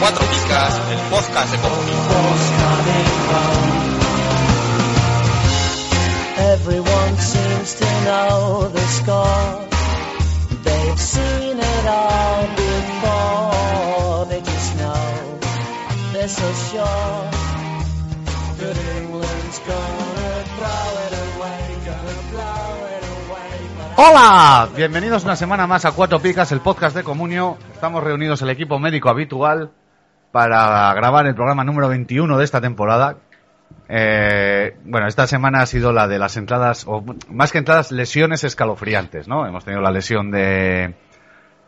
Cuatro Picas, el podcast de comunismo. Everyone seems to know the score. They've seen it all before. They just know they're so sure. Good England's gonna throw it away, gonna blow it away. But ¡Hola! Bienvenidos una semana más a Cuatro Picas, el podcast de Comunio. Estamos reunidos el equipo médico habitual para grabar el programa número 21 de esta temporada. Eh, bueno, esta semana ha sido la de las entradas, o más que entradas, lesiones escalofriantes, ¿no? Hemos tenido la lesión de,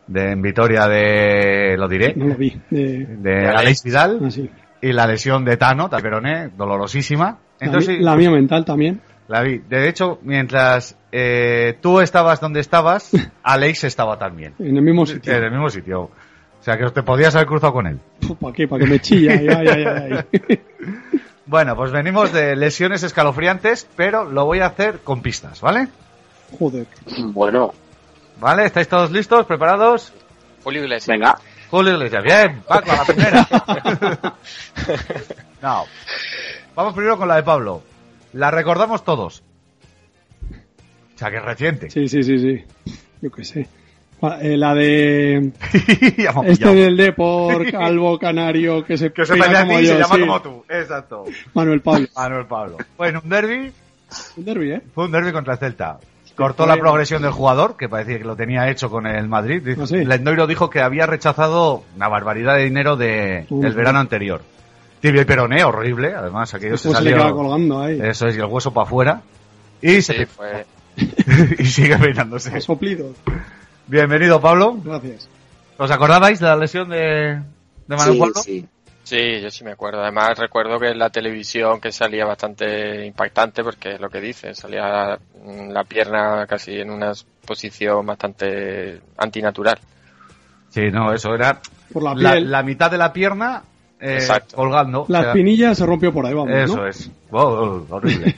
de en Vitoria de, lo diré, No lo vi. eh, ah, de Alex Vidal así. y la lesión de Tano, Taperoné, dolorosísima. La Entonces, mi- la, mía mental también. La vi. De hecho, mientras eh, tú estabas donde estabas, Alex estaba también. En el mismo sitio. En el mismo sitio. O sea, que te podías haber cruzado con él. ¿Para qué? ¿Para que me chilla? Ay, ay, ay, ay. Bueno, pues venimos de lesiones escalofriantes, pero lo voy a hacer con pistas, ¿vale? Joder. Bueno, ¿Vale? ¿Estáis todos listos? ¿Preparados? Julio Iglesias. venga. Julio Iglesias. Bien, Paco, a la primera. no. Vamos primero con la de Pablo. La recordamos todos. O sea, que es reciente. Sí, sí, sí, sí. Yo qué sé. Pa- eh, la de... Ya me han Este pillado. del Depor, Calvo Canario, que se, Que se pega pelea a ti como y se yo, llama sí. como tú. Ah, Exacto. Manuel Pablo. Manuel Pablo. Bueno, un derby Un derbi, ¿eh? fue un derby contra el Celta. Cortó la progresión del jugador, que parecía que lo tenía hecho con el Madrid. Dice- ¿Ah, sí? Lendoiro dijo que había rechazado una barbaridad de dinero de, Uy. del verano anterior. Tibia y peroné, horrible. Además, aquello se Después se le queda salió. Eh, colgando ahí. Eso es, y el hueso para afuera. Y, se, Sí, fue- y sigue peinándose. A soplidos. Bienvenido, Pablo. Gracias. ¿Os acordabais de la lesión de, de Manuel Sí, Pablo? sí. sí, yo sí me acuerdo. Además, recuerdo que en la televisión que salía bastante impactante, porque es lo que dice, salía mm, la pierna casi en una posición bastante antinatural. Sí, no, eso era Por la la, piel. La, la mitad de la pierna eh, Exacto. colgando. O sea, espinilla se rompió por ahí, vamos, Eso ¿no? es. Wow, horrible.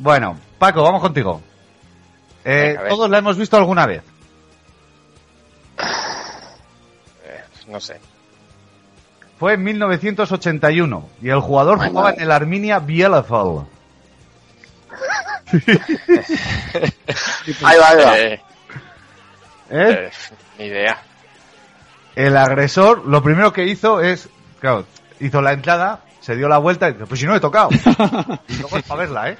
bueno, Paco, vamos contigo. Eh, Venga, a ver. todos la hemos visto alguna vez. No sé. Fue en 1981 y el jugador Bueno. jugaba en el Arminia Bielefeld. Ahí va, ahí va. Eh, ¿eh? eh, ni idea. El agresor lo primero que hizo es, claro, hizo la entrada, se dio la vuelta y dice, pues si no he tocado. Y luego es para verla, ¿eh?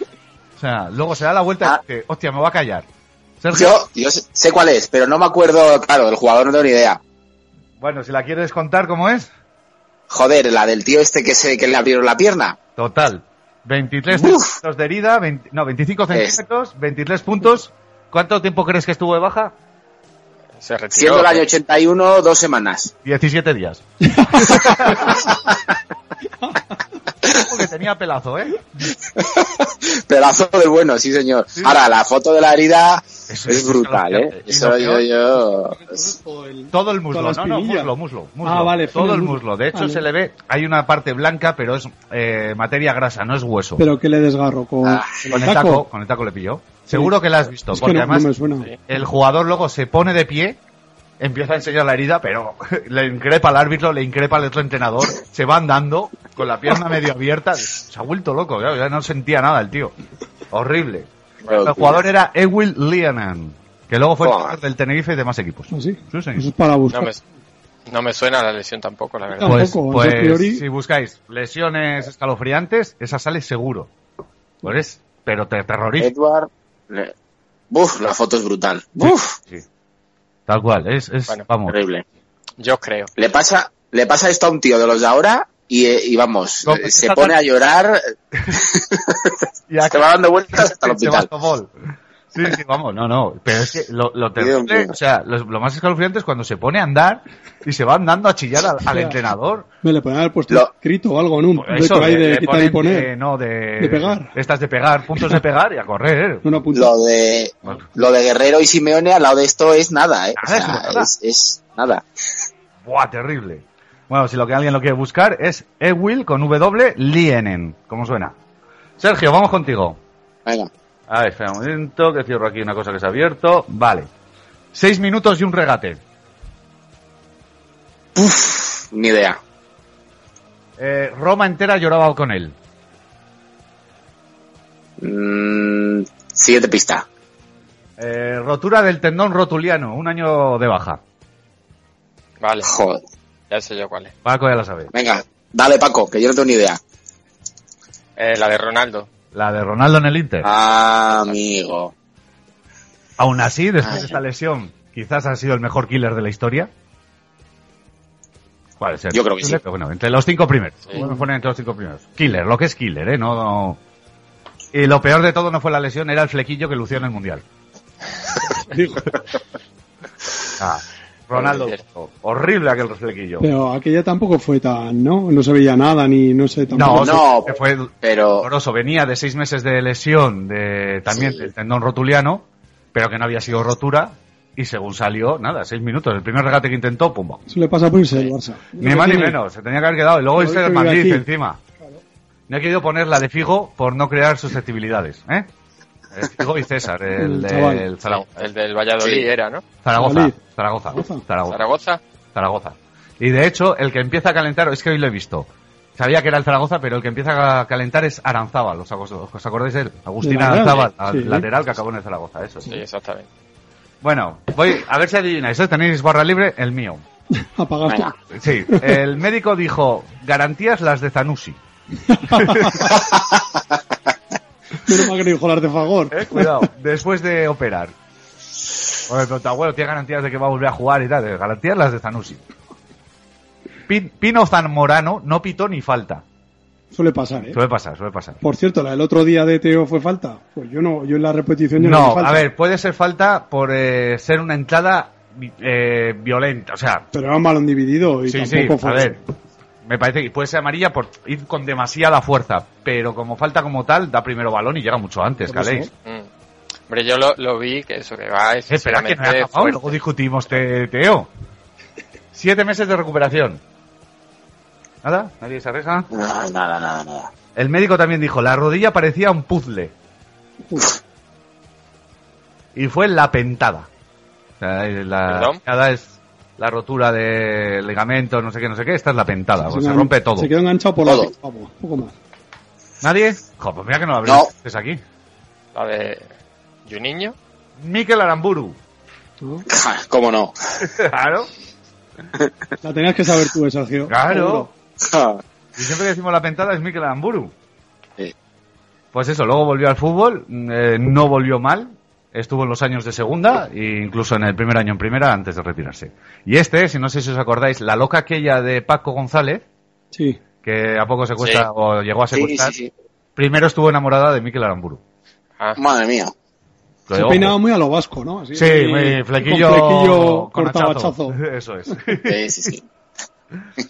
O sea, luego se da la Ah. vuelta y dice, hostia, me va a callar. Sergio, Yo, yo sé- sé cuál es, pero no me acuerdo, claro, el jugador no tengo ni idea. bueno, si la quieres contar cómo es, Joder, la del tío este que se que le abrieron la pierna. Total. 23 Uf. Eh. centímetros de herida, 20 no, 25 Es- centímetros, 23 puntos. ¿Cuánto tiempo crees que estuvo de baja? Se retiró. Siendo el año 81, dos semanas. 17 días. Ojo que tenía pelazo, ¿eh? Pedazo del bueno, sí señor. Ahora, la foto de la herida Eso es es brutal, escalofriante. ¿eh? Y Eso lo yo, peor- yo... O el- Todo el Toda muslo, la no, no, espinilla. muslo, muslo, muslo. Ah, vale, Todo fino el muslo. muslo. De hecho, Vale. se le ve, hay una parte blanca, pero es eh, materia grasa, no es hueso. Pero que le desgarro con, Ah, con el taco, con el taco le pilló. Seguro que la has visto, Es que porque no, además no me suena. Sí. El jugador luego se pone de pie, empieza a enseñar la herida, pero le increpa al árbitro, le increpa al otro entrenador, se va andando con la pierna medio abierta. Se ha vuelto loco, claro, ya no sentía nada el tío. Horrible. El jugador era Ewil Lianan, que luego fue Joder. entrenador del Tenerife y demás equipos. ¿Ah, sí? Sí, señor. Eso es para No buscar. me, no me suena la lesión tampoco, la verdad. Pues, tampoco, pues, a priori- si buscáis lesiones escalofriantes, esa sale seguro. Pues es, pero te terroriza. Edward... le- Buf, la foto es brutal. Buf, Sí. Tal cual, es, es Bueno, vamos. horrible. Yo creo. Le pasa, le pasa esto a un tío de los de ahora y, eh, y vamos, No, eh, pues se está pone tan- a llorar, Y acá- se va dando vueltas hasta el Se hospital. va a Tobol. Sí, sí, vamos, no, no. Pero es que lo, lo terrible, Dios mío. o sea, lo, lo más escalofriante es cuando se pone a andar y se va andando a chillar al, al Ya. entrenador. Me le podían haber puesto Lo- escrito o algo, ¿no? Un Por reto ahí le- de le quitar y ponen, poner. eh, no, de, De pegar. Estas de pegar, puntos de pegar y a correr. Una punta. lo de Bueno. lo de Guerrero y Simeone al lado de esto es nada, ¿eh? Nada, O sea, es nada. es, es nada. Buah, terrible. Bueno, si lo que alguien lo quiere buscar es Ewill con W Lienen. ¿Cómo suena? Sergio, vamos contigo. Venga. A ver, espera un momento, que cierro aquí una cosa que se ha abierto. Vale. Seis minutos y un regate. Ni idea. Eh, Roma entera lloraba con él. Mm, siguiente pista. Eh, rotura del tendón rotuliano, un año de baja. Vale, Joder. ya sé yo cuál es. Paco ya la sabe. Venga, dale Paco, que yo no tengo ni idea. Eh, la de Ronaldo. La de Ronaldo en el Inter. Ah, amigo. Aún así, después Ay. de esta lesión, quizás ha sido el mejor killer de la historia. ¿Cuál es? Yo creo que sí. Pero Bueno, entre los cinco primeros. Sí. Bueno, ponen entre los cinco primeros. Killer, lo que es killer, ¿eh? No, no- Y lo peor de todo no fue la lesión, era el flequillo que lució en el Mundial. Ah, Ronaldo. Muy cierto. Horrible aquel flequillo. Pero aquella tampoco fue tan, ¿no? No se veía nada, ni no sé tampoco. No, No, que fue Oh. Pero doloroso. Venía de seis meses de lesión de, también Sí. del tendón rotuliano, pero que no había sido rotura. Y según salió, nada, seis minutos. El primer regate que intentó, pumba. Eso le pasa por irse del Barça. Ni más ni Tiene- menos, se tenía que haber quedado. Y luego Lo hice el habéis oído Madrid aquí. encima. No he querido poner la de Figo por no crear susceptibilidades. ¿eh? Eh, Figo y César, el, El chaval. el Zarago- El del Valladolid Sí. era, ¿no? Zaragoza, Valladolid. Zaragoza, Zaragoza. Zaragoza, Zaragoza. Zaragoza. Y de hecho, el que empieza a calentar, es que hoy lo he visto. Sabía que era el Zaragoza, pero el que empieza a calentar es Aranzábal. ¿Os, acos- os acordáis de él? Agustín De la Real, Aranzábal, sí. al lateral que acabó en el Zaragoza, eso. Sí, exactamente. Bueno, voy a ver si adivináis. ¿eh? ¿Tenéis barra libre? El mío. Apagaste. Venga. Sí, el médico dijo, garantías las de Zanussi. Menos mal que no dijo el artefagor. Eh, Cuidado, después de operar. Bueno, pero tu abuelo tiene garantías de que va a volver a jugar y tal. eh, Garantías las de Zanussi. Pin- Pino Zamorano no pitó ni falta. Suele pasar, ¿eh? Suele pasar, suele pasar. Por cierto, la del otro día de Teo fue falta. Pues yo no, yo en la repetición yo no, vi No, falta. a ver, puede ser falta por eh, ser una entrada vi- eh, violenta. O sea, Pero era un balón dividido y sí, sí, tampoco fue. a ver. Me parece que puede ser amarilla por ir con demasiada fuerza. Pero como falta como tal, da primero balón y llega mucho antes, Por eso. ¿eh? Galéis. Mm. Hombre, yo lo, lo vi, que eso que va es Espera, que no he sinceramente acabado, fuerte. luego discutimos, te- Teo. Siete meses de recuperación. ¿Nada? ¿Nadie se arriesga? Ah, nada, nada, nada. El médico también dijo, la rodilla parecía un puzzle. Y fue la pentada. O sea, eh, la ¿Perdón? pentada es la rotura de ligamento, no sé qué, no sé qué. Esta es la pentada, pues se engan- rompe todo. Se quedó enganchado por Todo. la vamos, poco más. ¿Nadie? Jo, pues mira que no lo habréis No. visto, es aquí. La de Juninho. Mikel Aramburu. ¿no? Ja, ¿Cómo no? Claro, La tenías que saber tú, Sergio. claro. Ja. Y siempre que decimos la pentada es Mikel Aramburu. Sí. Pues eso, luego volvió al fútbol, mm, eh, no volvió mal, estuvo en los años de segunda e incluso en el primer año en primera antes de retirarse. Y este, si no sé si os acordáis, la loca aquella de Paco González, Sí. que a poco secuestra Sí. o llegó a Sí, secuestrar, sí, sí. primero estuvo enamorada de Mikel Aramburu. Ah, Madre mía. Lo Se digo, peinaba ojo. muy a lo vasco, ¿no? Así, Sí, muy con flequillo, flequillo con cortabachazo. hachazo. Eso es. Sí, sí, sí.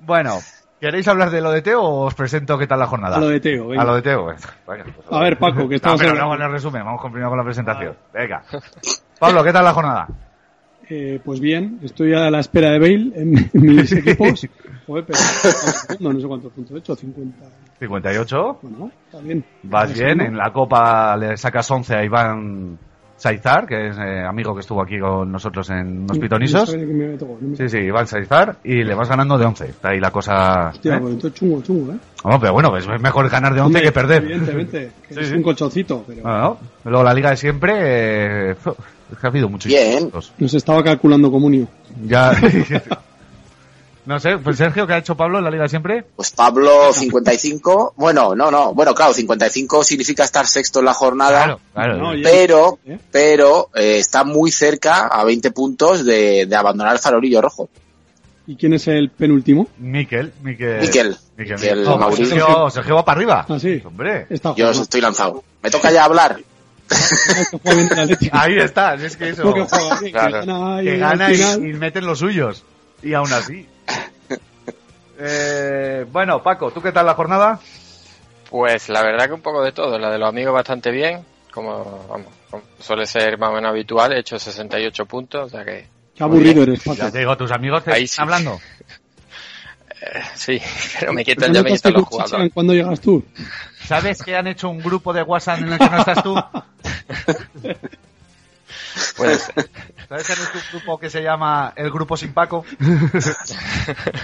bueno, ¿queréis hablar de lo de Teo o os presento qué tal la jornada? A lo de Teo, venga. A lo de Teo. Vaya, pues, A ver, Paco, que No, estamos pero en- Ah. no con el resumen, vamos con- primero con la presentación. Venga. Pablo, ¿qué tal la jornada? Eh, pues bien, estoy a la espera de Bale en, en mis equipos. Joder, pero segundo, no sé cuántos puntos he hecho, 50. 58. Bueno, está bien. Vas Está bien, segundo. en la Copa le sacas 11 a Iván Saizar, que es eh, amigo que estuvo aquí con nosotros en los No pitonisos. sabía que me tocó, no me- Sí, sí, Iván Saizar, y le vas ganando de 11. Está ahí la cosa... Hostia, ¿eh? pues entonces chungo, chungo, ¿eh? Vamos, pero bueno, es mejor ganar de 11 que perder. Evidentemente, que Sí, es sí. Ah. un colchoncito, pero Bueno, luego la liga de siempre... eh, es que ha habido muchísimos. Bien. puntos. nos estaba calculando Comunio. Ya... no sé, pues Sergio, ¿qué ha hecho Pablo en la liga de siempre? Pues Pablo, 55. Bueno, no, no. Bueno, claro, 55 significa estar sexto en la jornada. Claro, claro. No, ya- Pero, ¿Eh? pero eh, está muy cerca, a 20 puntos, de, de abandonar el farolillo rojo. ¿Y quién es el penúltimo? Miquel, Miquel. Miquel, Miquel, Miquel Miquel. No, Mauricio. Sergio, Sergio va para arriba. Ah, sí. Hombre. Esta yo jornada. estoy lanzado. Me toca ya hablar. que juega bien el Atlético. Ahí está, es que eso. Porque juega bien, Claro. que gana, y, que al gana y, final- y meten los suyos. Y aún así. Eh, bueno, Paco, ¿tú qué tal la jornada? Pues la verdad que un poco de todo. La de los amigos bastante bien, como, vamos, como suele ser más o menos habitual. He hecho 68 puntos, o sea que Qué aburrido eres, Paco. Pues Ya te digo, tus amigos te Ahí están sí. hablando. Eh, sí, pero me quito ¿Por el qué no te llamerito a los escuchas, jugadores. Cuando llegas tú. ¿Sabes que han hecho un grupo de WhatsApp en el que no estás tú? Puede ser. ¿Sabes que han hecho un grupo que se llama el Grupo Sin Paco?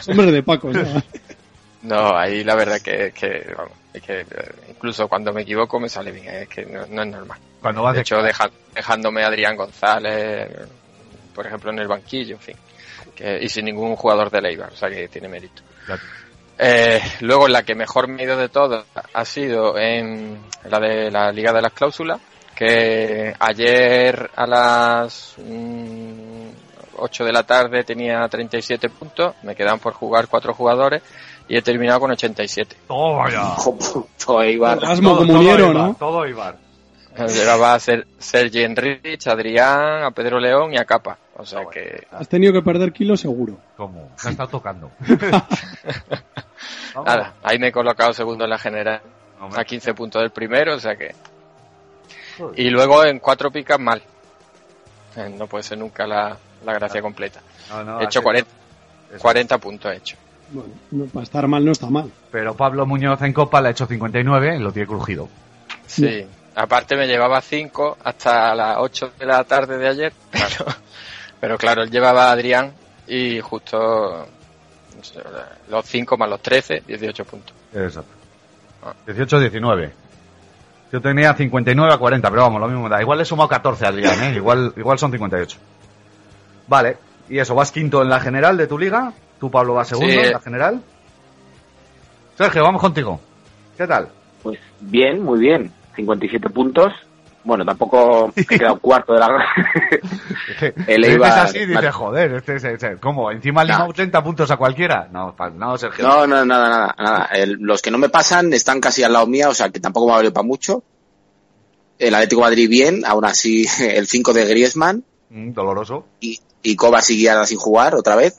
Hombre de Paco, ya. No, ahí la verdad que, que, vamos, es que eh, incluso cuando me equivoco me sale bien, es que no, no es normal. Cuando vas De de, hecho, deja- dejándome a Adrián González, por ejemplo, en el banquillo, en fin. Que- y sin ningún jugador de Leibar, o sea que tiene mérito. Eh, luego, la que mejor me ha ido de todas ha sido en la de la Liga de las Cláusulas, que ayer a las mm, 8 de la tarde tenía 37 puntos, me quedan por jugar cuatro jugadores y he terminado con 87. Toma ya. Ojo, puto, Eibar. Asmo como mieron, Ibar, ¿no? Todo Ibar. Llevaba a ser Sergi Enrich, a Adrián, a Pedro León y a Capa. O sea que Has tenido que perder kilos seguro. ¿Cómo? Se ha estado tocando. Vamos. nada, ahí me he colocado segundo en la general, Hombre. a 15 puntos del primero, o sea que... Y luego en cuatro picas mal. Eh, No puede ser nunca la, la gracia completa. No, no, He hecho así- 40, eso. 40 puntos, he hecho. Bueno, no, para estar mal no está mal. Pero Pablo Muñoz en Copa le ha hecho 59 y lo tiene crujido. Sí, aparte me llevaba 5 hasta las 8 de la tarde de ayer, pero, pero claro, él llevaba a Adrián y justo no sé, los 5 más los 13, 18 puntos. Exacto. 18-19. Yo tenía 59 a 40, pero vamos, lo mismo da. Igual le he sumado 14 al día, ¿eh? Igual, igual son 58. Vale, y eso, vas quinto en la general de tu liga. Tú, Pablo, vas segundo Sí. eh. en la general. Sergio, vamos contigo. ¿Qué tal? Pues bien, muy bien. 57 puntos. Bueno, tampoco he quedado cuarto de la. El dices Eibar- así, dices, joder, este, este, este, ¿cómo? ¿Encima le Nah. ha 30 puntos a cualquiera? No, pa- no, Sergio. No, no, nada, nada, nada. El- los que no me pasan están casi al lado mía, o sea que tampoco me ha valido para mucho. El Atlético de Madrid bien, aún así el 5 de Griezmann Mm, doloroso. y, y Kovac y Guiara sin jugar otra vez.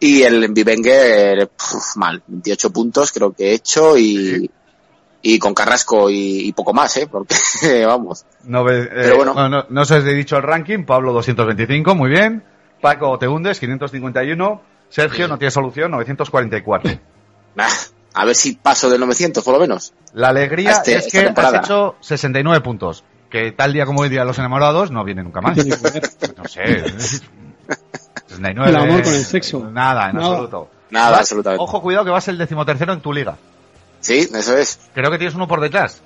y el Bivenger, puf, mal, 28 puntos creo que he hecho y, y con Carrasco y, y poco más, ¿eh? Porque vamos. No, ve- eh, Pero bueno. no, no- no se os he dicho el ranking. Pablo 225, muy bien. Paco, te hundes, 551. Sergio, no tiene solución, 944. nah, a ver si paso del 900 por lo menos. La alegría Este- es esta que has temporada. hecho 69 puntos. Que tal día como hoy día de los enamorados no viene nunca más. Tiene que ver. No sé. 69. El amor con el sexo. Nada, en Nada. absoluto. Nada, Vas- absolutamente. Ojo, cuidado que vas el decimotercero en tu liga. Sí, eso es. Creo que tienes uno por detrás.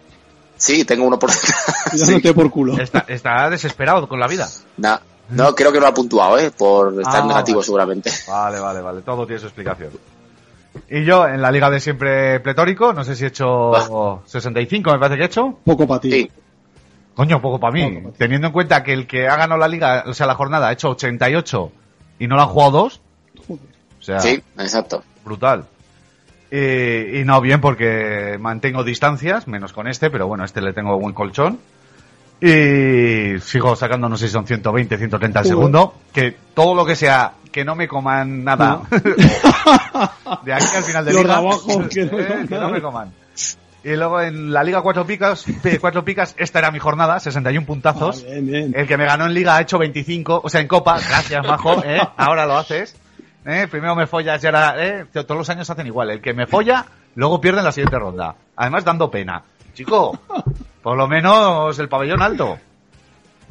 Sí, tengo uno por Cuidándote por culo. Está, está desesperado con la vida. No, no, creo que no ha puntuado, ¿eh? Por estar Ah, negativo vale. seguramente. Vale, vale, vale. Todo tiene su explicación. Y yo en la liga de siempre pletórico, no sé si he hecho 65, me parece que he hecho. Poco para ti. Sí, Coño, poco para mí. Poco pa' ti. Teniendo en cuenta que el que ha ganado la liga, o sea, la jornada, ha hecho 88 y no la han jugado dos. Joder. O sea, sí, exacto. brutal. Eh, Y, y no bien porque mantengo distancias, menos con este, pero bueno, este le tengo buen colchón. Y sigo sacando, no sé si son 120, 130 al Joder. segundo. Que todo lo que sea, que no me coman nada. de aquí al final de Los liga. de abajo, que no me Eh, coman que nada. no me coman. Y luego en la Liga Cuatro Picas, P- Cuatro Picas, esta era mi jornada, 61 Ah, puntazos. bien, bien. El que me ganó en Liga ha hecho 25, o sea, en Copa, gracias, Majo, ¿eh? ahora lo haces. ¿eh? Primero me follas y ahora, ¿eh? T- todos los años hacen igual. El que me folla, luego pierde en la siguiente ronda. Además, dando pena. Chico, por lo menos el pabellón alto.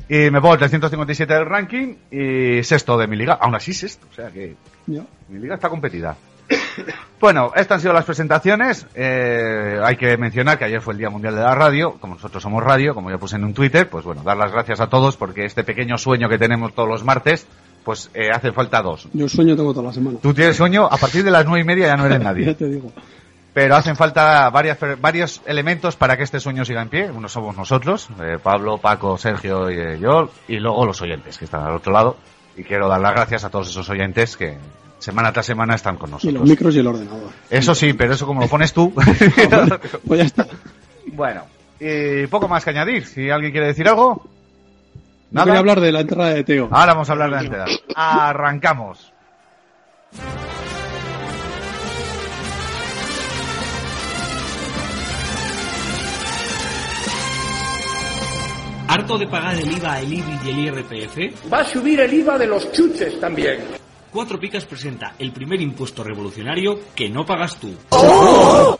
Y me pongo el 357 del ranking y sexto de mi liga. Aún así, sexto, o sea que Ya. mi liga está competida. Bueno, estas han sido las presentaciones. Eh, hay que mencionar que ayer fue el Día Mundial de la Radio. Como nosotros somos radio, como ya puse en un Twitter, pues bueno, dar las gracias a todos porque este pequeño sueño que tenemos todos los martes, pues eh, hace falta dos. Yo sueño tengo toda la semana. Tú tienes sueño, a partir de las nueve y media ya no eres nadie. Ya te digo. Pero hacen falta varias, varios elementos para que este sueño siga en pie. Uno somos nosotros, eh, Pablo, Paco, Sergio y eh, yo, y luego los oyentes que están al otro lado. Y quiero dar las gracias a todos esos oyentes que semana tras semana están con Y los nosotros. micros y el ordenador. Eso sí, pero eso como lo pones tú. Pues ya está. bueno, y poco más que añadir. Si alguien quiere decir algo, No nada. Ah, quería hablar de la entrada de Teo. Ahora vamos a hablar de la entidad. Arrancamos. ¿Harto de pagar el IVA, el IBI y el IRPF? Va a subir el IVA de los chuches también. Cuatro Picas presenta el primer impuesto revolucionario que no pagas tú. ¡Oh!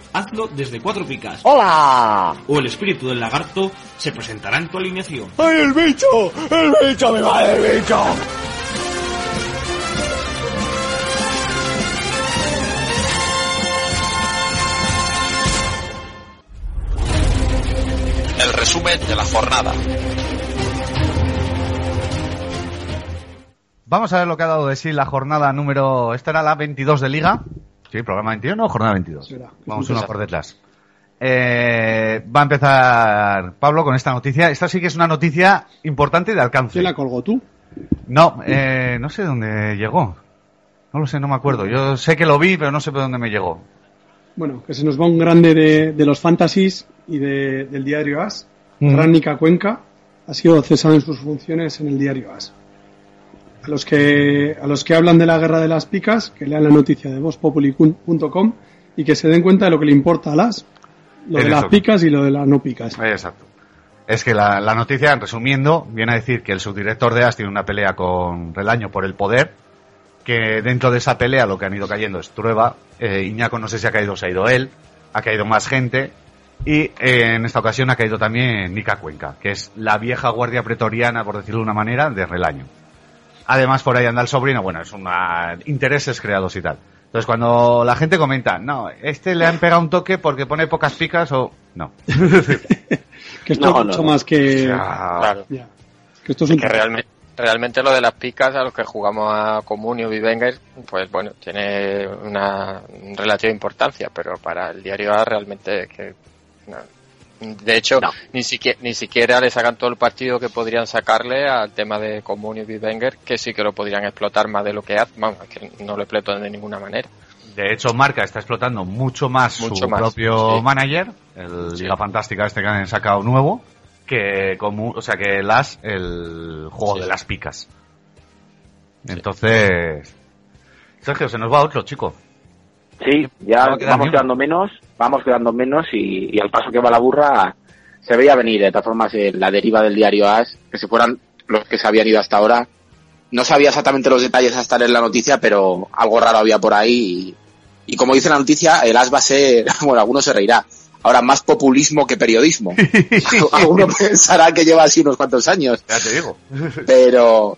hazlo desde Cuatro Picas. ¡Hola! O el espíritu del lagarto se presentará en tu alineación. ¡Ay, el bicho! ¡El bicho me va el bicho! El resumen de la jornada. Vamos a ver lo que ha dado de sí la jornada número. Esta era la 22 de Liga. Sí, programa 21 o jornada 22. Será. Vamos una por detrás. Eh, va a empezar Pablo con esta noticia. Esta sí que es una noticia importante y de alcance. ¿Quién la colgó tú? No, eh, no sé dónde llegó. No lo sé, no me acuerdo. Yo sé que lo vi, pero no sé por dónde me llegó. Bueno, que se nos va un grande de, de los fantasies y de- del diario AS. Mm. Ránica Cuenca ha sido cesado en sus funciones en el diario AS. A los, que, a los que hablan de la guerra de las picas, que lean la noticia de vospopuli.com y que se den cuenta de lo que le importa a las, lo de Eres las loco. picas y lo de las no picas. Eh, Exacto. Es que la, la noticia, resumiendo, viene a decir que el subdirector de AS tiene una pelea con Relaño por el poder, que dentro de esa pelea lo que han ido cayendo es Trueba, eh, Iñaco no sé si ha caído o se ha ido él, ha caído más gente, y eh, en esta ocasión ha caído también Nica Cuenca, que es la vieja guardia pretoriana, por decirlo de una manera, de Relaño. Además, por ahí anda el sobrino, bueno, es una intereses creados y tal. Entonces, cuando la gente comenta, no, este le han pegado un toque porque pone pocas picas o... No. Que esto No, es no, mucho no. más que... Ah. Claro. Ya. Que esto es un... que realmente realmente lo de las picas a los que jugamos a Comunio y Wenger, pues bueno, tiene una relativa importancia, pero para el diario A realmente es que no. De hecho, No. ni siquiera ni siquiera le sacan todo el partido que podrían sacarle al tema de Comunio y Wenger, que sí que lo podrían explotar más de lo que hacen, vamos, que no lo explotan de ninguna manera. De hecho, Marca está explotando mucho más Mucho su más, propio sí. manager, el Sí. Liga Fantástica este que han sacado nuevo, que como, o sea que el As, el juego Sí. de las picas. Entonces, Sergio, se nos va otro chico. Sí, ya No va a quedar ni vamos uno. quedando menos, vamos quedando menos y, y al paso que va la burra se veía venir. De todas formas, eh, la deriva del diario AS, que se fueran los que se habían ido hasta ahora. No sabía exactamente los detalles hasta leer la noticia, pero algo raro había por ahí. Y, y como dice la noticia, el AS va a ser, bueno, alguno se reirá. Ahora, más populismo que periodismo. Alguno pensará que lleva así unos cuantos años. Ya te digo. Pero,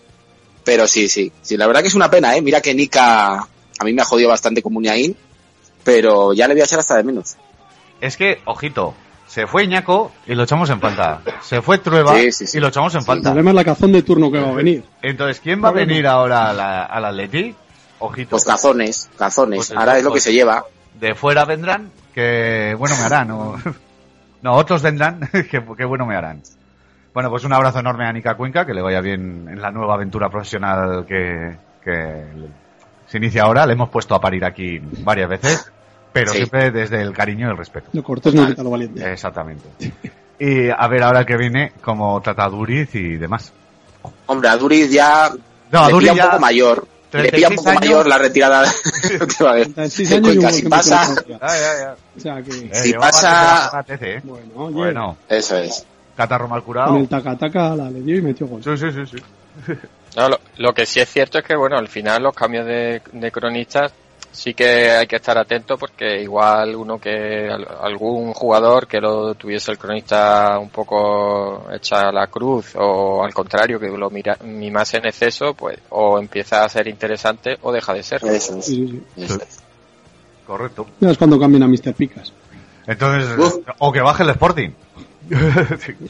pero sí, sí, sí. La verdad que es una pena, ¿eh? Mira que Nika a mí me ha jodido bastante con Muniain, pero ya le voy a echar hasta de menos. Pues Es que, ojito, se fue Iñaco y lo echamos en falta. Se fue Trueba Sí, sí, sí. y lo echamos en Sí. El falta. problema es la cazón de turno que va a venir. Entonces, ¿quién va a venir ahora a la- al Atleti? Ojito. Pues cazones, cazones. Pues el- Ahora es lo que pues- se lleva. de fuera vendrán, que bueno me harán. O, no, otros vendrán, que, que bueno me harán. Bueno, pues un abrazo enorme a Nica Cuenca, que le vaya bien en la nueva aventura profesional que, que se inicia ahora. Le hemos puesto a parir aquí varias veces, pero Sí. siempre desde el cariño y el respeto. Lo cortés no quita lo valiente. Eh, Exactamente. Y a ver ahora el que viene, como trata a Duriz y demás. Hombre, a Duriz ya No, a le Duriz pilla ya- un poco mayor. Le pilla un 36 poco años. mayor la retirada. que va a haber. 36 años y un Cuenca, gol si que pasa, metió en Ya, la ya, ya. contra. O sea que... Eh, Si llevaba pasa- tres temporadas, trece, ¿eh? Bueno, oye, Bueno, eso es. catarro mal con curado. el tacataca la le dio y metió gol. Sí, sí, sí, sí. No, lo, lo que sí es cierto es que, bueno, al final los cambios de, de cronistas sí que hay que estar atento porque igual uno que al- algún jugador que lo tuviese el cronista un poco hecha la cruz o al contrario que lo mira, mimase en exceso, pues o empieza a ser interesante o deja de ser. Eso es. Sí, sí, sí. eso es. Correcto. Ya es cuando cambian a Mr. Picas. Entonces, Uf. o que baje el Sporting.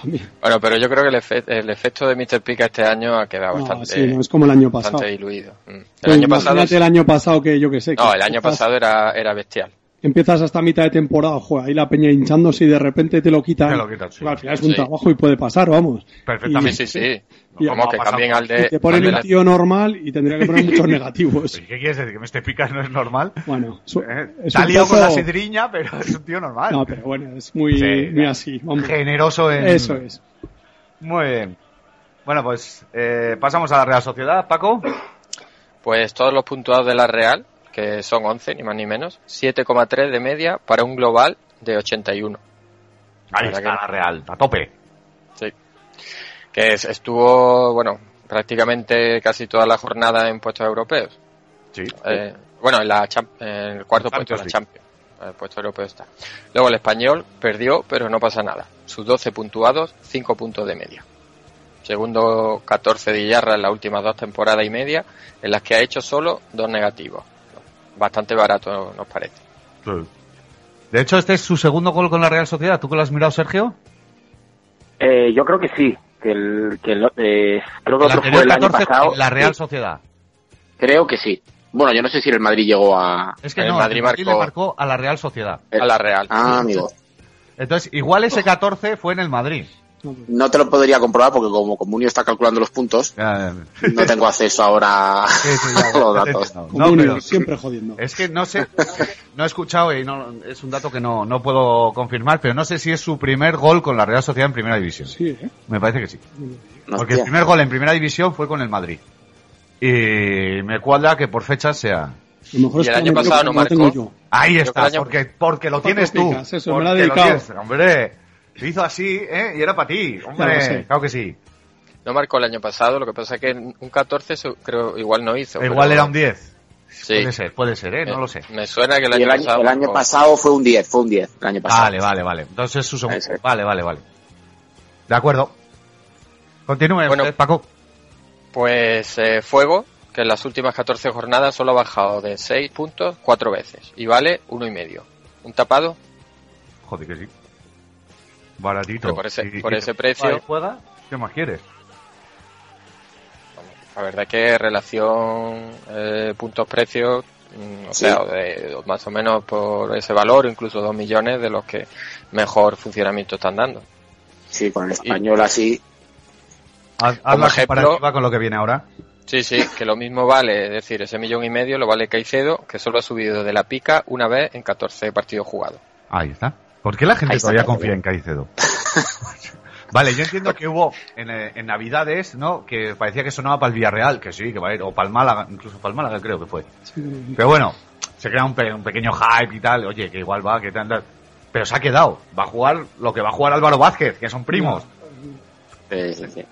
También. Bueno, pero yo creo que el, efe- el efecto de Mr. Pica este año ha quedado No, bastante, sí, no, es como el año pasado. bastante diluido. Mm. El Pues año pasado, imagínate el año pasado que yo que sé. no, que el año estás- pasado era, era bestial. empiezas hasta mitad de temporada, joder, ahí la peña hinchándose y de repente te lo quitan. Te lo quitan, sí. Bueno, al final es un Sí. trabajo y puede pasar, vamos. Perfectamente. Sí, sí, sí. Y- Como que pasamos. cambien al de. Y te ponen al de un la- tío normal y tendría que poner muchos negativos. ¿Y ¿Qué quieres decir? ¿Que este picas no es normal? Bueno, su- ¿Eh? Pues, es Está un liado con la poco- sidriña, pero es un tío normal. No, pero bueno, es muy, Sí, muy ya. así. vamos. Generoso en... Eso es. Muy bien. Bueno, pues eh, pasamos a la Real Sociedad, Paco. Pues todos los puntuados de la Real, que son 11, ni más ni menos, 7,3 de media para un global de 81. Ahí Para está que- la Real, a tope. Sí. Que es- estuvo, bueno, prácticamente casi toda la jornada en puestos europeos. Sí. Eh, bueno, en, la champ- en el cuarto puesto de la Champions. El puesto europeo está. Luego el español perdió, pero no pasa nada. Sus 12 puntuados, 5 puntos de media. Segundo 14 de Illarra en las últimas dos temporadas y media, en las que ha hecho solo dos negativos. Bastante barato, nos parece. De hecho, este es su segundo gol con la Real Sociedad. ¿Tú que lo has mirado, Sergio? Eh, yo creo que sí. Que el, que el- eh, creo que El otro fue anterior el año 14 pasado. con la Real Sí, Sociedad. creo que sí. Bueno, yo no sé si el Madrid llegó a. Es que El no, Madrid el Madrid marcó- le marcó a la Real Sociedad. A la Real. Ah, amigo. Entonces, igual ese 14 fue en el Madrid. No te lo podría comprobar porque como Comunio está calculando los puntos, no tengo acceso ahora Sí, sí, ya, a ya, los ya te he datos. entendido. Como No, un pero hilo, siempre jodiendo. es que no sé, no he escuchado y no, es un dato que no, no puedo confirmar, pero no sé si es su primer gol con la Real Sociedad en Primera División. Sí, ¿eh? Me parece que sí. No, Porque el hostia. primer gol en Primera División fue con el Madrid. Y me cuadra que por fecha sea... Lo mejor es Y el que año no me- pasado no lo tengo marcó. yo. Ahí Yo está, cada año- porque, porque lo tienes tú. picas, eso, me lo ha Porque dedicado. tienes, hombre, lo hizo así, ¿eh? Y era para ti, hombre. Ya lo sé. Claro que sí. No marcó el año pasado, lo que pasa es que un 14 se- creo igual no hizo. Igual pero- era un 10. Sí. Puede ser, puede ser, ¿eh? No lo sé. Me, me suena que el Y año el año, pasado. el año marcó. pasado fue un 10, fue un 10 el año pasado. Vale, vale, vale. Entonces su segundo. Ese. Vale, vale, vale. De acuerdo. Continúe, Bueno. usted, Paco. Pues eh, Fuego, que en las últimas 14 jornadas solo ha bajado de 6 puntos 4 veces y vale uno y medio. Un tapado, Joder, que sí. Baratito. Pero por ese- Y- por y- ese precio- Ahí juega, ¿Qué más quieres? la verdad que relación eh, puntos-precios, mm, o Sí. sea, de- más o menos por ese valor, incluso 2 millones de los que mejor funcionamiento están dando. Sí, con el español así. Haz, haz la ejemplo- comparativa con lo que viene ahora. Sí, sí, que lo mismo vale, es decir, ese millón y medio lo vale Caicedo, que solo ha subido de la pica una vez en 14 partidos jugados. Ahí está. ¿Por qué la gente Ahí está, todavía claro. confía en Caicedo? vale, yo entiendo que hubo en, eh, en Navidades, ¿no? Que parecía que sonaba para el Villarreal, que sí, que va a ir, o para el Málaga, incluso para el Málaga creo que fue. Pero bueno, se crea un, pe- un pequeño hype y tal, oye, que igual va, que tal, tal. Pero se ha quedado, va a jugar lo que va a jugar Álvaro Vázquez, que son primos. Mm, eh, eh,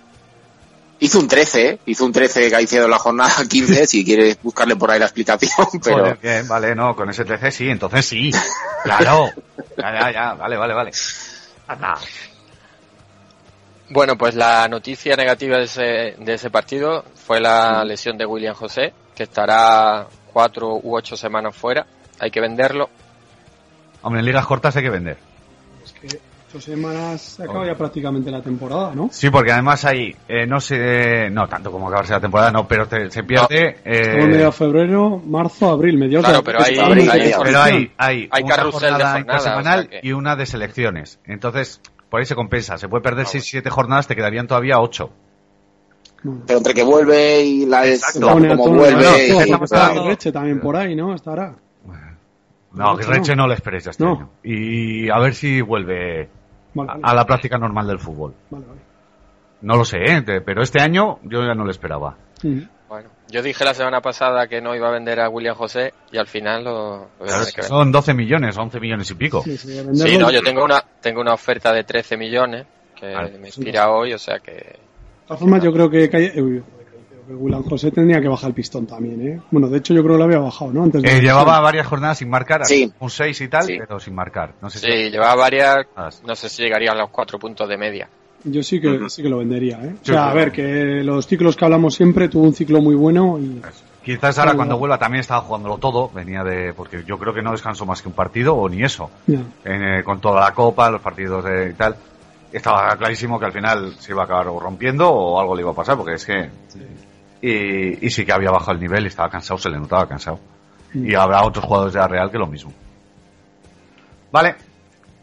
Hizo un 13, ¿eh? hizo un 13 Caicedo en la jornada 15, si quieres buscarle por ahí la explicación, pero Joder, bien, vale, no, con ese 13 sí, entonces sí. Claro. Ya, ya, ya, vale, vale, vale. Anda. Bueno, pues la noticia negativa de ese, de ese partido fue la lesión de William José, que estará cuatro u ocho semanas fuera. Hay que venderlo. Hombre, en ligas cortas hay que vender. Es que ocho semanas se acaba ya prácticamente la temporada, Eh. ¿no? Sí, porque además ahí, eh, no sé, no tanto como acabarse la temporada, no, pero te- se pierde. Estamos en medio Eh, de febrero, marzo, abril, mediados Claro, de- pero hay- estamos en hay- medio de pero hay, transición. hay, Hay una carrusel de jornada jornadas, intersemanal o sea que- y una de selecciones. Entonces, por ahí se compensa. Se puede Ah, perder 6-7 jornadas, te quedarían todavía 8. Bueno, pero entre que vuelve y la es Exacto. como Pone a todo el vuelve. Bueno, mundo, y- sí, todo, estamos porque hablando- Reche también por ahí, ¿no? Estará. No, que Ocho Reche no, le esperes este No. año. Y a ver si vuelve Vale, a, a vale, la práctica normal del fútbol. vale, vale. ah. No lo sé, ¿eh? Te- pero este año yo ya no lo esperaba. Mm. Bueno, yo dije la semana pasada que no iba a vender a William José y al final lo, lo voy a Claro, tener Pues que son 12 millones, 11 millones y pico. Sí, sí, vender. venderlo- Sí, no, yo tengo una, tengo una oferta de 13 millones que Claro. me inspira hoy, o sea que De todas formas, yo creo que, Calle- eh, uy, creo que William José tendría que bajar el pistón también, ¿eh? Bueno, de hecho, yo creo que lo había bajado, ¿no? Antes de Eh, llevaba varias jornadas sin marcar, Sí. un 6 y tal, Sí. pero sin marcar. No sé si- sí, llevaba varias, Ah, no sé si llegaría a los cuatro puntos de media. Yo sí que, sí que lo vendería, ¿eh? O sea, a claro. ver, que los ciclos que hablamos siempre tuvo un ciclo muy bueno y. Quizás ahora Claro. cuando vuelva también estaba jugándolo todo, venía de porque yo creo que no descansó más que un partido o ni eso, ya. En, eh, con toda la copa, los partidos de- y tal. Estaba clarísimo que al final se iba a acabar o rompiendo o algo le iba a pasar porque es que y, y sí que había bajado el nivel, estaba cansado, se le notaba cansado. Y habrá otros jugadores de la Real que lo mismo. Vale,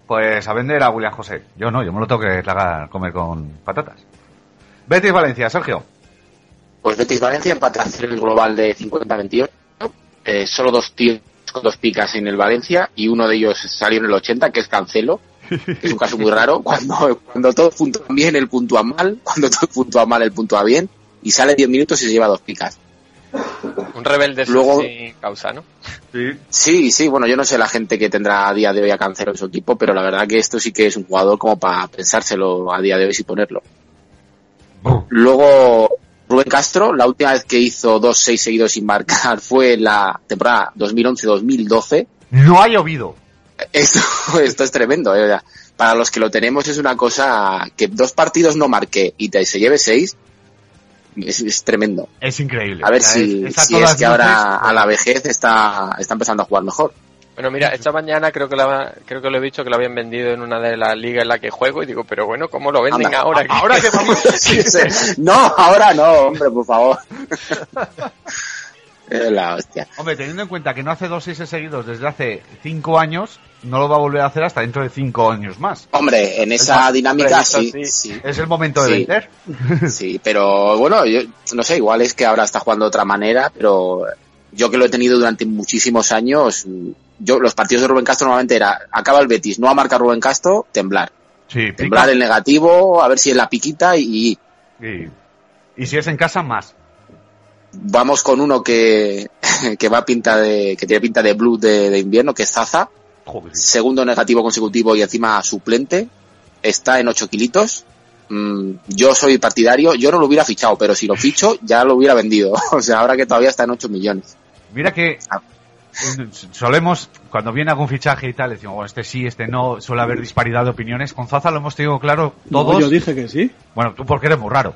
pues a vender a William José. Yo no, yo me lo tengo que tragar, comer con patatas. Betis Valencia, Sergio. Pues Betis Valencia empata a cero en el global de 50-28. Eh, solo dos tíos con dos picas en el Valencia y uno de ellos salió en el 80, que es Cancelo. que es un caso muy raro. Cuando, cuando todos puntúan bien, él puntúa mal. Cuando todos puntúan mal, él puntúa bien. Y sale 10 minutos y se lleva dos picas. Un rebelde Luego- sin causa, ¿no? Sí. Sí, sí, bueno, yo no sé la gente que tendrá a día de hoy a Cancelo en su equipo, pero la verdad que esto sí que es un jugador como para pensárselo a día de hoy si ponerlo. Oh. Luego, Rubén Castro, la última vez que hizo 2-6 seguidos sin marcar fue en la temporada 2011-2012. No ha llovido. Esto, esto es tremendo. eh, o sea, para los que lo tenemos es una cosa que dos partidos no marque y te, se lleve 6 es, es tremendo. Es increíble. A ver O sea, si, es- está si todas pues. es que ahora a la vejez está, está empezando a jugar mejor. Bueno, mira, esta mañana creo que la, creo que lo he visto que lo habían vendido en una de las ligas en la que juego y digo, pero bueno, ¿cómo lo venden Anda, ahora? ahora que vamos No, ahora no, hombre, por favor. Es la hostia. Hombre, teniendo en cuenta que no hace dos seis seguidos desde hace cinco años, no lo va a volver a hacer hasta dentro de cinco años más. Hombre, en esa Hombre, dinámica visto sí, así, sí, Es el momento de Sí. vender. sí, pero bueno, yo no sé, igual es que ahora está jugando de otra manera, pero yo que lo he tenido durante muchísimos años, yo los partidos de Rubén Castro normalmente era acaba el Betis, no ha marcado Rubén Castro, temblar, Sí, pica. temblar el negativo, a ver si es la piquita y, Y, y si es en casa, más. vamos con uno que, que va pinta de que tiene pinta de blue de, de invierno, que es Zaza, Joder. segundo negativo consecutivo y encima suplente, está en 8 kilitos. Mm, yo soy partidario, yo no lo hubiera fichado, pero si lo ficho ya lo hubiera vendido. O sea, ahora que todavía está en 8 millones. Mira que Ah. solemos, cuando viene algún fichaje y tal, decimos, bueno, este sí, este no, suele haber disparidad de opiniones. Con Zaza lo hemos tenido claro todos. No, yo dije que sí. Bueno, tú porque eres muy raro.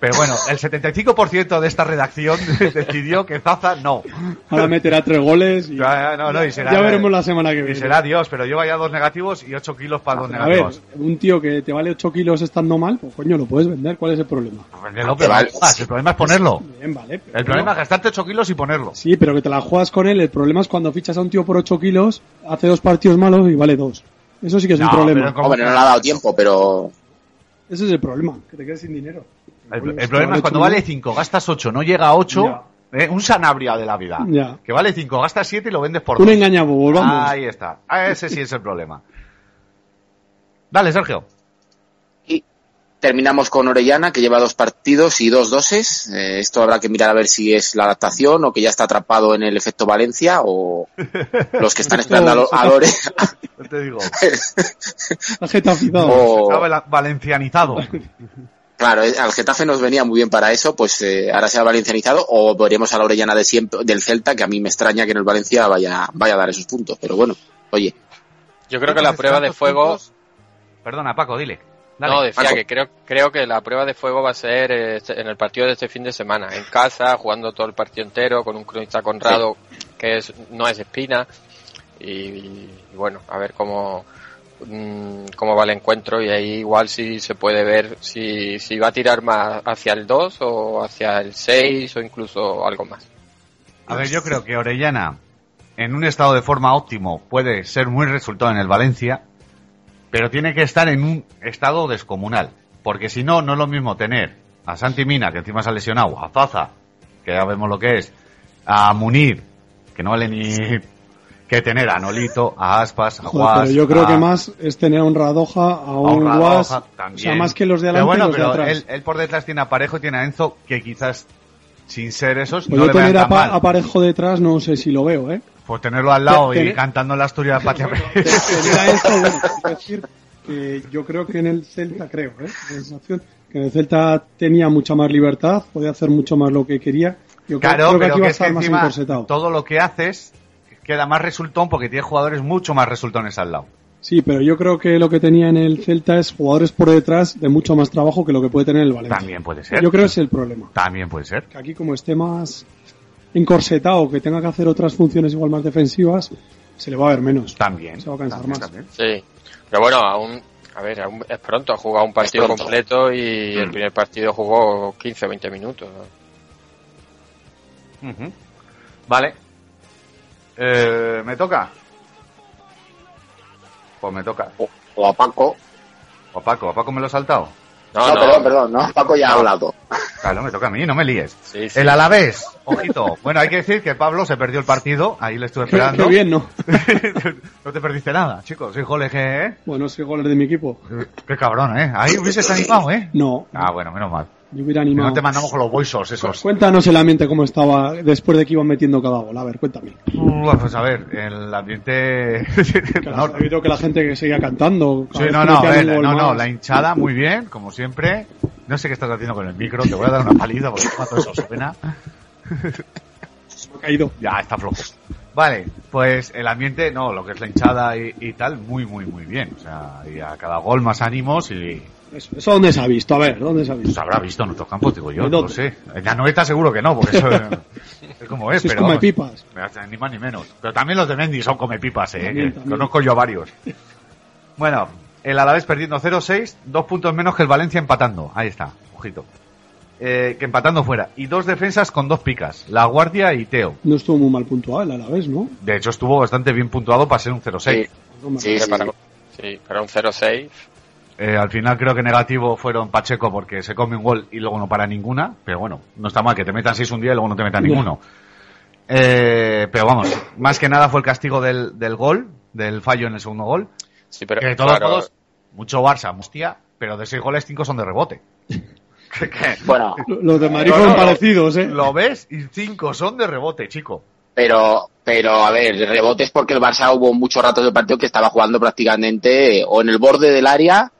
Pero bueno, el 75% de esta redacción decidió que Zaza no. Ahora meterá tres goles y Ya, ya, no, no, y será- ya veremos la semana que Y viene. será Dios, pero lleva ya dos negativos y ocho kilos para dos a ver, negativos. un tío que te vale 8 kilos estando mal, pues coño, lo puedes vender. ¿Cuál es el problema? No, venderlo, te pero no vale. jodas, el problema es ponerlo. Bien, vale. pero El problema es bueno. gastarte ocho kilos y ponerlo. Sí, pero que te la juegas con él. El problema es cuando fichas a un tío por 8 kilos, hace dos partidos malos y vale dos. Eso sí que es No, un problema. pero ¿cómo? Hombre, no le ha dado tiempo, pero Ese es el problema, que te quedes sin dinero. El, Coño, el problema es ocho cuando kilos. vale 5, gastas 8, no llega a 8, un Sanabria de la vida. Ya. Que vale 5, gastas 7 y lo vendes por Un 2. engañabo, volvamos. Ahí está. Ah, Ese sí es el problema. Dale, Sergio. terminamos con Orellana, que lleva dos partidos y dos doses. Eh, esto habrá que mirar a ver si es la adaptación o que ya está atrapado en el efecto Valencia o los que están esperando a, Lo- a Lore. Yo te digo. Has getafizado. Oh. o- Está vala- valencianizado. Claro, eh, al Getafe nos venía muy bien para eso, pues eh, ahora se ha valencianizado o volveríamos a la Orellana de siempre, del Celta, que a mí me extraña que en el Valencia vaya, vaya a dar esos puntos, pero bueno, oye, Yo creo que la prueba de fuego Perdona, Paco, dile. Dale. No, decía Marco. que creo, creo que la prueba de fuego va a ser eh, este- en el partido de este fin de semana, en casa, jugando todo el partido entero, con un cronista Conrado que es, no es espina. Y, y bueno, a ver cómo, mm, cómo va el encuentro y ahí igual si se puede ver si, si va a tirar más hacia el 2 o hacia el 6 o incluso algo más. A ver, yo creo que Orellana, en un estado de forma óptimo, puede ser muy resultado en el Valencia, pero tiene que estar en un estado descomunal. Porque si no, no es lo mismo tener a Santi Mina, que encima se ha lesionado, a Zaza, que ya vemos lo que es, a Munir, que no vale ni. que tener a Nolito, a Aspas, a Joder, Guas. pero yo creo a- que más es tener a un Radoja, a ah. a un Radoja Guas, o también. sea, más que los de Pero adelante bueno, los de pero atrás. Él, él por detrás tiene a Parejo y tiene a Enzo, que quizás sin ser esos Pues no yo le vean tener a, tan Pa- mal. a Parejo detrás no sé si lo veo, ¿eh? Pues tenerlo al lado Te- y te- cantando la Asturias Patria. Tener a esto, bueno, quiero decir que yo creo que en el Celta, creo, ¿eh? La sensación, que en el Celta tenía mucha más libertad, podía hacer mucho más lo que quería. Yo creo- claro, creo que pero que aquí va a es que estar más encima encorsetado. todo lo que haces queda más resultón porque tiene jugadores mucho más resultones al lado. Sí, pero yo creo que lo que tenía en el Celta es jugadores por detrás de mucho más trabajo que lo que puede tener el Valencia. También puede ser. Yo creo que es el problema. También puede ser. que aquí como esté más encorsetado, que tenga que hacer otras funciones igual más defensivas, se le va a ver menos. También. Se va a cansar También, más. también. Sí, pero bueno, aún, a ver, aún es pronto, ha jugado un partido Es pronto. completo y el primer partido jugó 15 o 20 minutos. ¿no? Ujú. Vale. Eh, Me toca. Pues me toca. O a Paco. O a Paco, a Paco me lo he saltado. No, perdón, perdón, no, Paco ya ha hablado. Claro, me toca a mí, no me líes. Sí, El Alavés, ojito. Bueno, hay que decir que Pablo se perdió el partido, ahí le estuve Qué, esperando. bien, ¿no? No te perdiste nada, chicos. Soy goles, que, ¿eh? Bueno, soy goles de mi equipo. Qué cabrón, ¿eh? Ahí hubieses animado, ¿eh? No, Ah, bueno, menos mal. yo hubiera Si animado. No te mandamos con los boisos esos. Cuéntanos el ambiente cómo estaba después de que iban metiendo cada gol. A ver, cuéntame. Uh, pues a ver, el ambiente... Que la- no, he visto que la gente que seguía cantando. cada sí, vez no, que no, a metían ver, un gol no, no, más. la hinchada muy bien, como siempre. No sé qué estás haciendo con el micro, te voy a dar una paliza porque cuando eso suena... Ha caído. Ya, está flojo. Vale, pues el ambiente, no, lo que es la hinchada y, y tal, muy, muy, muy bien. O sea, y a cada gol más ánimos y Eso, ¿Eso dónde se ha visto? A ver, ¿dónde se ha se visto? pues habrá visto en otros campos, digo yo, ¿En no lo dónde? sé. En la noveta seguro que no, porque eso es, es como es, Eso es pero come vamos, pipas. ni más ni menos. Pero también los de Mendy son come pipas, eh. También, que también. Conozco yo a varios. Bueno, el Alavés perdiendo 0-6, dos puntos menos que el Valencia empatando. Ahí está, ojito. Eh, que empatando fuera. Y dos defensas con dos picas, La Guardia y Teo. No estuvo muy mal puntuado el Alavés, ¿no? De hecho, estuvo bastante bien puntuado para ser un 0-6. Eh, No, Sí, sí, para, sí. sí, para un 0-6. Eh, al final creo que negativo fueron Pacheco porque se come un gol y luego no para ninguna. Pero bueno, no está mal que te metan seis un día y luego no te metan Ya. ninguno. Eh, pero vamos, más que nada fue el castigo del, del gol, del fallo en el segundo gol. Sí, pero que de todos claro, modos, mucho Barça, hostia, pero de seis goles cinco son de rebote. Que- que Bueno, Lo- Los de Madrid No, fueron no, no. parecidos, ¿eh? Lo ves y cinco son de rebote, chico. pero, pero a ver, rebotes porque el Barça hubo muchos ratos de partido que estaba jugando prácticamente eh, o en el borde del área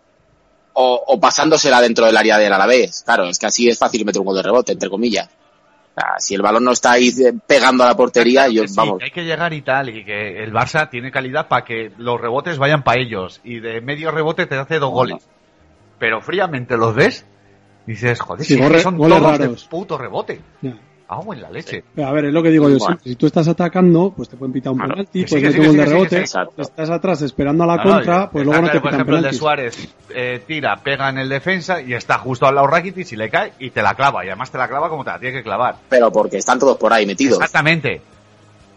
o, o pasándosela dentro del área del Alavés. Claro, es que así es fácil meter un gol de rebote, entre comillas. O sea, si el balón no está ahí eh, pegando a la portería, yo, Que sí, vamos, que hay que llegar y tal, y que el Barça tiene calidad para que los rebotes vayan para ellos, y de medio rebote te hace dos goles. Pero fríamente los ves, y dices, joder, si Sí, es que goles- son goles todos raros. de puto rebote. Ya. Hago en la leche. Pero, A ver, es lo que digo yo. Bueno. siempre. Si tú estás atacando, pues te pueden pitar un Claro, penalti, que sí, pues que sí, meter que un sí, de que sí, que rebote. sí. Exacto. Si Estás atrás esperando a la No, no, contra, y- pues está luego no claro, te Por pitan ejemplo, el de penaltis. Suárez eh, tira, pega en el defensa, y está justo al lado Rakitic, y le cae, y te la clava, y además te la clava como te la tiene que clavar. pero porque están todos por ahí metidos. Exactamente.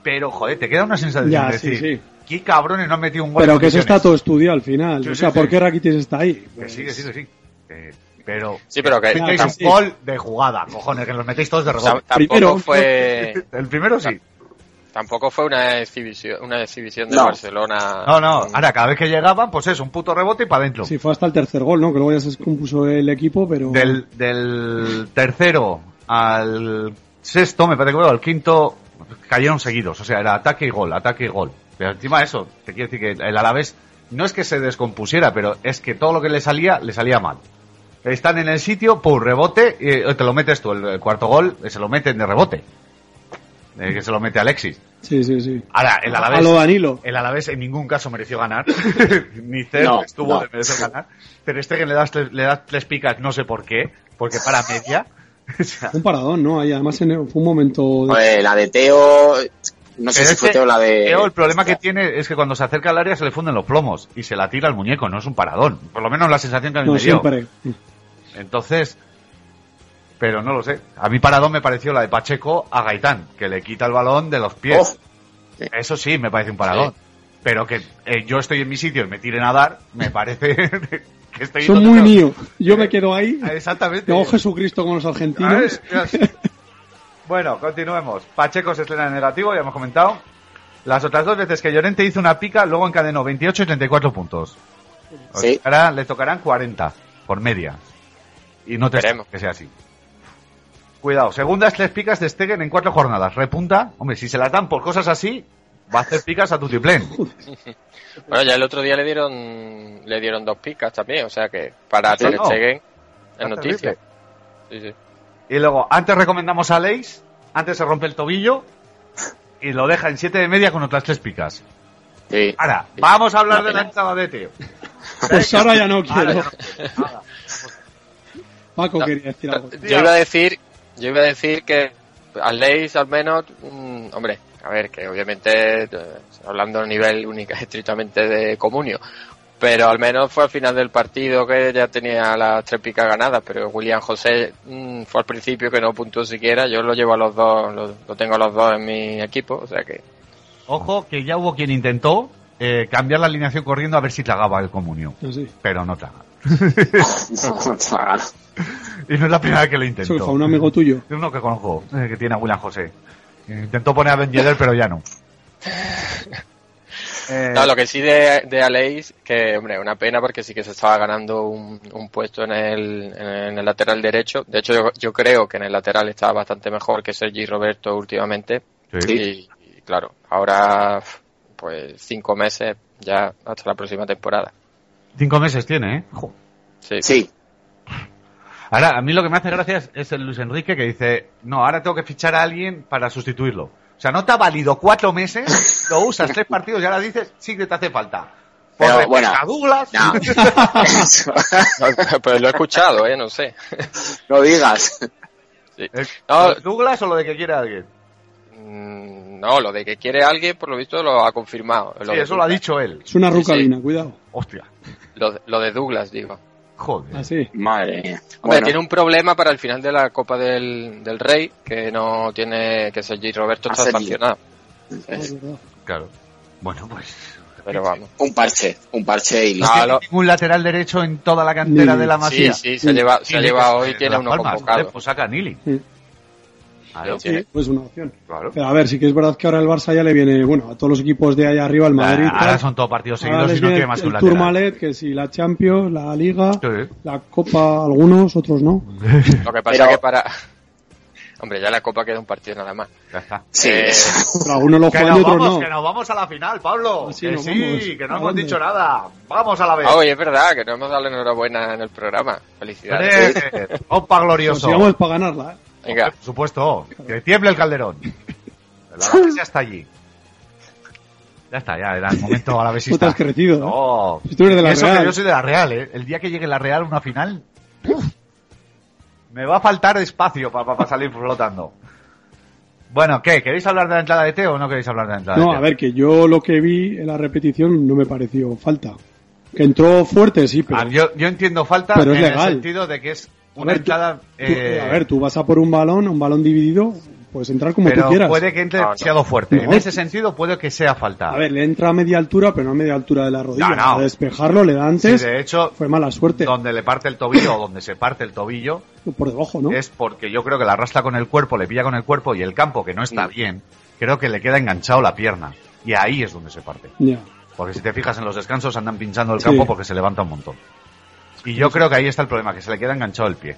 Pero, joder, te queda una sensación Ya, de sí, decir, sí. ¿qué cabrones no han metido un gol? Pero en que eso está condiciones?". todo estudiado al final. Sí, o sí, sea, sí. ¿por qué Rakitic está ahí? Que Pues- sí, que sí, que sí. Eh, pero Sí, pero que Claro, metéis sí. un gol de jugada, cojones, que los metéis todos de o sea, rebote. tampoco Primero. fue El primero sí. tampoco fue una exhibición, una exhibición de No. Barcelona. No, no, Mm, ahora cada vez que llegaban, pues es un puto rebote y para adentro. Sí, fue hasta el tercer gol, ¿no? Que luego ya se descompuso el equipo, pero. Del, del tercero al sexto, me parece que fue, al quinto, cayeron seguidos. O sea, era ataque y gol, ataque y gol. Pero encima de eso, te quiero decir que el Alavés no es que se descompusiera, pero es que todo lo que le salía, le salía mal. Están en el sitio, pum, rebote, y eh, te lo metes tú, el el cuarto gol, se lo meten de rebote. Eh, que se lo mete Alexis. Sí, sí, sí. Ahora, el Alavés. A lo Danilo. El Alavés en ningún caso mereció ganar. Ni Ter No, estuvo no. de merecer ganar. Ter Stegen le das, tres- le das tres picas, no sé por qué, porque para media. O sea, Un paradón, ¿no? Ahí además en- fue un momento. de- Eh, la de Teo, no sé Pero si es fue que Teo la de... Teo, el problema que tiene es que cuando se acerca al área se le funden los plomos y se la tira al muñeco, no es un paradón. Por lo menos la sensación que a mí No, me dio. siempre. Entonces, pero no lo sé. A mí paradón me pareció la de Pacheco a Gaitán, que le quita el balón de los pies. Eso sí, me parece un paradón. Pero que eh, yo estoy en mi sitio y me tiren a dar, me parece que estoy... Son donde muy tengo- mío. Yo me quedo ahí. Exactamente. Me hago Jesucristo con los argentinos. Ay, Dios. bueno, continuemos. Pacheco se estrena en negativo, ya hemos comentado. Las otras dos veces que Llorente hizo una pica, luego encadenó 28 y 34 puntos. O Sí. sea, le tocarán 40 por media. Y no te Veremos. que sea así. Cuidado, segundas tres picas de Stegen en cuatro jornadas. Repunta, hombre, si se las dan por cosas así, va a hacer picas a tu Bueno, ya el otro día le dieron le dieron dos picas también, o sea que para Sí, Ter no. Stegen es Está noticia. Sí, sí. Y luego, antes recomendamos a Leis, antes se rompe el tobillo y lo deja en siete de media con otras tres picas. Sí. Oh, Ahora, vamos a hablar de la entrada de Teo. Pues ahora ya no Ahora quiero. ya no. Ahora. Paco No, quería decir algo. Yo iba a decir, yo iba a decir que al Leis al menos, mm, hombre, a ver, que obviamente eh, hablando a nivel única estrictamente de comunio, pero al menos fue al final del partido que ya tenía las tres picas ganadas, pero William José mm, fue al principio que no puntuó siquiera, yo lo llevo a los dos, lo, lo tengo a los dos en mi equipo, o sea que Ojo, que ya hubo quien intentó eh, cambiar la alineación corriendo a ver si tragaba el comunio. Así. Pero no traga. Claro. Y no es la primera vez que lo intento. Soy un amigo tuyo. Es uno que conozco, eh, que tiene a William José. Eh, Intentó poner a Ben Yedder, pero ya no. Eh, No, lo que sí de, de Aleix, que hombre, una pena porque sí que se estaba ganando un, un puesto en el, en el lateral derecho. De hecho, yo, yo creo que en el lateral está bastante mejor que Sergi Roberto últimamente. sí. Y, y, claro, ahora pues cinco meses ya hasta la próxima temporada. Cinco meses tiene, ¿eh? Jo. Sí. Sí, Ahora, a mí lo que me hace gracia es, es el Luis Enrique que dice, no, ahora tengo que fichar a alguien para sustituirlo. O sea, no te ha valido cuatro meses, lo usas tres partidos y ahora dices, sí que te hace falta. Por Pero, respeto bueno, a Douglas, no. Eso, pues lo he escuchado, ¿eh? No sé. no digas. Sí. Eh, No, ¿lo de Douglas o lo de que quiera alguien. Mm, No, lo de que quiere alguien, por lo visto, lo ha confirmado. Lo Sí, de eso lo ha Douglas. dicho él. Es una Sí, sí. rucalina, cuidado. Hostia, Lo de, lo de Douglas, digo. joder. Así. Madre mía. Hombre, Bueno, tiene un problema para el final de la Copa del, del Rey, que no tiene, que Sergi Roberto A está Sergi. sancionado. Es verdad. Claro. Bueno, pues... Pero vamos. un parche, un parche y listo. Ah, lo- Ningún lateral derecho en toda la cantera Ni- de la Sí, Masía. sí, se lleva, se lleva hoy, De tiene Las uno Palmas, convocado. joder, Pues saca a Nili. Sí. Claro, Sí. Sí, pues una opción. claro. Pero a ver, sí que es verdad que ahora el Barça ya le viene, bueno, a todos los equipos de allá arriba, el Madrid. Ahora tal. son todos partidos Ahora seguidos les y Pues no viene tiene más que el un lateral. Tourmalet, que sí, la Champions, la Liga, Sí. la Copa, algunos, otros no. Lo que pasa Pero- es que para... Hombre, ya la Copa queda un partido nada más. Ya está. Sí, Eh, Pero algunos lo Que juegan y nos otros vamos, no. que nos vamos a la final, Pablo. Ah, sí, que nos sí, vamos. que no ¿A hemos dónde? dicho nada. Vamos a la vez. Ah, oye, es verdad, que no hemos dado la enhorabuena en el programa. Felicidades. Tres. Opa Pues glorioso. sigamos para ganarla, ¿eh? Venga, Por supuesto. Que tiemble el calderón. La vez ya está allí. Ya está, ya era el momento a la No te besista. has crecido, ¿eh? ¿no? No. Si tú eres de la Oh, Y eso que Real. yo soy de la Real, ¿eh? El día que llegue la Real a una final, ¡uf! me va a faltar espacio para salir flotando. Bueno, ¿qué? ¿Queréis hablar de la entrada de Teo o no queréis hablar de la entrada de No, Teo? a ver, que yo lo que vi en la repetición no me pareció falta. Que entró fuerte, sí, pero... Ah, yo, yo entiendo falta Pero es en legal. el sentido de que es A una ver, tú- entrada. tú- eh, a ver, tú vas a por un balón, un balón dividido, puedes entrar como tú pero quieras. puede que entre No, no. demasiado fuerte. No. En ese sentido, puede que sea falta. A ver, le entra a media altura, pero no a media altura de la rodilla. No, no. Para despejarlo le da Sí, antes, de hecho, fue mala suerte. donde le parte el tobillo o donde se parte el tobillo Por debajo, ¿no? es porque yo creo que la arrastra con el cuerpo, le pilla con el cuerpo y el campo, que no está bien, creo que le queda enganchado la pierna. Y ahí es donde se parte. Ya. Porque si te fijas en los descansos, andan pinchando el Sí. campo porque se levanta un montón. Y yo creo que ahí está el problema, que se le queda enganchado el pie.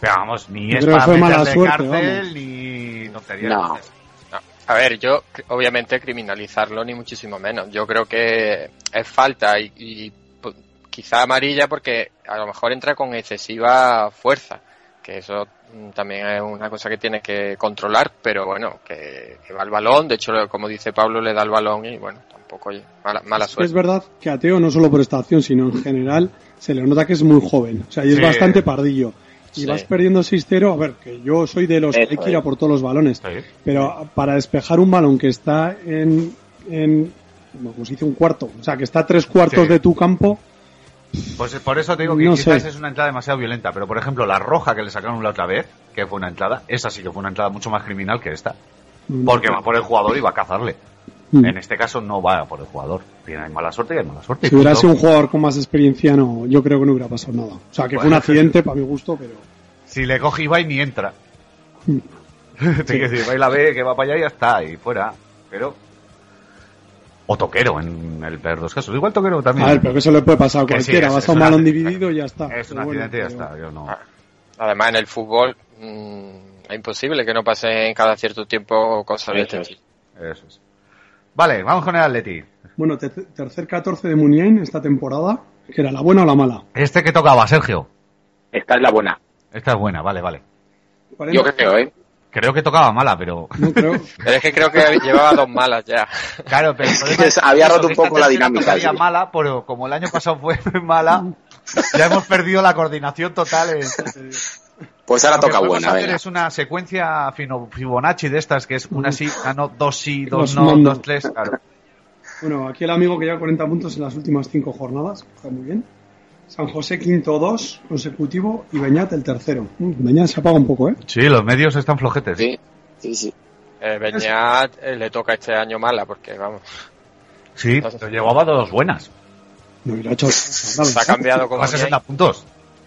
Pero vamos, ni Yo es creo que para fue mala meterle suerte, cárcel, vamos. ni tonterías. No. No, A ver, yo cr- obviamente criminalizarlo ni muchísimo menos. Yo creo que es falta y, y, pu- quizá amarilla porque a lo mejor entra con excesiva fuerza, que eso mm, también es una cosa que tiene que controlar, pero bueno, que, que va el balón, de hecho, como dice Pablo, le da el balón y bueno, tampoco oye, mala, mala Es que Es suerte. verdad que a Teo, no solo por esta acción, sino en general, se le nota que es muy joven. O sea, y es Sí. bastante pardillo. Y Sí. vas perdiendo 6-0. A ver, que yo soy de los que hay Eso que ir a es. por todos los balones. Sí. Pero para despejar un balón que está en. en bueno, como se dice, un cuarto. O sea, que está a tres cuartos Sí. de tu campo. Pues por eso te digo que No quizás sé. es una entrada demasiado violenta, pero por ejemplo la roja que le sacaron la otra vez, que fue una entrada, esa sí que fue una entrada mucho más criminal que esta, porque va por el jugador y va a cazarle. Mm. En este caso no va por el jugador, tiene mala suerte y hay mala suerte. Si hubiera Punto. sido un jugador con más experiencia, no, yo creo que no hubiera pasado nada. O sea, que fue Bueno, un accidente para mi gusto, pero. Si le coge Ibai ni entra. Te quiero decir, Ibai la ve que va para allá y ya está, y fuera. Pero... O toquero en el peor de los casos. Igual toquero también. A Ah, ver, pero que eso le puede pasar a Que sí, cualquiera. es- Vas es a un un balón accidente. dividido y ya está. Es un Pero bueno, accidente y ya pero- está. Yo no... Además, en el fútbol mm, es imposible que no pase en cada cierto tiempo cosas de Eso este es. tipo. Eso es. Vale, vamos con el Atleti. Bueno, te- tercer 14 de Muniain esta temporada, que era la buena o la mala. Este que tocaba, Sergio. Esta es la buena. Esta es buena, vale, vale. Yo creo, ¿eh? Creo que tocaba mala, pero. No creo. Pero es que creo que llevaba dos malas ya. Claro, pero. el problema es Había roto un que esta poco la tercera dinámica, tocaría sí. mala, pero como el año pasado fue mala, ya hemos perdido la coordinación total. en- eh, Pues ahora Lo que toca podemos buena, hacer venga. Es una secuencia fino- Fibonacci de estas, que es una sí, una no, dos sí, dos Los no, mando. dos tres. Claro. Bueno, aquí el amigo que lleva 40 puntos en las últimas 5 jornadas, está muy bien. San José quinto, dos consecutivo y Beñat el tercero. Mm, Beñat se apaga un poco, ¿eh? Sí, los medios están flojetes. Sí, sí, sí. Eh, Beñat eh, le toca este año mala porque, vamos, Sí, pero llevaba dos buenas. No, y lo ha hecho. Se ha cambiado como a 60 puntos.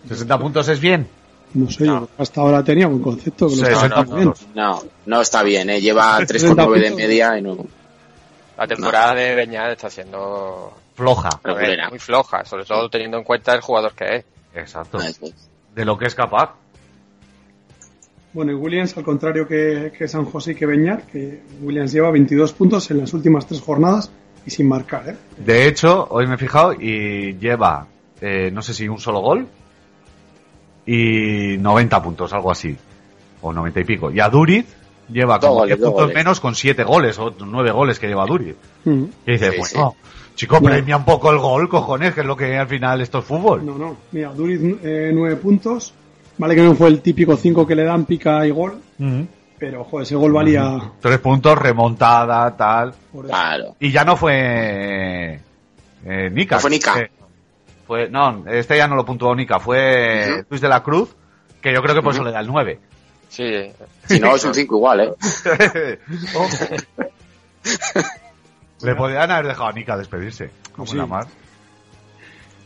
60 puntos es bien. No sé, yo hasta ahora tenía buen concepto. Que lo Sí, estaba no, no, haciendo bien. No, no está bien, ¿eh? Lleva 3,9 de media y no. La temporada de Beñat está siendo Floja. a ver, Regulera. muy floja, sobre todo teniendo en cuenta el jugador que es. Exacto. De lo que es capaz. Bueno, y Williams, al contrario que, que San José y que Beñar, que Williams lleva 22 puntos en las últimas tres jornadas y sin marcar, ¿eh? De hecho, hoy me he fijado y lleva, eh, no sé si un solo gol y 90 puntos, algo así. O 90 y pico. Y a Duriz lleva Dos como goles, 10 dos puntos goles. menos con 7 goles o 9 goles que lleva Duriz. Mm. Y dice, Sí, pues sí. no, chico, No. premia un poco el gol, cojones, que es lo que al final esto es fútbol. No, no. Mira, Duriz 9 puntos. Vale que no fue el típico 5 que le dan pica y gol, Mm. pero joder, ese gol Ah. valía Tres puntos, remontada, tal. por eso. Claro. Y ya no fue eh, Nica. No fue Nica. Eh, fue- no, este ya no lo puntuó Nica, fue Luis de la Cruz, que yo creo que por eso le da el 9. Sí, Si no, es un 5 igual, ¿eh? Ojo. Oh. Le podrían haber dejado a Nica despedirse. Como Sí. la mar.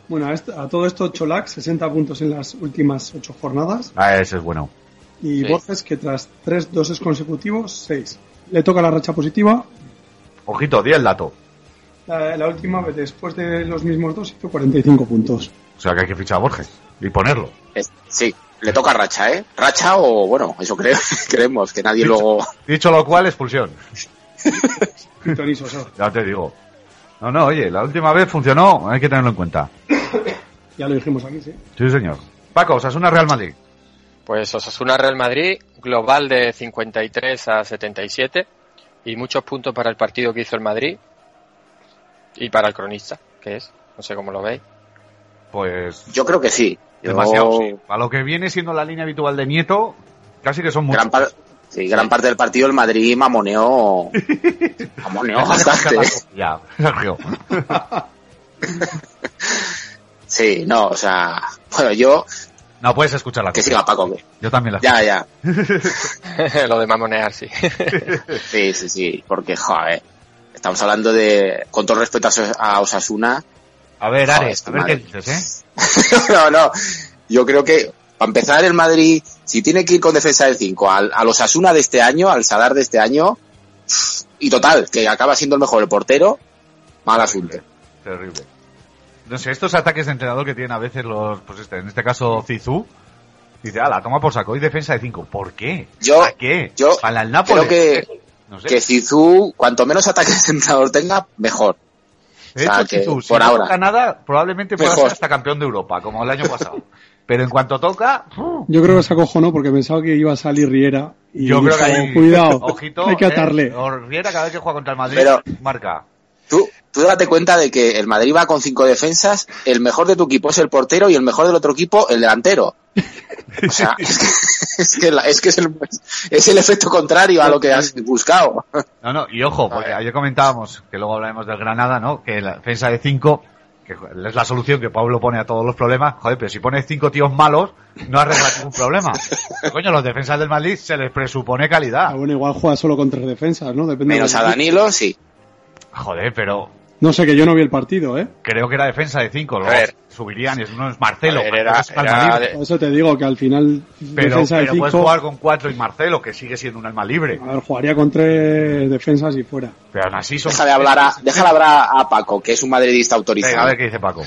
Bueno, a, esto- a todo esto Cholac, 60 puntos en las últimas 8 jornadas. Ah, ese es bueno. Y Sí. Borges, que tras 3 doses consecutivos, 6. Le toca la racha positiva. Ojito, di el dato. La, la última, después de los mismos dos, hizo 45 puntos. O sea que hay que fichar a Borges y ponerlo. Es- Eh, sí, le toca racha, ¿eh? Racha o, bueno, eso creo, creemos, que nadie luego. Dicho lo cual, expulsión. Y Tony Sosa, Ya te digo. No, no, oye, la última vez funcionó, hay que tenerlo en cuenta. ya lo dijimos aquí, sí. Sí, señor. Paco, Osasuna Real Madrid. Pues Osasuna Real Madrid, global de 53 a 77 y muchos puntos para el partido que hizo el Madrid y para el cronista, que es, no sé cómo lo veis. Pues Yo creo que sí. Yo- demasiado. sí. A lo que viene siendo la línea habitual de Nieto, casi que son muchos. Gran par- sí, gran parte del partido el Madrid mamoneó. Mamoneó bastante. Ya, Sergio. Sí, no, o sea. Bueno, yo. No puedes escuchar la Que cosa. siga Paco. que- Yo también la Ya, ya. lo de mamonear, sí. Sí, sí, sí. Porque, joder. Estamos hablando de. Con todo el respeto a Os- a Osasuna. A ver, Joder, Ares, tu a ver qué madre. dices, ¿eh? no, no. Yo creo que, para empezar, el Madrid, si tiene que ir con defensa del 5 al, a los Asuna de este año, al Sadar de este año, y total, que acaba siendo el mejor el portero, mal asunto. Terrible. No sé, estos ataques de entrenador que tienen a veces los, pues este, en este caso Cizú, dice, ala, toma por saco, y defensa de 5. ¿Por qué? Yo- ¿Para qué? yo ¿Para el Creo Nápoles? que, no sé. que Zizou, cuanto menos ataques de entrenador tenga, mejor. De o sea, hecho, que Cizú, si por no ahora. toca nada, probablemente pueda Mejor. ser hasta campeón de Europa, como el año pasado. Pero en cuanto toca, Yo creo que se acojonó porque pensaba que iba a salir Riera. Y yo creo que dijo, hay, cuidado, ojito, hay que eh, atarle. o Riera cada vez que juega contra el Madrid, Pero- marca. Tú, tú date cuenta de que el Madrid va con cinco defensas, el mejor de tu equipo es el portero y el mejor del otro equipo el delantero. O sea, es que es, que la- es, que es el, es el efecto contrario a lo que has buscado. No, no, y ojo, porque ayer comentábamos, que luego hablaremos del Granada, ¿no? Que la defensa de 5, que es la solución que Pablo pone a todos los problemas, joder, pero si pones 5 tíos malos, no arregla ningún problema. Pero, coño, los defensas del Madrid se les presupone Ah, calidad. bueno, igual juega solo con tres defensas, ¿no? Depende Menos del a equipo. Danilo, sí. Joder, pero No sé, que yo no vi el partido, ¿eh? creo que era defensa de 5, A ver. subirían, y no es Marcelo, A ver, era- Marcelo es alma era libre. Eh. Por eso te digo que al final pero, defensa pero de puedes cinco, jugar con 4 y Marcelo, que sigue siendo un alma libre. A ver, jugaría con tres defensas y fuera. Pero aún así son... Deja de hablar a, deja de hablar a Paco, que es un madridista autorizado. Venga, a ver qué dice Paco.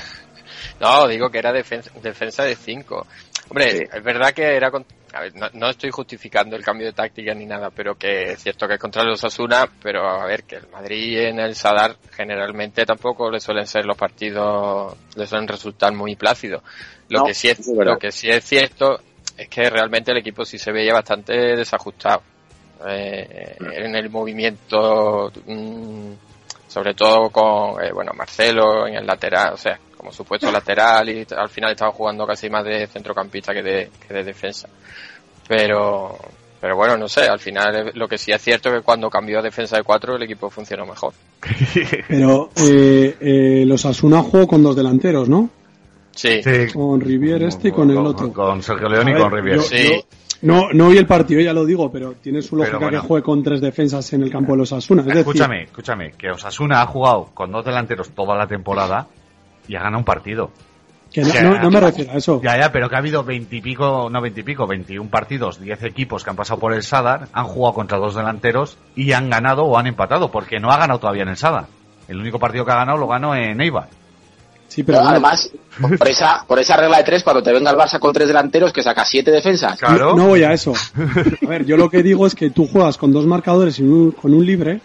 No, digo que era defen- defensa de 5. Hombre, Sí. es verdad que era. con- a ver, no, no estoy justificando el cambio de táctica ni nada, pero que es cierto que es contra los Asuna, pero a ver, que el Madrid en el Sadar generalmente tampoco le suelen ser los partidos, le suelen resultar muy plácidos. Lo, No, que, sí es, eso es verdad. lo que sí es cierto es que realmente el equipo sí se veía bastante desajustado eh, Mm. en el movimiento. mm, sobre todo con eh, bueno Marcelo en el lateral, o sea, como Mm. supuesto lateral y t- al final estaba jugando casi más de centrocampista que de, que de defensa. Pero pero bueno, no sé, al final eh, lo que sí es cierto es que cuando cambió a defensa de cuatro el equipo funcionó mejor. Pero eh, eh, los Asuna jugó con dos delanteros, ¿no? Sí, Sí. Con Rivier este y con el otro. Con Sergio León A y ver, con Riviera. yo- Sí. No, no vi el partido, ya lo digo, pero tiene su lógica bueno. que juegue con tres defensas en el campo de los Asuna. Es decir, Escúchame, escúchame, que Osasuna ha jugado con dos delanteros toda la temporada y ha ganado un partido. que no, Ya, no- ya, no me ya. refiero a eso. Ya, ya, pero que ha habido veintipico, no veintipico, veintiún partidos, diez equipos que han pasado por el Sadar, han jugado contra dos delanteros y han ganado o han empatado, porque no ha ganado todavía en el Sadar. El único partido que ha ganado lo ganó en Eibar. Sí, pero bueno, además, por esa, por esa regla de tres, cuando te venga el Barça con tres delanteros, que saca siete defensas. Claro. no voy a eso. A ver, yo lo que digo es que tú juegas con dos marcadores y un- con un libre,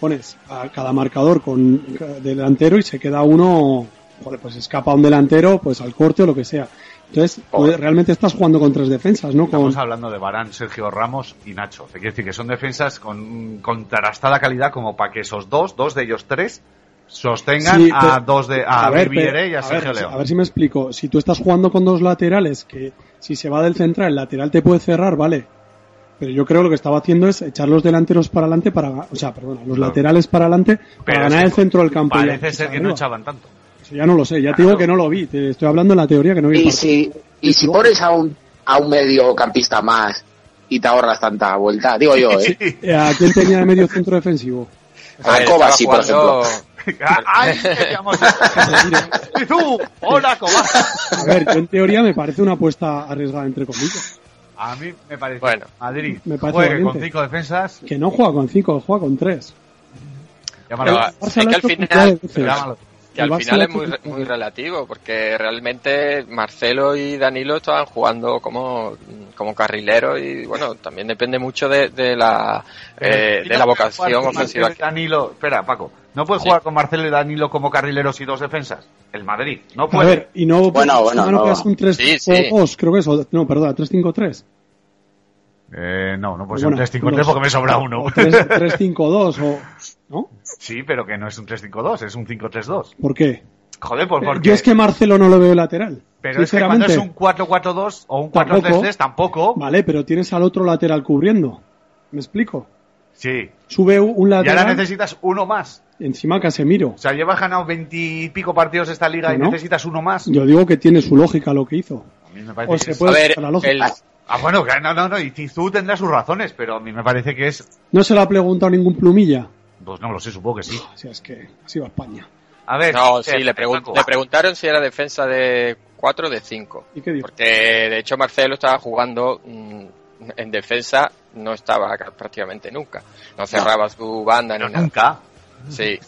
pones a cada marcador con ca- delantero y se queda uno, joder, pues escapa un delantero, pues al corte o lo que sea. Entonces, pues, realmente estás jugando con tres defensas, ¿no? Con, Estamos hablando de Barán, Sergio Ramos y Nacho. Te quiero decir que son defensas con contrastada calidad como para que esos dos, dos de ellos tres, sostengan Sí, a pero- dos de a, pero- Viviere y a, a Sergio ver, León. a ver si me explico. Si tú estás jugando con dos laterales, que si se va del central, el lateral te puede cerrar, vale. Pero yo creo que lo que estaba haciendo es echar los delanteros para adelante para, ga- o sea, perdona, los Claro. laterales para adelante Ah. Pero para es ganar que el centro del campo. y Parece la- ser que arriba. no echaban tanto. Eso ya no lo sé, ya te digo que no lo vi, te estoy hablando en la teoría que no vi. el Y partido. si, y si pones a un, a un mediocampista más y te ahorras tanta vuelta, digo yo, ¿eh? Eh, ¿A quién tenía de medio centro defensivo? A Kovacic, por ejemplo. ¡Ay, queríamos esto! ¡Y tú! ¡Hola, Cobas! Pues A ver, yo en teoría me parece una apuesta arriesgada, entre comillas. A mí me parece. Bueno. Madrid, Me parece juegue valiente. con cinco defensas. Que no juega con cinco, juega con tres. Llámalo. Pero- Barça Es que lo ha al hecho final- cantidad de veces. llámalo. Que al El Barça final le es muy, hace- re- muy relativo, porque realmente Marcelo y Danilo estaban jugando como, como carrileros y bueno, también depende mucho de, de la, eh, de la vocación ¿No puede jugar con ofensiva. Marcelo y Danilo, espera, Paco. No puede jugar con Marcelo y Danilo como carrileros y dos defensas. El Madrid. No A puede. ver, y no. Bueno, bueno, no, no. que es un 3 Sí, sí. creo que eso. No, perdona, 3-5-3. Eh, no, no puede ser Pues Bueno, un 3-5-3 unos- porque me sobra uno. o 3- 3-5-2, o. ¿No? Sí, pero que no es un 3-5-2, es un 5-3-2. ¿Por qué? Joder, pues porque. Eh, Yo es que Marcelo no lo veo lateral. pero es que cuando es un 4-4-2 o un 4-3-3 tampoco. Vale, pero tienes al otro lateral cubriendo. ¿Me explico? Sí. Sube un Y ahora lateral necesitas uno más. encima Casemiro. O sea, llevas ganado veintipico partidos esta liga y Bueno. necesitas uno más. Yo digo que tiene su lógica lo que hizo. A mí me O parece que se es- A puede ver, la lógica. el- Ah, bueno, que no, no, no. Y Tizú tendrá sus razones, pero a mí me parece que es. No se la ha preguntado ningún plumilla. Pues no lo sé, supongo que sí. O sea, es que así va España. A ver. No, Fer, sí, le, pregun- Paco. le preguntaron si era defensa de 4 o de 5. ¿Y qué dijo? Porque de hecho Marcelo estaba jugando mm, en defensa, no estaba acá prácticamente nunca. No cerraba su banda Pero ni nada. nunca. Sí.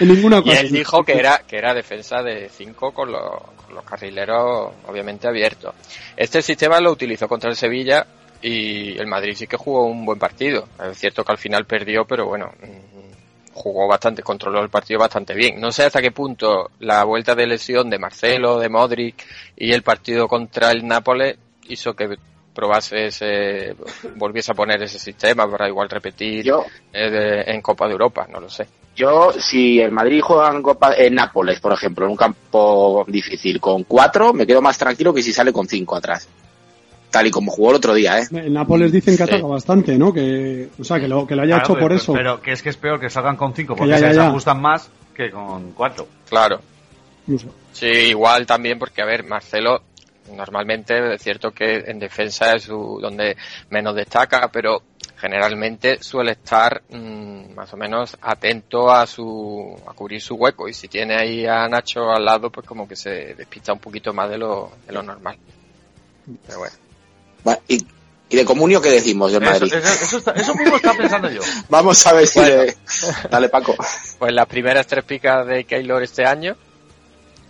En ninguna Y ocasión. él dijo que era, que era defensa de 5 con, los- con los carrileros obviamente abiertos. Este sistema lo utilizó contra el Sevilla y el Madrid sí que jugó un buen partido. Es cierto que al final perdió, pero bueno, mm, jugó bastante, controló el partido bastante bien. No sé hasta qué punto la vuelta de lesión de Marcelo, de Modric y el partido contra el Nápoles hizo que probase ese, volviese a poner ese sistema para igual repetir Yo, eh, de- en Copa de Europa, no lo sé. yo, si el Madrid juega en, Copa- en Nápoles, por ejemplo, en un campo difícil, con cuatro, me quedo más tranquilo que si sale con cinco atrás. Tal y como jugó el otro día, ¿eh? En Nápoles dicen que Sí. ataca bastante, ¿no? Que, o sea, que lo, que lo haya Claro, hecho pero- por eso. Pero que es que es peor que salgan con cinco Que porque ya, se ya, les ya. ajustan más que con cuatro. Claro. No sé. Sí, igual también porque, a ver, Marcelo normalmente es cierto que en defensa es su- donde menos destaca, pero generalmente suele estar mm, más o menos atento a su a cubrir su hueco y si tiene ahí a Nacho al lado pues como que se despista un poquito más de lo, de lo normal. Pero bueno. Va- ¿Y, y de comunio qué decimos del Eso, Madrid? eso, eso está- eso mismo está pensando yo. Vamos a ver si... Bueno. le- Dale, Paco. Pues las primeras tres picas de Keylor este año,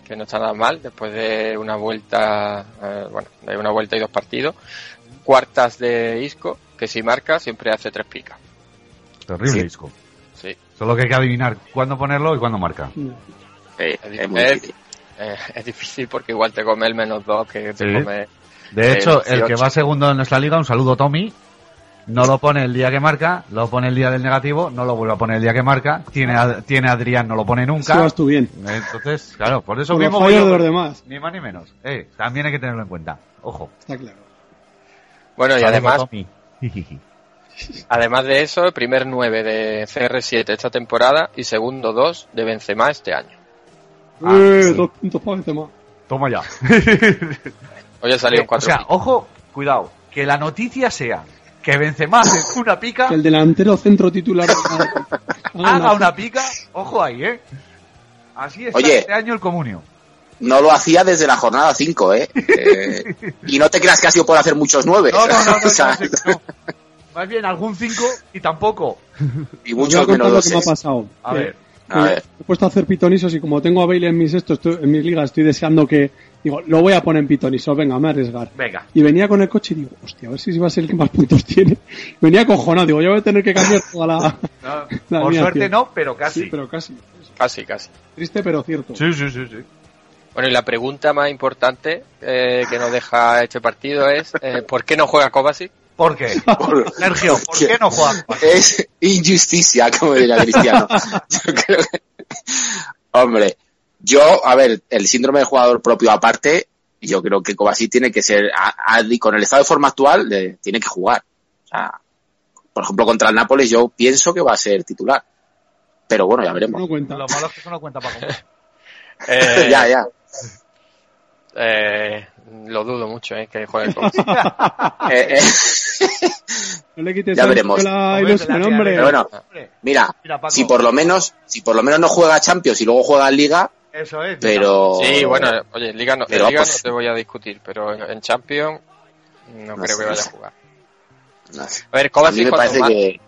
que no está nada mal, después de una vuelta, eh, bueno, de una vuelta y dos partidos. Cuartas de Isco, que si marca siempre hace tres picas. Terrible Sí. disco. Sí. Solo que hay que adivinar cuándo ponerlo y cuándo marca. Eh, Es, es difícil, muy difícil. eh, es difícil porque igual te come el menos dos que te Sí. come. De El hecho, el que 18. va segundo en nuestra liga, un saludo Tommy, no lo pone el día que marca, lo pone el día del negativo, no lo vuelve a poner el día que marca, tiene a, tiene a Adrián, no lo pone Así nunca. vas tú bien. Entonces, claro, por eso Con los mismo fallos voy yo- de los demás. Ni más ni menos. Eh, también hay que tenerlo en cuenta. Ojo. Está claro. Bueno, y Saludo, además, Tommy. Jijiji. además de eso, el primer 9 de CR7 esta temporada y segundo 2 de Benzema este año. Ah, eh, sí. Dos puntos para Benzema. Toma ya. Hoy ha salido en o cuatro sea, picas. ojo cuidado, que la noticia sea que Benzema hace una pica, Que el delantero centro titular haga haga una pica, ojo ahí, ¿eh? Así está Oye. este año el comunio. No lo hacía desde la jornada 5, ¿eh? Eh, Y no te creas que ha sido por hacer muchos nueve. No, no, no, no, O sea, no, sí, no. Más bien algún 5 y tampoco. Y Os voy a muchos contar menos lo que me ha doses. pasado. A Que- ver, A que ver. He puesto a hacer pitonisos y como tengo a Bale en mis esto, estoy- en mis ligas, estoy deseando que. Digo, lo voy a poner en pitonisos, venga, me voy a arriesgar. venga. Y venía con el coche y digo, hostia, a ver si va a ser el que más puntos tiene. Venía cojonado, digo, yo voy a tener que cambiar toda la. No, La Ah, por mía, suerte tío. no, pero casi. Sí, pero casi. Casi, casi. Triste, pero cierto. Sí, sí, sí, sí. Bueno, y la pregunta más importante eh, que nos deja este partido es eh, ¿por qué no juega Kovacic? ¿Por qué? Por- Sergio, ¿por qué no juega? Es injusticia, como diría Cristiano. Yo creo que- Hombre, yo, a ver, el síndrome de jugador propio aparte, yo creo que Kovacic tiene que ser, a- a- con el estado de forma actual, le- tiene que jugar. O sea, por ejemplo, contra el Nápoles yo pienso que va a ser titular. Pero bueno, ya veremos. No cuenta. Lo malo es que eso no cuenta para comer. Eh, ya, ya. eh, lo dudo mucho, eh, que juegue Kovacic. Ah, Eh, eh, No le quites Ya a veremos. la Hombre, ilusión, la tía, hombre. pero bueno, Hombre, mira, Mira, Paco. si por lo menos, si por lo menos no juega Champions y luego juega en Liga, Eso es. pero... Sí, bueno, oye, en Liga, no, en Pero, Liga pues- no te voy a discutir, pero en, en Champions no, No creo sé, que vaya no a sé. jugar. no sé. A ver, A Kovacic mí me cuando parece más- que...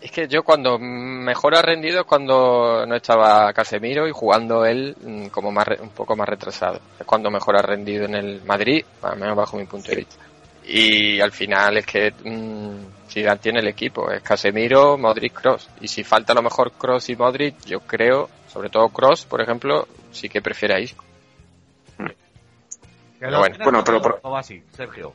Es que yo cuando mejor ha rendido es cuando no estaba Casemiro y jugando él mm, como más re- un poco más retrasado. Es cuando mejor ha rendido en el Madrid, al menos bajo mi punto de vista. Y al final es que mm, Zidane tiene el equipo, es Casemiro, Modric, Cross. Y si falta a lo mejor Cross y Modric, yo creo, sobre todo Cross, por ejemplo, sí que prefiere a Isco. Que lo bueno, tienes bueno, pero todo por- como así, Sergio.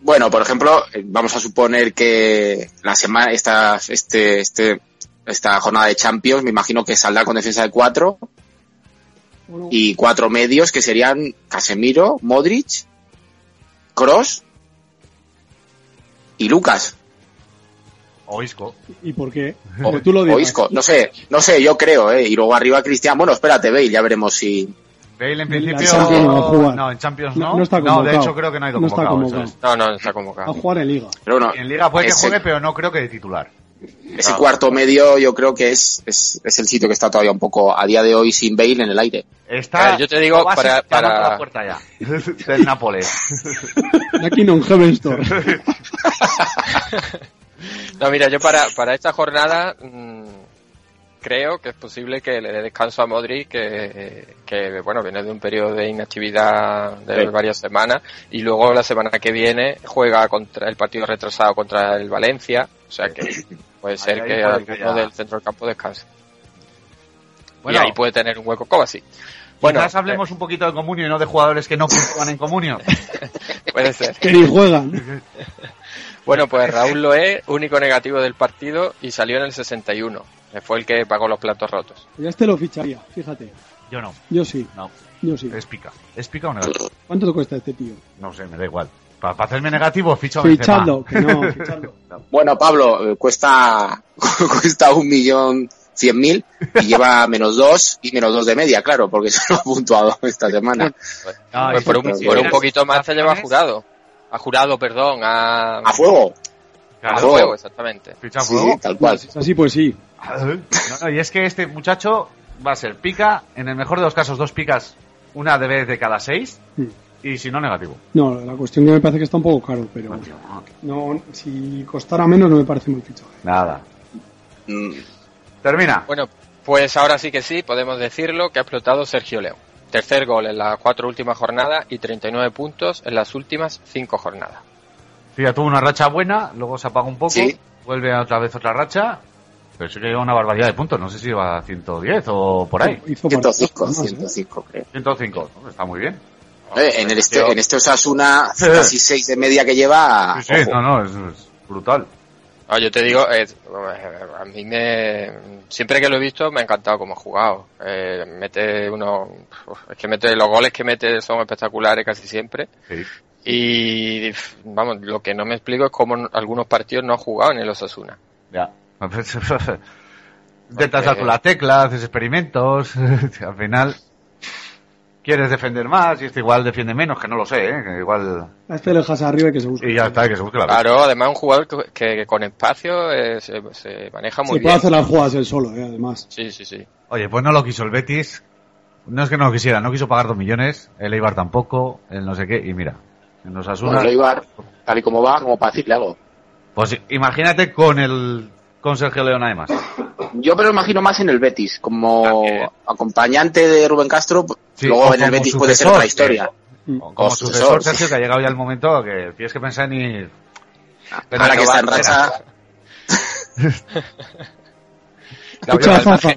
Bueno, por ejemplo, eh, vamos a suponer que la semana, esta, este, este, esta jornada de Champions, me imagino que saldrá con defensa de cuatro Bueno, y cuatro medios que serían Casemiro, Modric, Cross y Lucas O Isco. ¿Y por qué? o, Que tú lo digas. o Isco. No sé, no sé, yo creo, ¿eh? Y luego arriba Cristian. Bueno, espérate, Bale, ya veremos si. Bale en En la principio. Champions no va a jugar. No, en Champions No, no. no está convocado. de hecho creo que no ha ido No está convocado. convocado. eso es. No, no, está A convocado. jugar en Liga. Pero bueno, En Liga puede que Ese- juegue, pero no creo que de titular. ese cuarto medio yo creo que es, es, es el sitio que está todavía un poco a día de hoy sin Bale en el aire. Está. A ver, yo te digo, Kovacic para- para- llamando a la puerta ya. Del Nápoles. Aquí no en Heaven Store. No, mira, yo para, para esta jornada mm, creo que es posible que le dé descanso a Modric, que, que, bueno, viene de un periodo de inactividad de Sí. varias semanas, y luego la semana que viene juega contra el partido retrasado contra el Valencia, o sea que puede ser ahí que puede que alguno ya- del centro del campo descanse. Bueno. y ahí puede tener un hueco Kovacic. Bueno, Quizás hablemos un poquito de Comunio y no de jugadores que no juegan en Comunio. eh, puede ser. Que ni juegan. Pues Bueno, pues Raúl Loé, único negativo del partido y salió en el 61. que Fue el que pagó los platos rotos. Ya este lo ficharía, fíjate. Yo no. Yo sí, No. yo sí. Es pica. Es pica o negativo. ¿Cuánto te cuesta este tío? No sé, me da igual. Para, para hacerme negativo, ficho a Benzema. Fichadlo, que no, fichadlo. Bueno, Pablo, eh, cuesta, cuesta un millón cien mil y lleva menos dos y menos dos de media, claro, porque se lo ha puntuado esta semana. No, Pues Ah, y- por, un, sí, por un sí. poquito más se lleva a Razones. jurado. A jurado, perdón, a, A fuego. a a fuego, fuego. exactamente. Ficha a Sí, fuego. tal cual. Si es así, pues sí. No, no, y es que este muchacho va a ser pica, en el mejor de los casos dos picas, una de vez de cada seis, Mm. y si no, negativo. No, la cuestión que me parece que está un poco caro, pero no, si costara menos no me parece mal fichaje. Nada. Mm, Termina. Bueno, pues ahora sí que sí, podemos decirlo, que ha explotado Sergio León. Tercer gol en las cuatro últimas jornadas y 39 puntos en las últimas cinco jornadas. Sí, ya tuvo una racha buena, luego se apaga un poco, Sí. vuelve a otra vez otra racha, pero sí que lleva una barbaridad de puntos, no sé si lleva 110 o por ahí. Hizo 105, partidos más, ¿eh? 105, creo. 105, ¿no? está muy bien. Eh, en, el este, tío. en este Osasuna, Sí. casi seis de media que lleva. Sí, sí, Ah, ojo. no, no, es, es brutal. Ah, yo te digo, eh, a mí me. Siempre que lo he visto me ha encantado cómo ha jugado. Eh, mete uno. Es que mete. Los goles que mete son espectaculares casi siempre. Sí. Y. pf, Vamos, lo que no me explico es cómo en algunos partidos no ha jugado en el Osasuna. Ya. Pues, Intentas dar con la tecla, haces experimentos, al final. quieres defender más y este igual defiende menos, que no lo sé, ¿eh? que igual... A este le dejas arriba y que se busque. Y ya está, que se busque la vida. Claro, además un jugador que, que- que con espacio eh, se, se maneja muy Se puede bien. hacer las jugadas él solo, eh, además. Sí, sí, sí. Oye, pues no lo quiso el Betis. No es que no lo quisiera, no quiso pagar dos millones, el Eibar tampoco, el no sé qué, y mira, nos Bueno, asuna. lo iba tal y como va, como para decirle algo. Pues imagínate con el con Sergio León además. Yo me lo imagino más en el Betis, como acompañante de Rubén Castro, Sí, o luego en el como Betis puede ser sucesor, eh, otra historia. O Como O sucesor, sucesor. Sergio, que ha llegado ya el momento que tienes que pensar en... Pero Ahora que no va, está en racha, Gabriel, Escucha, Zafa.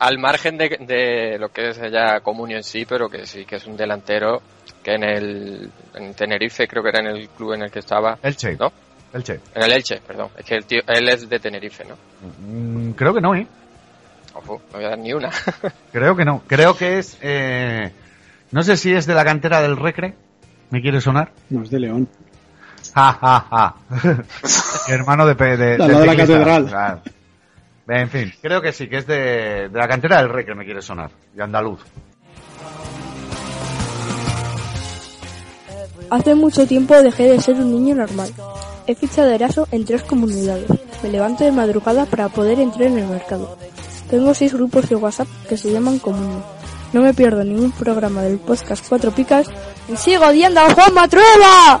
Al margen de, de lo que es ya Comunio en sí, pero que sí que es un delantero que en el en Tenerife, creo que era en el club en el que estaba, Elche, ¿no? Elche. En el Elche, perdón. Es que el tío, él es de Tenerife, ¿no? Mm, creo que no, ¿eh? Ojo, no voy a dar ni una. Creo que no. Creo que es... eh, No sé si es de la cantera del Recre. ¿Me quiere sonar? No, es de León. Ja, ja, ja. Hermano de... pe- de, Al lado de la ciclista. catedral. Claro. En fin, creo que sí, que es de, de la cantera del Recre, me quiere sonar. De andaluz. Hace mucho tiempo dejé de ser un niño normal. He fichado Eraso en tres comunidades. Me levanto de madrugada para poder entrar en el mercado. Tengo seis grupos de WhatsApp que se llaman Comunio. No me pierdo ningún programa del podcast Cuatro Picas y sigo odiando a Juan Matrueva.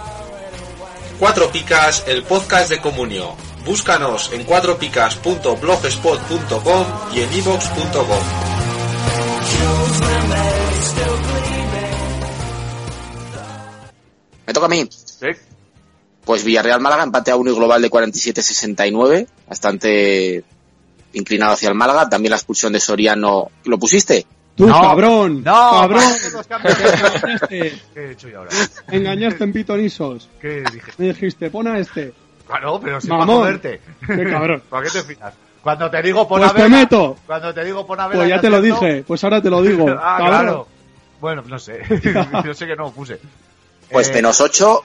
Cuatro Picas, el podcast de Comunio. Búscanos en cuatropicas.blogspot.com y en ivox.com. me toca a mí. Sí. Pues Villarreal-Málaga, empate a 1 y global de 47-69, bastante inclinado hacia el Málaga. También la expulsión de Soriano, ¿lo pusiste? Tú, No. cabrón. No, cabrón. para los cambios de tema. Este, ¿Qué he hecho yo ahora? engañaste en pitonisos. ¿Qué dije? Me dijiste, pon a este. Claro, pero si Mamón. para joderte. Qué cabrón. ¿Para qué te fijas? Cuando te digo pon Pues a te Vela- meto. Cuando te digo pon a Vela Pues ya y te lo acierto- dije, pues ahora te lo digo. ah, cabrón. claro. Bueno, no sé. Yo sé que no lo puse. Pues Eh, menos 8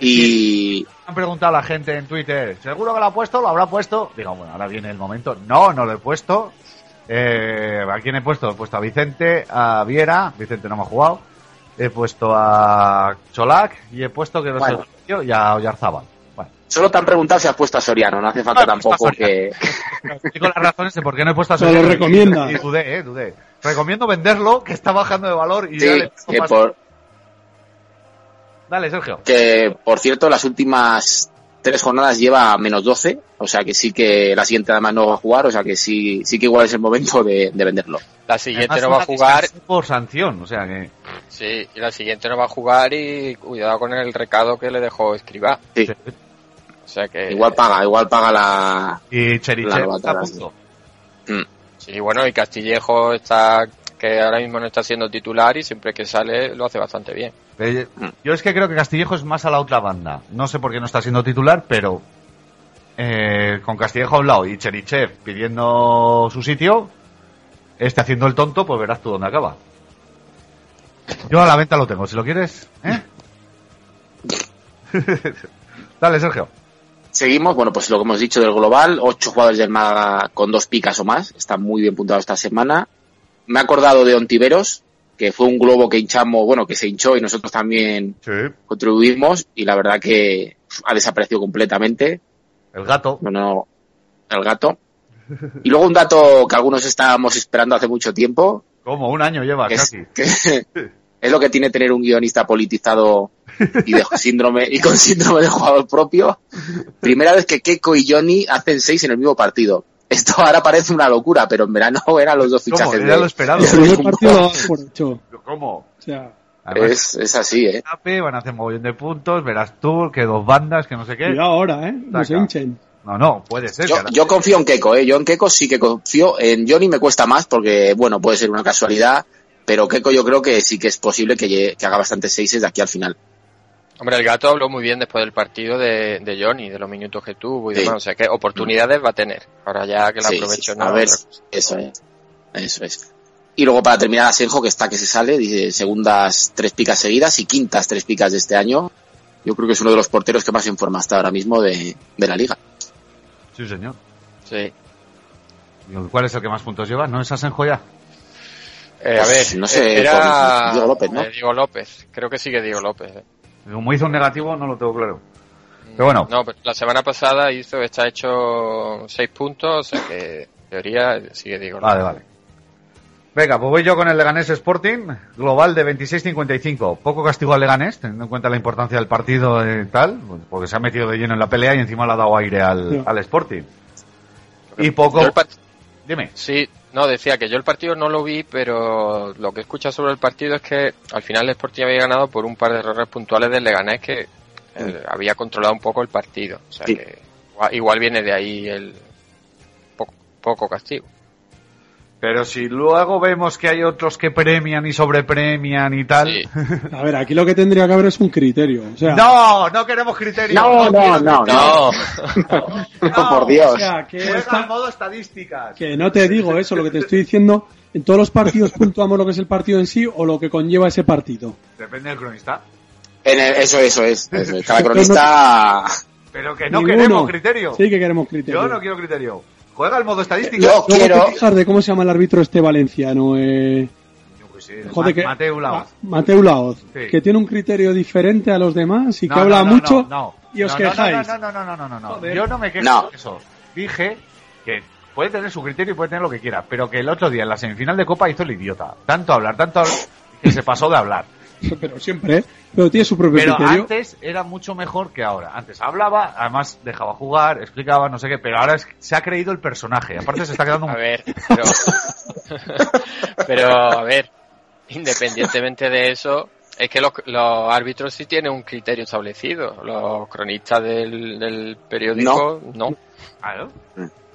y... Han preguntado a la gente en Twitter, ¿seguro que lo ha puesto? ¿Lo habrá puesto? Digo, bueno, ahora viene el momento. No, no lo he puesto. Eh, ¿A quién he puesto? He puesto a Vicente, a Viera. Vicente no me ha jugado. He puesto a Cholac y he puesto que no sé Bueno. yo, y a Oyarzabal. Bueno. Solo te han preguntado si has puesto a Soriano, no hace falta No, he puesto Ah, pues a tampoco que... Explico las razones de por qué no he puesto a Pero lo Soriano. recomienda. Y dudé, eh, dudé. Recomiendo venderlo, que está bajando de valor. Y ya Sí, le pongo que más- por, Dale, Sergio. que por cierto las últimas tres jornadas lleva menos 12, o sea que sí que la siguiente además no va a jugar, o sea que sí, sí que igual es el momento de, de venderlo. La siguiente Además, no va una a jugar. descansó Por sanción, o sea que. Sí, y la siguiente no va a jugar y cuidado con el recado que le dejó escriba. Sí, O sea que Eh, igual paga, igual paga la... Y Cherichev Claro, está a claro. punto. Sí, bueno, y Castillejo está que ahora mismo no está siendo titular y siempre que sale lo hace bastante bien. Pero yo- Eh, Yo es que creo que Castillejo es más a la otra banda. No sé por qué no está siendo titular, pero. eh, con Castillejo a un lado y Cherichev pidiendo su sitio, este haciendo el tonto, pues verás tú dónde acaba. Yo a la venta lo tengo, si lo quieres. ¿eh? Dale, Sergio. Seguimos, bueno, pues lo que hemos dicho del global, ocho jugadores del Málaga con dos picas o más, está muy bien puntado esta semana. Me he acordado de Ontiveros, que fue un globo que hinchamos, bueno, que se hinchó y nosotros también Sí. contribuimos y la verdad que pf, ha desaparecido completamente. El gato. bueno, el gato. Y luego un dato que algunos estábamos esperando hace mucho tiempo, Como un año lleva que es, casi. que es lo que tiene tener un guionista politizado y, de síndrome, y con síndrome de jugador propio. Primera vez que Keiko y Johnny hacen seis en el mismo partido. Esto ahora parece una locura, pero en verano eran los dos ¿Cómo? fichajes. Era de- lo esperado. El primer partido va por hecho. O ¿Cómo? sea, Además, es, es así, ¿eh? escape, van a hacer mogollón de puntos, verás tú, que dos bandas, que no sé qué. cuidado ahora, ¿eh? No se Saca. hinchen. No, no, puede ser. Yo, que ahora- yo confío en Keiko, ¿eh? Yo en Keiko sí que confío. En Johnny me cuesta más porque, bueno, puede ser una casualidad, pero Keiko yo creo que sí que es posible que, llegue- que haga bastantes seises de aquí al final. Hombre, el gato habló muy bien después del partido de, de Johnny, de los minutos que tuvo y Sí. demás. O sea que oportunidades va a tener. Ahora ya que la Sí, aprovecho sí, no, A ver, otra eso es. Eso es. Y luego para terminar Asenjo, que está que se sale, dice segundas tres picas seguidas y quintas tres picas de este año. Yo creo que es uno de los porteros que más en forma está ahora mismo de, de la liga. Sí, señor. cosa. Sí. Digo, ¿Cuál es el que más puntos lleva? ¿No es Asenjo ya? Eh, a ver, Pues, no sé, era Diego López, ¿no? eh, Diego López, creo que sigue Diego López. eh. Como hizo un negativo, no lo tengo claro. Pero bueno, No, pero la semana pasada hizo, está hecho seis puntos, o sea que en teoría sigue Diego López. Vale, vale. Venga, pues voy yo con el Leganés Sporting, global de 26-55. Poco castigo al Leganés, teniendo en cuenta la importancia del partido y tal, porque se ha metido de lleno en la pelea y encima le ha dado aire al, Sí. al Sporting. Y poco... Yo el part- Dime. Sí, no, decía que yo el partido no lo vi, pero lo que he escuchado sobre el partido es que al final el Sporting había ganado por un par de errores puntuales del Leganés que eh, había controlado un poco el partido. O sea que igual, igual viene de ahí el poco, poco castigo. Pero si luego vemos que hay otros que premian y sobrepremian y tal... A ver, aquí lo que tendría que haber es un criterio. O sea, ¡No! ¡No queremos criterio! No, no, quiero no, criterio! por Dios. O sea, que, Juega esta- en modo estadísticas. que no te digo eso, lo que te estoy diciendo, en todos los partidos puntuamos lo que es el partido en sí o lo que conlleva ese partido. Depende del cronista. En el- eso, eso es. eso es. Cada Pero cronista. Pero que no Ninguno. queremos criterio. Sí que queremos criterio. Yo no quiero criterio. Juega el modo estadística. Yo Luego te quejas de cómo se llama el árbitro este valenciano, eh, pues Joder, que- Ah, Mateo Laoz. Mateu Laoz, Sí. que tiene un criterio diferente a los demás y No, que no, habla no, mucho no, no. y No, os no, quejáis. No, no, no, no, no, no, no. Yo no me quejo No. de eso. Dije que puede tener su criterio y puede tener lo que quiera, pero que el otro día en la semifinal de Copa hizo el idiota. Tanto hablar, tanto hablar, que se pasó de hablar. Pero siempre, ¿eh? pero tiene su propio Pero criterio. antes era mucho mejor que ahora. Antes hablaba, además dejaba jugar, explicaba, no sé qué, pero ahora es- se ha creído el personaje. Aparte se está quedando un... A ver, pero, pero a ver, independientemente de eso, es que los, los árbitros sí tienen un criterio establecido. Los cronistas del, del periódico no. Claro.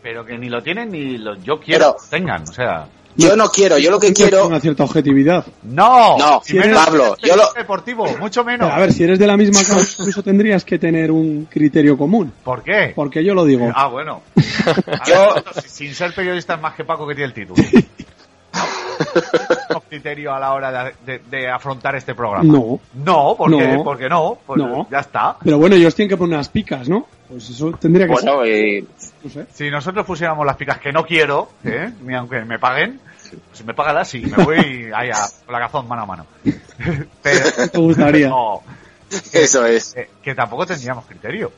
Pero que ni lo tienen ni lo yo quiero que tengan, o sea... Yo no quiero, yo lo que Tiene quiero. Una cierta objetividad. No, No, Si eres- Pablo, yo lo. este Deportivo, mucho menos. A ver, si eres de la misma causa, incluso tendrías que tener un criterio común. ¿Por qué? Porque yo lo digo. Ah, bueno. A Yo- ver, nosotros, sin ser periodistas más que Paco que tiene el título. No, criterio a la hora de, de- de afrontar este programa. No. No, ¿por qué? No. Porque no, pues No. ya está. Pero bueno, ellos tienen que poner unas picas, ¿no? Pues eso tendría que ser. eh, Si nosotros pusiéramos las picas que no quiero, ¿eh? ni aunque me paguen, pues me pagan así, me voy ahí a la cazón mano a mano. Pero, Te gustaría. no, Eso es. eh, que tampoco tendríamos criterio.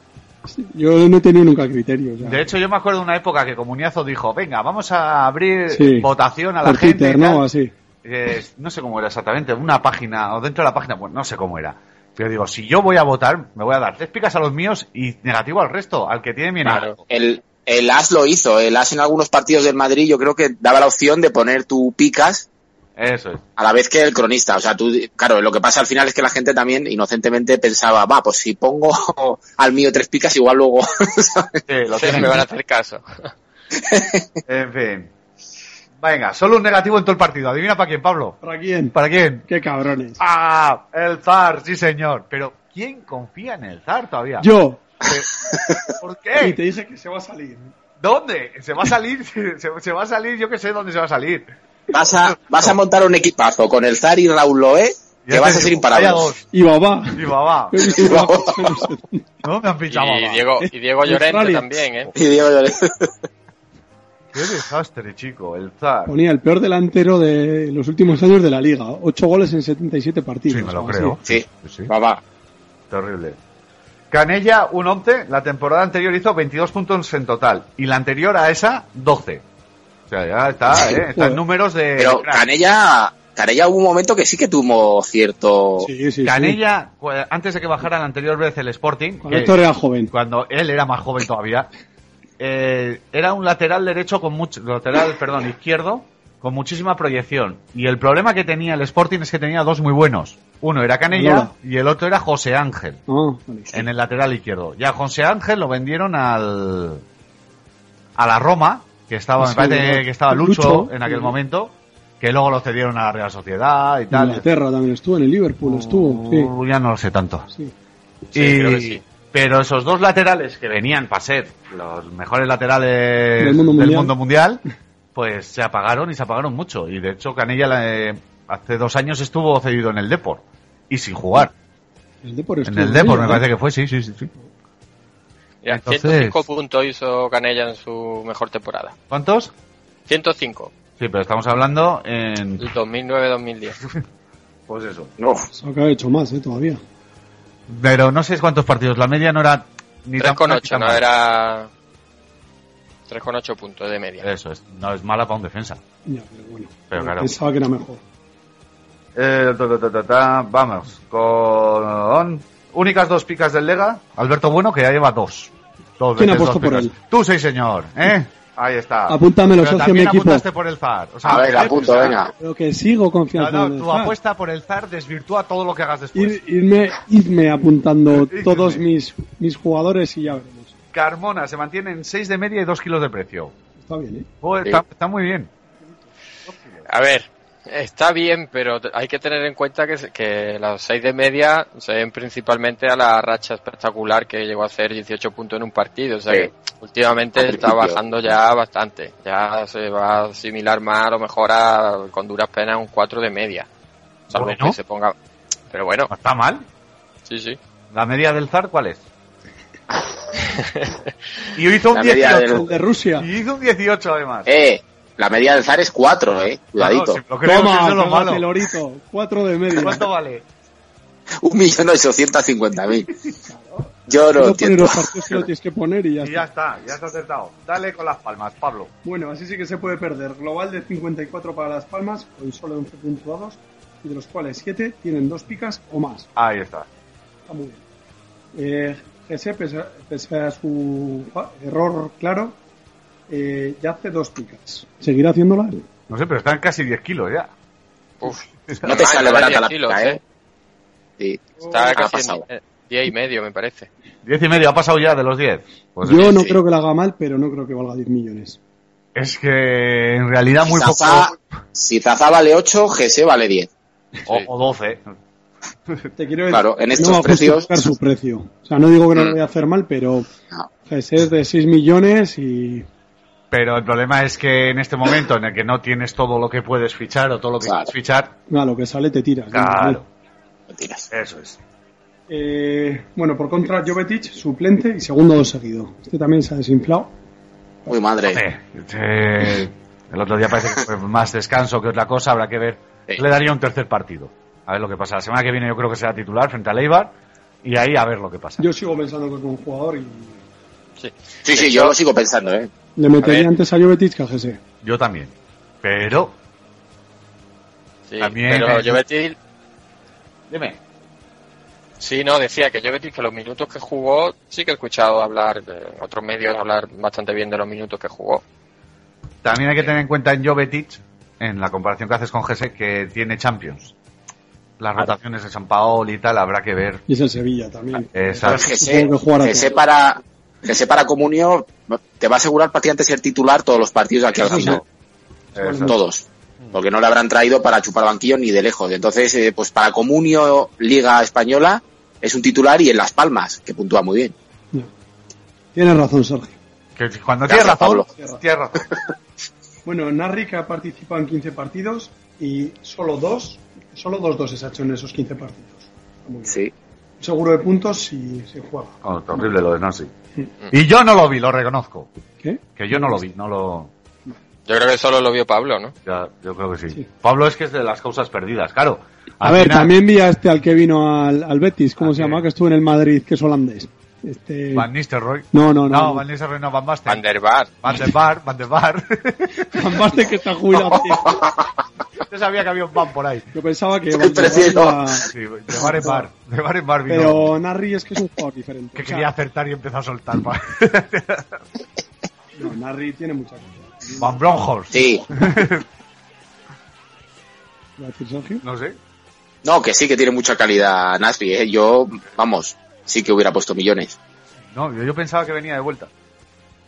Yo no he tenido nunca criterio. o sea. De hecho, yo me acuerdo de una época que Comuniazo dijo, venga, vamos a abrir Sí. votación a la Por gente. Twitter, y tal". ¿no? Así. Eh, no sé cómo era exactamente, una página, o dentro de la página, bueno, no sé cómo era. Pero digo, si yo voy a votar, me voy a dar tres picas a los míos y negativo al resto, al que tiene mi enemigo. El, el As lo hizo. El As en algunos partidos del Madrid, yo creo que daba la opción de poner tu picas Eso es. a la vez que el cronista. O sea, tú, claro, lo que pasa al final es que la gente también inocentemente pensaba, va, pues si pongo al mío tres picas, igual luego. ¿sabes? Sí, lo Sí, tienen. me van a hacer caso. En fin. Venga, solo un negativo en todo el partido. Adivina para quién, Pablo. ¿Para quién? ¿Para quién? Qué cabrones. Ah, el Zar, sí señor. Pero ¿quién confía en el Zar todavía? Eh, Yo. ¿Por qué? Y te dije que se va a salir. ¿Dónde? Se va a salir, se, se va a salir, yo que sé dónde se va a salir. Vas a, vas a montar un equipazo con el Zar y Raúl Loé, que Ya vas te a ser digo, imparable. vaya dos. Y babá. Y babá. Yo he visto una cosa, no sé. No me han pinchado Y babá. Diego, y Diego Llorente Australia. también, ¿eh? Y Diego Llorente. Qué desastre, chico, el Zar. Ponía el peor delantero de los últimos años de la liga. Ocho goles en 77 partidos. Sí, me lo algo así. creo. Sí, Sí, Eh, babá. Terrible. Canella, un 11. La temporada anterior hizo 22 puntos en total. Y la anterior a esa, 12. O sea, ya está, ¿eh? Está en Joder. números de... Pero Canella, Canella hubo un momento que sí que tuvo cierto. Sí, sí, sí. Canella, cu- antes de que bajara la anterior vez el Sporting, Cuando que- Héctor era joven. cuando él era más joven todavía, eh, era un lateral derecho con mucho, lateral, perdón, izquierdo, con muchísima proyección. Y el problema que tenía el Sporting es que tenía dos muy buenos. Uno era Canella Hola. y el otro era José Ángel, Ah, vale. en el lateral izquierdo. Y a José Ángel lo vendieron al, a la Roma, que estaba, me Sí, parece ¿verdad? que estaba Lucho, Lucho, en aquel sí. momento, que luego lo cedieron a la Real Sociedad y En tal. Inglaterra también estuvo, en el Liverpool estuvo. Sí. Uh, Ya no lo sé tanto. Sí. Sí, Y- creo que sí. Pero esos dos laterales que venían para ser los mejores laterales del Del mundo, mundo mundial. mundial, pues se apagaron y se apagaron mucho. Y de hecho Canella la- eh, hace dos años estuvo cedido en el Depor y sin jugar. El Depor En estuvo. el Depor ahí, me ¿no? parece que fue, sí, sí, sí. sí. Ya, Entonces- 105 puntos hizo Canella en su mejor temporada. ¿Cuántos? 105. Sí, pero estamos hablando en... 2009-2010. Pues eso. No. Eso que ha hecho más, ¿eh? Todavía. Pero no sé cuántos partidos. La media no era ni tan buena ni 3,8, tan no mala. era. 3,8 puntos de media. Eso es. No es mala para un defensa. Ya, pero bueno. Pero claro. Pensaba que era mejor. Eh, ta, ta, ta, ta, ta, vamos con únicas dos picas del Lega. Alberto Bueno, que ya lleva dos. Dos ¿Quién veces apostó dos por picas. él? Tú sí, señor. ¿eh? Ahí está. Apúntamelo, Pero socio, también mi equipo. apuntaste por el ZAR. O sea, A ver, ¿eh? apunto, O sea, venga. Pero que sigo no, confiando no, pues. en el tu Zar. apuesta por el ZAR desvirtúa todo lo que hagas después. Ir- irme, irme apuntando Irme. todos mis, mis jugadores y ya veremos. Carmona se mantiene en 6 de media y 2 kilos de precio. Está bien, ¿eh? Joder, Sí. está, está muy bien. A ver, está bien, pero t- hay que tener en cuenta que, se- que las 6 de media se ven principalmente a la racha espectacular que llegó a hacer 18 puntos en un partido. O sea Sí. que últimamente Al está principio. bajando ya bastante. Ya se va a asimilar más, a lo mejor, a, con duras penas un 4 de media. Salvo Bueno. que se ponga. Pero bueno, No está mal. sí, sí. ¿La media del ZAR cuál es? y hizo un La media 18. El de Rusia. Y hizo un 18 además. Eh, la media del ZAR es 4, eh. Cuidadito. Claro, si lo creo que Toma, eso es lo toma, malo. pelorito. Cuatro de medio. ¿Cuánto vale? Un millón ochocientas cincuenta mil. Yo no Puedo poner entiendo. los partidos que lo tienes que poner y ya Y está. ya está, ya está acertado. Dale con las palmas, Pablo. Bueno, así sí que se puede perder. Global de 54 para Las Palmas, con solo 11 puntuados, y de los cuales 7 tienen dos picas o más. Ahí está. Está muy bien. Eh, Jesse, pese a, pese a su fa- error claro, eh, ya hace dos picas. ¿Seguirá haciéndola? Pues No sé, pero están casi 10 kilos ya. Uf, No te Ay, sale no barata diez la kilos, pica, eh. eh. Sí. Está Ha casi pasado. en 10 y medio, me parece. 10 y medio, ha pasado ya de los 10. Pues Yo no sí. creo que la haga mal, pero no creo que valga 10 millones. es que en realidad muy poco. Zaza- si Zaza vale 8, GC vale 10. O, o 12. Te quiero decir, Claro, en no estos va a precios. justificar su precio. O sea, no digo que no lo Mm. voy a hacer mal, pero No. Jesse es de 6 millones y Pero el problema es que en este momento en el que no tienes todo lo que puedes fichar o todo lo que Claro. quieres fichar, a lo que sale te tiras. claro, Mentiras. eso es. Eh, bueno, por contra, Jovetic, suplente y segundo dos seguido. Este también se ha desinflado. Uy, madre. Eh, eh, el otro día parece que fue más descanso que otra cosa, habrá que ver. Sí. Le daría un tercer partido. A ver lo que pasa. La semana que viene yo creo que será titular frente a Leibar y ahí a ver lo que pasa. Yo sigo pensando que es buen jugador y Sí. Sí, sí, yo lo sigo pensando, eh. le metería ver. antes a Jovetic que a Jesse. Yo también. Pero Sí, También, pero eh, Jovetic, Dime. sí, no, decía que Jovetic que los minutos que jugó, sí que he escuchado hablar, de en otros medios hablar bastante bien de los minutos que jugó. También hay que tener en cuenta en Jovetic, en la comparación que haces con Jesse, que tiene Champions. Las rotaciones de San Paolo y tal, habrá que ver. Y es el Sevilla también. Ah, Esa- Pues GC, Supongo que jugará GC todo. para, GC para Comunio te va a asegurar prácticamente ser titular todos los partidos de aquí al Eso sí. Mm. final. esa- todos. Porque no le habrán traído para chupar banquillo ni de lejos. Entonces, eh, pues para Comunio, Liga Española, es un titular y en Las Palmas, que puntúa muy bien. Ya. Tienes razón, Sergio. que cuando Gracias, tienes razón, Pablo. tienes razón. Bueno, Narri que ha participado en 15 partidos y solo dos, solo dos doses ha hecho en esos 15 partidos. Muy bien. Sí. Seguro de puntos si se juega. Oh, horrible lo de Nancy. Y yo no lo vi, lo reconozco. ¿Qué? Que yo no lo vi, no lo. Yo creo que solo lo vio Pablo, ¿no? ya, yo creo que sí. Sí. Pablo es que es de las causas perdidas, claro. A Al ver, final- también vi a este al que vino al, al Betis, ¿cómo Ah, se sí. llama? Que estuvo en el Madrid, que es holandés. Este... Van Nistelrooy. No, no, no. No, no. Van Nistelrooy no, Van Basten. Van der Vaart. Van der Bar, Van der Bar. Van Basten, que está jubilado. tío. yo sabía que había un Van por ahí. Yo pensaba que... Yo Van- prefiero- Van- Sí, de bar en bar. De bar en bar vino. Pero Narri es que es un jugador diferente. Que O sea, quería acertar y empezó a soltar. Van, No, Narri tiene mucha cosa. Van Bronckhorst. Sí. ¿Va a decir Sergio? No sé. No, que sí que tiene mucha calidad Nasby, eh. Yo, vamos, sí que hubiera puesto millones. No, yo, yo pensaba que venía de vuelta.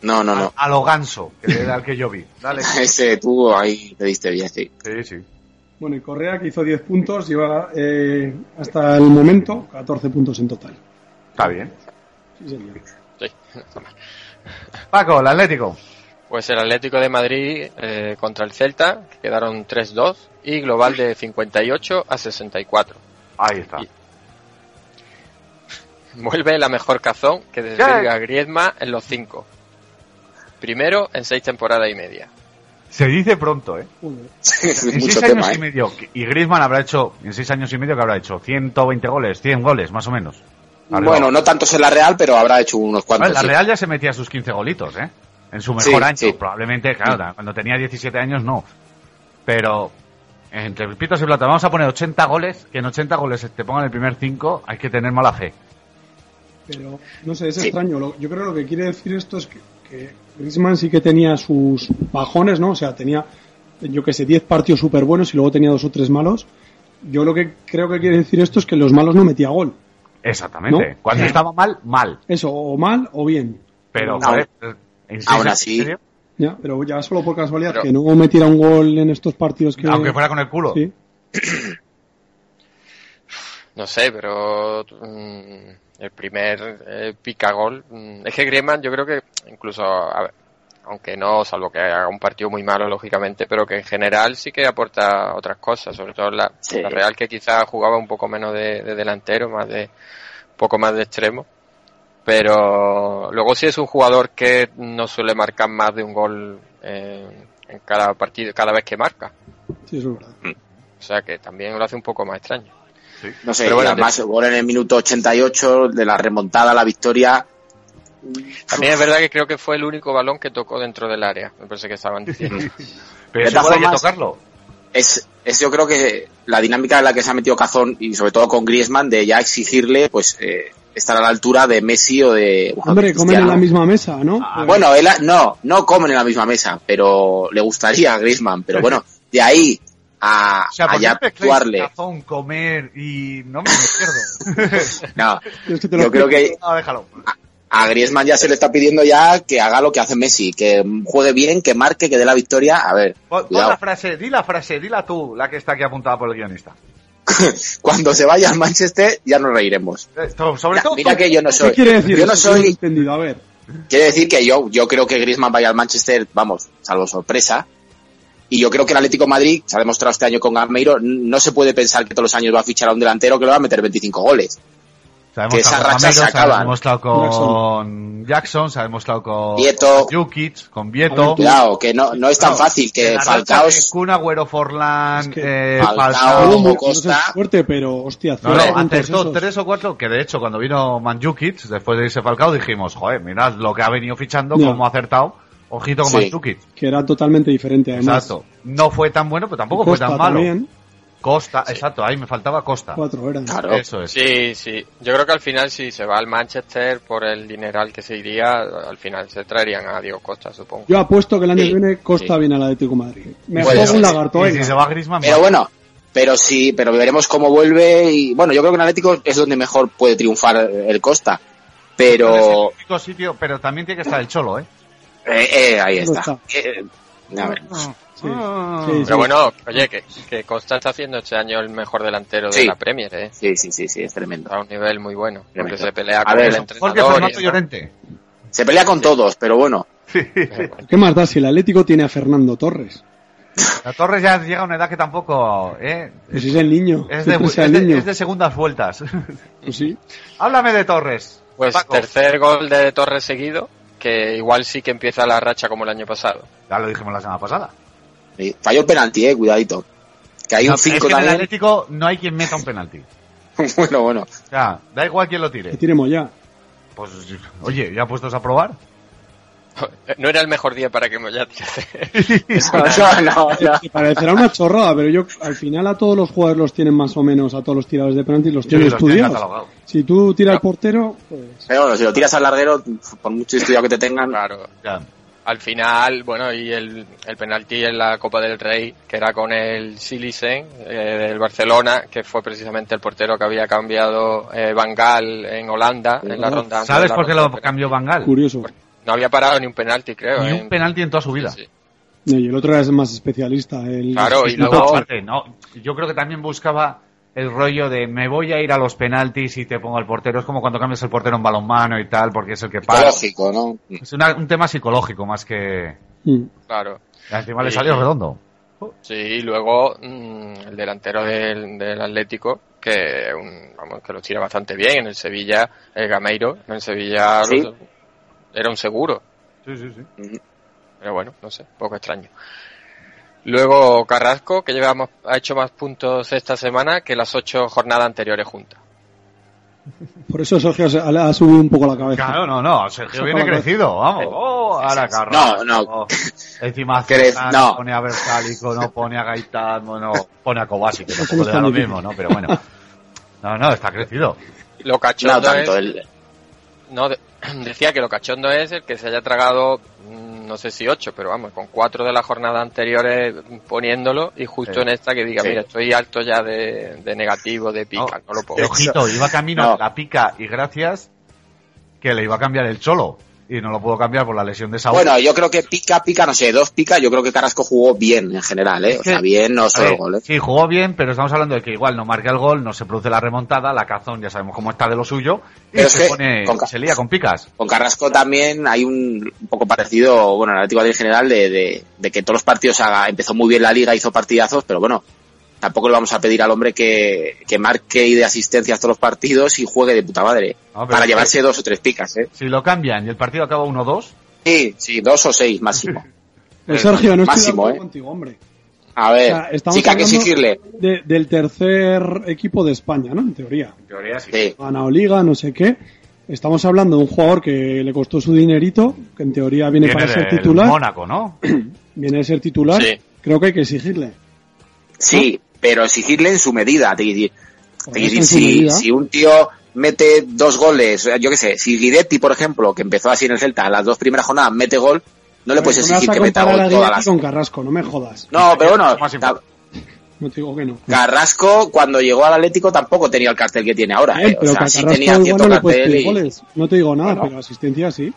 No, no, no. A, a lo ganso, que era el que yo vi. Dale. Ese tú ahí te diste bien, sí. Sí, sí. Bueno, y Correa, que hizo 10 puntos, lleva eh, hasta el momento 14 puntos en total. Está bien. Sí, señor. Sí. Paco, el Atlético. Pues el Atlético de Madrid eh, contra el Celta, que quedaron 3-2 y global de 58 a 64. Ahí está. Vuelve la mejor cazón que desliga a Griezmann en los 5. Primero en 6 temporadas y media. Se dice pronto, ¿eh? es en mucho seis tema, años ¿eh? y medio. Y Griezmann habrá hecho, en seis años y medio, que habrá hecho 120 goles, 100 goles, más o menos. Arriba. Bueno, no tantos en la Real, pero habrá hecho unos cuantos. Bueno, la sí. Real ya se metía sus 15 golitos, ¿eh? En su Sí, mejor año. sí. Probablemente, claro, ta- cuando tenía 17 años no. Pero entre pitos y plata, vamos a poner 80 goles, que en 80 goles te pongan el primer 5, hay que tener mala fe. Pero no sé, es extraño. Lo- Yo creo que lo que quiere decir esto es que, que Griezmann sí que tenía sus bajones, ¿no? O sea, tenía, yo que sé, 10 partidos súper buenos y luego tenía dos o tres malos. Yo lo que creo que quiere decir esto es que en los malos no metía gol. Exactamente. ¿No? Cuando Sí. estaba mal, mal. Eso, o mal o bien. Pero, Aún- joder, en seis aún años así. y medio, Ya, pero ya solo por casualidad que no metiera un gol en estos partidos que... Aunque fuera con el culo. Sí. No sé, pero mm, el primer eh, picagol. mm, es que Griezmann, yo creo que incluso, a ver, aunque no, salvo que haga un partido muy malo, lógicamente, pero que en general sí que aporta otras cosas, sobre todo la, la Real, que quizá jugaba un poco menos de, de delantero, más de un poco más de extremo. Pero luego sí es un jugador que no suele marcar más de un gol eh, en cada partido, cada vez que marca. Sí, eso es verdad. O sea que también lo hace un poco más extraño. No sé, Pero bueno, además el gol en el minuto 88, de la remontada a la victoria. También es verdad que creo que fue el único balón que tocó dentro del área. Me parece que estaban diciendo. Pero De eso todas podía formas, tocarlo. Es, es yo creo que la dinámica en la que se ha metido Cazón y sobre todo con Griezmann de ya exigirle pues eh, estar a la altura de Messi o de bueno, Hombre, de comen en Cristiano. la misma mesa, ¿no? Ah, Pero- Bueno, él ha- no, no comen en la misma mesa, pero le gustaría a Griezmann, pero bueno, de ahí a, O sea, a ¿por qué ya mezcláis actuarle. cazón, comer y no me me pierdo. No, Es que te lo yo creo que explico. No, déjalo. a Griezmann ya se le está pidiendo ya que haga lo que hace Messi, que juegue bien, que marque, que dé la victoria. A ver, Pon, pon la cuidado. frase, di la frase, dila tú, la que está aquí apuntada por el guionista. Cuando se vaya al Manchester ya nos reiremos. Eh, to- Sobre Mira, todo mira tú. que yo no soy. ¿Qué quiere decir? Yo no eso? he soy. entendido, a ver. Quiere decir que yo, yo creo que Griezmann vaya al Manchester, vamos, salvo sorpresa. Y yo creo que el Atlético de Madrid, se ha demostrado este año con Gameiro, n- no se puede pensar que todos los años va a fichar a un delantero que le va a meter 25 goles. Sabemos que esa con racha se Ramiro, acaba. Se ha demostrado con Jackson, se ha demostrado con Vieto. Jukic, con Vieto. Cuidado, que no, no es tan Claro, fácil que la racha Falcao. de Kun Agüero, Forlán, eh, Falcao, Falcao. Como Muy- Costa. no sé si fuerte, pero hostia, No, cero no, puntos acertó esos. tres o cuatro, que de hecho cuando vino Manjukic, después de irse Falcao, dijimos, joder, mirad lo que ha venido fichando, Ya. cómo ha acertado, ojito con Sí. Mandzukic. Que era totalmente diferente, además. Exacto. No fue tan bueno, pero tampoco Costa fue tan malo. también, Costa, exacto, ahí me faltaba Costa. cuatro eran. Claro. Eso es. Sí, sí. Yo creo que al final, si se va al Manchester por el dineral que se iría, al final se traerían a Diego Costa, supongo. Yo apuesto que el año Sí, que viene Costa sí. viene al Atlético de Madrid. Me Puede juego ser. un lagarto, Y si venga. se va Griezmann, Pero va. bueno, pero sí, pero veremos cómo vuelve y bueno, yo creo que en Atlético es donde mejor puede triunfar eh, el Costa. Es el Pero único sitio, pero también tiene que estar el Cholo, ¿eh? eh, eh, ahí Pero está. Eh, a ver. Sí. Ah. Sí, sí. Pero bueno, oye, que, que Costa está haciendo este año el mejor delantero de Sí. la Premier, ¿eh? Sí, sí, sí, sí, es tremendo. Está a un nivel muy bueno. Porque Tremendo. se pelea A con ver, el Porque entrenador. y Fernando Llorente. Se pelea con todos, pero bueno. ¿Qué más da si el Atlético tiene a Fernando Torres? La Torres ya llega a una edad que tampoco, ¿eh? Pues es el niño. Es de, siempre sea es el de- niño. es de segundas vueltas. Pues sí. Háblame de Torres. Pues Paco. tercer gol de Torres seguido, que igual sí que empieza la racha como el año pasado. Ya lo dijimos la semana pasada. Sí, Falló el penalti, eh, cuidadito. Que hay No, un es que 5 en el también. Atlético no hay quien meta un penalti. bueno, bueno. O sea, da igual quién lo Que tire. tiremos ya. Pues, oye, ¿ya puestos a probar? No era el mejor día para que me haya No, no, no. Que parecerá una chorrada, pero yo al final a todos los jugadores los tienen más o menos, a todos los tiradores de penaltis los tienen los tienen estudiados. catalogados. Si tú tiras al portero, pues... Pero bueno, si lo tiras al larguero, por mucho estudiado que te tengan, Claro. Ya. Al final, bueno, y el, el penalti en la Copa del Rey, que era con el Silisen eh, del Barcelona, que fue precisamente el portero que había cambiado eh, Van Gaal en Holanda en la ronda. antes de ¿Sabes la por qué ronda lo de penaltis. cambió Bangal? Curioso. No había parado ni un penalti, creo. Ni ¿eh? un penalti en toda su vida. Sí, sí. No, y el otro era más especialista. El... Claro, y No, luego aparte, no. Yo creo que también buscaba el rollo de me voy a ir a los penaltis y te pongo al portero. Es como cuando cambias el portero en balonmano y tal, porque es el que para. lógico, ¿no? Es una- un tema psicológico más que. Mm. Claro. Encima le Sí. salió redondo. Sí, y luego mm, el delantero del, del Atlético, que un- vamos, que lo tira bastante bien en el Sevilla, el Gameiro, en el Sevilla Sí. los- era un seguro, Sí, sí, sí. pero bueno, no sé, un poco extraño. Luego Carrasco, que llevamos, ha hecho más puntos esta semana que las ocho jornadas anteriores juntas. Por eso Sergio se- ha, ha subido un poco la cabeza. Claro, no, no, Sergio Saca viene la cabeza. crecido, vamos. Oh, ahora Carrasco. No, no. Encima Cre- Zidane no. pone a Bersálico, no pone a Gaitán, no pone a Kovács, que No tampoco le da está lo muy bien. mismo, ¿no? Pero bueno. No, no, está crecido. Lo cachondo No tanto, es- el- no, de- decía que lo cachondo es el que se haya tragado, mm, no sé si ocho, pero vamos, con cuatro de las jornadas anteriores mm, poniéndolo y justo Sí. en esta que diga, Sí. mira, estoy alto ya de, de negativo, de pica, no, lo puedo. Ojito, iba camino a la pica y gracias que le iba a cambiar el cholo. Y no lo puedo cambiar por la lesión de Saúl. Bueno, yo creo que pica, pica, no sé, dos pica, yo creo que Carrasco jugó bien en general, ¿eh? O sea, bien, no A solo ver, gol, ¿eh? Sí, jugó bien, pero estamos hablando de que igual no marca el gol, no se produce la remontada, la cazón ya sabemos cómo está de lo suyo, y Pero es se, que pone, con ca- se lía con picas. Con Carrasco también hay un, un poco parecido, bueno, en el Atlético en general, de, de- de que todos los partidos haga, empezó muy bien la liga, hizo partidazos, pero bueno, tampoco le vamos a pedir al hombre que, que marque y de asistencias todos los partidos y juegue de puta madre, Ah, pero para es llevarse que- dos o tres picas, ¿eh? Si lo cambian y el partido acaba 1-2, Sí, sí, dos o seis máximo. Pero, Pues Sergio, no estoy de máximo, acuerdo ¿eh? contigo, hombre. A O ver, sea, estamos sí que hay que hablando exigirle. de- del tercer equipo de España, ¿no? En teoría. Sí. Ha ganado liga, no sé qué. Estamos hablando de un jugador que le costó su dinerito, que en teoría viene, viene para ser del titular. Mónaco, ¿no? Viene a ser titular. Creo que hay que exigirle. Sí, pero exigirle en su medida. Te quiero decir, te Por quiero eso decir, en su si, medida. si un tío mete dos goles, yo qué sé, si Guidetti, por ejemplo, que empezó así en el Celta, las dos primeras jornadas mete gol, no le puedes Pero no exigir Eh, vas a pues que meta comparar gol a todas Guidetti las. con Carrasco, no me jodas. No, pero bueno, Ca- No te digo que no. Carrasco cuando llegó al Atlético tampoco tenía el cartel que tiene ahora. Bien, eh. O pero que sea, a sí Carrasco tenía igual cierto no le puedes cartel pedir y- goles. No te digo nada, pero asistencia sí.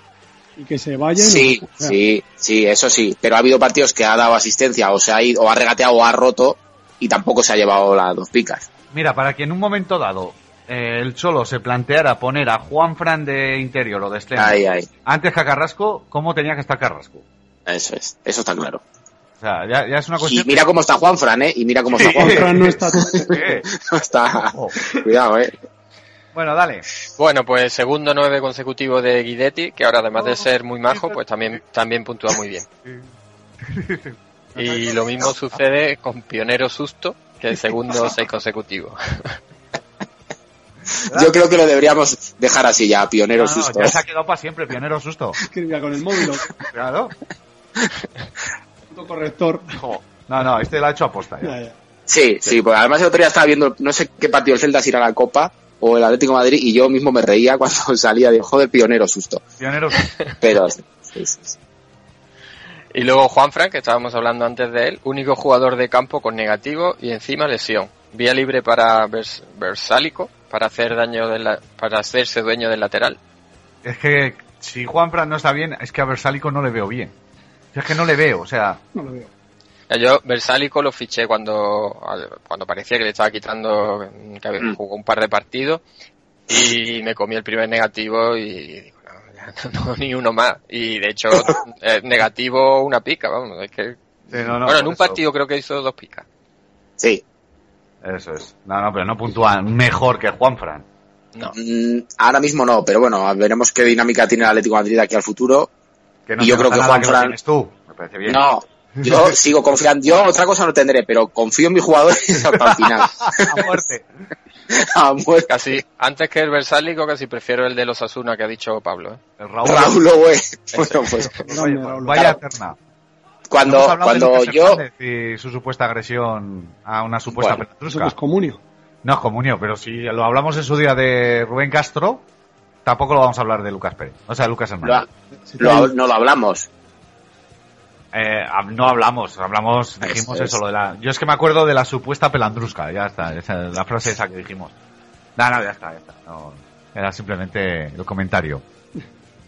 Y que se vaya. y Sí, no- o sea, sí, sí, eso sí. Pero ha habido partidos que ha dado asistencia o se ha ido, o ha regateado o ha roto y tampoco se ha llevado las dos picas. Mira, para que en un momento dado eh, el Cholo se planteara poner a Juan Fran de interior o de extremo Ay, ay. antes que a Carrasco, ¿cómo tenía que estar Carrasco? Eso es, eso está claro. O sea, ya, ya es una Y cuestión... mira cómo está Juan Fran, ¿eh? Y mira cómo está Juan Fran. no está. No está. Oh. Cuidado, ¿eh? Bueno, dale. Bueno, pues segundo nueve consecutivo de Guidetti, que ahora además de ser muy majo, pues también, también puntúa muy bien. Y lo mismo sucede con Pionero Susto, que es segundo seis consecutivo. Yo creo que lo deberíamos dejar así ya, No, pionero no, susto. Ah, ¿eh? ya se ha quedado para siempre, pionero susto. Escribía con el móvil. Claro. Puto corrector. No, no, este lo ha hecho aposta. ya. Ya, ya. Sí, sí, pues además el otro día estaba viendo, no sé qué partido el Celta si era la Copa o el Atlético de Madrid y yo mismo me reía cuando salía de joder, pionero susto. Pionero susto. Pero sí, sí, sí. Y luego Juanfran, que estábamos hablando antes de él, único jugador de campo con negativo y encima lesión. Vía libre para Vers- Versálico para hacer daño de la- para hacerse dueño del lateral. Es que si Juan Fran no está bien, es que a Bersálico no le veo bien. Es que no le veo, o sea, No lo veo. Ya Yo Versálico lo fiché cuando al- cuando parecía que le estaba quitando mm, que había- jugó un par de partidos y me comí el primer negativo y digo, no, ya no, no, ni uno más y de hecho eh, negativo una pica, vamos, es que eh, no, no, bueno, en por un eso. partido creo que hizo dos picas. Sí. eso es. No, no, pero no puntúa mejor que Juan Fran. Mm, ahora mismo no, pero bueno, veremos qué dinámica tiene el Atlético de Madrid de aquí al futuro. Que no y yo te creo nota que nada Juan lo Fran... tienes tú. Me parece bien. No, yo sigo confiando. Yo otra cosa no tendré, pero confío en mis jugadores hasta el final. A muerte. A muerte. Casi, antes que el Versálico, casi prefiero el de los Asuna que ha dicho Pablo. ¿eh? El Raúl, güey. Bueno, pues, Vaya, vaya terna. cuando, No hemos hablado de ¿eh? cuando Lucas yo... Hernández Y su supuesta agresión a una supuesta Bueno, petrusca. Eso no es comunio. No es comunio, pero si lo hablamos en su día de Rubén Castro, tampoco lo vamos a hablar de Lucas Pérez. O sea, Lucas lo ha- Hernández. lo- no lo hablamos. Eh, hab- no hablamos, hablamos, dijimos Eso es. eso, lo de la... Yo es que me acuerdo de la supuesta pelandrusca, ya está, esa, la frase esa que dijimos. No, no, ya está, ya está. no, era simplemente el comentario.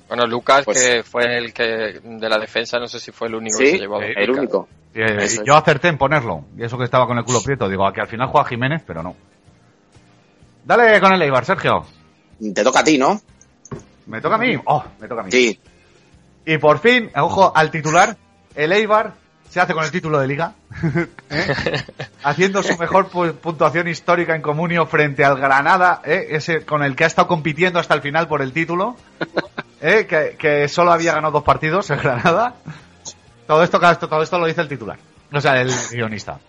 Bueno, Lucas, Pues- que fue el que de la defensa, no sé si fue el único que se llevó a dos picas. Y, eh, Eso es. yo acerté en ponerlo, y eso que estaba con el culo prieto, digo, a que al final juega Jiménez, pero no. Dale con el Eibar, Sergio. Te toca a ti, ¿no? ¿Me toca a mí? Oh, me toca a mí. Sí. Y por fin, ojo, al titular, el Eibar se hace con el título de liga, ¿eh? haciendo su mejor pu- puntuación histórica en comunio frente al Granada, ¿eh? ese con el que ha estado compitiendo hasta el final por el título, ¿eh? que, que solo había ganado dos partidos el Granada. Todo esto, claro, esto- todo esto lo dice el titular. O sea, el guionista.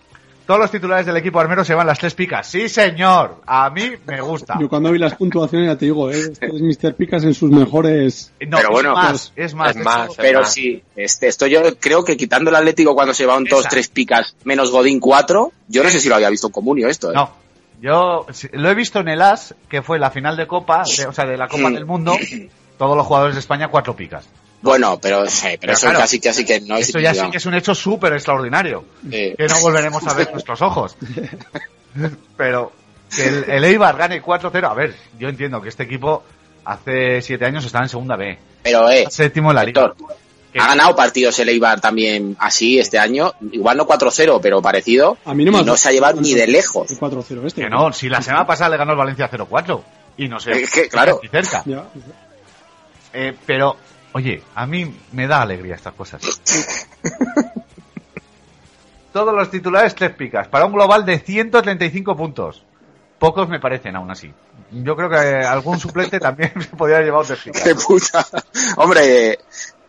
Todos los titulares del equipo armero se van las tres picas. Sí, señor. A mí me gusta. Yo cuando vi las puntuaciones ya te digo, ¿eh? este es Mr. Picas en sus mejores... No, pero es bueno, más, es más. Es más, Es pero más. sí, este, esto yo creo que quitando el Atlético cuando se va un todos Esa. tres picas menos Godín cuatro, yo no sé si lo había visto en Comunio esto. ¿eh? No. Yo sí, lo he visto en el AS, que fue la final de Copa, de- o sea, de la Copa Mm. del Mundo. Todos los jugadores de España cuatro picas. Bueno, pero, eh, pero Pero eso claro, casi, casi que no es Esto ya sí discusión. que es un hecho súper extraordinario. Eh, que no volveremos a ver nuestros ojos. Pero que el, el Eibar gane 4-0, a ver, yo entiendo que este equipo hace 7 años estaba en segunda B, Pero, eh, séptimo en la liga. Héctor, ha ganado partidos el Eibar también así este año, igual no 4-0, pero parecido, A mí no me y no se ha llevado ni de lejos. El 4-0 este. Que no, si la semana pasada le ganó el Valencia 0-4 y no sé, Es que, claro. ni cerca. Ya. Eh, pero, oye, a mí me da alegría estas cosas. Todos los titulares tres picas, para un global de 135 puntos. Pocos me parecen aún así. Yo creo que eh, algún suplente también se podría haber llevado tres picas. ¡Qué puta! Hombre,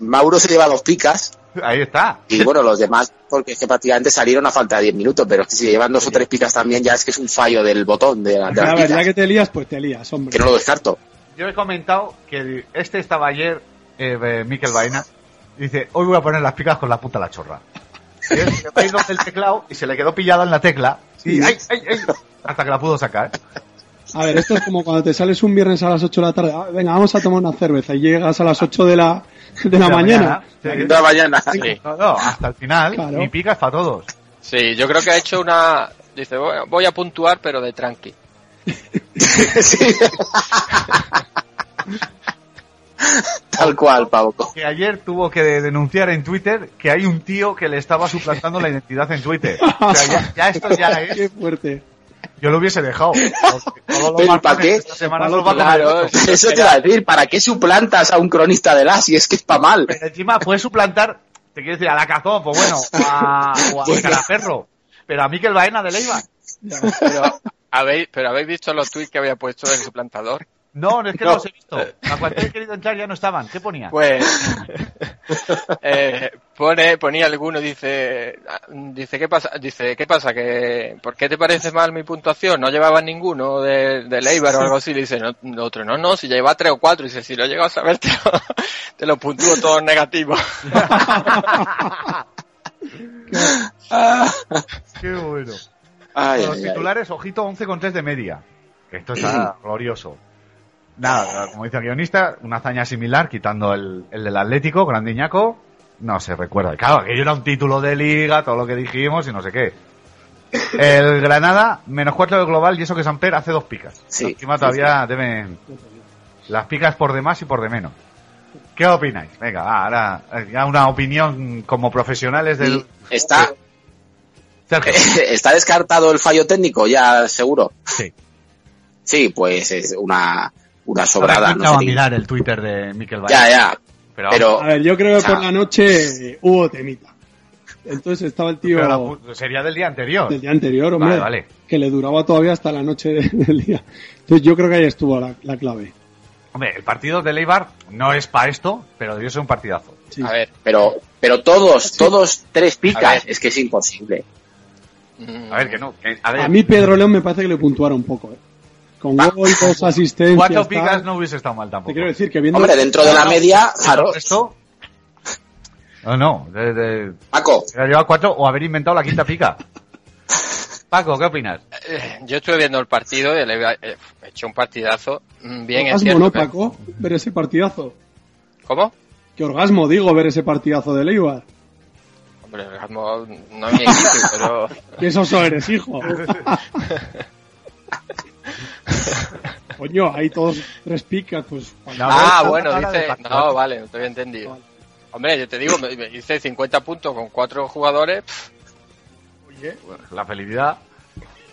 Mauro se lleva dos picas, Ahí está. y bueno, los demás, porque es que prácticamente salieron a falta de 10 minutos, pero es que si llevan dos o tres picas también ya es que es un fallo del botón de, la, de las La verdad picas, que te lías, pues te lías, hombre. que no lo descarto. Yo he comentado que el- este estaba ayer, eh, eh, Miquel Vaina, dice, hoy voy a poner las picas con la puta la chorra. Y él se fue del teclado y se le quedó pillada en la tecla. Y, ¡ay, ay, ay! Hasta que la pudo sacar. A ver, esto es como cuando te sales un viernes a las 8 de la tarde, "Ah, venga, vamos a tomar una cerveza, y llegas a las 8 de la, de la mañana. Sí. De la mañana. Sí. No, no, hasta el final. Claro. Y picas para todos. Sí, yo creo que ha hecho una. Dice, "Bueno, voy a puntuar, pero de tranqui. Sí. Tal cual, Pablo. Que ayer tuvo que denunciar en Twitter que hay un tío que le estaba suplantando la identidad en Twitter. O sea, ya, ya esto ya Qué es. fuerte. Yo lo hubiese dejado. Porque todos los Pero, ¿y pa' marcones qué? de Esta semana Pablo, los va a comer claro, otro. Eso te iba a decir, ¿para qué suplantas a un cronista de la si es que está mal? Pero encima puedes suplantar, te quiero decir, a la cazón, pues bueno, o a, o a Calaferro, pero a Miquel Baena de Leiva. Pero habéis, pero habéis visto los tweets que había puesto el suplantador. No, no es que No. los he visto. A cuando he querido entrar ya no estaban. ¿Qué ponía? Pues eh, pone, ponía alguno, dice, dice qué pasa, dice qué pasa, que ¿por qué te parece mal mi puntuación? No llevaba ninguno de, de Leibar o algo así. Le dice no, no, otro, no, no, si llevaba tres o cuatro. Dice si lo llego a saber te lo, te lo puntúo todo negativo. Ah. Qué bueno. Ay, los ay, ay. titulares, ojito, 11 con 3 de media. Que Esto está glorioso. Nada, como dice el guionista, una hazaña similar, quitando el, el del Atlético, Grandiñaco. No se recuerda. Claro, aquello era un título de liga, todo lo que dijimos y no sé qué. El Granada, menos 4 del global y eso que Samper hace dos picas. Sí. Encima todavía deben las picas por de más y por de menos. ¿Qué opináis? Venga, va, ahora eh, ya una opinión como profesionales del... Y Está, Sergio. está descartado el fallo técnico, ya seguro. Sí. Sí, pues es una, una Ahora he sobrada. entrado No a sé ni- mirar el Twitter de Miquel Valle. ya, ya. Pero, Pero A ver, yo creo que Ah. por la noche eh, hubo temita. Entonces estaba el tío pero la pu- sería del día anterior. del día anterior, hombre, Vale, vale. que le duraba todavía hasta la noche de- del día. Entonces yo creo que ahí estuvo la, la clave. Hombre, el partido de Leibar no es para esto, pero debió ser un partidazo. Sí. A ver, Pero, pero todos, todos tres A picas, ver. es que es imposible. mm, A ver, que no. que- a ver, A mí Pedro León me parece que le puntuaron un poco, ¿eh? Con gol, dos asistencias. cuatro tal. picas no hubiese estado mal tampoco. Te quiero decir que viendo. Hombre, dentro de la media, claro, ¿Esto? No, no. De, de, Paco, era llevar cuatro o haber inventado la quinta pica. Paco, ¿qué opinas? eh, yo estuve viendo el partido y le he hecho un partidazo. Mm, Bien, es orgasmo, cierto. ¿no, que- Paco? Ver ese partidazo. ¿Cómo? Qué orgasmo, digo, ver ese partidazo de Leibar. Hombre, el orgasmo no es mi equipo, pero Que eso eres, hijo. Coño, hay todos tres picas, pues. No, Ah, Ahora bueno, está dice. la de Paco. No, vale, no te había entendido. Vale. Hombre, yo te digo, me, me hice 50 puntos con cuatro jugadores. pff, La felicidad.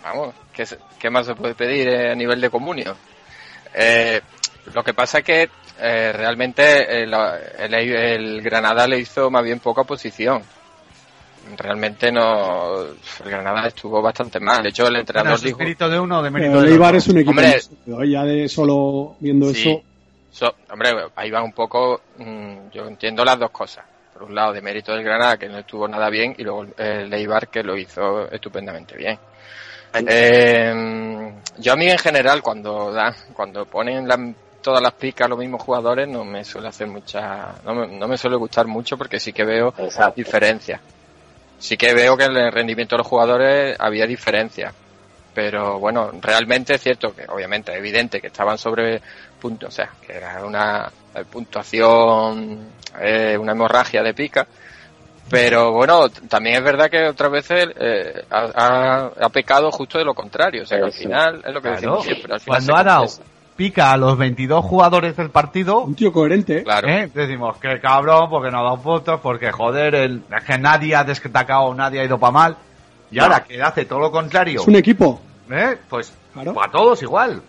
Vamos, ¿qué, se- qué más se puede pedir eh, a nivel de comunio? Eh, lo que pasa es que eh, realmente el, el- el Granada le hizo más bien poca oposición. Realmente no. El Granada estuvo bastante mal. De hecho, el Bueno, entrenador es dijo. mérito de uno o de mérito Pero del eh, Leibar otro. es un equipo. Hombre. muy sólido, ¿eh? Ya de solo viendo Sí. eso. So- hombre, ahí va un poco, mm, yo entiendo las dos cosas. por un lado, de mérito del Granada, que no estuvo nada bien, y luego el Eibar, que lo hizo estupendamente bien. Eh, yo a mí en general, cuando da, cuando ponen la- todas las picas los mismos jugadores, no me suele hacer mucha, no me, no me suele gustar mucho porque sí que veo diferencias. Sí que veo que en el rendimiento de los jugadores había diferencias. Pero bueno, realmente es cierto que, obviamente, es evidente que estaban sobre puntos, o sea, que era una eh, puntuación, eh, una hemorragia de pica. Pero bueno, t- también es verdad que otras veces eh, ha, ha- ha pecado justo de lo contrario. O sea, que al Eso. final es lo que Claro. decimos siempre. al final Cuando se ha dado compensa. pica a los 22 jugadores del partido. Un tío coherente. ¿eh? Claro. ¿Eh? Decimos, qué cabrón, porque no ha dado votos, porque joder, el, es que nadie ha destacado, nadie ha ido para mal. Y No. ahora que hace todo lo contrario. Es un e-". equipo. ¿eh? Pues para todos igual.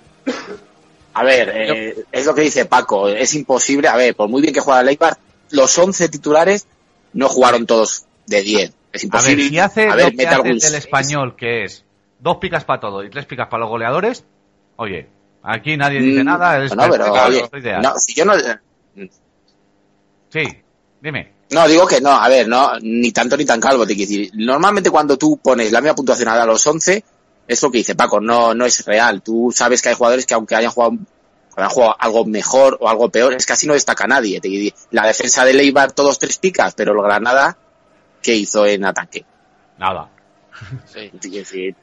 A ver, eh, es lo que dice Paco, es imposible, a ver, por muy bien que juega el Eibar, los 11 titulares no jugaron todos de 10. A Es ver, imposible. si hace A ver, lo que mete hace algún el del español, que es dos picas para todo y tres picas para los goleadores, oye, aquí nadie dice Mm, nada, es no, pero, perfecto, oye, es ideal. no, si yo no, Sí, dime. No, digo que no, a ver, no, ni tanto ni tan calvo, te quiero decir. Normalmente cuando tú pones la misma puntuación a los 11, es lo que dice Paco, no, no es real. Tú sabes que hay jugadores que aunque hayan jugado, hayan jugado algo mejor o algo peor, es que así no destaca nadie. Te quiero decir, La defensa de Leibar, todos tres picas, pero el Granada, ¿qué hizo en ataque? Nada. Sí. Te quiero decir,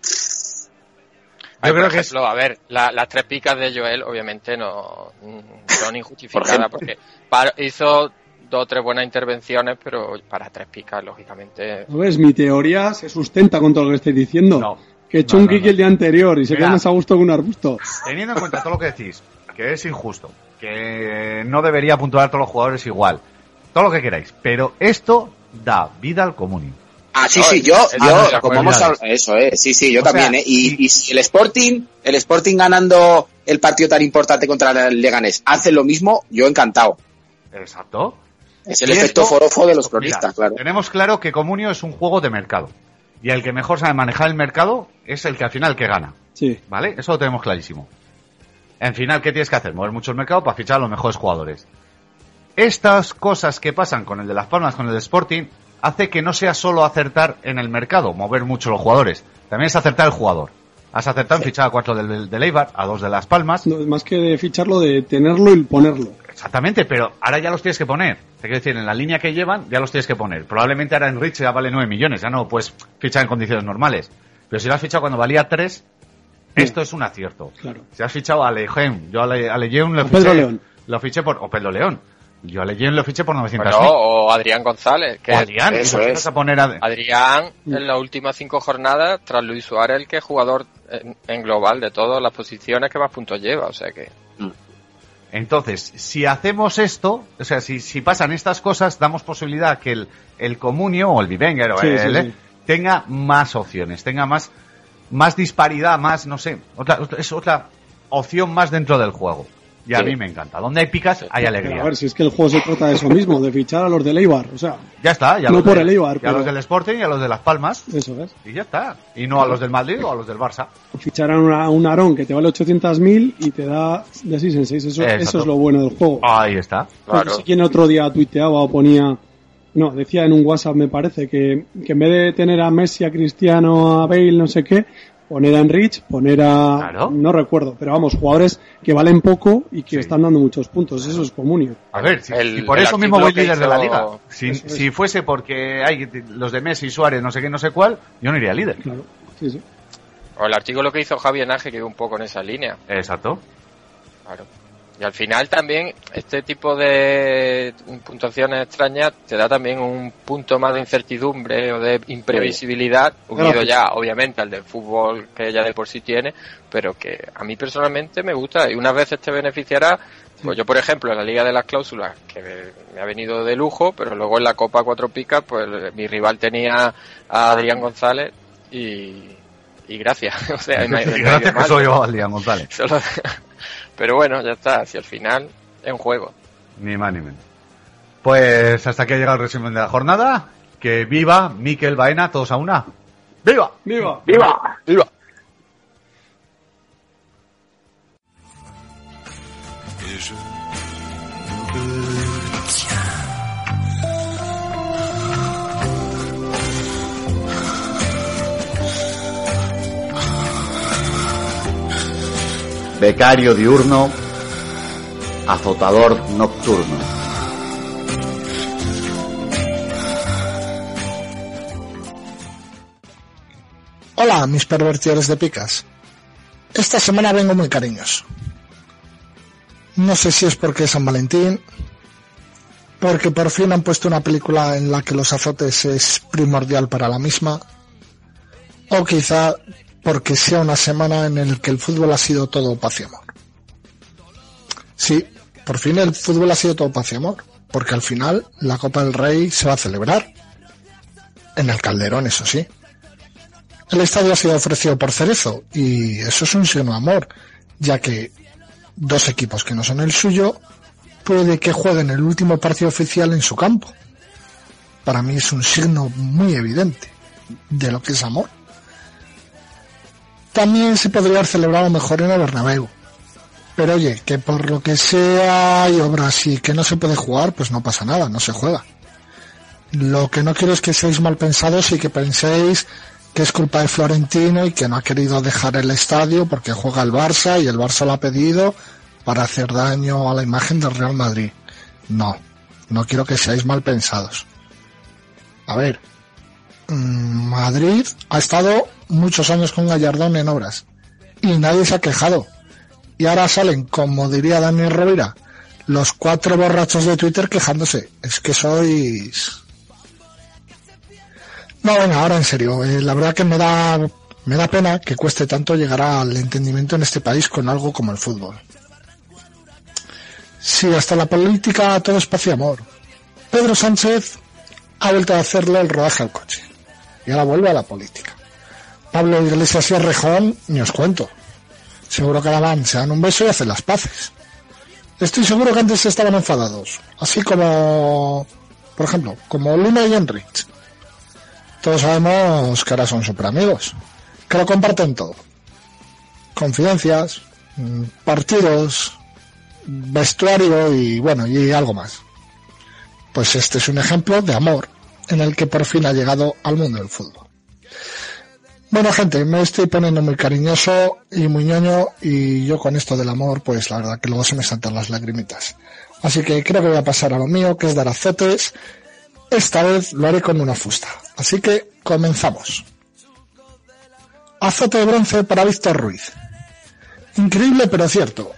Ay, por ejemplo, a ver, la- las tres picas de Joel obviamente no mm, son injustificadas Por porque par- hizo dos o tres buenas intervenciones, pero para tres picas, lógicamente. ¿No ves? Mi teoría se sustenta con todo lo que estáis diciendo. Que echó No, un no, kiki no. el día anterior y se Mira. queda más a gusto que un arbusto. Teniendo en cuenta todo lo que decís, que es injusto, que no debería puntuar todos los jugadores igual, todo lo que queráis, pero esto da vida al comunismo. Ah, sí, No, sí, es- yo, es- ah, yo, no, de como acuerdo. hemos hablado- eso es, sí, sí, yo O también, sea, ¿eh? Y, y si el Sporting, el Sporting ganando el partido tan importante contra el Leganés, hace lo mismo, yo encantado. Exacto. Es el Y efecto esto- forofo de los Mira, cronistas, claro. Tenemos claro que Comunio es un juego de mercado. Y el que mejor sabe manejar el mercado es el que al final que gana. Sí. ¿Vale? Eso lo tenemos clarísimo. En final, ¿qué tienes que hacer? Mover mucho el mercado para fichar a los mejores jugadores. Estas cosas que pasan con el de Las Palmas, con el de Sporting, hace que no sea solo acertar en el mercado, mover mucho los jugadores. También es acertar el jugador. Has acertado en fichar a cuatro del, del, del Eibar, a dos de Las Palmas. No, más que de ficharlo, de tenerlo y ponerlo. Exactamente, pero ahora ya los tienes que poner. Te quiero decir, en la línea que llevan, ya los tienes que poner. Probablemente ahora en Rich ya vale 9 millones, ya no puedes fichar en condiciones normales. Pero si lo has fichado cuando valía 3, esto es un acierto. Claro. Si has fichado a Lejeun, yo a, Le, a Lejeun lo O Pedro fiché, León. lo fiché por... O Pedro León. Yo a Lejeun lo fiché por 900 Bueno, o Adrián González, que O Adrián, Mm. eso ¿por qué es. vas a poner a- Adrián, en las últimas cinco jornadas, tras Luis Suárez, el que es jugador en, en global de todas las posiciones que más puntos lleva, o sea que. Pues Entonces, si hacemos esto, o sea, si, si pasan estas cosas, damos posibilidad a que el, el comunio o el vivenger o Sí, el, eh, sí, sí. tenga más opciones, tenga más, más disparidad, más, no sé, otra, otra- es otra opción más dentro del juego. Y a Sí. mí me encanta. Donde hay picas, hay Pero alegría. a ver, si es que el juego se trata de eso mismo, de fichar a los del Eibar. O sea, Ya está, ya No los por de- el y Eibar, a pero- los del Sporting y a los de Las Palmas. Eso es. Y ya está. Y no a los del Madrid o a los del Barça. fichar a una- a un Aarón que te vale 800.000 y te da de 6 en 6. Eso, Exacto. Ah, eso es lo bueno del juego. Ahí está. Porque si quien otro día tuiteaba o ponía. No, decía en un WhatsApp, me parece, que, que en vez de tener a Messi, a Cristiano, a Bale, no sé qué, poner a Enrich, poner a. No recuerdo, pero vamos, jugadores que valen poco y que están dando muchos puntos. Eso es comunio. A ver, si, El- si por el eso mismo artículo voy que líder de la hizo- liga. Si, Eso es. si fuese porque hay los de Messi, Suárez, no sé qué, no sé cuál, yo no iría líder. Sí, sí. O el artículo que hizo Javier Naje que iba un poco en esa línea. Exacto. Claro. Y al final también este tipo de puntuaciones extrañas te da también un punto más de incertidumbre o de imprevisibilidad, unido ya obviamente al del fútbol que ya de por sí tiene, pero que a mí personalmente me gusta y unas veces te beneficiará. Pues yo, por ejemplo, en la Liga de las Cláusulas, que me- me ha venido de lujo, pero luego en la Copa Cuatro Picas, pues mi rival tenía a Adrián González y, y gracias. O sea, Eh, me- me ha Y ido gracias que mal. soy yo, Adrián González. Solo- Pero bueno, ya está. Si al final es un juego. Ni más ni menos. Pues hasta aquí ha llegado el resumen de la jornada. Que viva Miquel Baena, todos a una. ¡Viva! ¡Viva! ¡Viva! ¡Viva! Et je me retiens becario diurno, azotador nocturno. Hola, mis pervertidores de picas. Esta semana vengo muy cariñoso. No sé si es porque es San Valentín, porque por fin han puesto una película en la que los azotes es primordial para la misma, o quizá porque sea una semana en el que el fútbol ha sido todo paz y amor. Sí, por fin el fútbol ha sido todo paz y amor, porque al final la Copa del Rey se va a celebrar. En el Calderón, eso sí. El estadio ha sido ofrecido por Cerezo, y eso es un signo de amor, ya que dos equipos que no son el suyo puede que jueguen el último partido oficial en su campo. Para mí es un signo muy evidente de lo que es amor. También se podría haber celebrado mejor en el Bernabéu. Pero oye, que por lo que sea hay obras y que no se puede jugar, pues no pasa nada, no se juega. Lo que no quiero es que seáis mal pensados y que penséis que es culpa de Florentino y que no ha querido dejar el estadio porque juega el Barça y el Barça lo ha pedido para hacer daño a la imagen del Real Madrid. No, no quiero que seáis mal pensados. A ver, mm, Madrid ha estado muchos años con Gallardón en obras y nadie se ha quejado. Y ahora salen, como diría Daniel Rovira, los cuatro borrachos de Twitter quejándose. Es que sois... No, venga, ahora en serio. eh, la verdad que me da, me da pena que cueste tanto llegar al entendimiento en este país con algo como el fútbol. Sí, hasta la política todo es paz y amor. Pedro Sánchez ha vuelto a hacerle el rodaje al coche. Y ahora vuelve a la política. Pablo Iglesias y Rejón, ni os cuento. Seguro que ahora van, se dan un beso y hacen las paces. Estoy seguro que antes estaban enfadados. Así como, por ejemplo, como Luna y Enrich. Todos sabemos que ahora son super amigos. Que lo comparten todo. Confidencias, mm, partidos, vestuario y bueno, y algo más. Pues este es un ejemplo de amor en el que por fin ha llegado al mundo del fútbol. Bueno, gente, me estoy poniendo muy cariñoso y muy ñoño y yo con esto del amor, pues la verdad que luego se me saltan las lagrimitas. Así que creo que voy a pasar a lo mío, que es dar azotes. Esta vez lo haré con una fusta. Así que comenzamos. Azote de bronce para Víctor Ruiz. Increíble pero cierto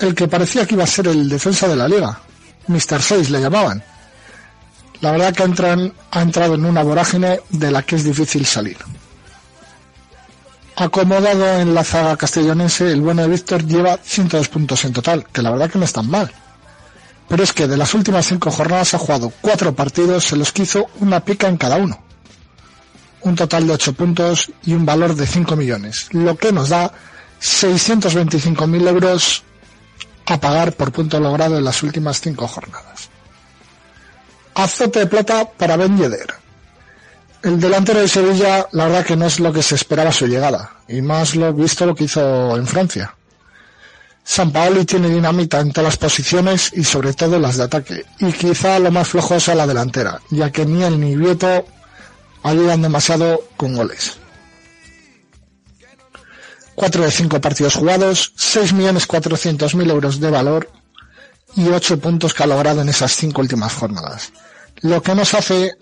el que parecía que iba a ser el defensa de la liga. Mr. 6 le llamaban. La verdad que entran, ha entrado en una vorágine de la que es difícil salir. Acomodado en la zaga castellonense, el bueno de Víctor lleva 102 puntos en total, que la verdad que no es tan mal. Pero es que de las últimas cinco jornadas ha jugado cuatro partidos, se los quiso una pica en cada uno. Un total de 8 puntos y un valor de 5 millones, lo que nos da 625.000 euros a pagar por punto logrado en las últimas cinco jornadas. Azote de plata para Ben Yedder. El delantero de Sevilla, la verdad que no es lo que se esperaba su llegada, y más lo visto lo que hizo en Francia. San Paoli tiene dinamita en todas las posiciones y sobre todo en las de ataque, y quizá lo más flojo sea la delantera, ya que ni él ni Vieto ayudan demasiado con goles. 4 de 5 partidos jugados, 6.400.000 euros de valor y 8 puntos que ha logrado en esas 5 últimas jornadas. Lo que nos hace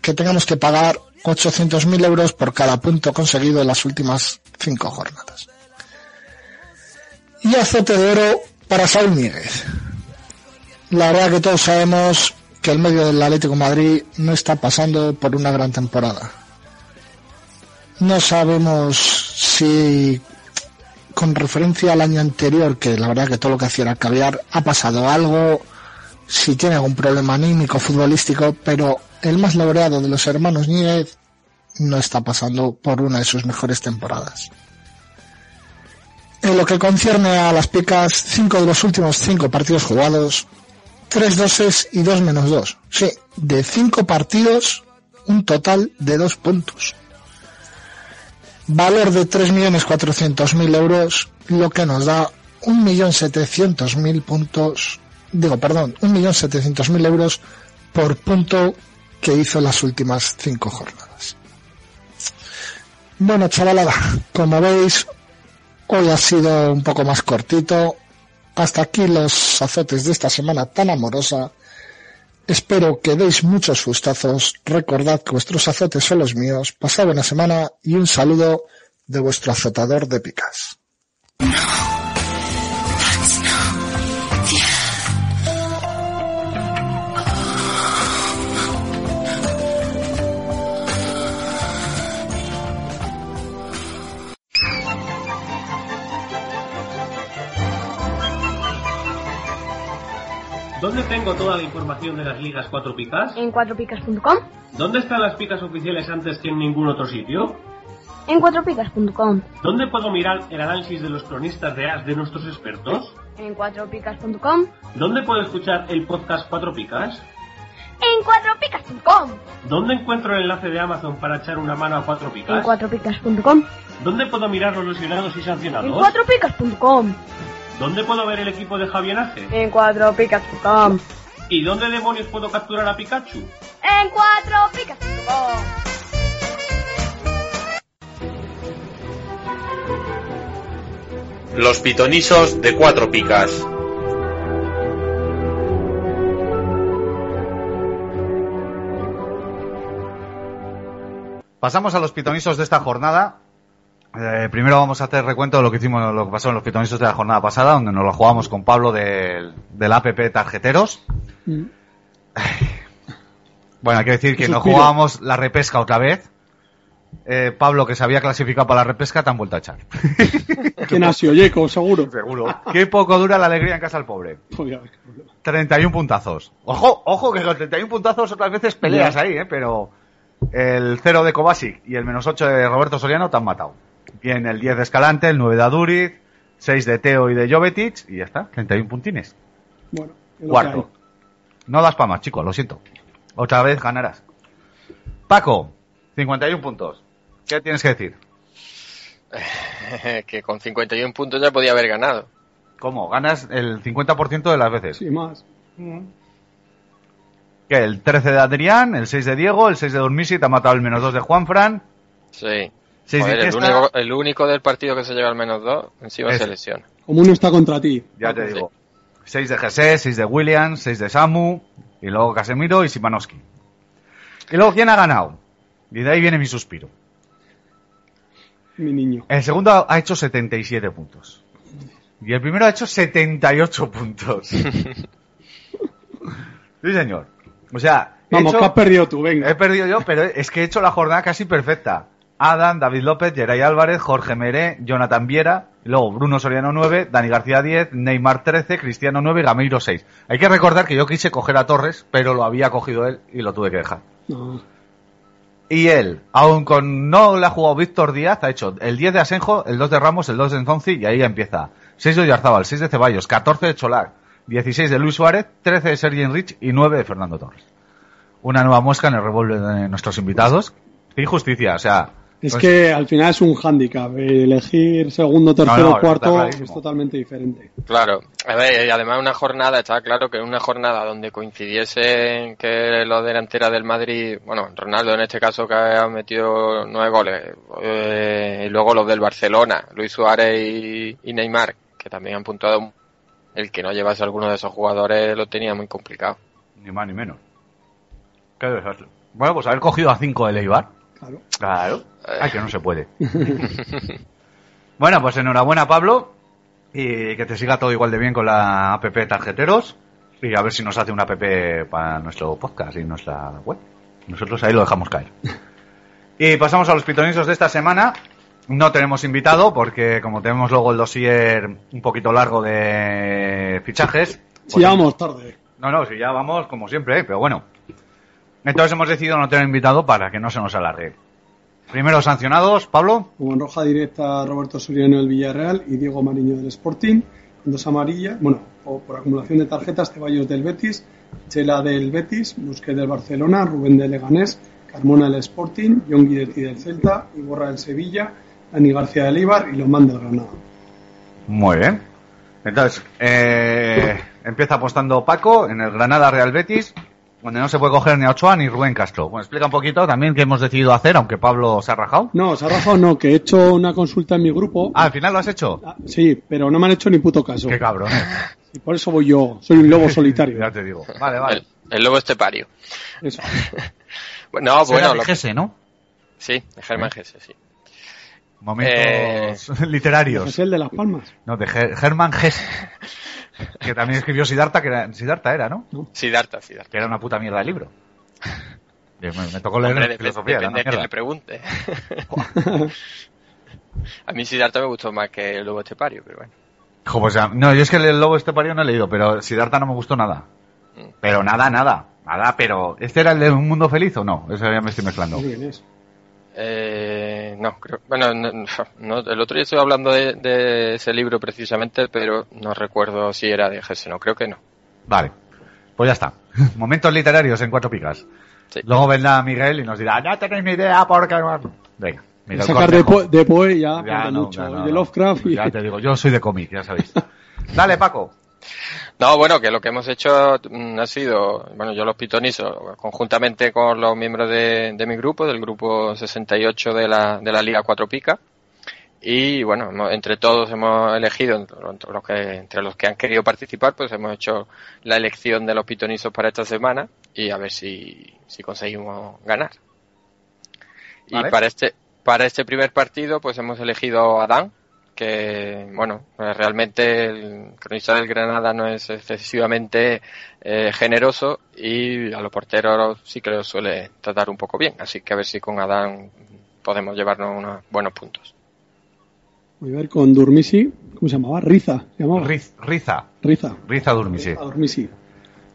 que tengamos que pagar 800.000 euros por cada punto conseguido en las últimas 5 jornadas. Y azote de oro para Saúl Míguez. La verdad que todos sabemos que el medio del Atlético de Madrid no está pasando por una gran temporada. No sabemos si con referencia al año anterior, que la verdad que todo lo que hacía era caviar, ha pasado algo, si tiene algún problema anímico, futbolístico, pero el más laureado de los hermanos Níguez no está pasando por una de sus mejores temporadas. En lo que concierne a las picas, cinco de los últimos cinco partidos jugados, tres doses y dos menos dos. Sí, de cinco partidos, un total de dos puntos valor de 3.400.000 euros, lo que nos da 1.700.000 puntos, digo, perdón, 1.700.000 euros por punto que hizo en las últimas cinco jornadas. Bueno, chavalada, como veis, Hoy ha sido un poco más cortito. Hasta aquí los azotes de esta semana tan amorosa. Espero que deis muchos fustazos. Recordad que vuestros azotes son los míos. Pasad buena semana y un saludo de vuestro azotador de picas. ¿Dónde tengo toda la información de las ligas 4 picas? En cuatropicas.com. ¿Dónde están las picas oficiales antes que en ningún otro sitio? En cuatropicas.com. ¿Dónde puedo mirar el análisis de los cronistas de AS de nuestros expertos? En cuatropicas.com. ¿Dónde puedo escuchar el podcast 4 picas? En cuatropicas.com. ¿Dónde encuentro el enlace de Amazon para echar una mano a 4 En picas? cuatropicas.com. ¿Dónde puedo mirar los lesionados y En sancionados? cuatropicas.com. ¿Dónde puedo ver el equipo de Javienaje? En cuatropicas.com. ¿Y dónde demonios puedo capturar a Pikachu? En cuatropicas.com. Los pitonisos de cuatro picas. Pasamos a los pitonisos de esta jornada. Eh, primero vamos a hacer recuento de lo que hicimos, lo que pasó en los pitonisos de la jornada pasada, donde nos lo jugamos con Pablo del, del APP Tarjeteros. Mm. Bueno, hay que decir que Un nos suspiro. jugábamos la repesca otra vez. Eh, Pablo, que se había clasificado para la repesca, te han vuelto a echar. ¿Quién ha sido? Yeco, seguro. Seguro. Qué poco dura la alegría en casa al pobre. Joder, 31 puntazos. Ojo, ojo, que con 31 puntazos otras veces peleas ahí, ¿eh? pero el 0 de Kovacic y el menos 8 de Roberto Soriano te han matado. Bien, el 10 de Escalante, el 9 de Aduriz, 6 de Teo y de Jovetic y ya está, 31 puntines. Bueno, es lo que Cuarto. No das para más, chicos, lo siento. Otra vez ganarás. Paco, 51 puntos. ¿Qué tienes que decir? que con 51 puntos ya podía haber ganado. ¿Cómo? Ganas el 50% de las veces. Sí, más. ¿Qué? El 13 de Adrián, el 6 de Diego, el 6 de Dormisi te ha matado el menos 2 de Juanfran. Sí. Seis Joder, de el, testa. único, el único del partido que se lleva al menos dos encima Ese. se lesiona. Como uno está contra ti. Ya te digo. 6 de Jesús, 6 de Williams, 6 de Samu, y luego Casemiro y Simanowski. Y luego, ¿quién ha ganado? Y de ahí viene mi suspiro. Mi niño. El segundo ha- ha hecho 77 puntos. Y el primero ha hecho 78 puntos. sí, señor. O sea, he Vamos, hecho- que has perdido tú, venga. he perdido yo, pero es que he hecho la jornada casi perfecta. Adam, David López, Geray Álvarez, Jorge Meré, Jonathan Viera, y luego Bruno Soriano 9, Dani García 10, Neymar 13, Cristiano 9 y Gameiro 6. Hay que recordar que yo quise coger a Torres, pero lo había cogido él y lo tuve que dejar. No. Y él, aun con no le ha jugado Víctor Díaz, ha hecho el 10 de Asenjo, el 2 de Ramos, el 2 de Enzonzi y ahí ya empieza. 6 de Oyarzábal, 6 de Ceballos, 14 de Cholac, 16 de Luis Suárez, 13 de Sergi Enrich y 9 de Fernando Torres. Una nueva mosca en el revólver de nuestros invitados. Qué injusticia, o sea. Es pues, que al final es un hándicap. eh, Elegir segundo, tercero, No, no, está cuarto clarísimo. es totalmente diferente. Claro, a ver, y además una jornada, está claro que una jornada donde coincidiesen que los delanteros del Madrid, bueno, Ronaldo en este caso que ha metido nueve goles, eh, y luego los del Barcelona, Luis Suárez y, y Neymar, que también han puntuado, el que no llevase alguno de esos jugadores lo tenía muy complicado. Ni más ni menos. Qué desastre. Bueno, pues haber cogido a 5 de Leibar. Claro. Claro. Ay, Ah, que no se puede. Bueno, pues enhorabuena, Pablo. Y que te siga todo igual de bien con la app Tarjeteros. Y a ver si nos hace una app para nuestro podcast y nuestra web. Nosotros ahí lo dejamos caer. Y pasamos a los pitonisos de esta semana. No tenemos invitado porque, como tenemos luego el dossier un poquito largo de fichajes. Si ya vamos tarde. No, no, si ya vamos como siempre, ¿eh? pero bueno. Entonces hemos decidido no tener invitado para que no se nos alargue. Primero sancionados, Pablo. Como en roja directa Roberto Soriano del Villarreal y Diego Mariño del Sporting. En dos amarillas, bueno, o por acumulación de tarjetas, Ceballos del Betis, Chela del Betis, Busquets del Barcelona, Rubén del Leganés, Carmona del Sporting, John Guidetti del Celta, Igorra del Sevilla, Dani García del Ibar y Lomán del Granada. Muy bien. Entonces, eh, empieza apostando Paco en el Granada Real Betis. Donde no se puede coger ni a Ochoa ni Rubén Castro. Bueno, explica un poquito también qué hemos decidido hacer, aunque Pablo se ha rajado. No, se ha rajado no, que he hecho una consulta en mi grupo. Ah, al final lo has hecho. Sí, pero no me han hecho ni puto caso. Qué cabrón. eh. Y por eso voy yo, soy un lobo solitario. ya te digo. Vale, vale. El, el lobo estepario. Eso. no, Será bueno. de lo- Gese, ¿no? Sí, de Germán Gese, sí. Momentos Es literarios. el de Las Palmas. No, de Ger- Germán Gese. Que también escribió Siddhartha, que era, Siddhartha era, ¿no? Sidarta, Sidarta. Que era una puta mierda de libro. Dios mío, me tocó leer Hombre, en dep- filosofía, era una depende a quien mierda. le pregunte. a mí Sidarta me gustó más que el lobo estepario, pero bueno. Jo, pues ya- no, yo es que el lobo estepario no he leído, pero Siddhartha no me gustó nada. Pero nada, nada. Nada, pero. ¿Este era el de un mundo feliz o no? Eso ya me estoy mezclando. Muy bien, es. Eh, no, creo. Bueno, no- no, no, el otro día estuve hablando de, de ese libro precisamente, pero no recuerdo si era de Gese, no, creo que no. Vale. Pues ya está. Momentos literarios en cuatro picas. Sí. Luego vendrá Miguel y nos dirá, no tenéis ni idea porque... no". Venga, Miguel, Sacar de, consejo. Poe- de Poe ya, Ya, falta no, mucho. ya, no, y Ah, pues de no. Lovecraft y... Ya te digo, yo soy de cómic, ya sabéis. Dale, Paco. No, bueno, que lo que hemos hecho mm, ha sido, bueno, yo los pitonizo conjuntamente con los miembros de, de mi grupo, del grupo 68 de la, de la Liga Cuatro Pica. Y bueno, hemos- entre todos hemos elegido, entre entre los, que, entre los que han querido participar, pues hemos hecho la elección de los pitonizos para esta semana y a ver si, si conseguimos ganar. Vale. Y para este, para este primer partido, pues hemos elegido a Dan, que, bueno, eh, realmente el cronista del Granada no es excesivamente eh, generoso y a los porteros sí que los suele tratar un poco bien. Así que a ver si con Adán podemos llevarnos unos buenos puntos. Voy a ver con Durmisi, ¿cómo se llamaba? Riza. Se llamaba Riz- Riza. Riza. Riza Durmisi. A Durmisi.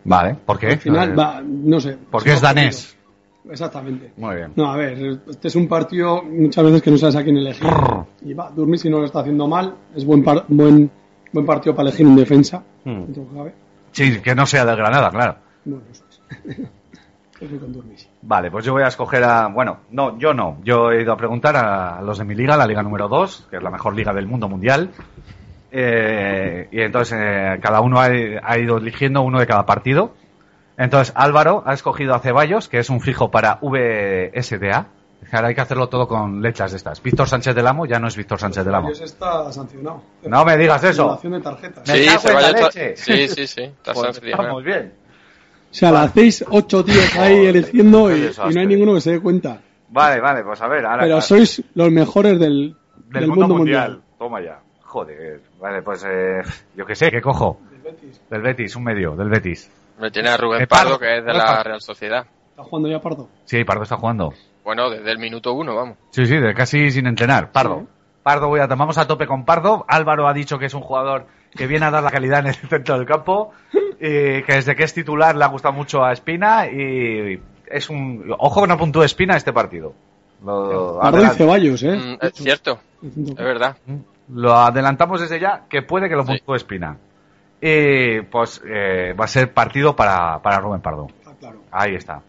Vale, ¿por qué? Al final, va, no sé. eh. Porque es danés. Exactamente. Muy bien. No, a ver, este es un partido muchas veces que no sabes a quién elegir. Y va, Durmisi no lo está haciendo mal, es buen, par- buen, buen partido para elegir un defensa. Hmm. Entonces, a ver, Sí, que no sea del Granada, claro. no, no sé. Yo voy con Durmisi. Vale, pues yo voy a escoger a... Bueno, no, yo no. Yo he ido a preguntar a los de mi liga, la liga número 2, que es la mejor liga del mundo mundial. Eh, y entonces eh, cada uno ha, ha ido eligiendo uno de cada partido. Entonces Álvaro ha escogido a Ceballos, que es un fijo para VSDA. Ahora hay que hacerlo todo con letras de estas. Víctor Sánchez del Amo ya no es Víctor Sánchez del Amo. Dios está sancionado. No me digas eso. Anulación de tarjetas. Me cago en la Ceballos está- leche. Sí, sí, sí. está eh. Pues sancionado. estamos bien. O sea, la hacéis 8 días ahí eligiendo qué y, desastre. y no hay ninguno que se dé cuenta. Vale, vale, pues a ver. Ahora, Pero sois los mejores del, del, mundo, mundial. Toma ya. Joder. Vale, pues eh, yo qué sé, ¿qué cojo? Del Betis. un medio, del Betis. Me tiene a Rubén Eh, Pardo, Pardo, que es de Rubén la Pardo. Real Sociedad. ¿Está jugando ya Pardo? Sí, Pardo está jugando. Bueno, desde el minuto uno, vamos. Sí, sí, de casi sin entrenar. Pardo. Pardo, voy a, vamos a tope con Pardo. Álvaro ha dicho que es un jugador que viene a dar la calidad en el centro del campo. Y que desde que es titular le ha gustado mucho a Espina. Y es un. Ojo que no puntúe Espina este partido. Lo, Pardo y adelan- Ceballos, ¿eh? Mm, es cierto, es verdad. lo adelantamos desde ya que puede que lo puntúe Espina. Y pues eh, va a ser partido para, para Rubén Pardo. Está "Ah, claro. Ahí está.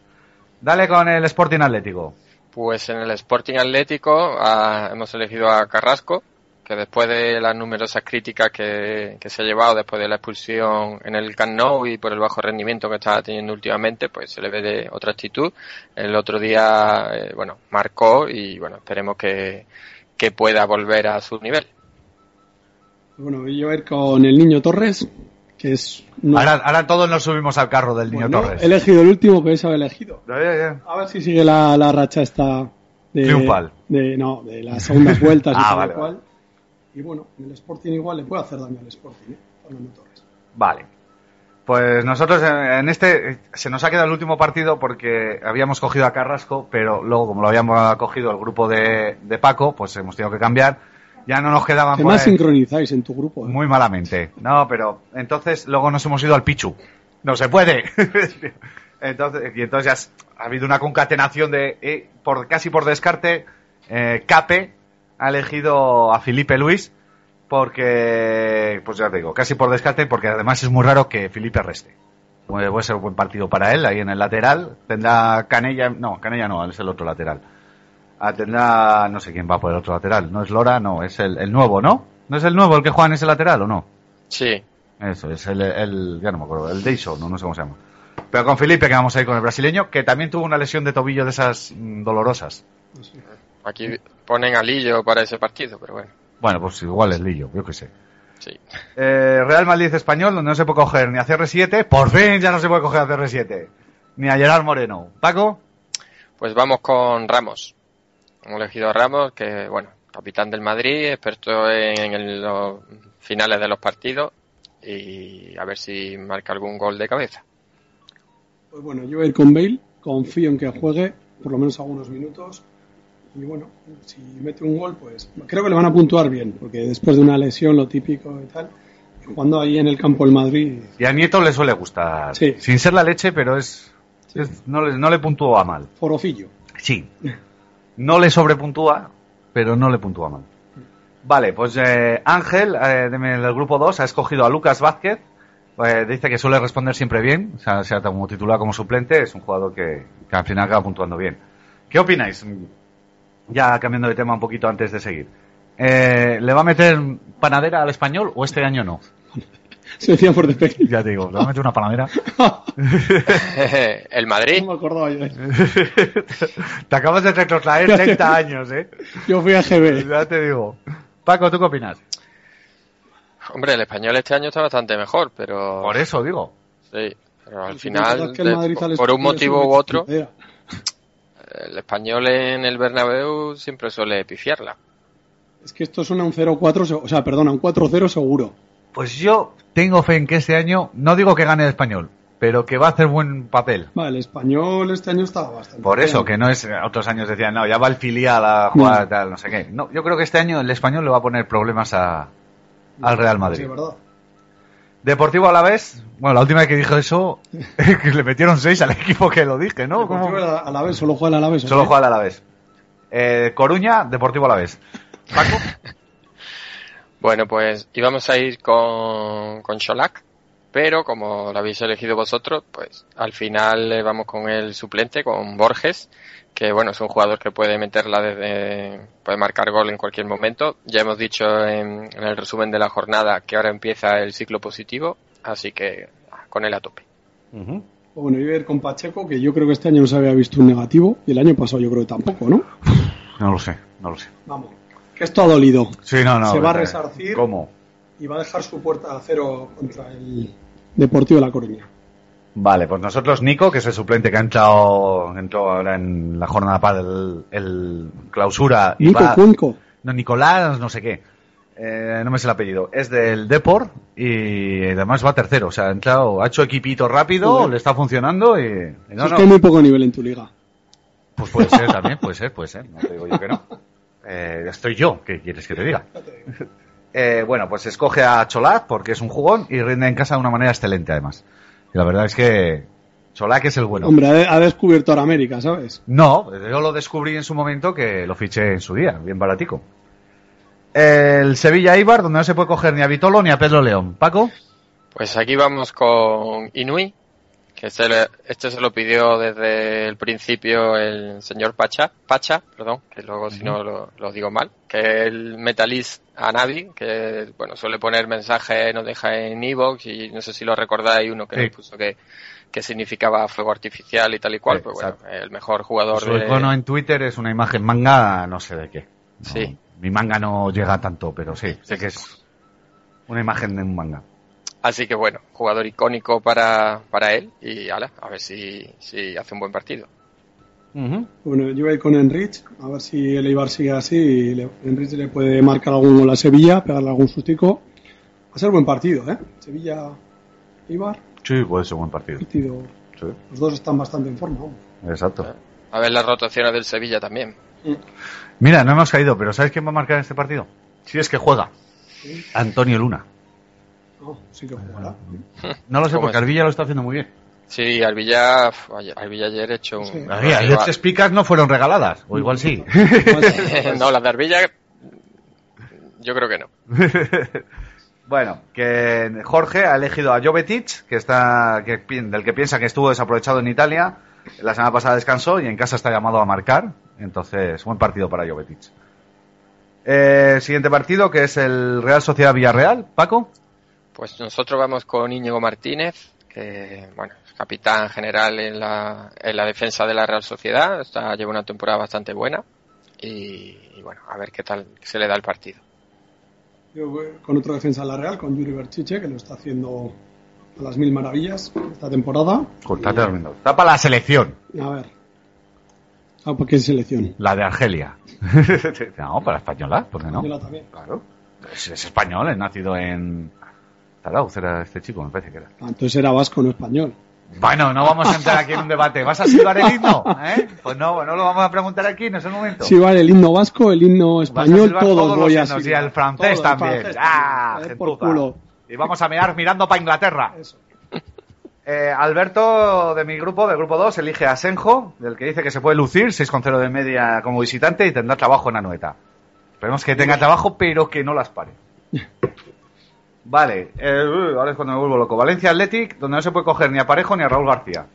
Dale con el Sporting Atlético. Pues en el Sporting Atlético ah, hemos elegido a Carrasco, que después de las numerosas críticas que, que se ha llevado después de la expulsión en el Camp Nou y por el bajo rendimiento que estaba teniendo últimamente, pues se le ve de otra actitud. El otro día, eh, bueno, marcó y bueno, esperemos que, que pueda volver a su nivel. Pues Bueno, voy a ver con el niño Torres, que es... no- Ahora, ahora todos nos subimos al carro del niño Bueno, Torres. He elegido el último que es había elegido. Ya, ya, ya. A ver si sigue la, la racha esta de, Triunfal. de- no, de las segundas vueltas y Ah, tal vale, cual. Y bueno, en el Sporting igual le puede hacer daño al Sporting, ¿eh? Fernando Torres. Vale. Pues nosotros en en este eh, se nos ha quedado el último partido porque habíamos cogido a Carrasco, pero luego como lo habíamos cogido el grupo de, de Paco, pues hemos tenido que cambiar. Ya no nos quedaban Que por más ahí. sincronizáis en tu grupo. ¿eh? Ah, pues. Muy malamente. No, pero entonces luego nos hemos ido al Pichu. No se puede. entonces, y entonces ya has- ha habido una concatenación de, eh, por casi por descarte, eh, Cape ha elegido a Felipe Luis porque, pues ya te digo, casi por descarte porque además es muy raro que Felipe reste. Bueno, Puede ser un buen partido para él ahí en el lateral. Tendrá Canella, no, Canella no, es el otro lateral. Ah, tendrá, no sé quién va por el otro lateral. No es Lora, no, es el, el nuevo, ¿no? ¿No es el nuevo el que juega en ese lateral o no? Sí, Eso, es el, el ya no me acuerdo, el Dayson, no, no sé cómo se llama. Pero con Felipe que vamos a ir con el brasileño, que también tuvo una lesión de tobillo de esas mm, dolorosas. Aquí ponen a Lillo para ese partido, pero bueno. Bueno, pues igual es Lillo, yo qué sé. Sí. Eh, Real Madrid español, donde no se puede coger ni a CR7, por fin ya no se puede coger a CR7, ni a Gerard Moreno. Paco, Pues vamos con Ramos. Hemos elegido a Ramos, que, bueno, capitán del Madrid, experto en, el- los finales de los partidos y a ver si marca algún gol de cabeza. Pues bueno, yo voy a ir con Bale, confío en que juegue por lo menos algunos minutos. Y bueno, si mete un gol, pues creo que le van a puntuar bien, porque después de una lesión, lo típico y tal, y jugando ahí en el campo del Madrid, y a Nieto le suele gustar. Sin ser la leche, pero es, es- no, le, no le puntúa mal. forofillo. Sí. No le sobrepuntúa, pero no le puntúa mal. Vale, pues eh, Ángel, eh, de- del grupo 2, ha escogido a Lucas Vázquez. Eh, dice que suele responder siempre bien, o sea, sea como titular como suplente, es un jugador que, que al final acaba puntuando bien. ¿Qué opináis? Ya cambiando de tema un poquito antes de seguir. Eh, ¿Le va a meter panadera al español o este año no? Se decía por defecto. Ya te digo, le va a meter una panadera. el Madrid. No me acordaba yo. Te acabas de retrotraer 30 años, ¿eh? Yo fui a GB. Ya te digo. Paco, ¿tú qué opinas? Hombre, el español este año está bastante mejor, pero. Por eso digo. Sí, pero al verdad final, que el de- Madrid al por, por un español es motivo un u otro, Era. el español en el Bernabéu siempre suele pifiarla. Es que esto suena a un 0-4, se- o sea, perdona, un 4-0 seguro. Pues yo tengo fe en que este año, no digo que gane el español, pero que va a hacer buen papel. Vale, el español este año estaba bastante. Por eso, bien. que no es. Otros años decían, no, ya va el filial a jugar, tal, no sé qué. No, yo creo que este año el español le va a poner problemas a, al Real Sí, Madrid. verdad. Deportivo a la vez, bueno, la última vez que dijo eso, que le metieron seis al equipo que lo dije, ¿no? ¿Cómo? Deportivo Ala- Alavés, solo juega el Alavés. ¿o Solo qué? juega al Alavés. Eh, Coruña, Deportivo a la vez. Bueno, pues íbamos a ir con, con Cholak, pero como lo habéis elegido vosotros, pues al final eh, vamos con el suplente, con Borges, que bueno, es un jugador que puede meterla desde, puede marcar gol en cualquier momento. Ya hemos dicho en, en el resumen de la jornada que ahora empieza el ciclo positivo, así que ah, con él a tope. Bueno, yo voy a ir con Pacheco, que yo creo que este año no se había visto un negativo, y el año pasado yo creo que tampoco, ¿no? No lo sé, no lo sé. Vamos, que esto ha dolido. Sí, no, no. Se va a eh, resarcir. ¿Cómo? Y va a dejar su puerta a cero contra el Deportivo de La Coruña. Vale, pues nosotros Nico, que es el suplente que ha entrado, entró ahora en la jornada para el, el clausura. y Nico va- Cuenco. no, Nicolás, no sé qué. Eh, no me sé el apellido. Es del Deport y además va tercero. O sea, ha entrado, ha hecho equipito rápido, Joder. le está funcionando y... y no, Eso es no. que hay muy poco nivel en tu liga. Pues puede ser también, puede ser, puede ser. No te digo yo que no. Eh, estoy yo, ¿qué quieres que te diga? Eh, bueno, pues escoge a Cholac porque es un jugón y rinde en casa de una manera excelente además. Y la verdad es que Cholac es el bueno. Hombre, ha, de- ha descubierto ahora América, ¿sabes? No, yo lo descubrí en su momento que lo fiché en su día, bien baratico. El Sevilla Ibar, donde no se puede coger ni a Vitolo ni a Pedro León. Paco, Pues aquí vamos con Inui, que se le- este se lo pidió desde el principio el señor Pacha, Pacha, perdón, que luego si no lo, lo digo mal, que es el Metalist Anabi, que bueno, suele poner mensajes, nos deja en Evox y no sé si lo recordáis uno que Sí. nos puso que, que significaba fuego artificial y tal y cual, pues bueno, el mejor jugador su de... icono en Twitter es una imagen manga, no sé de qué. Sí. Mi manga no llega tanto, pero sí, sé que es una imagen de un manga. Así que bueno, jugador icónico para, para él y ala, a ver si, si hace un buen partido. Bueno, yo voy a ir con Enrich, a ver si el Eibar sigue así. Y le- Enrich le puede marcar algún gol a Sevilla, pegarle algún sustico. Va a ser buen partido, ¿eh? Sevilla, Eibar, Sí, puede ser un buen partido. partido. Sí, Los dos están bastante en forma. vamos. exacto. A ver las rotaciones del Sevilla también. Mira, no hemos caído, pero ¿sabes quién va a marcar en este partido? Si es que juega. Antonio Luna. No, sí que jugará. No lo sé, ¿Cómo porque es? Arvilla lo está haciendo muy bien. Sí, Alvilla, f- ayer- Alvilla ayer hecho un... Arvilla, las tres picas no fueron regaladas, o igual sí. no, las de Alvilla yo creo que no. bueno, que Jorge ha elegido a Jovetic, que está, que, pi- del que piensa que estuvo desaprovechado en Italia. La semana pasada descansó y en casa está llamado a marcar. Entonces, buen partido para Jovetic. Eh, siguiente partido, que es el Real Sociedad Villarreal. Paco. Pues nosotros vamos con Íñigo Martínez, que eh, bueno, capitán general en la, en la defensa de la Real Sociedad. Está, lleva una temporada bastante buena. Y, y bueno, a ver qué tal se le da el partido. Yo voy con otra defensa de la Real, con Yuri Berchiche, que lo está haciendo a las mil maravillas esta temporada. Cortate los minutos. Tapa la selección. A ver. Ah, ¿por qué selección? La de Argelia. no, para española, ¿por qué no? Española también. Claro. Es, es español, es nacido en Zaragoza, era este chico, me parece que era. Ah, entonces era vasco, no español. Bueno, no vamos a entrar aquí en un debate. ¿Vas a silbar el himno? ¿Eh? Pues no, no lo vamos a preguntar aquí, no es el momento. Sí, vale, el himno vasco, el himno Vas a español, silbar todos, todos los voy a himnos, y silbar. al francés Todo, el también. francés ¡Ah, también. A ver por gentuza! culo. Y vamos a mirar mirando para Inglaterra. Eh, Alberto, de mi grupo, del grupo 2, elige a Senjo, del que dice que se puede lucir, 6,0 de media como visitante y tendrá trabajo en Anoeta. Esperemos que tenga trabajo, pero que no las pare. Vale, eh, uh, ahora es cuando me vuelvo loco. Valencia Athletic, donde no se puede coger ni a Parejo ni a Raúl García.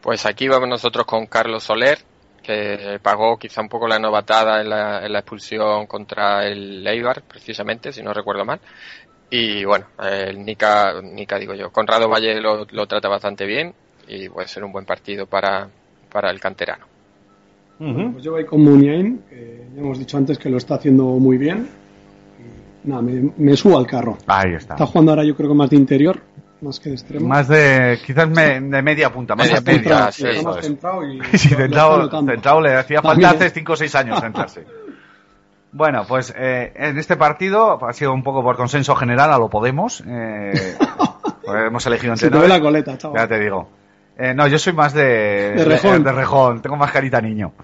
Pues aquí vamos nosotros con Carlos Soler, que pagó quizá un poco la novatada en la, en la expulsión contra el Eibar, precisamente, si no recuerdo mal. Y bueno, el Nica, Nica digo yo, Conrado Valle lo, lo trata bastante bien y puede ser un buen partido para, para el canterano. ¿Mm? Pues yo voy con Muniain, que ya hemos dicho antes que lo está haciendo muy bien. Y nada, me, me subo al carro. Ahí está. Está jugando ahora yo creo que más de interior, más que de extremo. Más de, quizás me- de media punta, más Media de media. punta, sí, sí, está eso más es. centrado y- Sí, lo- lo centrado- está notando. centrado, le hacía falta También, ¿eh? hace 5 o 6 años centrarse. Bueno, pues eh, en este partido ha sido un poco por consenso general a lo Podemos. eh, pues hemos elegido entre Se te nueve. ve la coleta, Ya chaval. te digo. Eh, no, yo soy más de, De Rejón. de Rejón, Tengo más carita niño.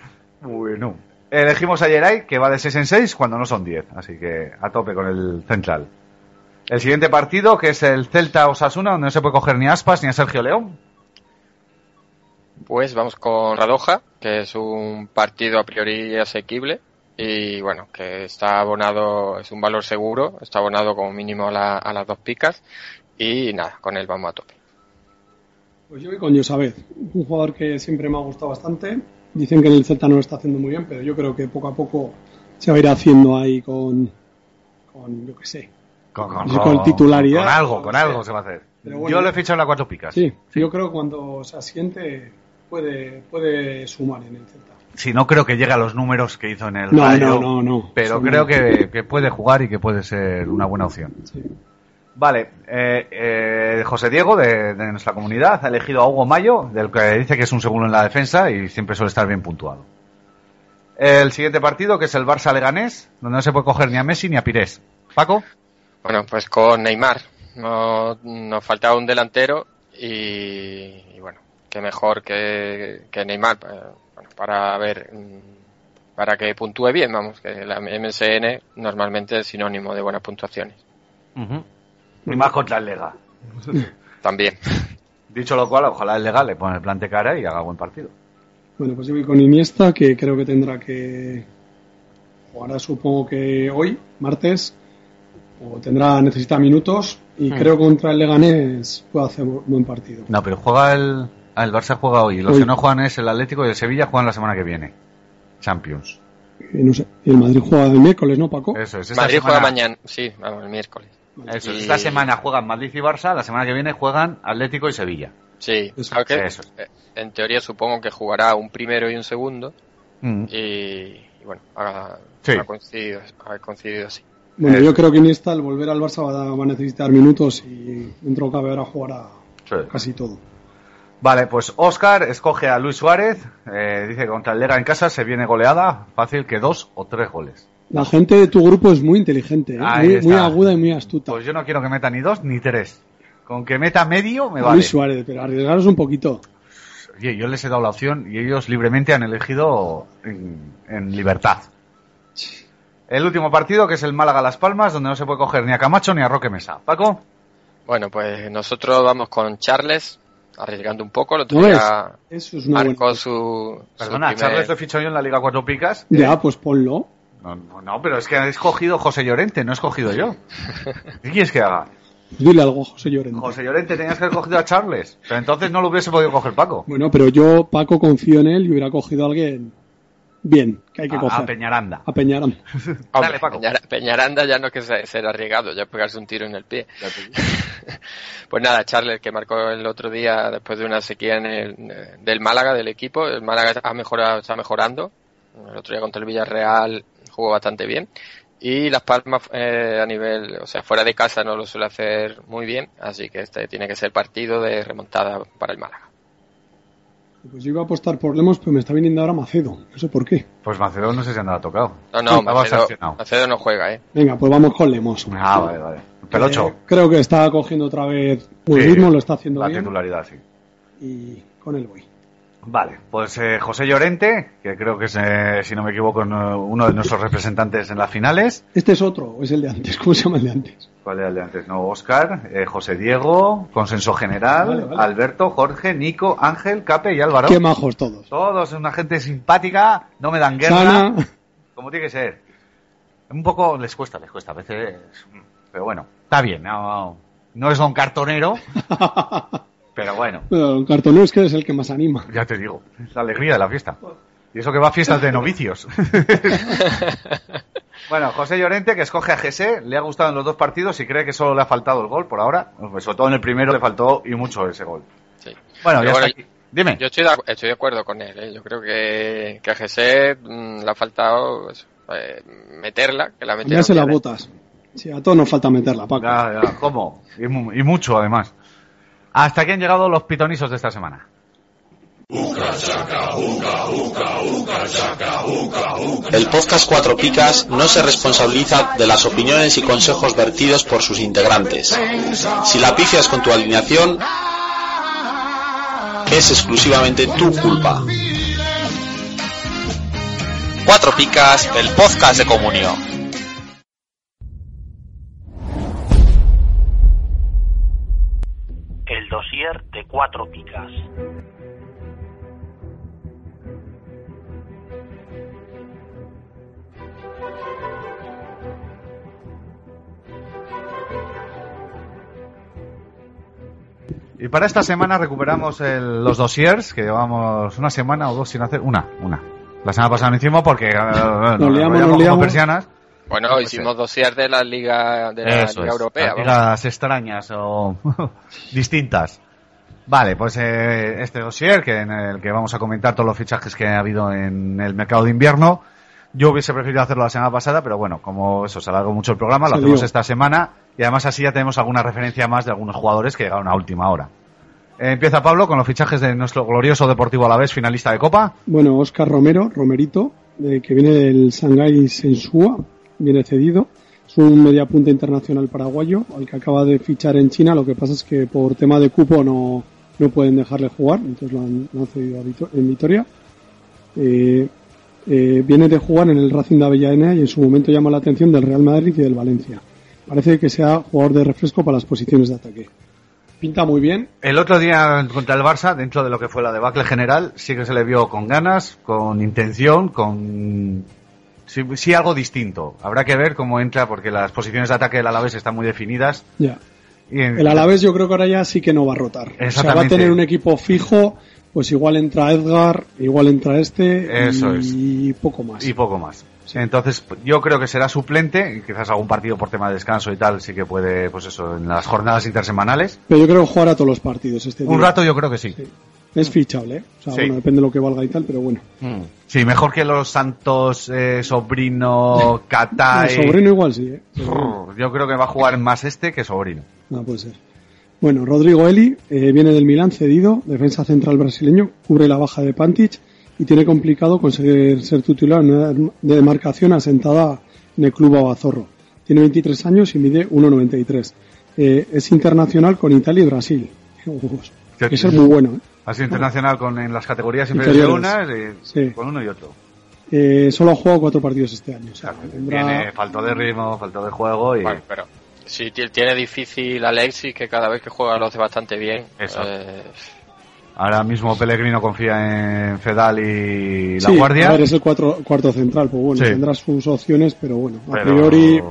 Bueno. Elegimos a Yeray, que va de 6 en 6 cuando no son 10. Así que a tope con el central. El siguiente partido, que es el Celta Osasuna, donde no se puede coger ni a Aspas ni a Sergio León. Pues vamos con Radoja, que es un partido a priori asequible y bueno, que está abonado, es un valor seguro, está abonado como mínimo a, la- a las dos picas y nada, con él vamos a tope. Pues yo voy con Yosabed, un jugador que siempre me ha gustado bastante. Dicen que en el Celta no lo está haciendo muy bien, pero yo creo que poco a poco se va a ir haciendo ahí con, con yo qué sé. Con, Yo con titularidad. Con algo, con algo se va a hacer. Pero bueno, Yo lo he fichado en la cuatro picas. Sí, yo creo que cuando se asiente puede, puede sumar en el Celta. Si no creo que llegue a los números que hizo en el No, Rayo, no, no, no. Pero Sí, creo no. que, que puede jugar y que puede ser una buena opción. Vale, eh, eh, José Diego de, de nuestra comunidad ha elegido a Hugo Mayo, del que dice que es un seguro en la defensa y siempre suele estar bien puntuado. El siguiente partido, que es el Barça Leganés, donde no se puede coger ni a Messi ni a Pires. Paco, Bueno, pues con Neymar. No- nos faltaba un delantero y, y bueno, qué mejor que, que Neymar eh, bueno, para ver, mm, para que puntúe bien, vamos, que la MSN normalmente es sinónimo de buenas puntuaciones. ni más contra el Lega. También. Pues Dicho lo cual, ojalá el Lega le pone el plante cara y haga buen partido. Bueno, pues yo voy con Iniesta, que creo que tendrá que jugará supongo que hoy, martes, o tendrá necesita minutos y Hmm. creo que contra el Leganés puede hacer bu- buen partido. No, pero juega el, ah, el Barça juega hoy. Los Hoy. que no juegan es el Atlético y el Sevilla juegan la semana que viene. Champions. Y no sé, y el Madrid juega el miércoles, ¿no, Paco? Eso es. esta Madrid juega semana- mañana, sí, vamos, el miércoles. Eso, Y- Esta semana juegan Madrid y Barça, la semana que viene juegan Atlético y Sevilla. Sí, claro que, Eso. eh, en teoría supongo que jugará un primero y un segundo Mm. y, y bueno, ha, Sí. ha coincidido, ha coincidido así. Bueno, yo creo que Iniesta al volver al Barça va a, va a necesitar minutos y dentro cabe ahora jugará casi todo. Vale, pues Oscar escoge a Luis Suárez. eh, dice que contra el Lega en casa se viene goleada. Fácil que dos o tres goles. La gente de tu grupo es muy inteligente, ¿eh? Ahí muy, muy está. aguda y muy astuta. Pues yo no quiero que meta ni dos ni tres. Con que meta medio me vale. Luis Suárez, pero arriesgaros un poquito. Oye, yo les he dado la opción y ellos libremente han elegido en, en libertad. El último partido, que es el Málaga-Las Palmas, donde no se puede coger ni a Camacho ni a Roque Mesa. Paco, Bueno, pues nosotros vamos con Charles, arriesgando un poco, lo ¿No ves? día Eso es una buena- marcó su, su perdona, primer- Charles lo fichó yo en la Liga Cuatro Picas. Ya, pues ponlo. No, no, no, pero es que ha escogido José Llorente, no he escogido yo. ¿Qué quieres que haga? Dile algo, a José Llorente. José Llorente, tenías que haber cogido a Charles. Pero entonces no lo hubiese podido coger Paco. Bueno, pero yo, Paco, confío en él y hubiera cogido a alguien bien, que hay que A- coger. a Peñaranda. A Peñaranda. Hombre, Peñara- Peñaranda ya no es que sea- ser arriesgado, ya es pegarse un tiro en el pie. Pues nada, Charles, que marcó el otro día después de una sequía en el, del Málaga, del equipo. El Málaga ha mejorado, está mejorando. El otro día contra el Villarreal jugó bastante bien. Y Las Palmas eh, a nivel, o sea, fuera de casa no lo suele hacer muy bien. Así que este tiene que ser partido de remontada para el Málaga. Pues yo iba a apostar por Lemos, pero me está viniendo ahora Macedo. No sé por qué. Pues Macedo no sé si andaba tocado. No, no, Estaba Macedo, sancionado. Macedo no juega, ¿eh? Venga, pues vamos con Lemos. Ah, vale, vale. Pelocho, Eh, creo que está cogiendo otra vez buen Sí, ritmo, lo está haciendo la bien. titularidad, sí. Y con el voy. Vale, pues eh, José Llorente, que creo que es, eh, si no me equivoco, no- uno de nuestros representantes en las finales. Este es otro, o es el de antes. ¿Cómo se llama el de antes? ¿Cuál era el de antes? No, Oscar, eh, José Diego, Consenso General, Vale, vale. Alberto, Jorge, Nico, Ángel, Cape y Álvaro. Qué majos todos. Todos, una gente simpática, no me dan guerra, Sana. como tiene que ser. Un poco les cuesta, les cuesta a veces, pero bueno, está bien, no, no es don cartonero, pero bueno, Pero el cartonero es que es el que más anima. ya te digo, es la alegría de la fiesta. Y eso que va a fiestas de novicios. Bueno, José Llorente, que escoge a GC, le ha gustado en los dos partidos y cree que solo le ha faltado el gol por ahora. Pues, sobre todo en el primero le faltó y mucho ese gol. Sí. Bueno, Pero ya bueno, está aquí. Dime. Yo estoy de, acu- estoy de acuerdo con él. ¿eh? Yo creo que, que a GC mm, le ha faltado pues, eh, meterla, que la Ya metieron se las bien. ¿eh? botas. Sí, a todos nos falta meterla, Paco. Ya, ya, ¿Cómo? Y, mu- y mucho, además. Hasta aquí han llegado los pitonisos de esta semana. El podcast Cuatro Picas no se responsabiliza de las opiniones y consejos vertidos por sus integrantes. Si la pifias con tu alineación, es exclusivamente tu culpa. Cuatro Picas, el podcast de comunión. El dossier de cuatro picas. Y para esta semana recuperamos el- los dossiers, que llevamos una semana o dos sin hacer. Una, una. La semana pasada no hicimos porque eh, nos liamos, como nos liamos. persianas. Bueno, hicimos dossier de la Liga, de la Eso Liga es, Europea. vamos. ligas extrañas o distintas. Vale, pues eh, este dossier que en el que vamos a comentar todos los fichajes que ha habido en el mercado de invierno. Yo hubiese preferido hacerlo la semana pasada, pero bueno, como eso se alargó mucho el programa, lo Se hacemos lió. esta semana y además así ya tenemos alguna referencia más de algunos jugadores que llegaron a última hora. Eh, empieza Pablo con los fichajes de nuestro glorioso Deportivo Alavés, finalista de Copa. Bueno, Oscar Romero, Romerito, eh, que viene del Shanghai Sensua, viene cedido. Es un mediapunta internacional paraguayo, al que acaba de fichar en China. Lo que pasa es que por tema de cupo no, no pueden dejarle jugar, entonces lo han, lo han cedido a Vito- en Vitoria. Eh, eh, viene de jugar en el Racing de Avellaneda y en su momento llama la atención del Real Madrid y del Valencia. Parece que sea jugador de refresco para las posiciones de ataque. Pinta muy bien. El otro día contra el Barça, dentro de lo que fue la debacle general, sí que se le vio con ganas, con intención, con sí, sí algo distinto. Habrá que ver cómo entra porque las posiciones de ataque del Alavés están muy definidas. Ya. Y en- El Alavés yo creo que ahora ya sí que no va a rotar. O sea, va a Exactamente. tener un equipo fijo, pues igual entra Edgar, igual entra este Eso y poco más. y poco más. Entonces, yo creo que será suplente, y quizás algún partido por tema de descanso y tal, sí que puede, pues eso, en las jornadas intersemanales. Pero yo creo que jugará todos los partidos este Un tío. rato yo creo que sí. Es fichable, ¿eh? O sea, Sí. bueno, depende de lo que valga y tal, pero bueno. Mm. Sí, mejor que los Santos, eh, Sobrino, Catay. El sobrino igual sí, ¿eh? Brr, Yo creo que va a jugar más este que Sobrino. No puede ser. Bueno, Rodrigo Eli eh, viene del Milán cedido, defensa central brasileño, cubre la baja de Pantic y tiene complicado conseguir ser titular en una demarcación asentada en el club Abazorro. Tiene 23 años y mide 1,93. Eh, es internacional con Italia y Brasil. Ojos. Hay que ser muy bueno. ¿eh? Ha sido internacional con, en las categorías inferiores de una, Inferiores. eh, Sí. con uno y otro. Eh, solo ha jugado cuatro partidos este año. o sea, tendrá- Tiene faltó de ritmo, faltó de juego y... Bueno, pero si ti- tiene difícil Alexis, que cada vez que juega lo hace bastante bien. Eh, Ahora mismo Pellegrino confía en Fedal y La Sí, Guardia. a ver, es el cuatro- cuarto central, pues bueno, Sí. tendrá sus opciones, pero bueno, a pero priori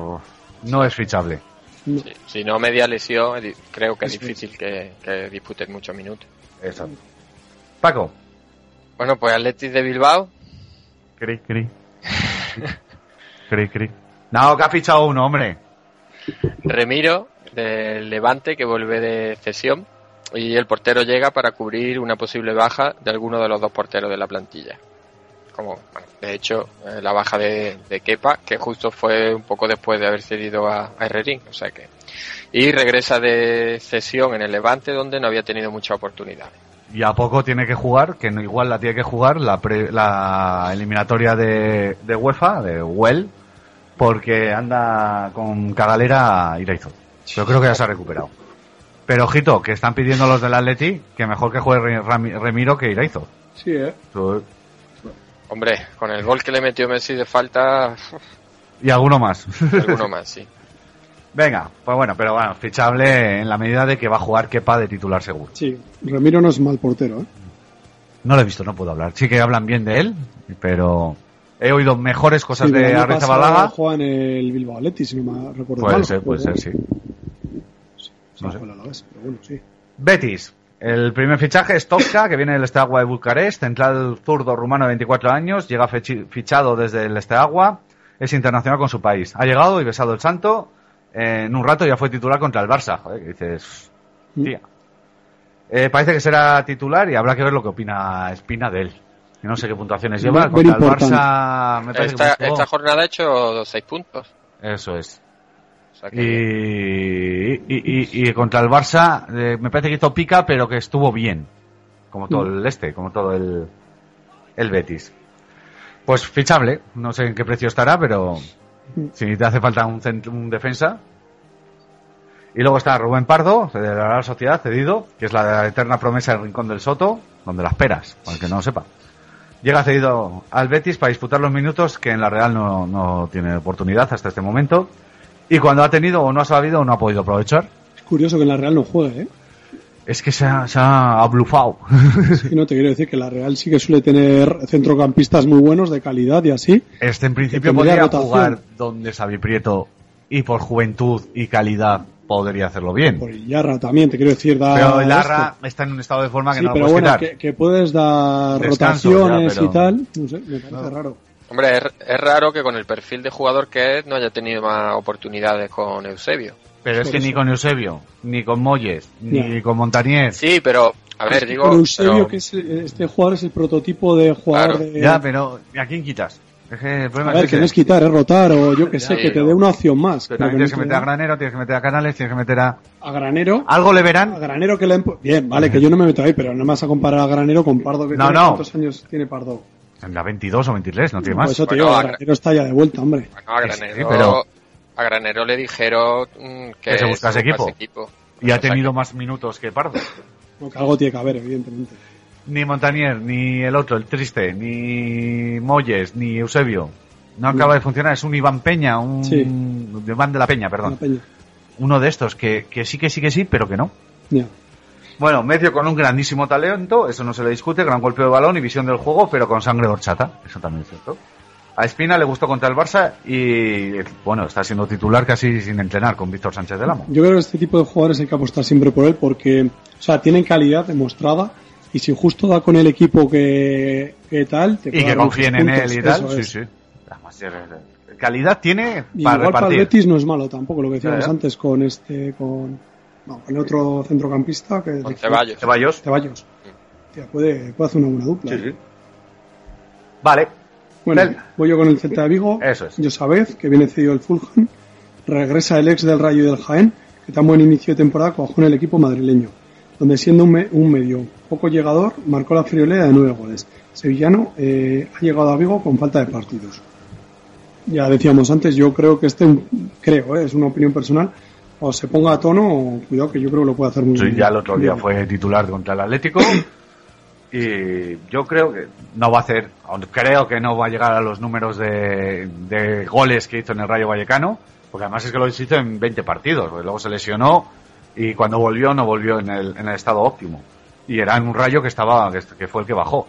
no es fichable. sí, si no media lesión, di- creo que es difícil que, que disputen muchos minutos. Exacto. Paco. Bueno, pues Atletis de Bilbao. Cri, cri. Cri, cri. No, que ha fichado uno, hombre. Remiro, del Levante que vuelve de cesión y el portero llega para cubrir una posible baja de alguno de los dos porteros de la plantilla. Como, bueno, de hecho, eh, la baja de, de Kepa, que justo fue un poco después de haber cedido a, a Herrerín, o sea que. Y regresa de cesión en el Levante, donde no había tenido mucha oportunidad. Y a poco tiene que jugar, que no igual la tiene que jugar, la, pre- la eliminatoria de, de UEFA, de UEL, porque anda con cagalera Iraizo. Yo creo que ya se ha recuperado. Pero ojito, que están pidiendo los del Atleti que mejor que juegue Re- Rami- Remiro que Iraizo. Sí, ¿eh? Tú- Hombre, con el gol que le metió Messi de falta, Y alguno más. alguno más, sí. Venga, pues bueno, pero bueno, fichable en la medida de que va a jugar Kepa de titular seguro. Sí. Ramiro no es mal portero, ¿eh? No lo he visto, no puedo hablar. Sí que hablan bien de él, pero he oído mejores cosas Sí, el de año Arrizabalaga. pasado Juega en el Bilbao Athletic, si no me recuerdo Puede mal. ser, puede ser, sí. No sé. Bueno, la ves, pero bueno, sí. Betis. El primer fichaje es Tosca, que viene del Steaua de Bucarest, central zurdo rumano de 24 años, llega fechi- fichado desde el Steaua, es internacional con su país. Ha llegado y besado el santo, eh, en un rato ya fue titular contra el Barça. Joder, que dices, Mm. tía. Eh, parece que será titular y habrá que ver lo que opina Espina de él. Yo no sé qué puntuaciones lleva. Contra el Barça me parece esta, que puntuó- esta jornada ha hecho seis puntos. Eso es. O sea Y, y- y- y contra el Barça eh, me parece que hizo pica, pero que estuvo bien. Como todo el este, como todo el, el Betis. Pues fichable, no sé en qué precio estará, pero si te hace falta un, cent- un defensa. Y luego está Rubén Pardo, de la Real Sociedad, cedido, que es la eterna promesa del Rincón del Soto, donde las peras, para el que no lo sepa. Llega cedido al Betis para disputar los minutos que en la Real no, no tiene oportunidad hasta este momento. Y cuando ha tenido o no ha sabido o no ha podido aprovechar, Es curioso que en la Real no juegue, ¿eh? es que se ha, se ha ablufado. Sí, no te quiero decir que la Real sí que suele tener centrocampistas muy buenos, de calidad y así. Este en principio tendría podría rotación. jugar donde Xavi Prieto y por juventud y calidad podría hacerlo bien. Y Yarra también, te quiero decir, da. Pero el esto. Arra está en un estado de forma que Sí, no lo pero puedes bueno, quitar. que, que puedes dar Descanso rotaciones ya, pero- y tal. No sé, me parece raro. Hombre, es, es raro que con el perfil de jugador que es no haya tenido más oportunidades con Eusebio. Pero es que ni con Eusebio, ni con Moyes, ni con Montanier. Sí, pero, a ver, Es que digo... con Eusebio, pero- que es el- este jugador es el prototipo de jugador de. Ya, pero ¿a quién quitas? Es que el problema a ver, es que ese. no es quitar, es rotar, o yo que sé, sí, que te dé una opción más. Pero Pero también tienes que no te meter a da- Granero, tienes que meter a Canales, tienes que meter a... a Granero. Algo le verán. A Granero que le han pu- Bien, vale, que yo no me meto ahí, pero no me vas a comparar a Granero con Pardo. Que No, tiene- no. ¿Cuántos años tiene Pardo? Tendrá 22 o 23, no tiene Por más. Pues eso te digo, Granero está ya de vuelta, hombre. No, a Granero, sí, pero- a Granero le dijeron mm, que, Que se buscase equipo. y ha O sea, tenido más minutos que Pardo. No, que algo tiene que haber, evidentemente. Ni Montanier, ni el otro, el triste, ni Moyes, ni Eusebio. No acaba de funcionar, es un Iván Peña, un Sí. de Iván de la Peña, perdón. La Peña. Uno de estos que, que sí, que sí, que sí, pero que no. Ya. Bueno, medio con un grandísimo talento, eso no se le discute, gran golpe de balón y visión del juego, pero con sangre de horchata, eso también es cierto. A Espina le gustó contra el Barça y, bueno, está siendo titular casi sin entrenar con Víctor Sánchez del Amo. Yo creo que este tipo de jugadores hay que apostar siempre por él porque, o sea, tienen calidad demostrada y si justo da con el equipo que, que tal, te Y puede que dar muchos confíen en puntos, él y tal, eso sí, es. sí. Además, eh, calidad tiene Y para igual para el repartir. Betis no es malo tampoco, lo que decíamos Claro. antes con este, con, no, con el otro centrocampista que Ceballos. Ceballos. Ceballos. Hostia, puede, puede hacer una buena dupla. ¿eh? Sí, sí. Vale. Bueno, voy yo con el Celta de Vigo. Eso es. Yosabez, que viene cedido del Fulham. Regresa el ex del Rayo y del Jaén, que tan buen inicio de temporada cuajó en el equipo madrileño, donde siendo un, me- un medio poco llegador, marcó la friolera de nueve goles. Sevillano eh, ha llegado a Vigo con falta de partidos. Ya decíamos antes, yo creo que este, creo, eh, es una opinión personal, o se ponga a tono, o cuidado que yo creo que lo puede hacer muy Sí, bien. ya el otro día fue titular contra el Atlético. Y yo creo que no va a hacer, aunque creo que no va a llegar a los números de, de goles que hizo en el Rayo Vallecano, porque además es que lo hizo en 20 partidos, porque luego se lesionó y cuando volvió no volvió en el, en el estado óptimo. Y era en un rayo que estaba que, que fue el que bajó.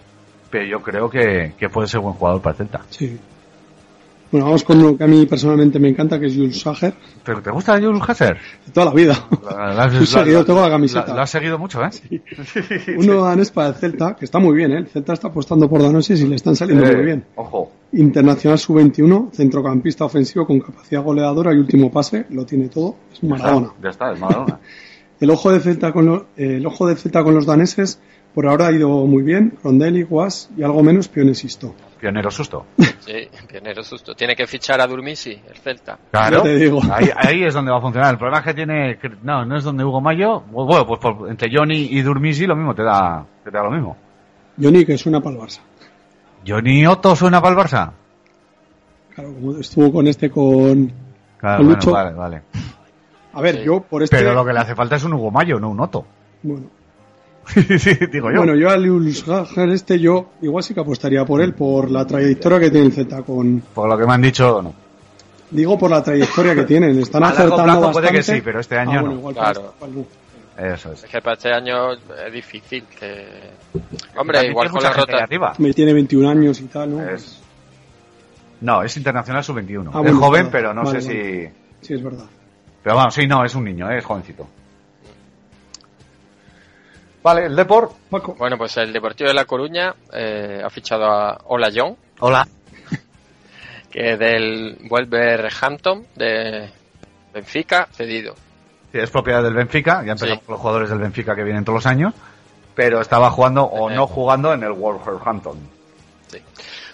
Pero yo creo que, que puede ser buen jugador para el Celta. Sí. Bueno, vamos con lo que a mí personalmente me encanta, que es Jules Sager, ¿Te, te gusta Jules Hasser? de toda la vida. Soy seguidor, tengo la camiseta. Lo has seguido mucho, ¿eh? Uno danés para el Celta, que está muy bien, ¿eh? El Celta está apostando por Danosis y le están saliendo Eh, muy bien. Ojo. Y internacional sub-21, centrocampista ofensivo con capacidad goleadora y último pase, lo tiene todo, es Ya está, Maradona. Ya está, es Maradona. El ojo de Celta con, lo- eh, el ojo de Celta con los daneses por ahora ha ido muy bien, Rondelli, Guas y algo menos Pionesisto. Pionero susto. Sí, pionero susto. Tiene que fichar a Durmisi, el Celta. Claro, Ya te digo. Ahí, ahí es donde va a funcionar. El problema es que tiene. No, no es donde Hugo Mayo. Bueno, pues por- entre Johnny y Durmisi lo mismo te da, te da lo mismo. Johnny, que suena para el Barça. ¿Johnny Otto suena para el Barça? Claro, como estuvo con este con... Claro, Con bueno, Lucho. vale, vale. A ver, yo por este... Pero lo que le hace falta es un Hugo Mayo, no un Otto. Bueno, Digo yo. bueno, yo a Lulzgager este yo igual sí que apostaría por él, por la trayectoria que tiene el Celta con... Por lo que me han dicho, no. Digo por la trayectoria que tienen, están A largo acertando plazo puede que bastante. sí, pero este año Ah, bueno, no. igual para Claro. Eso es. Es que para este año es difícil que... También Hombre, igual tiene con mucha la gente ahí rota... arriba. Me tiene 21 años y tal, ¿no? No, es internacional sub-21. Ah, es bueno, joven, claro. pero no Vale, sé vale. si. Sí, es verdad. Pero vamos, sí, no, es un niño, eh, es jovencito. Vale, el Deport. Bueno, pues el Deportivo de La Coruña eh, ha fichado a Olajon, Hola. que es del Wolverhampton de Benfica, cedido. Sí, es propiedad del Benfica. Ya empezamos Sí. con los jugadores del Benfica que vienen todos los años. Pero estaba jugando o no jugando en el Wolverhampton.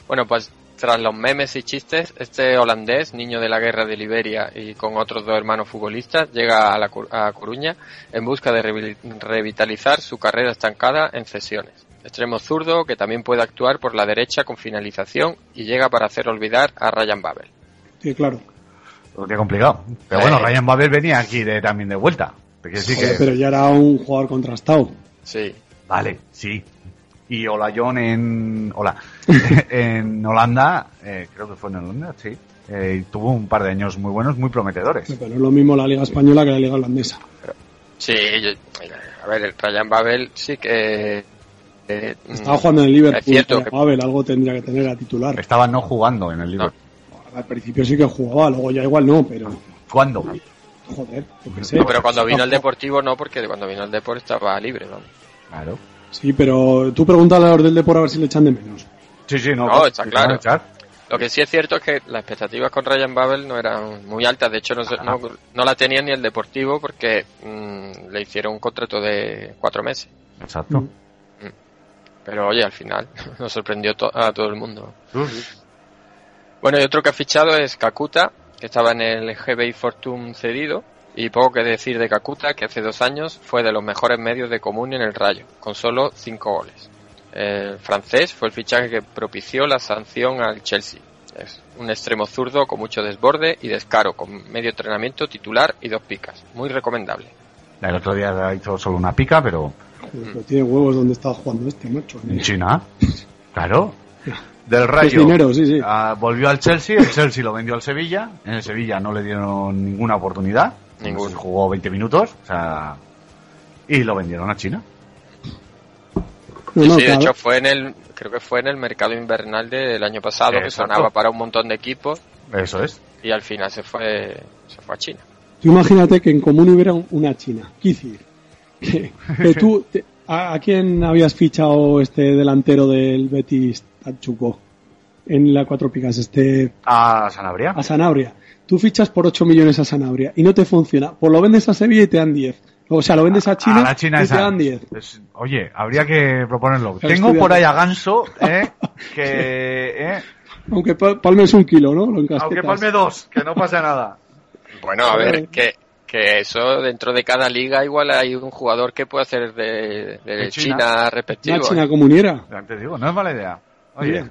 Bueno, pues tras los memes y chistes, este holandés, niño de la guerra de Liberia y con otros dos hermanos futbolistas, llega a, la, Cor- a Coruña en busca de revi- revitalizar su carrera estancada en cesiones. Extremo zurdo que también puede actuar por la derecha con finalización y llega para hacer olvidar a Ryan Babel. Sí, claro. Qué complicado. Pero bueno, Ryan Babel venía aquí de- también de vuelta. Te quiero decir Joder, que- Pero ya era un jugador contrastado. Sí. Vale, sí. Y Hola John en. Hola. en Holanda, eh, creo que fue en Holanda, sí. eh, y tuvo un par de años muy buenos, muy prometedores. Pero no es lo mismo la liga española que la liga holandesa. Sí, yo- a ver, el Ryan Babel sí que... eh, Estaba jugando en el Liverpool. Es cierto pero, Pavel, algo tendría que tener a titular. Estaba no jugando en el Liverpool. Al principio sí que jugaba, luego ya igual no, pero ¿Cuándo? joder, yo qué sé. No, pero cuando vino el Deportivo no, porque cuando vino el Deportivo estaba libre, ¿no? Claro. Sí, pero tú pregúntale a los del Depor a ver si le echan de menos. Sí, sí, no. No, está claro. Echar. Lo que sí es cierto es que las expectativas con Ryan Babel no eran muy altas. De hecho, no, se- no, no la tenía ni el Deportivo porque mm, le hicieron un contrato de cuatro meses. Exacto. Pero oye, al final nos sorprendió to- a todo el mundo. Bueno, y otro que ha fichado es Kakuta, que estaba en el GBI Fortune cedido. Y poco que decir de Kakuta, que hace dos años fue de los mejores medios de común en el Rayo, con solo cinco goles. El francés fue el fichaje que propició la sanción al Chelsea. Es un extremo zurdo con mucho desborde y descaro, con medio entrenamiento titular y dos picas. Muy recomendable. El otro día hizo solo una pica, pero Mm. Joder, pero tiene huevos donde estaba jugando este, macho. en China. Claro. Del Es Rayo. dinero, sí, sí. ah, volvió al Chelsea, el Chelsea lo vendió al Sevilla. En el Sevilla no le dieron ninguna oportunidad. Ninguna. Se Jugó 20 minutos, o sea. Y lo vendieron a China. No, no, sí, de claro. hecho fue en el, creo que fue en el mercado invernal del año pasado que Exacto. sonaba para un montón de equipos Eso es. y al final se fue, se fue a China. Tú imagínate que en común hubiera una china, Kizir. Que, que tú, te- a, a quién habías fichado este delantero del Betis Tachuco? En la cuatro picas, este A Sanabria. a Sanabria. Tú fichas por 8 millones a Sanabria y no te funciona. Pues lo vendes a Sevilla y te dan 10. O sea, lo vendes a China, a la China y esa. te dan 10. Es- oye, habría que proponerlo. Claro, Tengo estoy por de ahí a Ganso, ¿eh? que. ¿eh? Aunque pa- palmes un kilo, ¿no? Lo encasquetas. Aunque palme dos, que no pasa nada. Bueno, a Joder. ver, que, que eso dentro de cada liga igual hay un jugador que puede hacer de, de De China. China, respectivo. Una eh. China comuniera. Te digo, no es mala idea. Oye, Mira,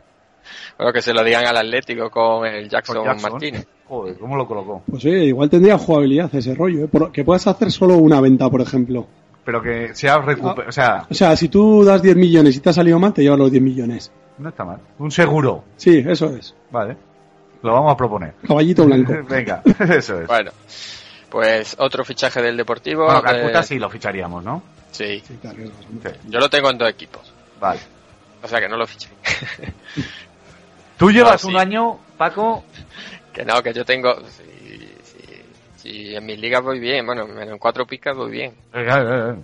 Bueno, que se lo digan al Atlético con el Jackson, con Jackson. Martínez. Joder, ¿cómo lo colocó? Pues oye, igual tendría jugabilidad ese rollo, ¿eh? Por- que puedas hacer solo una venta, por ejemplo. Pero que sea recuperado. O sea, O sea, si tú das 10 millones y te ha salido mal, te llevas los 10 millones. no está mal. Un seguro. Sí, eso es. Vale. Lo vamos a proponer. Caballito blanco. Venga, eso es. Bueno, pues otro fichaje del Deportivo. Bueno, eh, Calcuta sí lo ficharíamos, ¿no? sí. Sí, te arriesgas, hombre. Sí. yo lo tengo en dos equipos. Vale. O sea que no lo fiché. Tú llevas sí. un año, Paco. Que no, que yo tengo. Si, si- si en mis ligas voy bien, bueno, menos en cuatro picas voy bien. Eh, Vale, vale,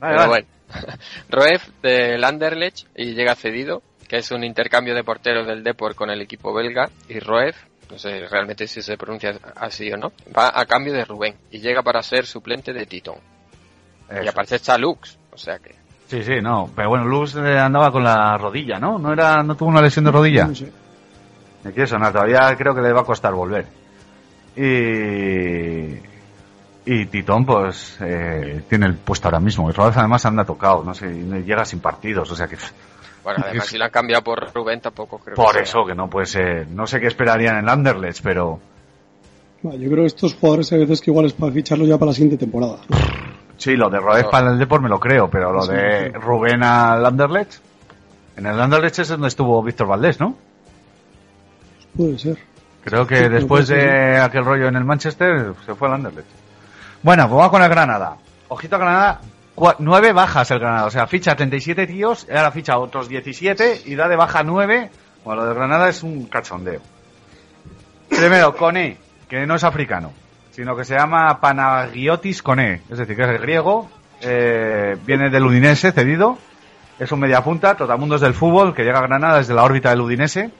vale. Vale, Pero vale. bueno. Roef del Anderlecht y llega cedido. que es un intercambio de porteros del Deport con el equipo belga y Roef, no sé realmente si se pronuncia así o no, va a cambio de Rubén y llega para ser suplente de Titón. Y Eso. aparte está Lux, o sea que Sí, sí, no. Pero bueno, Luz eh, andaba con la rodilla, ¿no? ¿No, era, no tuvo una lesión de rodilla? No sé. Me quiere sonar, todavía creo que le va a costar volver. Y. Y Titón, pues, eh, tiene el puesto ahora mismo. Y Rodolfo además anda tocado, no sé, y llega sin partidos, o sea que. Bueno, además, Es- si lo han cambiado por Rubén, tampoco creo. Por que eso que no puede ser. No sé qué esperarían en Anderlecht, pero. Bueno, yo creo que estos jugadores hay veces que igual es para ficharlos ya para la siguiente temporada. Sí, lo de Rodríguez No. para el Deport me lo creo, pero lo Sí, de sí. Rubén al Anderlecht. En el Anderlecht es donde estuvo Víctor Valdés, ¿no? Puede ser. Creo Sí, que creo después que de aquel rollo en el Manchester se fue al Anderlecht. Bueno, pues vamos con el Granada. Ojito a Granada, cua- nueve bajas el Granada. O sea, ficha 37 tíos, y ahora ficha otros 17 y da de baja 9. Bueno, lo de Granada es un cachondeo. Primero, Cone, que no es africano, sino que se llama Panagiotis Cone. Es decir, que es griego, eh, viene del Udinese, cedido. Es un mediapunta, trotamundos del fútbol, que llega a Granada desde la órbita del Udinese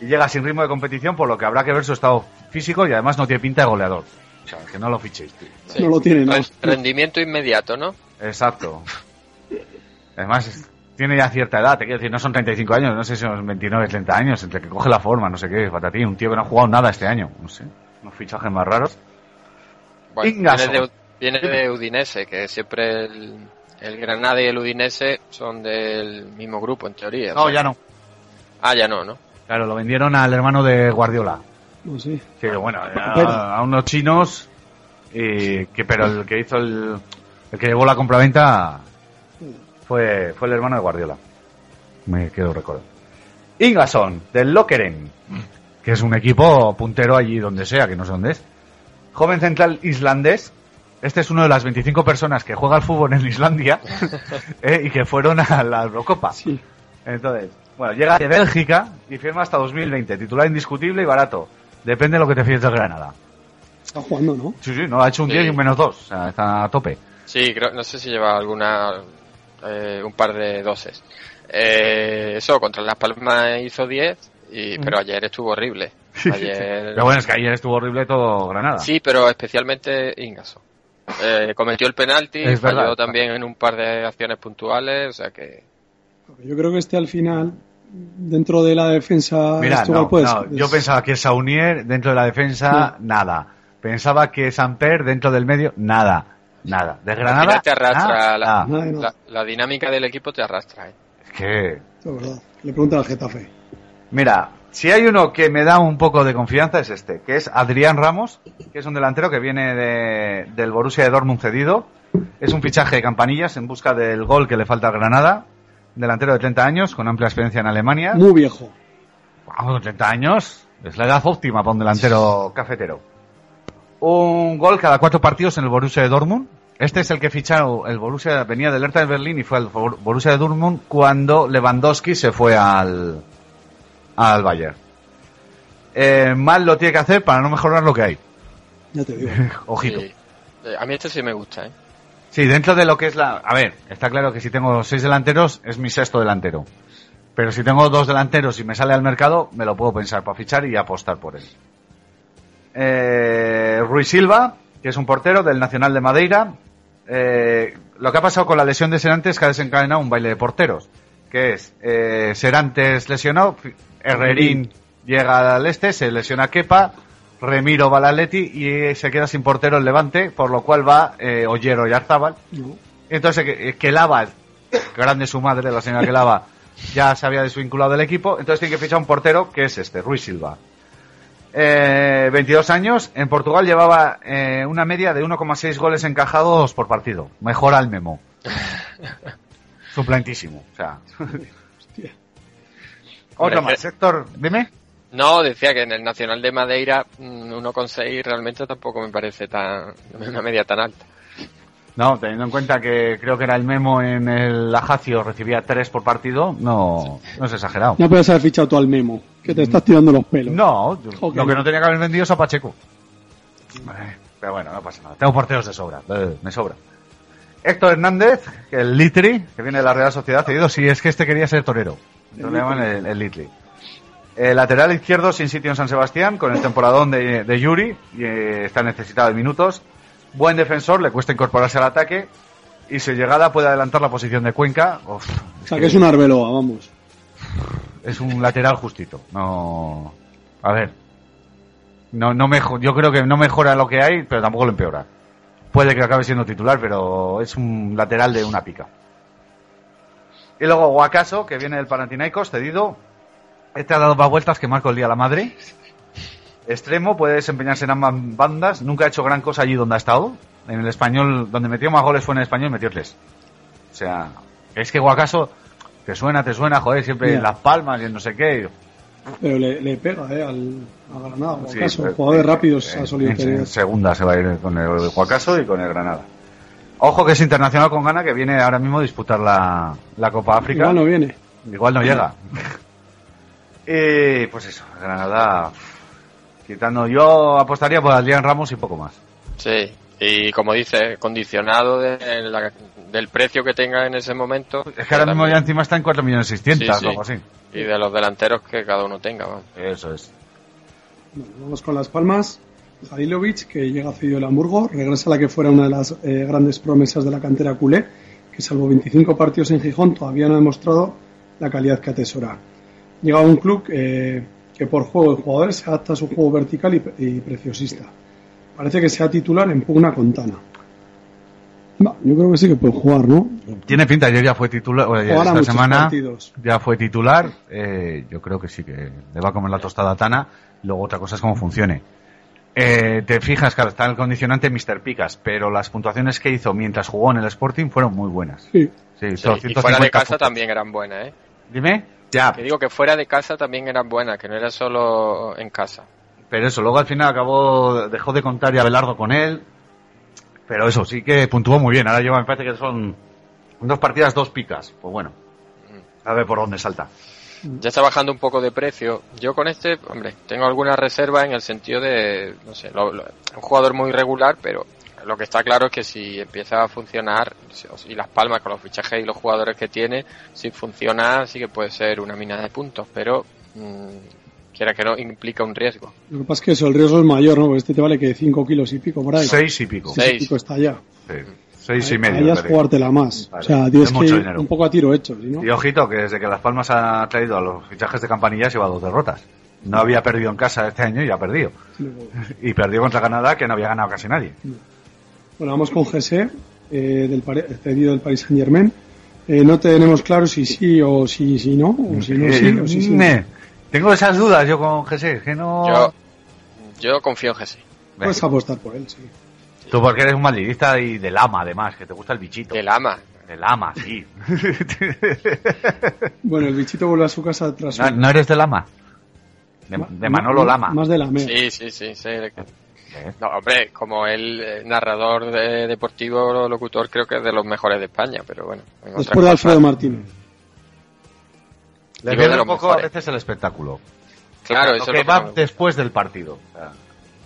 y llega sin ritmo de competición, por lo que habrá que ver su estado físico y además no tiene pinta de goleador. O sea, que no lo fichéis, tío. Sí. No lo tiene, no. Ren- Rendimiento inmediato, ¿no? Exacto. Además, es- tiene ya cierta edad, te quiero decir, no son 35 años, no sé si son 29, 30 años, entre que coge la forma, no sé qué, patatín, un tío que no ha jugado nada este año, no sé, unos fichajes más raros. Bueno, Ingaso. viene, de, viene de Udinese, que siempre el, el Granada y el Udinese son del mismo grupo, en teoría. o No, sea. ya no. Ah, ya no, ¿no? Claro, lo vendieron al hermano de Guardiola. No sé. Sí, bueno, a, a unos chinos, eh, que, pero el que hizo el, el que llevó la compraventa fue, fue el hermano de Guardiola. Me quedo recordar. Ingason, del Lokeren, que es un equipo puntero allí donde sea, que no sé dónde es. Joven central islandés. Este es uno de las 25 personas que juega al fútbol en Islandia eh, y que fueron a la Eurocopa. Entonces, bueno, llega de Bélgica y firma hasta 2020. Titular indiscutible y barato. Depende de lo que te fíes del Granada. Está jugando, ¿no? Sí, sí, no, ha hecho un Sí. 10 y un menos 2. O sea, está a tope. Sí, creo, no sé si lleva alguna. eh, un par de doses. Eh, eso, contra Las Palmas hizo 10, y, pero ayer estuvo horrible. Ayer, Pero bueno, es que ayer estuvo horrible todo Granada. Sí, pero especialmente Ingaso. Eh, cometió el penalti, Es falló verdad. también en un par de acciones puntuales, o sea que Yo creo que este al final, dentro de la defensa, Mira, esto pues no, igual puede no, ser. yo pensaba que Saunier dentro de la defensa, nada. Pensaba que Samper dentro del medio, nada. Nada. De al Granada, final te arrastra la, nada. la- la dinámica del equipo te arrastra. ¿eh? Es que... Es verdad. Le pregunta al Getafe. Mira, si hay uno que me da un poco de confianza es este, que es Adrián Ramos, que es un delantero que viene de- del Borussia de Dortmund cedido. Es un fichaje de campanillas en busca del gol que le falta a Granada. Delantero de 30 años, con amplia experiencia en Alemania. Muy viejo. Vamos, 30 años. Es la edad óptima para un delantero cafetero. Un gol cada cuatro partidos en el Borussia de Dortmund. Este es el que ficharon el Borussia, venía del Hertha de Berlín y fue al Bor- Borussia de Dortmund cuando Lewandowski se fue al, al Bayern. Eh, mal lo tiene que hacer para no mejorar lo que hay. Ya te digo. Ojito. Sí. Eh, a mí este sí me gusta. ¿eh? Sí, dentro de lo que es la... A ver, está claro que si tengo seis delanteros, es mi sexto delantero. Pero si tengo dos delanteros y me sale al mercado, me lo puedo pensar para fichar y apostar por él. Eh, Ruiz Silva, que es un portero del Nacional de Madeira. Eh, lo que ha pasado con la lesión de Serantes es que ha desencadenado un baile de porteros. Que es, eh, Serantes lesionó, Fi- Herrerín llega al este, se lesiona Kepa, Remiro va al Atleti y eh, se queda sin portero el Levante, por lo cual va eh, Ollero y Arzábal. Entonces, que, eh, que Lava, grande su madre, la señora que Lava, ya se había desvinculado del equipo. Entonces, tiene que fichar un portero que es este, Ruiz Silva. Eh, 22 años, en Portugal llevaba eh, una media de 1,6 goles encajados por partido. Mejor al memo. Suplantísimo. O sea. Otro Hombre, más, Héctor, dime. No, decía que en el Nacional de Madeira mm, 1,6 realmente tampoco me parece tan una media tan alta. No, teniendo en cuenta que creo que era el memo en el Ajacio, recibía 3 por partido, no, no es exagerado. Ya puedes haber fichado tú al Memo, que te estás tirando los pelos. No, yo- Ok. lo que no tenía que haber vendido es a Pacheco. Eh, Pero bueno, no pasa nada. Tengo porteros de sobra, eh, me sobra. Héctor Hernández, el Litri, que viene de la Real Sociedad, cedido. Sí, es que este quería ser torero. Lo llaman el, el Litli. El lateral izquierdo sin sitio en San Sebastián, con el temporadón de, de Yuri, y, eh, está necesitado de minutos. Buen defensor, le cuesta incorporarse al ataque. Y su llegada puede adelantar la posición de Cuenca. Uf, O sea, que es un Arbeloa, vamos. es un lateral justito. No. A ver. No, no mejo- yo creo que no mejora lo que hay, pero tampoco lo empeora. Puede que acabe siendo titular, pero es un lateral de una pica. Y luego Guacaso, que viene del Panathinaikos, cedido. Este ha dado más vueltas que Marco el día a la madre. Extremo, puede desempeñarse en ambas bandas. Nunca ha hecho gran cosa allí donde ha estado. En el español, donde metió más goles fue en el español, metió tres. O sea, es que Guacaso, te suena, te suena, joder, siempre Ya. en Las Palmas y en no sé qué. Pero le, le pega, ¿eh? Al, a Granada, por Sí, acaso. pero- Jugadores rápidos ha solido En, tener. en segunda se va a ir con el Guacaso y con el Granada. Ojo que es internacional con Gana, que viene ahora mismo a disputar la, la Copa África. Igual no viene. Igual no llega. Eh, pues eso, Granada. Quitando, yo apostaría por Adrián Ramos y poco más. Sí, y como dice, condicionado de la- del precio que tenga en ese momento. Es que ahora mismo ya encima está en 4.600.000 Sí, sí. o algo así. Y de los delanteros que cada uno tenga. vamos. Eso es. Bueno, vamos con Las Palmas. Jalilovic, que llega cedido del Hamburgo, regresa a la que fuera una de las eh, grandes promesas de la cantera culé, que salvo 25 partidos en Gijón todavía no ha demostrado la calidad que atesora. Llega a un club eh, que por juego de jugadores se adapta a su juego vertical y, y preciosista. Parece que sea titular en pugna con Tana. Va, yo creo que sí que puede jugar, ¿no? Tiene pinta, ayer ya fue titular, o ayer, Eh, Jugará esta muchos semana partidos. ya fue titular, eh, yo creo que sí que le va a comer la tostada a Tana, luego otra cosa es cómo funcione. Eh, te fijas, claro, está el condicionante Mr. Picas, pero las puntuaciones que hizo mientras jugó en el Sporting fueron muy buenas. Sí, Sí, y 250 fuera de casa puntos. también eran buenas, ¿eh? Dime, ya, Que digo que fuera de casa también eran buenas, que no era solo en casa. pero eso, luego al final acabó, dejó de contar y Abelardo con él, pero eso, sí que puntuó muy bien, ahora lleva, me parece que son dos partidas, dos picas, pues bueno, a ver por dónde salta. Ya está bajando un poco de precio. Yo con este, hombre, tengo alguna reserva en el sentido de, no sé, lo- lo- un jugador muy regular, pero lo que está claro es que si empieza a funcionar, si- y Las Palmas con los fichajes y los jugadores que tiene, si funciona, sí que puede ser una mina de puntos, pero mm, quiera que no, implica un riesgo. Lo que pasa es que eso, el riesgo es mayor, ¿no? Porque este te vale que 5 kilos y pico por ahí. Seis y pico. Seis y pico está allá. Sí, seis y medio. Ahí me es parece. jugártela más. Vale. O sea, tienes Es mucho que ir dinero. un poco a tiro hecho, ¿sí, no? Y ojito, que desde que Las Palmas ha traído a los fichajes de campanilla lleva dos derrotas. No había perdido en casa este año y ha perdido. Y perdió contra Canadá, que no había ganado casi nadie. Bueno, vamos con GC, eh, del Pari- cedido del Paris Saint Germain. no tenemos claro si sí o si, si no, o si no Eh, sí o si sí. ne, Tengo esas dudas yo con Jesse, que no... Yo, yo confío en Jesse. Puedes apostar por él, sí. Tú porque eres un madridista y del ama, además, que te gusta el bichito. Del ama. Del ama, sí. Bueno, el bichito vuelve a su casa tras... ¿No, no eres del ama? De, de Manolo Lama. Más de la mea. Sí, sí, sí, sí. No, hombre, como él, eh, narrador de- deportivo, locutor, creo que es de los mejores de España, pero bueno. en otras Después de cosas- Alfredo Martínez. Digo, Le de pierde los un poco mejores. a veces el espectáculo. ¿eh? Claro, Lo eso que es lo que va no me gusta. después del partido. O sea, mm.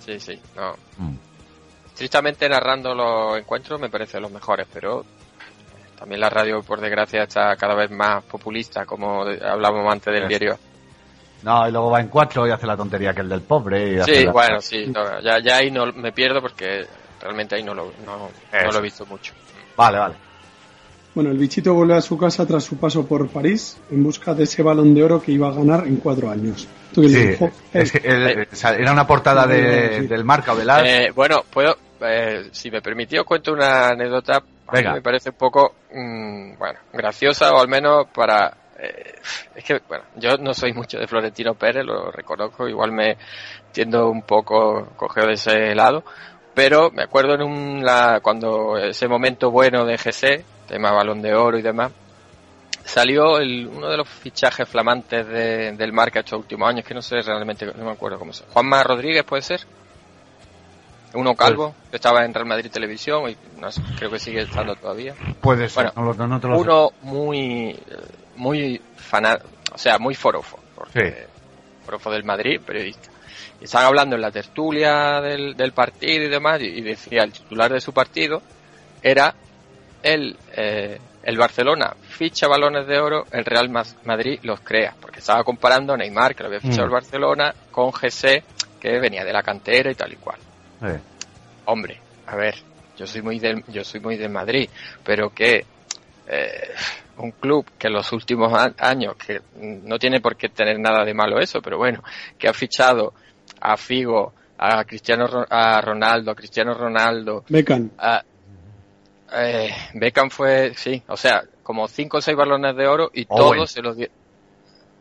Sí, sí, no. Estrictamente narrando los encuentros me parece los mejores, pero eh, también la radio, por desgracia, está cada vez más populista, como de- hablábamos antes del Sí. diario. No, y luego va en cuatro y hace la tontería que el del pobre. Y hace Sí, la- bueno, sí, no, ya, ya ahí no me pierdo porque realmente ahí no lo, no, no lo he visto mucho. Vale, vale. Bueno, el bichito vuelve a su casa tras su paso por París en busca de ese balón de oro que iba a ganar en cuatro años. Tú que le eh, Sí, dijo, es que el- o sea, era una portada de- Sí. del marca Velar. Eh, bueno, puedo, eh, si me permití, os cuento una anécdota a mí Venga. me parece un poco, mm, bueno, graciosa o al menos para... eh, es que, bueno, yo no soy mucho de Florentino Pérez, lo reconozco, igual me tiendo un poco cogeo de ese lado, pero me acuerdo en un, la, cuando ese momento bueno de GC, tema balón de oro y demás, salió el- uno de los fichajes flamantes de- del marca estos últimos años, que no sé realmente, no me acuerdo cómo se Juanma Rodríguez puede ser. Uno calvo, que estaba en Real Madrid Televisión y no sé, creo que sigue estando todavía. Puede Bueno, ser, no, lo- no te lo sé. Uno muy, eh, muy fanal, o sea, muy forofo, porque forofo del Madrid, periodista. Y estaban hablando en la tertulia del, del partido y demás, y, y decía el titular de su partido era el, eh, el Barcelona ficha balones de oro, el Real Mas- Madrid los crea. Porque estaba comparando a Neymar, que lo había fichado Mm. el Barcelona, con GC, que venía de la cantera y tal y cual. Eh, Hombre, a ver, yo soy muy del, yo soy muy del Madrid, pero que eh, un club que en los últimos a- años, que mm, no tiene por qué tener nada de malo eso, pero bueno, que ha fichado a Figo, a Cristiano Ro- a Ronaldo, a Cristiano Ronaldo, Beckham. a eh, Beckham fue, sí, o sea, como cinco o seis balones de oro y Owen. todos se los di-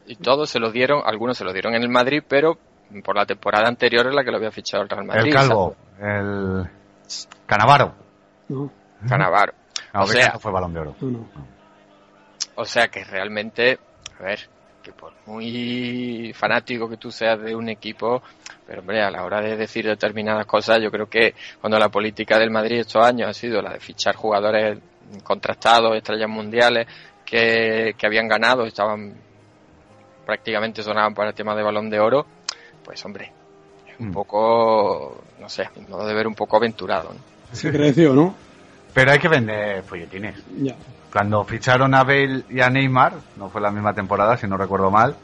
y todos se los dieron, algunos se los dieron en el Madrid, pero por la temporada anterior en la que lo había fichado el Real Madrid. el calvo, el Canavaro. No, Canavaro. No, O sea- Beckham no fue balón de oro. no, no. O sea que realmente, a ver, que por muy fanático que tú seas de un equipo, pero hombre, a la hora de decir determinadas cosas, yo creo que cuando la política del Madrid estos años ha sido la de fichar jugadores contrastados, estrellas mundiales, que, que habían ganado, estaban prácticamente sonaban para el tema de balón de oro, pues hombre, es Mm. un poco, no sé, a mi modo de ver un poco aventurado. ¿no? Se creció, ¿no? Pero hay que vender folletines. Ya. Cuando ficharon a Bale y a Neymar, no fue la misma temporada, si no recuerdo mal,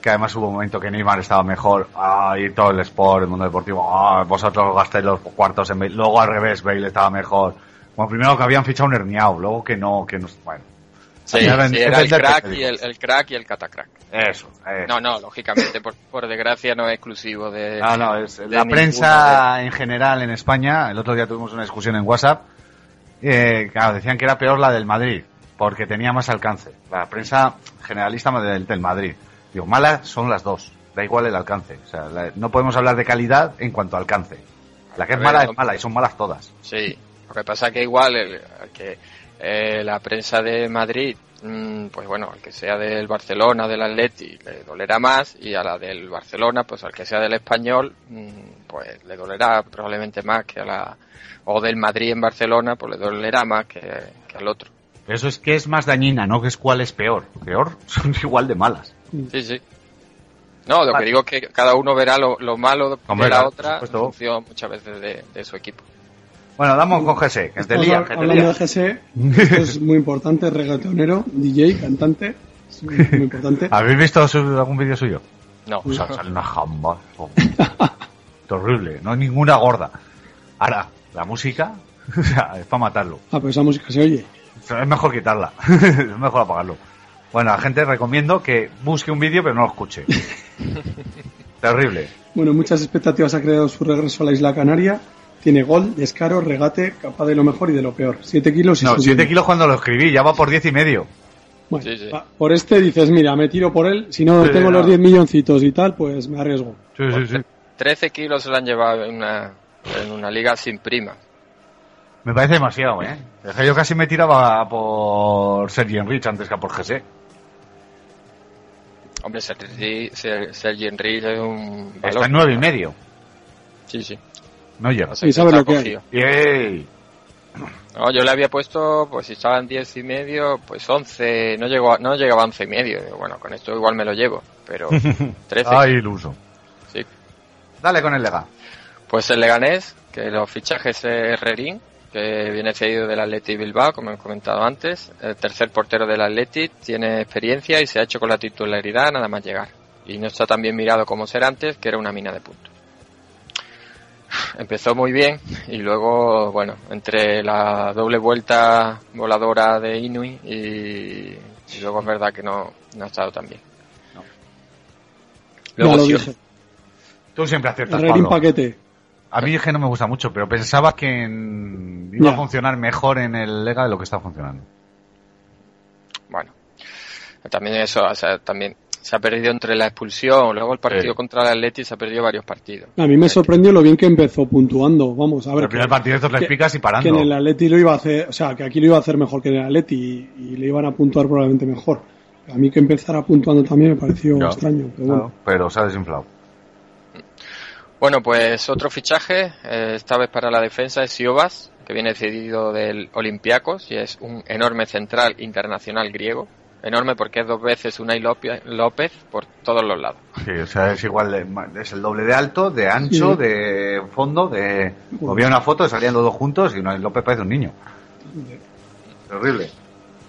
que además hubo un momento que Neymar estaba mejor, ah, y todo el sport, el mundo deportivo, ah, vosotros gastáis los cuartos en Bale, luego al revés, Bale estaba mejor. Bueno, primero que habían fichado un herniado, luego que no, que no, bueno. Sí, Al final sí, es era el vender que crack te y digo. el, el crack y el catacrack. Eso, eso. No, no, lógicamente, por, por desgracia no es exclusivo de. Ah, No, no, es de la ninguno prensa en general en España, el otro día tuvimos una discusión en WhatsApp, eh, claro, decían que era peor la del Madrid, porque tenía más alcance. La prensa generalista del, del Madrid. Digo, malas son las dos, da igual el alcance. O sea, la- no podemos hablar de calidad en cuanto a alcance. La que A es ver, mala no- es mala y son malas todas. de- Sí, lo que pasa que igual el- que eh, la prensa de Madrid, mm, pues bueno, al que sea del Barcelona, del Atleti, le dolerá más y a la del Barcelona, pues al que sea del Español, mm, pues le dolerá probablemente más que a la o del Madrid en Barcelona, pues le dolerá más que, que al otro. Eso es que es más dañina, no que es cuál es peor. Peor son igual de malas. Sí, sí. No, lo que Vale. digo es que cada uno verá lo, lo malo Hombre, de la claro, por otra en supuesto. función muchas veces de, de su equipo. Bueno, damos con Jesse, que te Estamos lía, hab- que te hablando lía. de GC, eh. esto es muy importante, reggaetonero, DJ, cantante, es muy, muy importante. ¿Habéis visto su- algún vídeo suyo? No, O sea, sale Pues una jamba. Horrible, no hay ninguna gorda. Ahora, la música, o sea, es para matarlo. Ah, pues esa música se oye. O sea, Es mejor quitarla, es mejor apagarlo. Bueno, a la gente recomiendo que busque un vídeo pero no lo escuche. Terrible. Bueno, muchas expectativas ha creado su regreso a la isla canaria. Tiene gol, descaro, regate, capaz de lo mejor y de lo peor. 7 kilos y No, sin 7 duda. kilos cuando lo escribí, ya va por 10 y medio. Bueno, Sí, sí. va, Por este dices, mira, me tiro por él. Si no Sí, tengo no. los 10 milloncitos y tal, pues me arriesgo. Sí, sí, sí. 13 kilos se lo han llevado en una, en una liga sin prima. Me parece demasiado, ¿eh? Es que Yo casi me tiraba a por Sergi Enrich antes que a por Jesse. Hombre, Sergi, Ser- Sergi Enrich es un valor. Está en 9 y medio, Sí, sí. no llega. O sea, Y sabe está lo que hay. cogido. ¡Yey! No, yo le había puesto, pues si estaban 10 y medio, pues 11, no llegó a- no llegaba a 11 y medio. Digo, Bueno, con esto igual me lo llevo, pero 13. ¡Ay, iluso! sí. Dale con el lega. Pues el Leganés, que los fichajes es Rerín, que viene cedido del Atleti Bilbao, como he comentado antes, el tercer portero del Atleti, tiene experiencia y se ha hecho con la titularidad nada más llegar. Y no está tan bien mirado como ser antes, que era una mina de puntos. Empezó muy bien y luego, bueno, entre la doble vuelta voladora de Inui y, y luego es verdad que no, no ha estado tan bien. Luego ya lo sí, dije. Tú siempre aciertas, Herrerín Pablo. paquete. A mí es que no me gusta mucho, pero pensaba que en- iba a Ya. funcionar mejor en el Lega de lo que está funcionando. bueno, también eso, o sea, también se ha perdido entre la expulsión, luego el partido Sí. contra el Atleti se ha perdido varios partidos. A mí me sorprendió lo bien que empezó puntuando. Vamos, a ver. el primer que- partido estos les que- picas y que parando. en el Atleti lo iba a hacer, o sea, que aquí lo iba a hacer mejor que en el Atleti y, y le iban a puntuar probablemente mejor. A mí que empezara puntuando también me pareció Ya. extraño, pero Claro, bueno. pero se ha desinflado. Bueno, pues otro fichaje, eh, esta vez para la defensa, es Siobas, que viene cedido del Olympiacos y es un enorme central internacional griego. Enorme porque es dos veces Unai López, López por todos los lados. Sí, o sea, es igual, de ma- es el doble de alto, de ancho, Sí. de Pues fondo, de... O vi una foto, salían los dos juntos y no, López parece un niño. Horrible.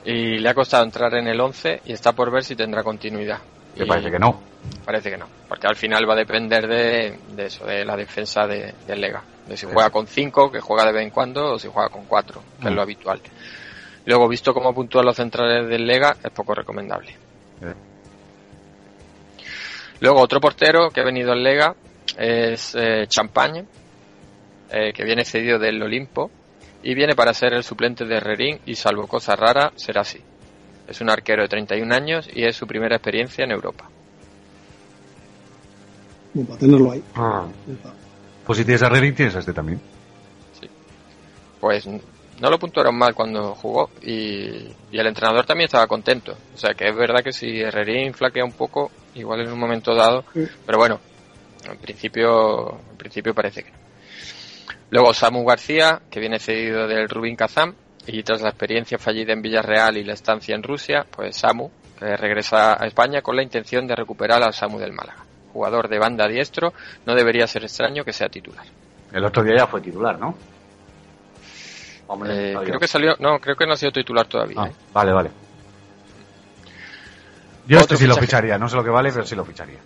Y le ha costado entrar en el 11 y está por ver si tendrá continuidad. Que Y parece que no. Parece que no, porque al final va a depender de, de eso, de la defensa de, del Lega. De si juega con 5, que juega de vez en cuando, o si juega con 4, que es Mm. lo habitual. Luego, visto cómo puntúan los centrales del Lega, es poco recomendable. Eh. Luego, otro portero que ha venido al Lega es eh, Champagne, eh, que viene cedido del Olimpo y viene para ser el suplente de Herrerín y salvo cosa rara, será así. Es un arquero de 31 años y es su primera experiencia en Europa. Bueno, para tenerlo ahí. Pues si tienes a Redding, tienes a este también. pues n- no lo puntuaron mal cuando jugó y, y el entrenador también estaba contento. O sea que es verdad que si Herrerín flaquea un poco, igual en un momento dado, pero bueno, en principio, en principio parece que no. Luego Samu García, que viene cedido del Rubin Kazán y tras la experiencia fallida en Villarreal y la estancia en Rusia, pues Samu que regresa a España con la intención de recuperar al Samu del Málaga. Jugador de banda diestro, no debería ser extraño que sea titular. El otro día ya fue titular, ¿no? Eh, adiós. Ah. creo que salió, no, creo que no ha sido titular todavía. ¿eh? Vale, vale. Yo este Otro sí lo fichaje. ficharía, no sé lo que vale, pero sí lo ficharía.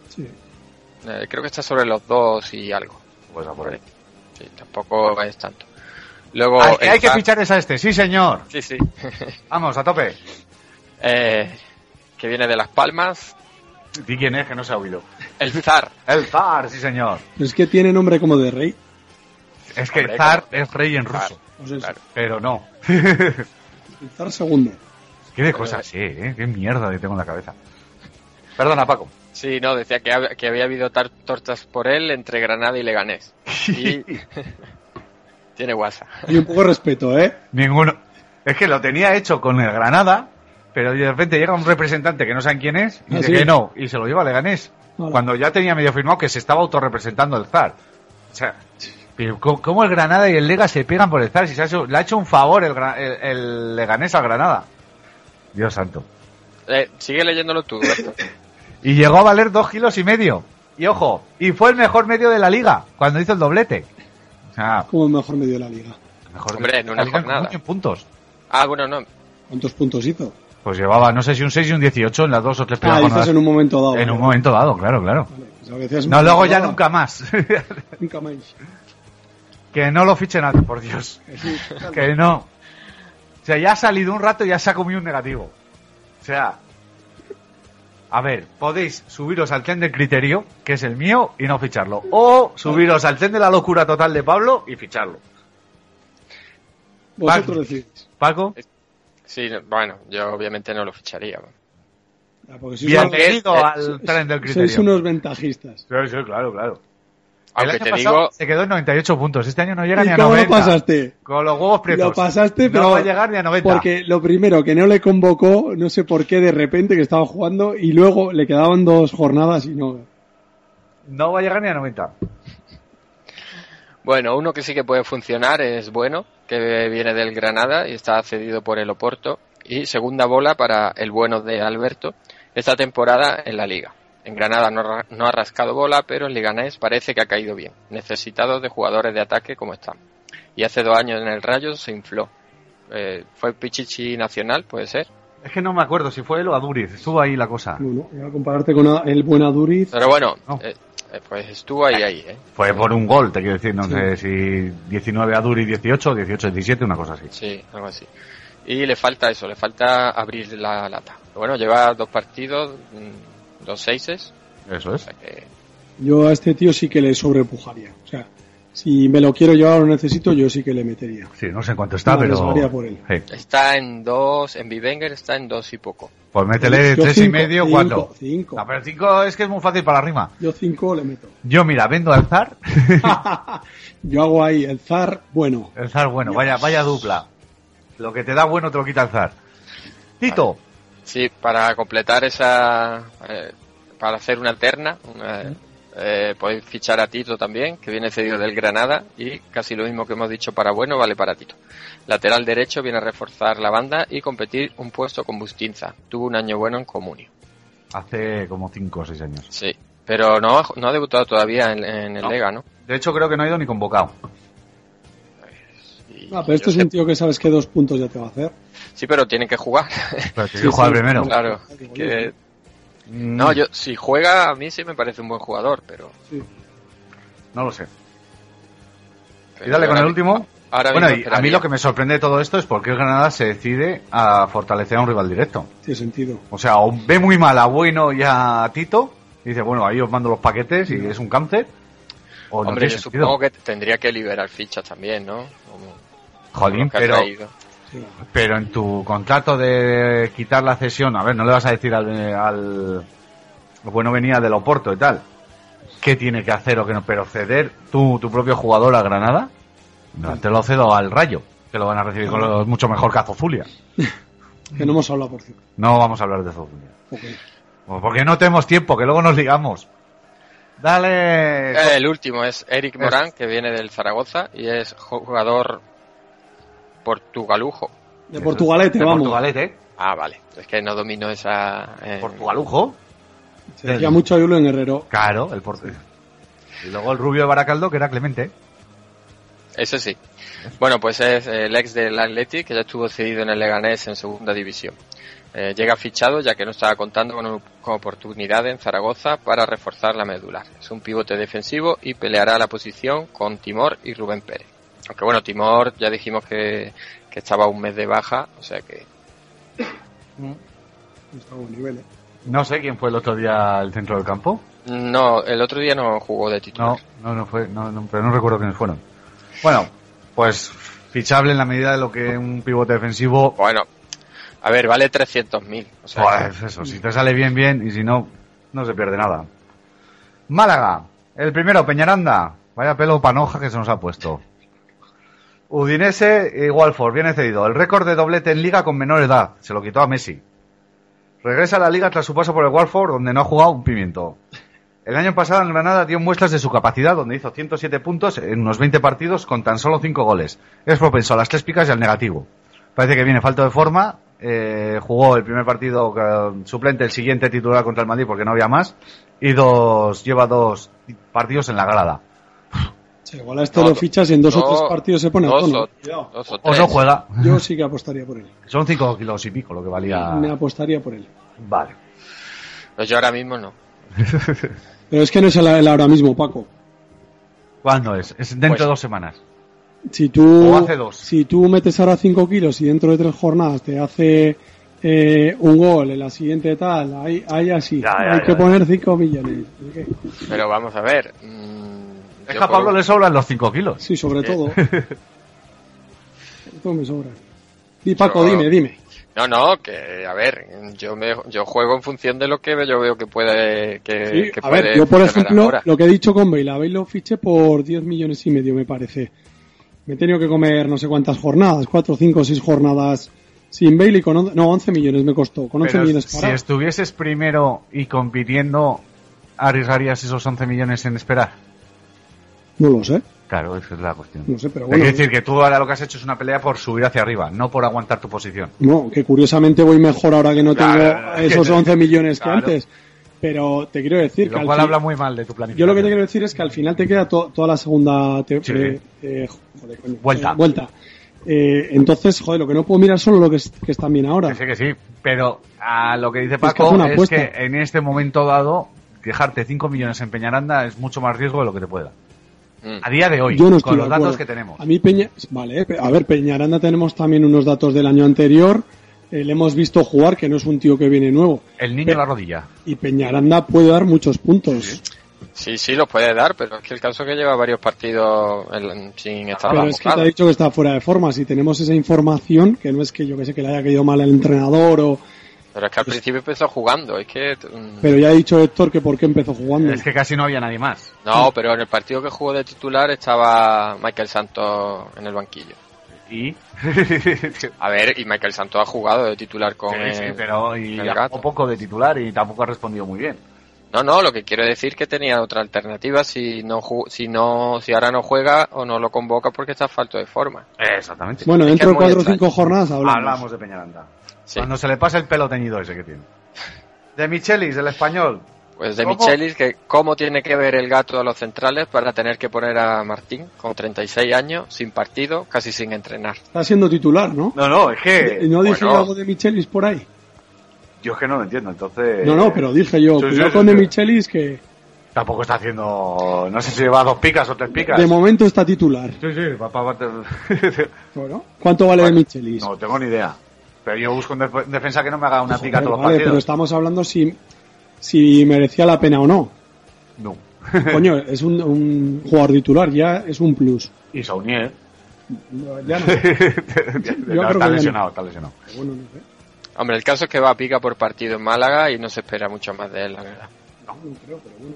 Eh, creo que está sobre los dos y algo. Pues a por ahí. Sí, tampoco es tanto. Luego. Al que hay que Elzar- fichar es a este, sí señor. Sí, sí. Vamos, a tope. Eh, que viene de Las Palmas. Di quién es, que no se ha oído. El Zar. El Zar, sí señor. Es que tiene nombre como de rey. Es que Hombre, Zar es rey en ruso. Pero no. Qué Zar segundo. de cosas, sí, ¿eh? Qué mierda que tengo en la cabeza. Perdona, Paco. Sí, no, decía que, hab- que había habido tar- tortas por él entre Granada y Leganés. Y. Tiene guasa. Hay un poco de respeto, ¿eh? Ninguno. Es que lo tenía hecho con el Granada, pero de repente llega un representante que no saben quién es y Ah, dice sí. que no, y se lo lleva a Leganés. Hola. Cuando ya tenía medio firmado que se estaba autorrepresentando el Zar. O sea, pero co- ¿cómo el Granada y el Lega se pegan por el Zar? Si se ha hecho- le ha hecho un favor el, Gra- el- el Leganés al Granada. Dios santo. Eh, sigue leyéndolo tú. Berto. Y llegó a valer dos kilos y medio. Y ojo, y fue el mejor medio de la liga cuando hizo el doblete. O sea, Como el mejor medio de la liga. mejor Hombre, en la una liga con jornada. muchos puntos. Ah, bueno, no. ¿Cuántos puntos hizo? Pues llevaba, no sé si un 6 y un 18 en las dos o tres Ah, primeras dices jornadas. en un momento dado. En un ¿no? momento dado, claro, claro. Pues a veces No, me luego ya acordaba. nunca más. Nunca más. que no lo fiche nadie, por Dios. Que no. O sea, ya ha salido un rato y ya se ha comido un negativo. O sea, a ver, podéis subiros al tren del criterio, que es el mío, y no ficharlo. O subiros al tren de la locura total de Pablo y ficharlo. Vosotros decís. Paco, Sí, no- bueno, yo obviamente no lo ficharía. Ah, porque sois unos- bienvenido eh, al tren del criterio. Sois unos ventajistas. Sí, sí, claro, claro. Aunque el año te pasado digo- se quedó en 98 puntos. Este año no llega ¿Y ni a cómo lo 90. pasaste? Con los huevos prietos. Lo pasaste, pues, No pero va a llegar ni a 90. Porque lo primero, que no le convocó, no sé por qué de repente que estaba jugando y luego le quedaban dos jornadas y no. No va a llegar ni a 90. Bueno, uno que sí que puede funcionar es bueno, que viene del Granada y está cedido por el Oporto. Y segunda bola para el bueno de Alberto esta temporada en la liga. En Granada no, ra- no ha rascado bola, pero en Leganés parece que ha caído bien, necesitado de jugadores de ataque como están. Y hace dos años en el Rayo se infló. Eh, fue Pichichi Nacional, puede ser. Es que no me acuerdo si fue él o Aduriz. Estuvo ahí la cosa. Bueno, iba a compararte con a- el buen Aduriz. Pero bueno, eh, eh, pues estuvo ahí, ahí. ¿eh? Fue por un gol, te quiero decir. No Sí. sé si 19 Aduriz 18, 18 17, una cosa así. Sí, algo así. Y le falta eso, le falta abrir la lata. Pero bueno, lleva dos partidos, mm, dos seises. Eso es. Yo a este tío sí que le sobrepujaría. O sea, si me lo quiero llevar o lo necesito, yo sí que le metería. Sí, no sé en cuánto está, No, pero. les varía por él. Sí. Está en dos, en Bivenger está en dos y poco. Pues métele Yo 3 y cinco, medio, cinco, 4. cinco. No, pero 5 es que es muy fácil para la rima. Yo cinco le meto. Yo, mira, vendo al Zar. Yo hago ahí el zar, bueno. El Zar, bueno, vaya, vaya dupla. Lo que te da bueno te lo quita el Zar. Tito. Sí, para completar esa. eh, para hacer una terna, una- eh, podéis fichar a Tito también, que viene cedido del Granada, y casi lo mismo que hemos dicho para bueno, vale para Tito. Lateral derecho viene a reforzar la banda y competir un puesto con Bustinza. Tuvo un año bueno en Comunio. Hace como 5 o 6 años. Sí, pero no, ha- no ha debutado todavía en, en el No. Lega, ¿no? De hecho, creo que no ha ido ni convocado. Ah, pero esto es un tío que sabes que dos puntos ya te va a hacer. Sí, pero tiene que jugar. Pero tiene que Sí, jugar sí. primero. Claro. que- No, yo, si juega, a mí sí me parece un buen jugador, pero. No lo sé. Y pero dale con ahora el mi- último. Ahora mismo bueno, y a mí esperaría. lo que me sorprende de todo esto es por qué Granada se decide a fortalecer a un rival directo. Tiene sentido. O sea, o ve muy mal a Bueno y a Tito y dice, bueno, ahí os mando los paquetes y es un cáncer. O no Hombre, tiene yo sentido. supongo que tendría que liberar fichas también, ¿no? Como- Jolín, como que ha pero, traído. pero en tu contrato de quitar la cesión, a ver, no le vas a decir al, al- bueno venía del Oporto y tal, qué tiene que hacer o qué no, pero ceder tú, tu propio jugador a Granada, no, te lo cedo al Rayo, que lo van a recibir con los- mucho mejor que a Zozulia. Que no hemos hablado, por cierto. No vamos a hablar de Zozulia. Ok. Pues Porque no tenemos tiempo, que luego nos ligamos. Dale. Eh, el último es Eric Morán, que viene del Zaragoza y es jugador portugalujo. De Portugalete, De vamos. Portugalete. eh, Ah, vale. Es que no domino esa. eh, ¿Portugalujo? Se decía mucho a en Herrero. Claro, el portero. Y luego el rubio de Baracaldo, que era Clemente. Ese sí. Bueno, pues es el ex del Athletic, que ya estuvo cedido en el Leganés en segunda división. Eh, llega fichado ya que no estaba contando con, con oportunidad en Zaragoza para reforzar la medular. Es un pivote defensivo y peleará la posición con Timor y Rubén Pérez. Aunque bueno, Timor ya dijimos que, que estaba un mes de baja, o sea que Está a buen nivel, ¿eh? No sé quién fue el otro día al centro del campo. no, el otro día no jugó de No, titular. no, no fue, no, no, pero no recuerdo quiénes fueron. Bueno, pues fichable en la medida de lo que un pivote defensivo. Bueno, a ver, vale 300.000. O sea, Pues eso, si te sale bien, bien, y si no, no se pierde nada. Málaga, el primero, Peñaranda. Vaya pelo panoja que se nos ha puesto. Udinese y Walford, bien cedido. El récord de doblete en liga con menor edad, se lo quitó a Messi. Regresa a la liga tras su paso por el Walford, donde no ha jugado un pimiento. El año pasado en Granada dio muestras de su capacidad, donde hizo 107 puntos en unos 20 partidos con tan solo 5 goles. Es propenso a las tres picas y al negativo. Parece que viene falto de forma. eh, jugó el primer partido eh, suplente, el siguiente titular contra el Madrid porque no había más. Y dos, lleva dos partidos en la grada. Sí, igual a este lo fichas y en dos o tres partidos se pone a tono. dos O no juega. Yo sí que apostaría por él. Son 5 kilos y pico lo que valía. Me apostaría por él. Vale. Pues yo ahora mismo no. Pero es que no es el, el ahora mismo, Paco. ¿Cuándo es? Es dentro Pues- de dos semanas. Si tú, O hace dos. si tú metes ahora 5 kilos y dentro de tres jornadas te hace eh, un gol en la siguiente tal, ahí, ahí así. ya, hay ya, que ya. poner 5 millones. Pero vamos a ver. mm, yo Es que a por Pablo un- le sobran los 5 kilos. Sí, sobre Sí. todo. Todo me sobra. Di Paco, Yo- dime, dime. No, no, que a ver, yo me, yo juego en función de lo que yo veo que puede que, Sí, que a ver, puede yo por funcionar ejemplo, ahora. lo que he dicho con Bale, a Bale lo fiché por 10 millones y medio, me parece. Me he tenido que comer no sé cuántas jornadas, 4, 5, 6 jornadas sin Bale y con... on- No, 11 millones me costó, con 11 Pero millones si parado. estuvieses primero y compitiendo, ¿arriesgarías esos 11 millones en esperar? No lo sé, Claro, esa es la cuestión. no sé, pero Hay bueno. que decir que tú ahora lo que has hecho es una pelea por subir hacia arriba, no por aguantar tu posición. No, que curiosamente voy mejor ahora que no Claro, tengo esos que- 11 millones claro. que antes. Pero te quiero decir que Lo al cual fin- habla muy mal de tu yo planificación. lo que te quiero decir es que al final te queda to- toda la segunda te- Sí. eh, eh, joder, coño, Vuelta. eh, vuelta. Eh, entonces, joder, lo que no puedo mirar solo lo que, es- que están bien ahora. Que sí, que sí, pero a lo que dice que Paco hace una es apuesta. que en este momento dado, dejarte 5 millones en Peñaranda es mucho más riesgo de lo que te puede dar. A día de hoy, Yo no estoy con los de datos acuerdo. que tenemos. A mí Peña, vale, eh, pe- a ver, Peñaranda tenemos también unos datos del año anterior. Eh, le hemos visto jugar, que no es un tío que viene nuevo. El niño en la rodilla. Y Peñaranda puede dar muchos puntos. Sí, sí, los puede dar, pero es que el caso es que lleva varios partidos en- sin estar Pero es que te ha dicho que está fuera de forma. Si tenemos esa información, que no es que yo que sé que le haya caído mal al entrenador o. Pero es que al principio empezó jugando, es que mm, Pero ya ha dicho Héctor que por qué empezó jugando. Es que casi no había nadie más. no, pero en el partido que jugó de titular estaba Michael Santos en el banquillo. ¿Y? A ver, y Michael Santos ha jugado de titular con Sí, sí, el- pero y el ha gato. jugado poco de titular y tampoco ha respondido muy bien. No, no, lo que quiero decir que tenía otra alternativa si no ju- si no si ahora no juega o no lo convoca porque está falto de forma. Exactamente. Bueno, Es que dentro es muy de cuatro o extraño. cinco jornadas hablamos. de Peñaranda. Cuando se le pasa el pelo teñido ese que tiene. De Michelis, el español. Pues de ¿Cómo? Michelis, que cómo tiene que ver el gato a los centrales para tener que poner a Martín con 36 años, sin partido, casi sin entrenar. Está siendo titular, ¿no? No, no, es que. ¿Y no dije Bueno. algo de Michelis por ahí? Yo es que no lo entiendo, Eh, entonces. No, no, pero dije Sí, yo, sí, cuidado sí, con sí. de Michelis que Tampoco está haciendo. No sé si lleva dos picas o tres picas. de momento está titular. Sí, sí, va para Bueno. ¿Cuánto vale de Michelis? No tengo ni idea. Pero yo busco un def- defensa que no me haga una pica Joder, todos los Pues, vale, pero partidos. estamos hablando si, si merecía la pena o no. No. Coño, es un, un jugador titular, ya es un plus. Y Saunier. Ya no. creo que ya está no. lesionado, está lesionado. Bueno, no sé. Hombre, el caso es que va a pica por partido en Málaga y no se espera mucho más de él, la verdad. No, no creo, pero bueno.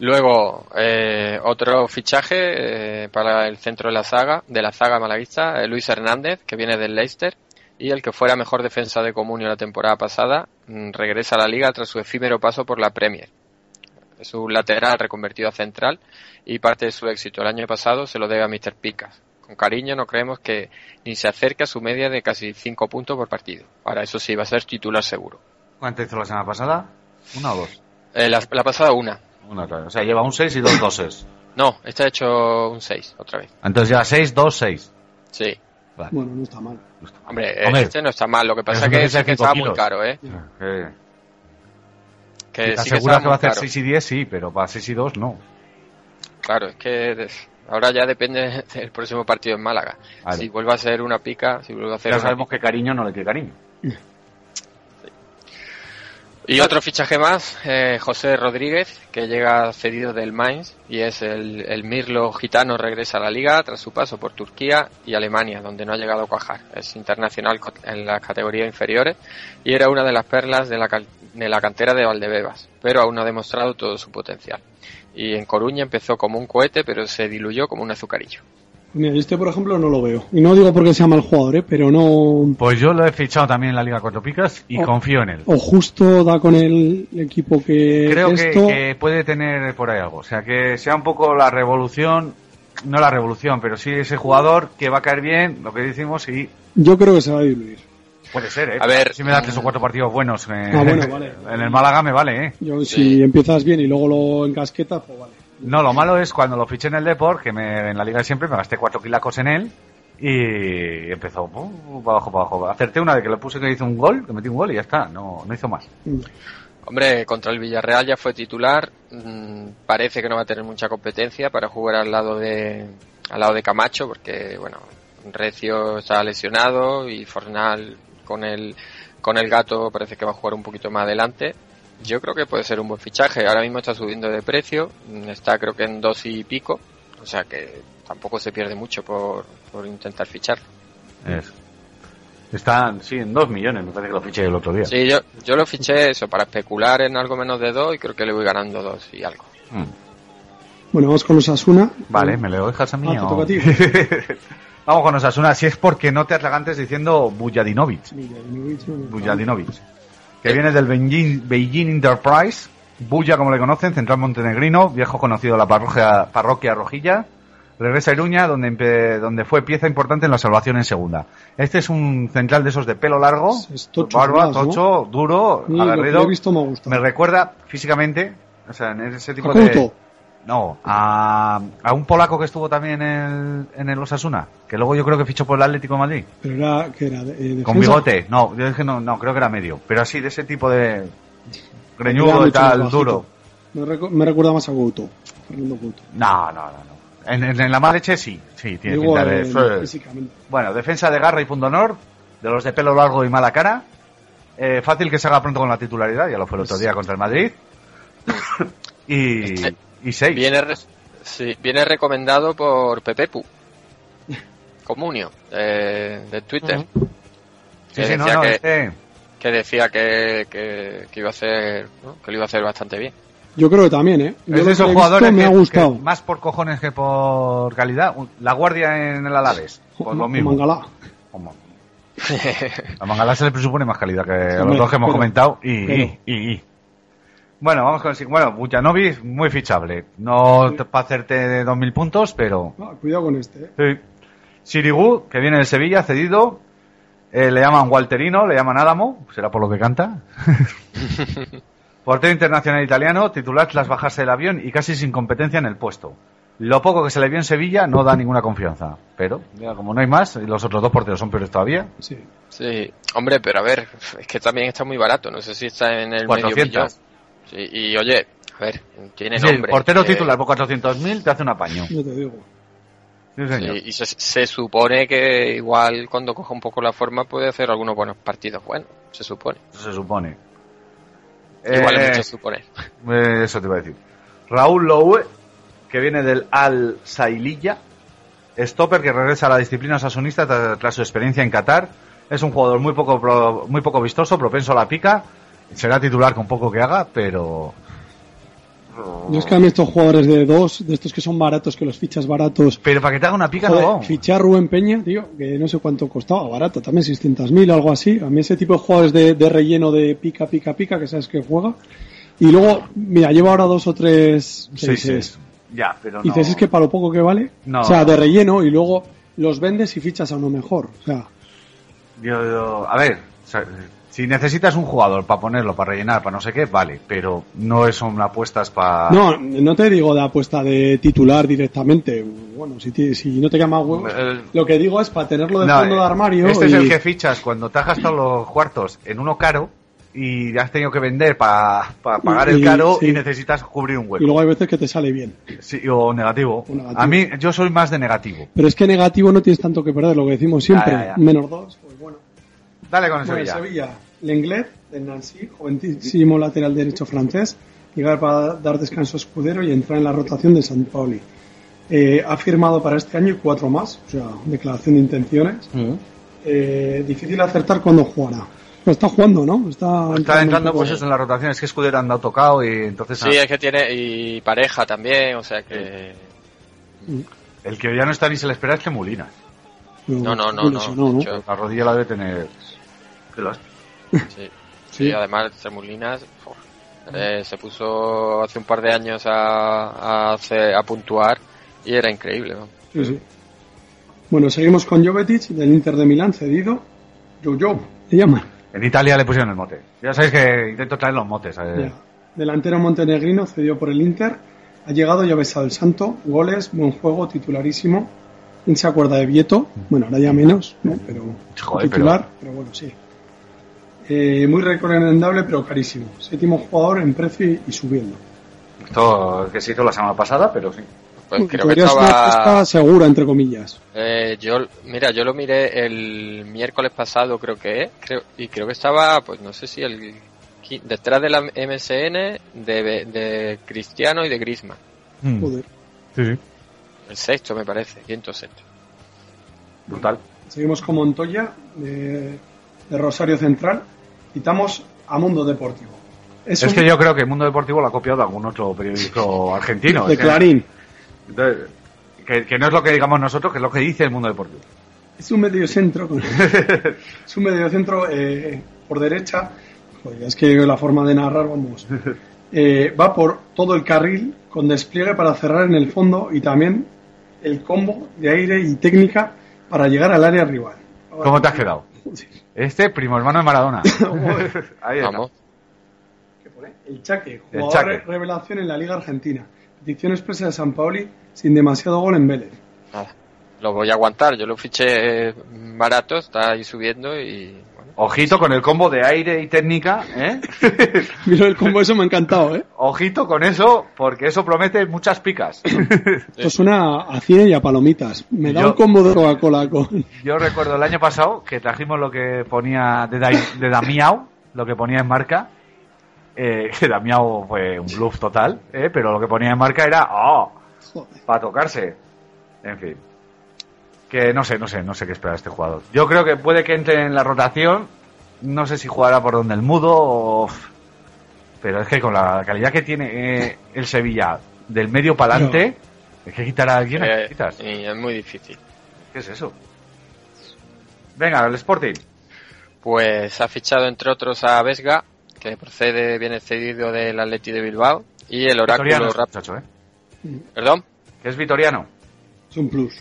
Luego, eh, otro fichaje eh, para el centro de la saga, de la saga malaguista, eh, Luis Hernández, que viene del Leicester, y el que fuera mejor defensa de Comunio la temporada pasada, mm, regresa a la liga tras su efímero paso por la Premier. Es un lateral reconvertido a central y parte de su éxito el año pasado se lo debe a Mr. Picas. Con cariño no creemos que ni se acerca a su media de casi 5 puntos por partido. Ahora, eso sí, va a ser titular seguro. ¿Cuánto hizo la semana pasada? ¿Una o dos? Eh, la, la pasada una. Una, claro. O sea, lleva un 6 y dos doses. No, está hecho un 6, otra vez. Entonces lleva 6, 2, 6. Sí. Bueno, no está mal. Hombre, Hombre, este no está mal, lo que pasa pero que eso es que pesa cinco estaba muy kilos. caro, ¿eh? Si Que te sí que aseguras estaba que, va a muy hacer caro. 6 y 10, sí, pero para 6 y 2 no. Claro, es que de- ahora ya depende del próximo partido en Málaga. Claro. Si vuelve a ser una pica, si vuelve a hacer Ya una sabemos que cariño no le tiene cariño. Y otro fichaje más, eh, José Rodríguez, que llega cedido del Mainz y es el, el Mirlo gitano regresa a la liga tras su paso por Turquía y Alemania, donde no ha llegado a cuajar. Es internacional co- en las categorías inferiores y era una de las perlas de la, cal- de la cantera de Valdebebas, pero aún no ha demostrado todo su potencial. Y en Coruña empezó como un cohete, pero se diluyó como un azucarillo. Mira, yo este, por ejemplo, no lo veo. Y no digo porque sea mal jugador, ¿eh? pero no. Pues yo lo he fichado también en la Liga Cuatro Picas y O- confío en él. O justo da con el equipo que. Creo que, Eh, esto... que puede tener por ahí algo. O sea, que sea un poco la revolución, no la revolución, pero sí ese jugador que va a caer bien, lo que decimos, y Yo creo que se va a diluir. puede ser, ¿eh? A ver, si me da tres o cuatro partidos buenos eh, Ah, bueno, vale. en el Málaga me vale, ¿eh? Yo, Si empiezas bien y luego lo encasquetas, pues vale. No, lo malo es cuando lo fiché en el Deport, que me, en la liga de siempre me gasté cuatro kilacos en él y empezó uh, para abajo, para abajo. Acerté una de que le puse que hizo un gol, que metí un gol y ya está, no, no hizo más. Hombre, contra el Villarreal ya fue titular. mm, parece que no va a tener mucha competencia para jugar al lado de al lado de Camacho, porque bueno, Recio está lesionado y Fornal con el con el gato parece que va a jugar un poquito más adelante. Yo creo que puede ser un buen fichaje. Ahora mismo está subiendo de precio, mm, está creo que en dos y pico, o sea que tampoco se pierde mucho por, por intentar ficharlo. Es. Están, sí, en dos millones, me parece que lo fiché el otro día. Sí, yo, yo lo fiché eso para especular en algo menos de dos y creo que le voy ganando dos y algo. Bueno, vamos con los Asuna. Mm. Vale, me lo dejas a mí. Ah, te o- toca a ti. Vamos con Osasuna, si es porque no te atragantes diciendo Bujadinovic. Bujadinovic. Bujadinovic. Que viene del Beijing, Beijing Enterprise. Buya, como le conocen, central montenegrino, viejo conocido de la parroquia, parroquia Rojilla. Regresa a Iruña, donde, empe- donde fue pieza importante en la salvación en segunda. Este es un central de esos de pelo largo, tocho barba, además, ¿no? tocho, duro, Sí, lo que aguerrido. he visto me gusta. Me recuerda físicamente, o sea, en ese tipo ¿A de... Couto? No, a, a un polaco que estuvo también en el, en el Osasuna, que luego yo creo que fichó por el Atlético de Madrid. Pero era, que era? eh, Con defensa. bigote, no, yo dije no, no, creo que era medio, pero así, de ese tipo de Era greñudo y mucho más tal, bajito. duro. Me, recu- me recuerda más a Couto. Fernando Couto. No, no, no. no. En, en- en la mala leche sí, sí, tiene Digo, pinta eh, de... sí. físicamente. Bueno, defensa de garra y punto honor, de los de pelo largo y mala cara. Eh, fácil que se haga pronto con la titularidad, ya lo fue el otro día contra el Madrid. y, y seis. Viene, re- sí, viene recomendado por Pepepu. Comunio, eh, de Twitter. Sí, Que sí, no, decía no, que, este- que decía que, que- que iba a hacer, ¿no? que lo iba a hacer bastante bien. Yo creo que también, ¿eh? Yo Es lo de que esos he jugadores visto me que- ha gustado. que más por cojones que por calidad. Un- La guardia en el Alaves, por lo Como mismo. Mangalá. Como- A Mangalá se le presupone más calidad que a los Hombre, dos que hemos pero- comentado. Y, pero- y- y- y. Bueno, vamos con el sig- Bueno, Bucanovic, muy fichable. No para hacerte 2.000 puntos, pero. Ah, cuidado con este, ¿eh? Sí. Sirigu, que viene del Sevilla, cedido. Eh, le llaman Walterino, le llaman Adamo, será por lo que canta. Portero internacional italiano, titular tras bajarse del avión y casi sin competencia en el puesto. Lo poco que se le vio en Sevilla no da ninguna confianza. Pero, ya, como no hay más, y los otros dos porteros son peores todavía. Sí. Sí, hombre, pero a ver, es que también está muy barato, no sé si está en el medio 400. millón. Sí, y oye, a ver, tiene Sí, nombre. portero eh, titular por 400.000 te hace un apaño. Yo te digo. Sí, señor. sí, y se, se supone que igual cuando coja un poco la forma puede hacer algunos buenos partidos. Bueno, se supone. Eso se supone. Igual Eh, es mucho suponer. Eh, Eso te iba a decir. Raúl Loue, que viene del Al Saililla. Stopper que regresa a la disciplina sasunista tra- tras, su experiencia en Qatar. Es un jugador muy poco, pro- muy poco vistoso, propenso a la pica. Será titular con poco que haga, pero. Yo es que a mí estos jugadores de dos, de estos que son baratos, que los fichas baratos. Pero para que te haga una pica, Joder, no. fichar Rubén Peña, tío, que no sé cuánto costaba, barato, también 600.000 o algo así. A mí ese tipo de jugadores de, de relleno de pica, pica, pica, que sabes que juega. Y luego, mira, lleva ahora dos o tres Sí, seises. sí. Ya, pero no. Y dices, es que para lo poco que vale, No. o sea, de relleno, y luego los vendes y fichas a uno mejor. O sea, Yo- yo- a ver, o sea, si necesitas un jugador para ponerlo, para rellenar, para no sé qué, vale, pero no son apuestas para. no, no te digo de apuesta de titular directamente. Bueno, si, ti- si no te llama huevos, El- lo que digo es para tenerlo de No, fondo de eh, armario. Este y- es el que fichas cuando te has gastado los cuartos en uno caro y has tenido que vender para pagar el Y- caro sí. y necesitas cubrir un y hueco. luego hay veces que te sale bien. Sí, o negativo. O negativo. A mí, yo soy más de negativo. Pero es que negativo no tienes tanto que perder, lo que decimos siempre. Ya, ya, ya. Menos dos. pues Dale con el Bueno, Ah, Sevilla. Sevilla, Lenglet, del Nancy, joventísimo lateral derecho francés, llegar para dar descanso a Escudero y entrar en la rotación de San Pauli. Eh, ha firmado para este año cuatro más, o sea, declaración de intenciones. Eh, difícil acertar cuando jugará. Pero está jugando, ¿no? Está, Está entrando un poco- pues eso en la rotación, es que Escudero ha andado tocado y entonces Sí, eh. ah, es que tiene y pareja también, o sea que el que ya no está ni se le espera es que Mulina. no, no, no, Bueno, no. eso no, ¿no? Yo- La rodilla la debe tener. Qué lástima. sí. Sí, además Tremulinas jo, eh, se puso hace un par de años a, a, hacer- a puntuar y era increíble. ¿no? Sí, sí. Bueno, seguimos con Jovetic, del Inter de Milán, cedido. Yo-Yo, le llaman. En Italia le pusieron el mote. Ya sabéis que intento traer los motes. eh. Ya. Delantero montenegrino cedido por el Inter, ha llegado y ha besado el santo, goles, buen juego, titularísimo. ¿Quién se acuerda de Vieto? Bueno, ahora ya menos, ¿no? Pero Joder, titular, pero... bueno, sí. Eh, muy recomendable, pero carísimo. Séptimo jugador en precio y, y subiendo. Esto que se hizo la semana pasada, pero sí. Pues creo que Podría ser una estaba apuesta segura, entre comillas. Eh, yo, mira, yo lo miré el miércoles pasado, creo que es, creo, y creo que estaba, pues no sé si el qui- detrás de la MSN de, Be- de Cristiano y de Griezmann, Mm. Joder. Sí, sí. el sexto me parece, quinto sexto. Brutal. Seguimos con Montoya, de, de Rosario Central. Quitamos a Mundo Deportivo. Es, un- que yo creo que el mundo deportivo lo ha copiado de algún otro periódico argentino. De Es que- Clarín. Entonces, que, que no es lo que digamos nosotros, que es lo que dice el mundo deportivo. Es un mediocentro. con- es un mediocentro eh, por derecha. Joder, es que la forma de narrar, vamos. Eh, va por todo el carril con despliegue para cerrar en el fondo y también el combo de aire y técnica para llegar al área rival. ¿Cómo te has quedado? Este primo hermano de Maradona. Ahí está. Vamos, El Chaque, El jugador Chaque. re- revelación en la Liga Argentina. Petición expresa de San Paoli sin demasiado gol en Vélez. nada, lo voy a aguantar, yo lo fiché eh, barato, está ahí subiendo y bueno, Ojito con el combo de aire y técnica, ¿eh? Mira el combo, eso me ha encantado, ¿eh? Ojito con eso, porque eso promete muchas picas. Esto suena a cine y a palomitas. Me da Yo- un combo de Coca-Cola con... Yo recuerdo el año pasado que trajimos lo que ponía de, Dai- de Damiao, lo que ponía en marca. Eh, que Damiao fue un bluff total, ¿eh? pero lo que ponía en marca era ¡Oh! Joder. para tocarse. En fin. Que no sé, no sé, no sé qué esperar este jugador. Yo creo que puede que entre en la rotación. No sé si jugará por donde el mudo o... Pero es que con la calidad que tiene eh, el Sevilla del medio para adelante, es que quitar a alguien ¿a eh, quién quitas. y es muy difícil. ¿Qué es eso? Venga, el Sporting. Pues ha fichado entre otros a Vesga, que procede, viene cedido del Atleti de Bilbao, y el oráculo Vitoriano, Rap- muchacho, ¿eh? ¿Perdón? Que es Vitoriano. Es un plus.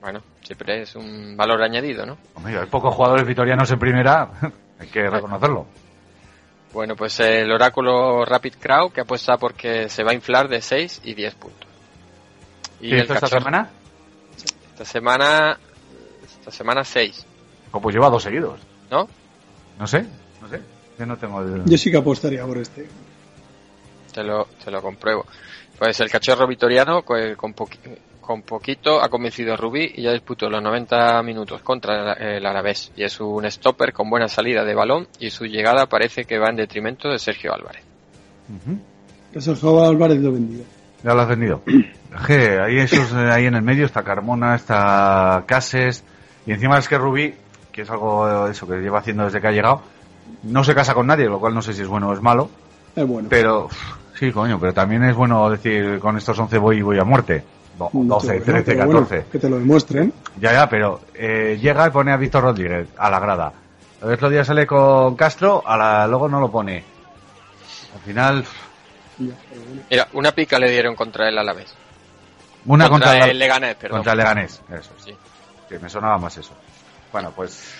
Bueno, siempre es un valor añadido, ¿no? Hombre, hay pocos jugadores vitorianos en primera, hay que Ah, reconocerlo. Bueno, pues el oráculo Rapid Crow que apuesta porque se va a inflar de 6 y 10 puntos. ¿Y esto esta cachorro- semana? Esta semana, esta semana 6, Oh, pues lleva dos seguidos. ¿no? No sé, no sé. Yo no tengo el... Yo sí que apostaría por este. Te lo, te lo compruebo. Pues el cachorro vitoriano co- con, poqui- con poquito ha convencido a Rubí y ya disputó los 90 minutos contra el, el Alavés. Y es un stopper con buena salida de balón y su llegada parece que va en detrimento de Sergio Álvarez. Que Sergio Álvarez lo vendido. Ya lo has vendido. Es que ahí, esos, eh, ahí en el medio está Carmona, está Cases. Y encima es que Rubí, que es algo eh, eso que lleva haciendo desde que ha llegado, no se casa con nadie, lo cual no sé si es bueno o es malo. Es bueno. Pero, uf, sí, coño, pero también es bueno decir con estos 11 voy voy a muerte. Do- Mucho 12, bueno, 13, pero bueno, 14. que te lo demuestren. Ya, ya, pero eh, llega y pone a Víctor Rodríguez a la grada. El otro día sale con Castro, a la, luego no lo pone. Al final, Mira, una pica le dieron contra el Alavés. una Contra contra, el Leganés, perdón. Contra el Leganés, eso. Sí. Que me sonaba más eso. Bueno, pues.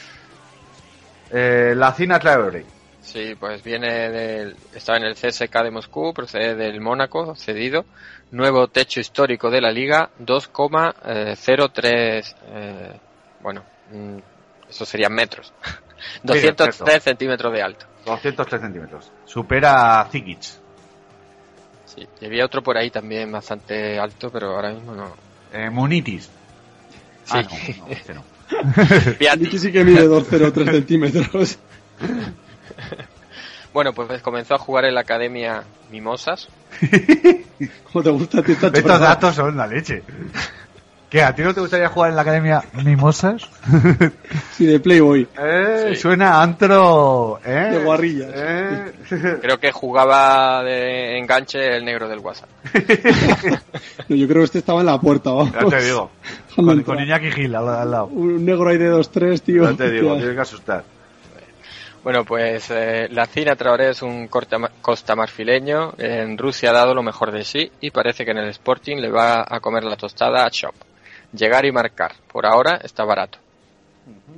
eh, la Cina Travery. Sí, pues viene del. Estaba en el CSK de Moscú, procede del Mónaco, cedido. Nuevo techo histórico de la liga, 2,03. eh, bueno, mm, eso serían metros. Sí, es 203 cierto. centímetros de alto. 203 centímetros. Supera a Zikic. Sí, y había otro por ahí también bastante alto, pero ahora mismo no. Eh, Munitis. Ah, no, no, este no. Piatti. Dice sí que mide 2,03 centímetros. Bueno, pues comenzó a jugar en la Academia Mimosas. ¿Cómo te gusta a ti esta Estos chorrada? datos son la leche. ¿Qué? ¿A ti no te gustaría jugar en la academia Mimosas? Sí, de Playboy. Eh, Suena a antro. ¿eh? De guarrillas. Eh. Creo que jugaba de enganche el negro del WhatsApp. No, yo creo que este estaba en la puerta, vamos. Ya te digo. Cuando Con, entra. con Iñaki Gil al, al lado. Un negro ahí de 2,3, tío. Ya te digo, Hostia. tienes que asustar. Bueno, pues eh, la Cina Traoré es un corta- costamarfileño. En Rusia ha dado lo mejor de sí y parece que en el Sporting le va a comer la tostada a Chop. Llegar y marcar. Por ahora está barato.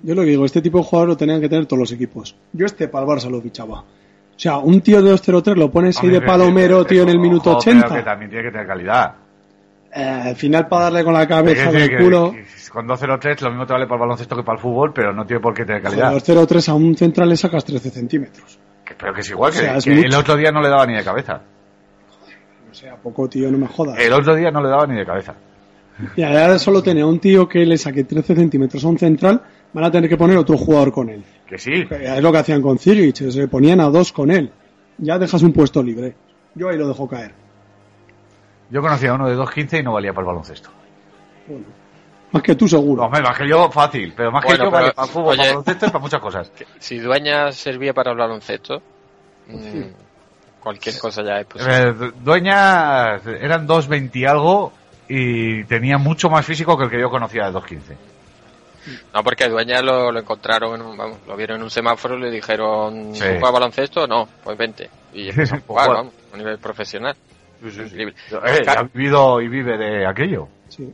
Yo lo que digo, este tipo de jugador lo tenían que tener todos los equipos. Yo este para el Barça lo fichaba. O sea, un tío de 2,03 lo pones ahí Hombre, de pero- palomero, tío, en el pero, minuto ojo, pero 80. que también tiene que tener calidad. Eh, al final para darle con la cabeza Quiero en decir el que- culo. que Con 2-0-3 lo mismo te vale para el baloncesto que para el fútbol, pero no tiene por qué tener De calidad. 2,03 a un central le sacas 13 centímetros. Que- Pero que es igual, O que, sea, es que el mucho. otro día no le daba ni de cabeza. O sea, poco, tío, no me jodas. El otro día no le daba ni de cabeza. Y ahora solo tenía un tío que le saque 13 centímetros a un central, van a tener que poner otro jugador con él. Que sí. Es lo que hacían con Zirich, se ponían a dos con él. Ya dejas un puesto libre. Yo ahí lo dejo caer. Yo conocía a uno de 2-15 y no valía para el baloncesto. Bueno, más que tú seguro. Hombre, más que yo fácil, pero más Bueno, que yo pero- vale para el fútbol, oye. para el baloncesto y para muchas cosas. Si Dueña servía para el baloncesto, mm, cualquier cosa ya pues es posible. Eh, du- Dueñas eran 2-20 y algo y tenía mucho más físico que el que yo conocía de 2-15. No, porque Dueña lo, lo encontraron, en un- vamos, lo vieron en un semáforo y le dijeron, Sí. ¿tú ¿juegas baloncesto? No, pues vente. Y empezó a Pues jugar, juega. vamos, a nivel profesional. Increíble. Eh, ha vivido y vive de aquello. Sí.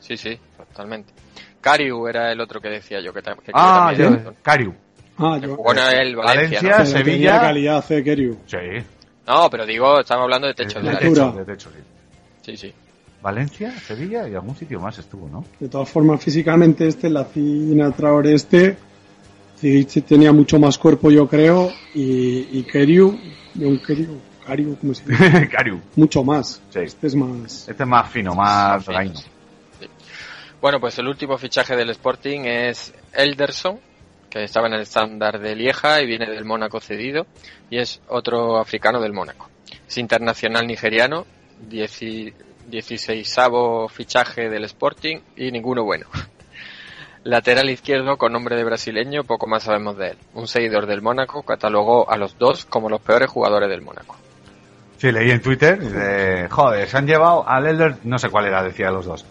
Sí, sí, totalmente. Cariu era el otro que decía yo que, ta- que Ah, también- ¿eh? yo- Cariu. Ah, yo. Jugó en el Valencia. Valencia, ¿no? Pero Sevilla. tenía calidad, eh, Keriu. Sí, No, pero digo, estamos hablando de techo de de la techo, altura. de techo, sí. Sí, sí. Valencia, Sevilla y algún sitio más estuvo, ¿no? De todas formas, físicamente este, la Cina Traoré este, Zidic tenía mucho más cuerpo, yo creo, y, y Keriu, John Keriu, Kariu, ¿cómo se dice? Cariu. mucho más. Sí. Este es más. Este es más fino, más reino. Bueno, pues el último fichaje del Sporting es Elderson, que estaba en el estándar de Lieja y viene del Mónaco cedido, y es otro africano del Mónaco. Es internacional nigeriano, 16 fichaje del Sporting y ninguno bueno. Lateral izquierdo con nombre de brasileño, poco más sabemos de él. Un seguidor del Mónaco catalogó a los dos como los peores jugadores del Mónaco. Sí, leí en Twitter, dice, joder, se han llevado al Elder, no sé cuál era, decía los dos.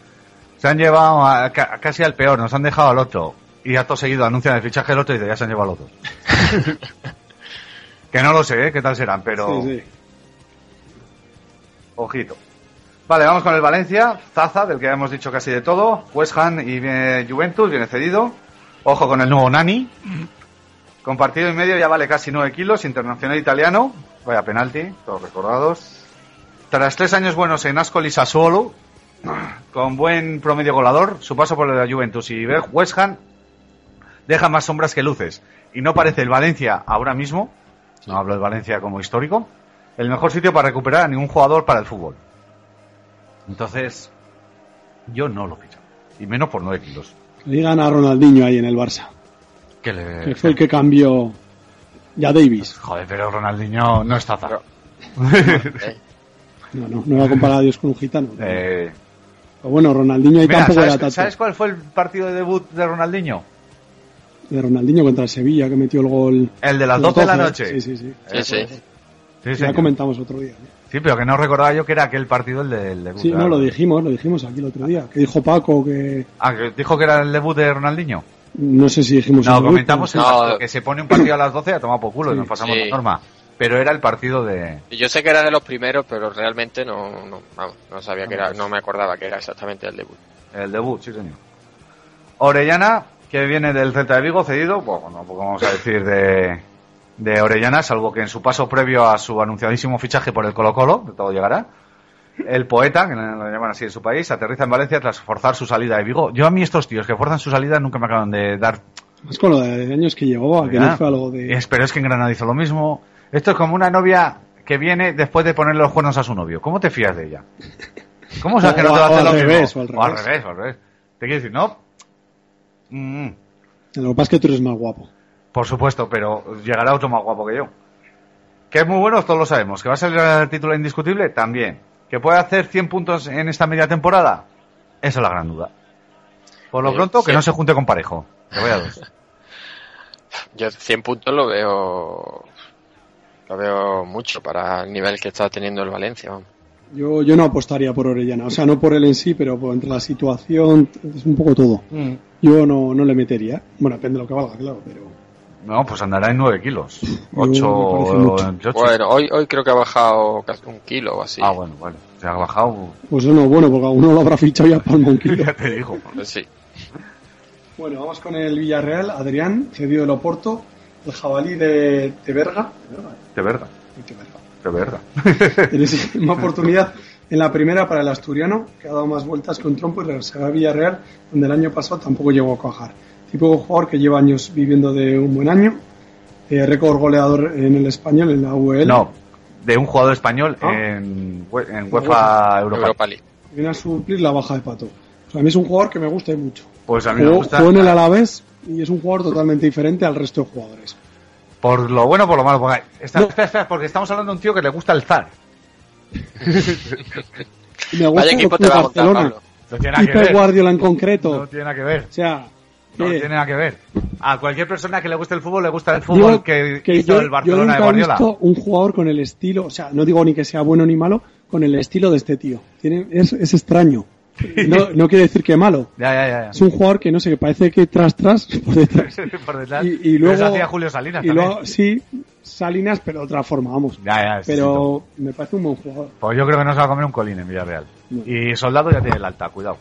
Se han llevado a- ca- casi al peor, nos han dejado al otro. Y acto seguido anuncian el fichaje del otro y dice, ya se han llevado al otro. que no lo sé, ¿eh? ¿Qué tal serán? Pero, Sí, sí. ojito. Vale, vamos con el Valencia, Zaza, del que hemos dicho casi de todo, West Ham y eh, Juventus, viene cedido. Ojo con el nuevo Nani. Con partido y medio ya vale casi 9 kilos, internacional italiano. Vaya penalti, todos recordados. Tras tres años buenos en Ascoli Sassuolo, con buen promedio golador, su paso por la Juventus y West Ham deja más sombras que luces. Y no parece el Valencia ahora mismo, no hablo de Valencia como histórico, el mejor sitio para recuperar a ningún jugador para el fútbol. Entonces, yo no lo pido. Y menos por 9 kilos. Que digan a Ronaldinho ahí en el Barça, Que le- que fue el que cambió ya Davis. Joder, pero Ronaldinho no está Zaza. No, no, no va a comparar a Dios con un gitano. Eh, Pero bueno, Ronaldinho ahí mira, tampoco ¿sabes, era tanto. sabes cuál fue el partido de debut de Ronaldinho? De Ronaldinho contra el Sevilla, que metió el gol. El de las 12 doce de la noche. Sí, sí, sí. Sí, sí. Sí, ya señor. comentamos otro día. ¿no? Sí, pero que no recordaba yo que era aquel partido el del debut. Sí, no, claro. lo dijimos, lo dijimos aquí el otro día. Que dijo Paco que. Ah, que dijo que era el debut de Ronaldinho. No sé si dijimos. No, en Pues el comentamos el grupo. partido, que se pone un partido a las 12 a tomar por culo y Sí. nos pasamos Sí. la norma. Pero era el partido de... Y Yo sé que era de los primeros, pero realmente no, no, vamos, no sabía que era, no me acordaba que era exactamente el debut. El debut, sí, señor. Orellana, que viene del Celta de Vigo, cedido, bueno, tampoco vamos a decir de, de Orellana, salvo que en su paso previo a su anunciadísimo fichaje por el Colo Colo, de todo llegará, el poeta, que lo llaman así en su país, aterriza en Valencia tras forzar su salida de Vigo. Yo a mí estos tíos que forzan su salida nunca me acaban de dar... Es con lo de años que llevó, a que Ya. no fue algo de. Es, pero es que en Granada hizo lo mismo. Esto es como una novia que viene después de ponerle los cuernos a su novio. ¿Cómo te fías de ella? ¿Cómo sabes que no O- te va a o hacer al lo revés, mismo? o al O al revés. revés, o al revés. Te quiero decir, no... Mm, Lo que pasa es que tú eres más guapo. Por supuesto, pero llegará otro más guapo que yo. Que es muy bueno, todos lo sabemos. Que va a salir al título indiscutible, también. Que puede hacer 100 puntos en esta media temporada, esa es la gran duda. Por lo Eh, pronto, que sí. no se junte con parejo. Que voy a dos. Yo 100 puntos lo veo lo veo mucho para el nivel que está teniendo el Valencia. vamos. Yo, yo no apostaría por Orellana, o sea, no por él en sí, pero por entre la situación, es un poco todo. Yo no, no le metería. Bueno, depende de lo que valga, claro, pero. No, pues andará en 9 kilos. No, 8 me parece mucho. Bueno, hoy, hoy creo que ha bajado casi un kilo o así. Ah, bueno, bueno. Se ha bajado. Pues eso no es bueno, porque a uno lo habrá fichado ya para el Monquillo. Ya te digo. Sí. Bueno, vamos con el Villarreal, Adrián, cedido de Loporto, el jabalí de Teberga. De verdad. De verdad. Tienes una oportunidad en la primera para el asturiano, que ha dado más vueltas que un trompo y regresará a Villarreal, donde el año pasado tampoco llegó a cuajar. Tipo de jugador que lleva años viviendo de un buen año, eh, récord goleador en el español, en la E UEL. No, de un jugador español Ah. en, we- en UEFA UEFA. Europa. Europa League. Viene a suplir la baja de Pato. O sea, a mí es un jugador que me gusta y mucho. Pues a mí me Jugó gusta. jugó en el Alavés y es un jugador totalmente diferente al resto de jugadores. Por lo bueno, por lo malo. porque- Está- espera, espera, porque estamos hablando de un tío que le gusta el zar. Y me Vaya gusta equipo el te club va a montar, Barcelona. Pablo. No tiene y nada que Pep ver. Guardiola en concreto. No tiene nada que ver. O sea, No eh, tiene nada que ver. A cualquier persona que le guste el fútbol, le gusta el digo fútbol que, hizo yo, el yo Barcelona nunca de Guardiola. he visto un jugador con el estilo, o sea, no digo ni que sea bueno ni malo, con el estilo de este tío. Tiene, es, es extraño. No, no quiere decir que malo. Ya, ya, ya, ya. Es un jugador que no sé, que parece que tras tras por detrás. Por detrás. Y, y Pero luego Eso hacía Julio Salinas y también. luego sí, Salinas, pero de otra forma, vamos. Ya, ya, sí, sí, Pero me parece un buen jugador. sí. Pues yo creo que no se va a comer un colín en Villarreal. Y Soldado ya tiene el alta, cuidado.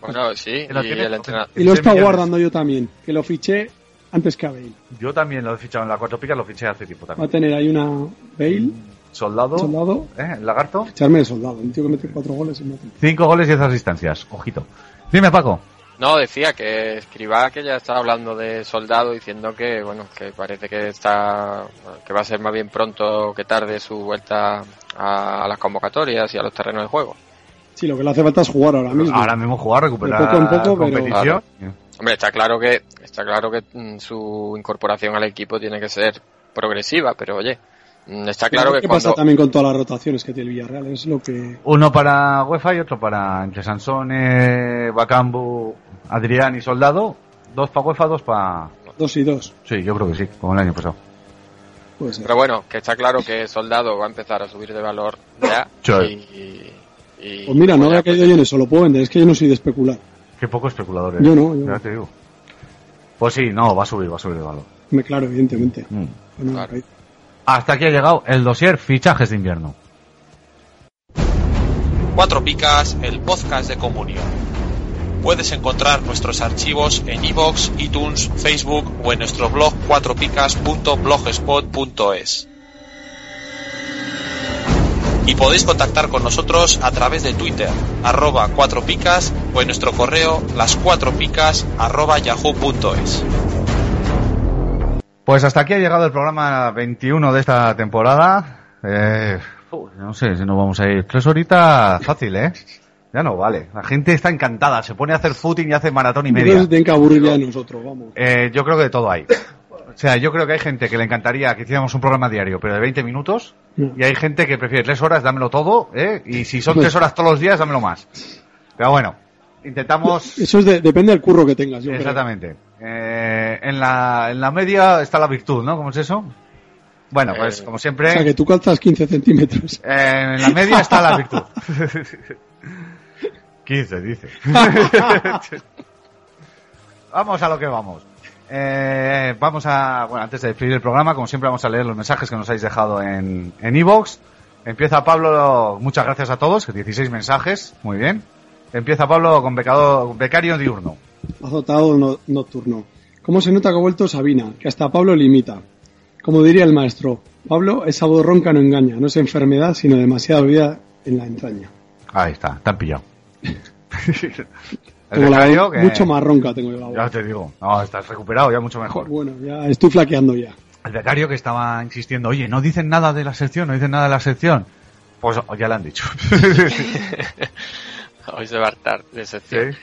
Bueno, sí, ¿Lo y tiene? el entrenador. Y lo 16 está millones. guardando yo también, que lo fiché antes que a Bale. Yo también lo he fichado en la cuatro picas, lo fiché hace tiempo Va a también. tener ahí una Bale, Soldado, Ah, soldado, ¿eh? El lagarto. echarme de soldado. Un tío que mete cuatro goles en una temporada. Cinco goles y 10 asistencias. Ojito. Dime, Paco. No, decía que escriba que ya estaba hablando de soldado diciendo que, bueno, que parece que está, que va a ser más bien pronto que tarde su vuelta a, a las convocatorias y a los terrenos de juego. Sí, lo que le hace falta es jugar ahora mismo. Ahora mismo jugar, recuperar De poco en poco, pero- competición. Hombre, está claro que, está claro que mm, su incorporación al equipo tiene que ser progresiva, pero oye, mm, está claro que ¿Qué pasa cuando, también con todas las rotaciones que tiene el Villarreal? Es lo que... Uno para UEFA y otro para entre Sansone, Bacambu, Adrián y Soldado. Dos para UEFA, dos para... Dos y dos. Sí, yo creo que sí, como el año pasado. Puede ser. Pero bueno, que está claro que Soldado va a empezar a subir de valor ya. Sí. Y, y- Pues mira, no bueno, había caído yo en eso, lo puedo vender. Es que yo no soy de especular. Qué poco especulador eres. Yo no, yo Ya no. te digo. Pues sí, no, va a subir, va a subir de valor. Me claro, evidentemente. Mm. Yo no había Claro. caído. Hasta aquí ha llegado el dossier fichajes de invierno. Cuatro Picas, el podcast de Comunio. Puedes encontrar nuestros archivos en iVoox, iTunes, Facebook o en nuestro blog cuatropicas.blogspot.es. Y podéis contactar con nosotros a través de Twitter, arroba cuatro picas o en nuestro correo las cuatro picas arroba yahoo.es. Pues hasta aquí ha llegado el programa 21 de esta temporada. Eh, uy, no sé si nos vamos a ir. Tres horitas fácil, ¿eh? Ya no vale. La gente está encantada. Se pone a hacer footing y hace maratón y media. Tienen que aburrir ya de nosotros, vamos. Eh, yo creo que de todo hay. O sea, yo creo que hay gente que le encantaría que hiciéramos un programa diario, pero de 20 minutos. Y hay gente que prefiere tres horas, dámelo todo. ¿eh? Y si son tres horas todos los días, dámelo más. Pero bueno, intentamos. Eso es de- depende del curro que tengas. Yo creo. Exactamente. Eh, en, la, en la media está la virtud, ¿no? ¿Cómo es eso? Bueno, pues como Eh, O sea, siempre, que tú calzas 15 centímetros. eh, en la media está la virtud. 15, dice. vamos a lo que vamos. Eh, vamos a, bueno, antes de despedir el programa, como siempre vamos a leer los mensajes que nos habéis dejado en en iVoox. Empieza Pablo, muchas gracias a todos, que 16 mensajes, muy bien. Empieza Pablo con becado- becario diurno. Azotado no- nocturno. ¿Cómo se nota que ha vuelto Sabina? Que hasta Pablo limita. Como diría el maestro, Pablo, esa voz ronca no engaña, no es enfermedad, sino demasiada vida en la entraña. Ahí está, te han pillado. El Tengo la becario voz que- Mucho más ronca tengo yo la voz. Ya te digo, no, estás recuperado, ya mucho mejor. Bueno, ya estoy flaqueando ya. El becario que estaba insistiendo, oye, no dicen nada de la sección, no dicen nada de la sección. Pues oh, ya le han dicho. Hoy se va a hartar de sección.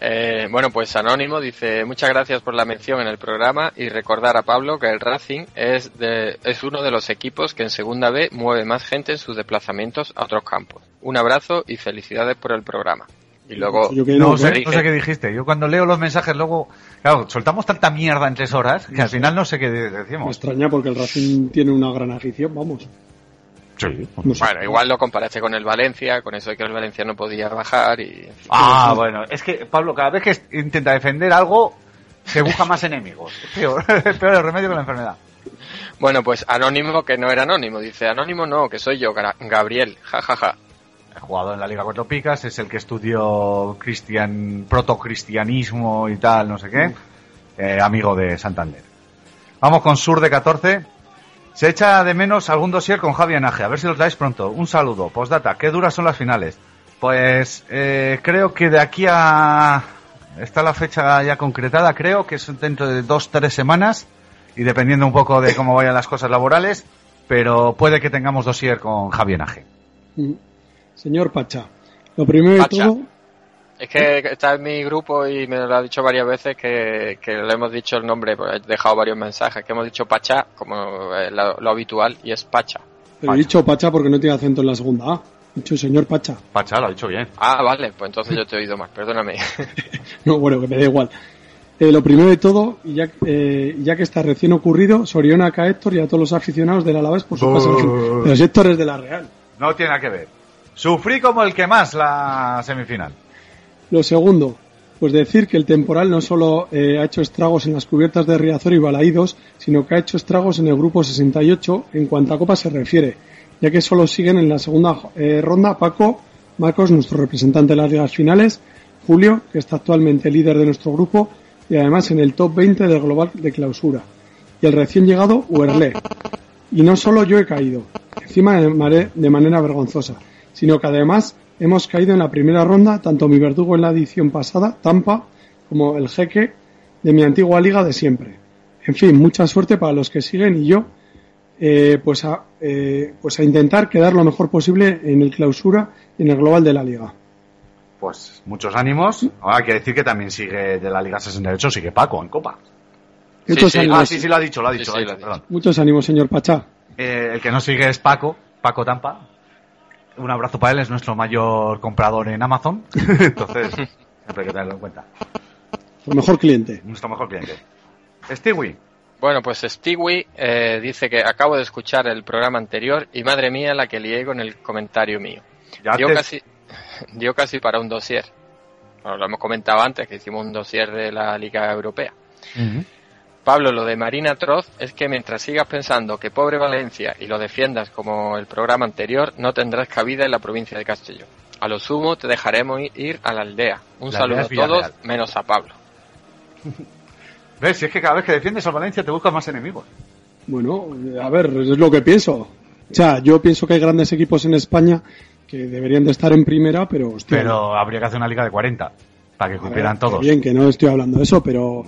Eh, bueno, pues Anónimo dice, muchas gracias por la mención en el programa y recordar a Pablo que el Racing es, de, es uno de los equipos que en Segunda B mueve más gente en sus desplazamientos a otros campos. Un abrazo y felicidades por el programa. Y luego... no, ¿eh? sé, Enrique- no sé qué dijiste. Yo cuando leo los mensajes luego, claro, soltamos tanta mierda en tres horas que al final no sé qué de- Me decimos. extraña porque el Racing tiene una gran afición, vamos. Bueno, eh. igual lo comparaste con el Valencia, con eso de que el Valencia no podía bajar y... Ah, bueno, es que Pablo cada vez que intenta defender algo se busca más enemigos. Es Peor, es peor el remedio que la enfermedad. Bueno, pues Anónimo, que no era Anónimo, dice Anónimo no, que soy yo, Gra- Gabriel, jajaja. Ha jugado en la Liga Cuatro Picas, es el que estudió cristian, protocristianismo y tal, no sé qué. Eh, amigo de Santander. Vamos con Sur de 14. Se echa de menos algún dossier con Javi Anaje. A ver si lo traes pronto. Un saludo. Postdata. ¿Qué duras son las finales? Pues eh, creo que de aquí a... Está la fecha ya concretada, creo, que es dentro de dos, tres semanas. Y dependiendo un poco de cómo vayan las cosas laborales. Pero puede que tengamos dossier con Javi Anaje. Mm. Señor Pacha, lo primero de Pacha. todo, Es que está en mi grupo y me lo ha dicho varias veces que, que le hemos dicho el nombre, pues he dejado varios mensajes, que hemos dicho Pachá, como eh, lo, lo habitual, y es Pacha. pero he dicho Pacha porque no tiene acento en la segunda A. He dicho señor Pacha. Pacha, lo ha dicho bien. Ah, vale, pues entonces yo te he oído mal, perdóname. No, bueno, que me da igual. Eh, lo primero de todo, y ya, eh, ya que está recién ocurrido, Soriona a Héctor y a todos los aficionados del Alavés por su Buh. paso. de Los Héctores de la Real. No tiene nada que ver. Sufrí como el que más la semifinal. Lo segundo, pues decir que el temporal no solo eh, ha hecho estragos en las cubiertas de Riazor y Balaídos, sino que ha hecho estragos en el grupo 68 en cuanto a Copa se refiere, ya que solo siguen en la segunda eh, ronda Paco, Marcos, nuestro representante de las ligas finales, Julio, que está actualmente líder de nuestro grupo y además en el top 20 del global de clausura, y el recién llegado Uerlé. Y no solo yo he caído, encima de, mare- de manera vergonzosa, sino que además hemos caído en la primera ronda tanto mi verdugo en la edición pasada, Tampa, como el jeque de mi antigua liga de siempre. En fin, mucha suerte para los que siguen y yo, eh, pues, a, eh, pues a intentar quedar lo mejor posible en el clausura y en el global de la liga. Pues muchos ánimos. Ahora hay que decir que también sigue de la Liga 68, sigue Paco en Copa. Muchos, ánimos, Ah, sí, sí, lo ha dicho, lo ha dicho. lo ha dicho, perdón. muchos ánimos, señor Pachá. Eh, el que no sigue es Paco, Paco Tampa. Un abrazo para él, es nuestro mayor comprador en Amazon. Entonces, siempre hay que tenerlo en cuenta. El mejor cliente. Nuestro mejor cliente. Stewie. Bueno, pues Stewie eh, dice que acabo de escuchar el programa anterior y madre mía la que lié con el comentario mío. Ya dio, te- casi, dio casi para un dossier. Bueno, lo hemos comentado antes, que hicimos un dossier de la Liga Europea. Pablo, lo de Marina Troz es que mientras sigas pensando que pobre Valencia y lo defiendas como el programa anterior, no tendrás cabida en la provincia de Castellón. A lo sumo te dejaremos i- ir a la aldea. Un La saludo aldea a es Villarreal. todos, menos a Pablo. ¿Ves? Si es que cada vez que defiendes al Valencia te buscas más enemigos. Bueno, a ver, es lo que pienso. O sea, yo pienso que hay grandes equipos en España que deberían de estar en primera, pero hostia, Pero habría que hacer una liga de 40 para que a ver, cupieran que todos. bien que no estoy hablando de eso, pero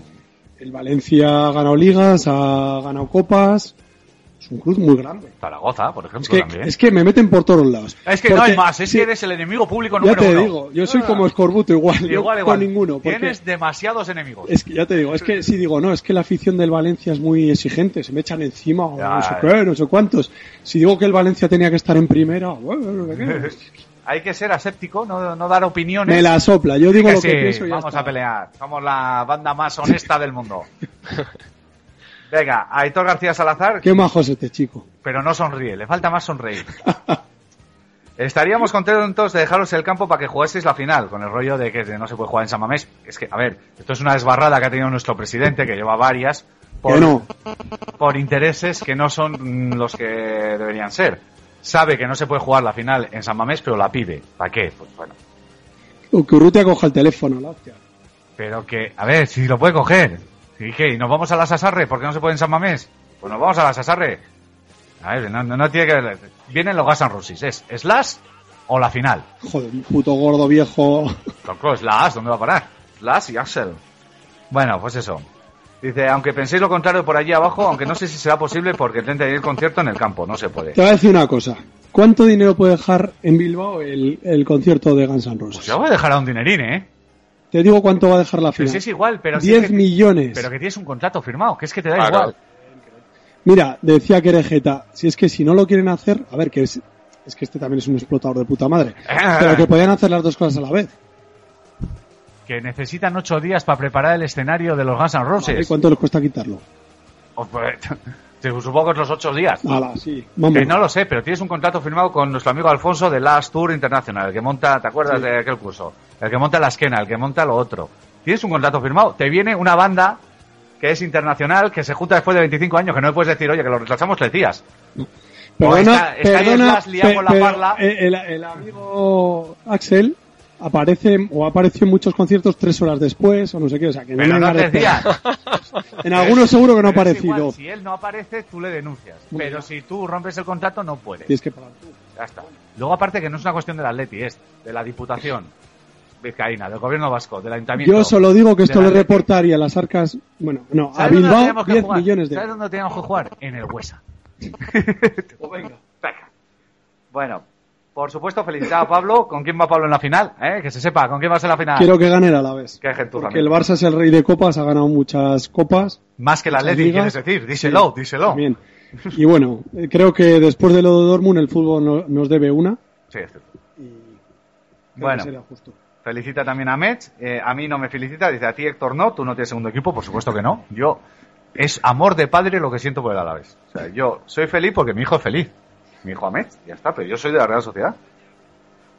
el Valencia ha ganado ligas, ha ganado copas, es un club muy grande. Zaragoza, por ejemplo, Es que, también. es que me meten por todos lados. Es que no Porque- hay más, es sí, que eres el enemigo público Ya número te uno. digo, yo soy como escorbuto igual, no Igual, con igual. ninguno. porque- Tienes demasiados enemigos. Es que ya te digo, es que si digo, no, es que la afición del Valencia es muy exigente, se me echan encima, o Ya, no sé eh. qué, no sé cuántos. Si digo que el Valencia tenía que estar en primera, bueno, no sé qué. pues, hay que ser aséptico, no, no dar opiniones. Me la sopla, yo digo Que lo que sí, pienso y ya Vamos a pelear, somos la banda más honesta del mundo. Venga, Aitor García Salazar, qué majo es este chico. pero no sonríe, le falta más sonreír. Estaríamos contentos de dejaros el campo para que jugaseis la final, con el rollo de que no se puede jugar en San Mamés. Es que, a ver, esto es una desbarrada que ha tenido nuestro presidente, que lleva varias, por, Que no. por intereses que no son mm, los que deberían ser. Sabe que no se puede jugar la final en San Mamés, pero la pide. ¿Para qué? Pues bueno. O que Urrutia coja el teléfono, la hostia. Pero que, a ver, si lo puede coger. ¿Y qué? ¿Y nos vamos a la Sasarre? ¿Por qué no se puede en San Mamés? Pues nos vamos a la Sasarre. A ver, no, no- no tiene que ver. Vienen los Gasan Rusis. ¿Es Slash o la final? Joder, un puto gordo viejo. Tocó Slash, ¿dónde va a parar? Slash y Axel. Bueno, pues eso. Dice, aunque penséis lo contrario por allí abajo, aunque no sé si será posible porque el 30 de ayer el concierto en el campo, no se puede. Te voy a decir una cosa. ¿Cuánto dinero puede dejar en Bilbao el, el concierto de Guns N' Roses? Pues yo voy a dejar a un dinerín, ¿eh? Te digo cuánto va a dejar la Pero final. si pues es igual, pero si 10 es que- millones. Pero que tienes un contrato firmado, que es que te da Ah, Claro. igual. Mira, decía Querejeta, si es que si no lo quieren hacer, a ver, que es, es que este también es un explotador de puta madre, pero que podían hacer las dos cosas a la vez. Ah, Que necesitan ocho días para preparar el escenario de los Guns N' ¿Y Roses. cuánto les cuesta quitarlo? O, pues, te supongo que es los ocho días. Ala, sí, vamos. Que no lo sé, pero tienes un contrato firmado con nuestro amigo Alfonso de Last Tour International, el que monta, ¿te acuerdas de aquel curso? El que monta la esquena, el que monta lo otro. Tienes un contrato firmado, te viene una banda que es internacional, que se junta después de 25 años, que no le puedes decir, oye, que lo retrasamos tres días. O Perdona, está- está ahí perdona, Slash liando la pe- pe- parla. El, el amigo Axel aparece o apareció en muchos conciertos tres horas después o no sé qué, o sea, que no Pero me no hagas tres de- días. En algunos seguro que no ha Pero es aparecido. igual, si él no aparece, tú le denuncias. Muy Pero si tú rompes el contrato, no puedes. Tienes que pagar tú. Ya está. Luego, aparte, que no es una cuestión del Atleti, es de la Diputación Vizcaína, del Gobierno Vasco, del Ayuntamiento. Yo solo digo que esto del le Atleti. reportaría a las arcas, bueno, no, a ¿Sabes dónde Bilbao teníamos que 10 jugar? millones de ¿Sabes dónde teníamos que jugar? En el Huesa. Venga. Bueno, por supuesto, felicidad a Pablo. ¿Con quién va Pablo en la final? ¿Eh? Que se sepa, ¿con quién va a ser la final? Quiero que gane el Alavés. Que gentuza, Que el amigo. Barça es el rey de copas, ha ganado muchas copas. Más que el muchas Atleti, ligas. quieres decir. Díselo, díselo. También. Y bueno, eh, creo que después de lo de Dortmund el fútbol no- nos debe una. Sí, es cierto. que Bueno. será justo. Felicita también a Mets. Eh, a mí no me felicita. Dice, a ti Héctor no, tú no tienes segundo equipo. Por supuesto que no. Yo, es amor de padre lo que siento por el Alavés. O sea, yo soy feliz porque mi hijo es feliz. Mi hijo Mets, ya está, pero yo soy de la Real Sociedad.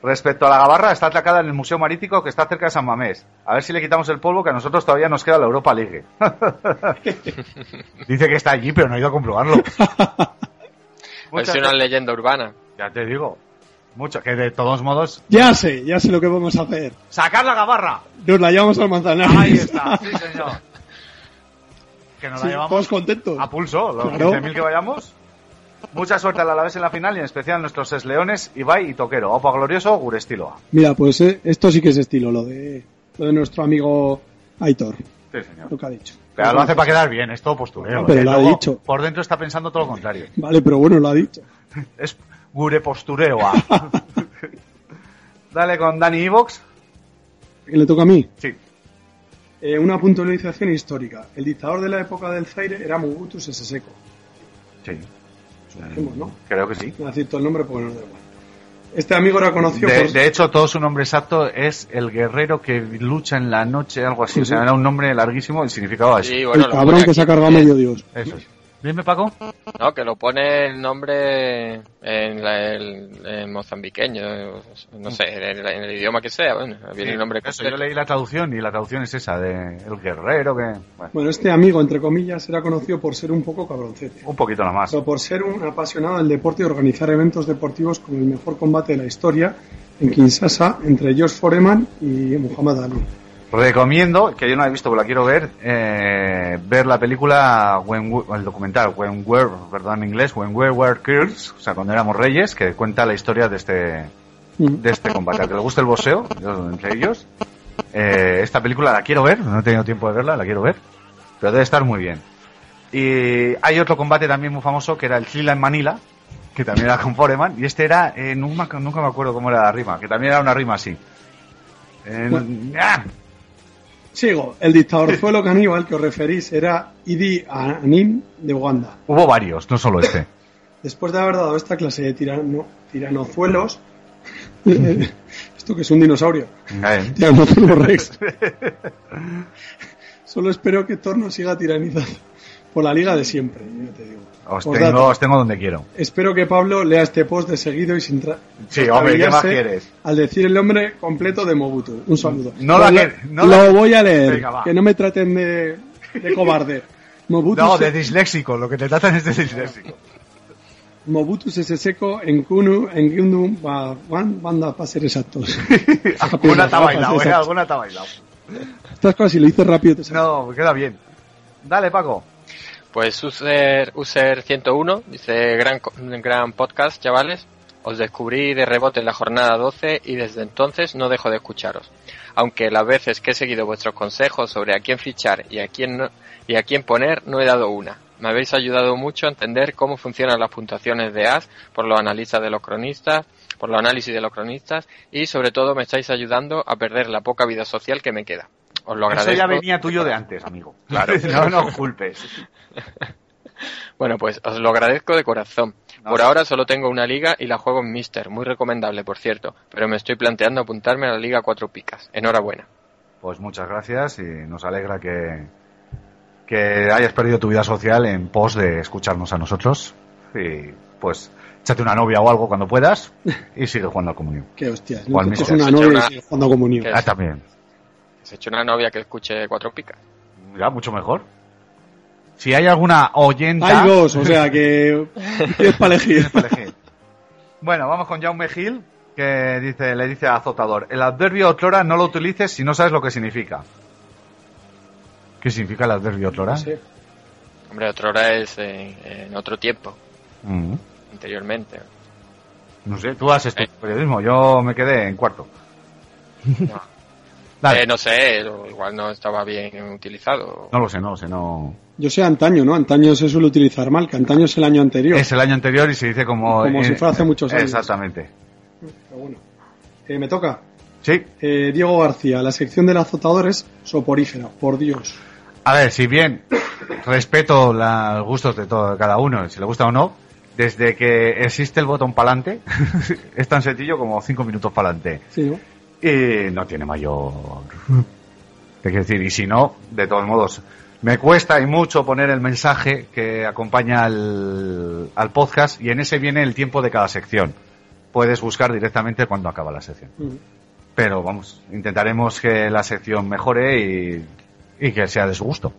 Respecto a la gabarra, está atracada en el Museo Marítimo que está cerca de San Mamés. A ver si le quitamos el polvo que a nosotros todavía nos queda la Europa League. Dice que está allí, pero no he ido a comprobarlo. Es Muchas una gracias. leyenda urbana. Ya te digo. Mucho, que de todos modos, Ya sé, ya sé lo que vamos a hacer. sacar la gabarra. Nos la llevamos al manzanar. Ahí está, sí señor. Que nos Sí, la llevamos todos contentos. a pulso, los Claro. 15.000 que vayamos. Mucha suerte al Alavés en la final y en especial a nuestros seis leones, Ibai y Toquero. Opa Glorioso, Gurestiloa. Mira, pues eh, esto sí que es estilo, lo de, lo de nuestro amigo Aitor, Sí, señor. lo que ha dicho. Pero lo hace para quedar bien, es todo postureo. No, pero ¿eh? lo ha Luego, dicho. Por dentro está pensando todo lo contrario. Vale, pero bueno, lo ha dicho. Es Gure Postureoa. Dale con Dani Ivox. ¿Le toca a mí? Sí. Eh, una puntualización histórica. El dictador de la época del Zaire era Mobutu Sese Seko. Sí. Dijimos, ¿no? Creo que sí. No voy a decir todo el nombre porque nos da igual. Este amigo era conocido De, por... de hecho, todo su nombre exacto es el guerrero que lucha en la noche, algo así. O sea, era un nombre larguísimo y significaba eso. Sí, bueno, el lo cabrón pone que aquí. se ha cargado a medio dios. Eso es. Dime, Paco. No, que lo pone el nombre en, la- el- en mozambiqueño, eh, no sé, en el, en el idioma que sea, bueno, viene el nombre Eso, completo. yo leí la traducción y la traducción es esa, de el guerrero que... bueno, Bueno, este amigo, entre comillas, era conocido por ser un poco cabroncete. un poquito nada más. Pero por ser un apasionado del deporte y organizar eventos deportivos como el mejor combate de la historia en Kinshasa entre George Foreman y Muhammad Ali. Recomiendo, que yo no la he visto, pero la quiero ver, eh, ver la película, When We- el documental, When We're, perdón en inglés, When We Were Girls, o sea, cuando éramos reyes, que cuenta la historia de este, Mm. de este combate. Al que le guste el boxeo, yo entre ellos, eh, esta película la quiero ver, no he tenido tiempo de verla, la quiero ver, pero debe estar muy bien. Y hay otro combate también muy famoso que era el Chila en Manila, que también era con Foreman, y este era, eh, nunca, nunca me acuerdo cómo era la rima, que también era una rima así. En- ¡Ah! Sigo, el dictadorzuelo caníbal que os referís era Idi Amin de Uganda. Hubo varios, no solo este. Después de haber dado esta clase de tirano, tiranozuelos, esto que es un dinosaurio, Eh, tiranozuelo rex, solo espero que Thor no siga tiranizado por la liga de siempre, yo te digo. Os Por dato. tengo, os tengo donde quiero. Espero que Pablo lea este post de seguido y sin tra- Sí, hombre, ¿qué más trastabillarse quieres? Al decir el nombre completo de Mobutu. Un saludo. No la Lo- que- no lo la- voy a leer. Venga, va. que no me traten de, de cobarde. Mobutu, No, se- de disléxico, lo que te tratan es de disléxico. Mobutu Sese Seko en Kunu, en Gundu, va- van, banda para ser exactos. Alguna te ha Va, bailado, Ah, sí, eh, sí. alguna te ha bailado. Estas cosas si lo dices rápido te sale. No, queda bien. Dale, Paco. Pues user, user 101 dice, gran, co- gran podcast, chavales. Os descubrí de rebote en la jornada 12 y desde entonces no dejo de escucharos. Aunque las veces que he seguido vuestros consejos sobre a quién fichar y a quién, no- y a quién poner, no he dado una. Me habéis ayudado mucho a entender cómo funcionan las puntuaciones de AS por los analistas de los cronistas, por los análisis de los cronistas y sobre todo me estáis ayudando a perder la poca vida social que me queda. Os lo agradezco. Eso ya venía tuyo de antes, amigo. Claro. No nos culpes. Bueno, pues os lo agradezco de corazón. No, por no. ahora solo tengo una liga y la juego en Mister, muy recomendable, por cierto, pero me estoy planteando apuntarme a la Liga Cuatro Picas. Enhorabuena. Pues muchas gracias y nos alegra que, que hayas perdido tu vida social en pos de escucharnos a nosotros. Y pues échate una novia o algo cuando puedas y sigue jugando al comunión. Qué hostias. Juan No es Miguel. una novia y sigue jugando comunión. Que Ah, también. se eche una novia que escuche Cuatro Picas. Mira, mucho mejor. Si hay alguna oyenta... Hay dos, o sea que tienes para elegir. Bueno, vamos con Jaume Gil, que dice, le dice a Azotador, el adverbio otrora no lo utilices si no sabes lo que significa. ¿Qué significa el adverbio otrora? No sé. Hombre, otra hora es eh, en otro tiempo, Mm, anteriormente. no sé, tú haces tu periodismo, yo me quedé en cuarto. No, Dale. Eh, no sé, o igual no estaba bien utilizado. No lo sé, no lo sé, no... Yo sé antaño, ¿no? Antaño se suele utilizar mal, que antaño es el año anterior. Es el año anterior y se dice como... Como si fuera hace muchos años. Exactamente. Pero bueno. Eh, me toca. Sí. Eh, Diego García, la sección del azotador es soporífera, por Dios. A ver, si bien respeto la- los gustos de todo, de cada uno, si le gusta o no, desde que existe el botón pa'lante, es tan sencillo como cinco minutos pa'lante. Sí, ¿no? Y no tiene mayor. Te quiero decir, y si no, de todos modos, me cuesta y mucho poner el mensaje que acompaña al, al podcast y en ese viene el tiempo de cada sección. Puedes buscar directamente cuando acaba la sección. Mm. Pero vamos, intentaremos que la sección mejore y, y que sea de su gusto.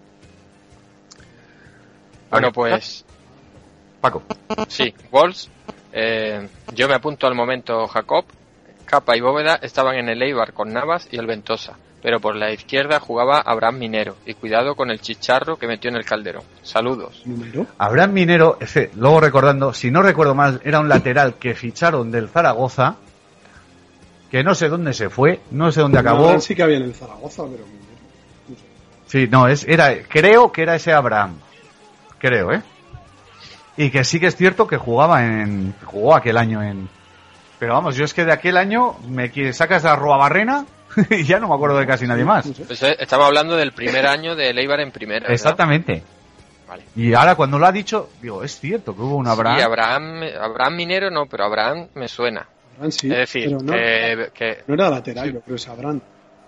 Bueno, pues Paco. Sí, Wolves. Eh, yo me apunto al momento Jacob. Capa y Bóveda estaban en el Eibar con Navas y el Ventosa, pero por la izquierda jugaba Abraham Minero. Y cuidado con el chicharro que metió en el calderón. Saludos. Número. Abraham Minero, ese, luego recordando, si no recuerdo mal, era un lateral que ficharon del Zaragoza, que no sé dónde se fue, no sé dónde acabó. Abraham sí que había en el Zaragoza, pero. Sí, no, es, era, creo que era ese Abraham. Creo, ¿eh? Y que sí que es cierto que jugaba en, jugó aquel año en, pero vamos, yo es que de aquel año me qui- sacas a Ruabarrena y ya no me acuerdo de casi nadie más. Pues, eh, estaba hablando del primer año del Eibar en primera. ¿verdad? Exactamente. Vale. Y ahora cuando lo ha dicho, digo, es cierto que hubo un Abraham. Sí, Abraham, Abraham Minero no, pero Abraham me suena. Abraham sí, es decir, eh, pero no, que, que- no era lateral, yo creo que es Abraham.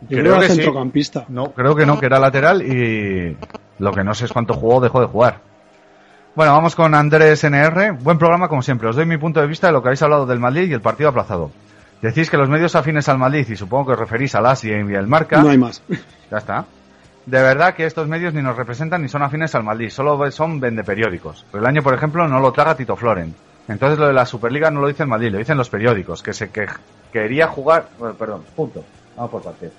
Yo Creo creo, que era que sí. centrocampista. No, creo que no, que era lateral y lo que no sé es cuánto jugó o dejó de jugar. Bueno, vamos con Andrés NR. Buen programa, como siempre. Os doy mi punto de vista de lo que habéis hablado del Madrid y el partido aplazado. Decís que los medios afines al Madrid, y supongo que os referís al Asia y al Marca. No hay más. Ya está. De verdad que estos medios ni nos representan ni son afines al Madrid, solo son vendeperiódicos. El año, por ejemplo, no lo traga Tito Floren. Entonces lo de la Superliga no lo dice el Madrid, lo dicen los periódicos, que se que quería jugar... bueno, perdón, punto. Vamos por partes.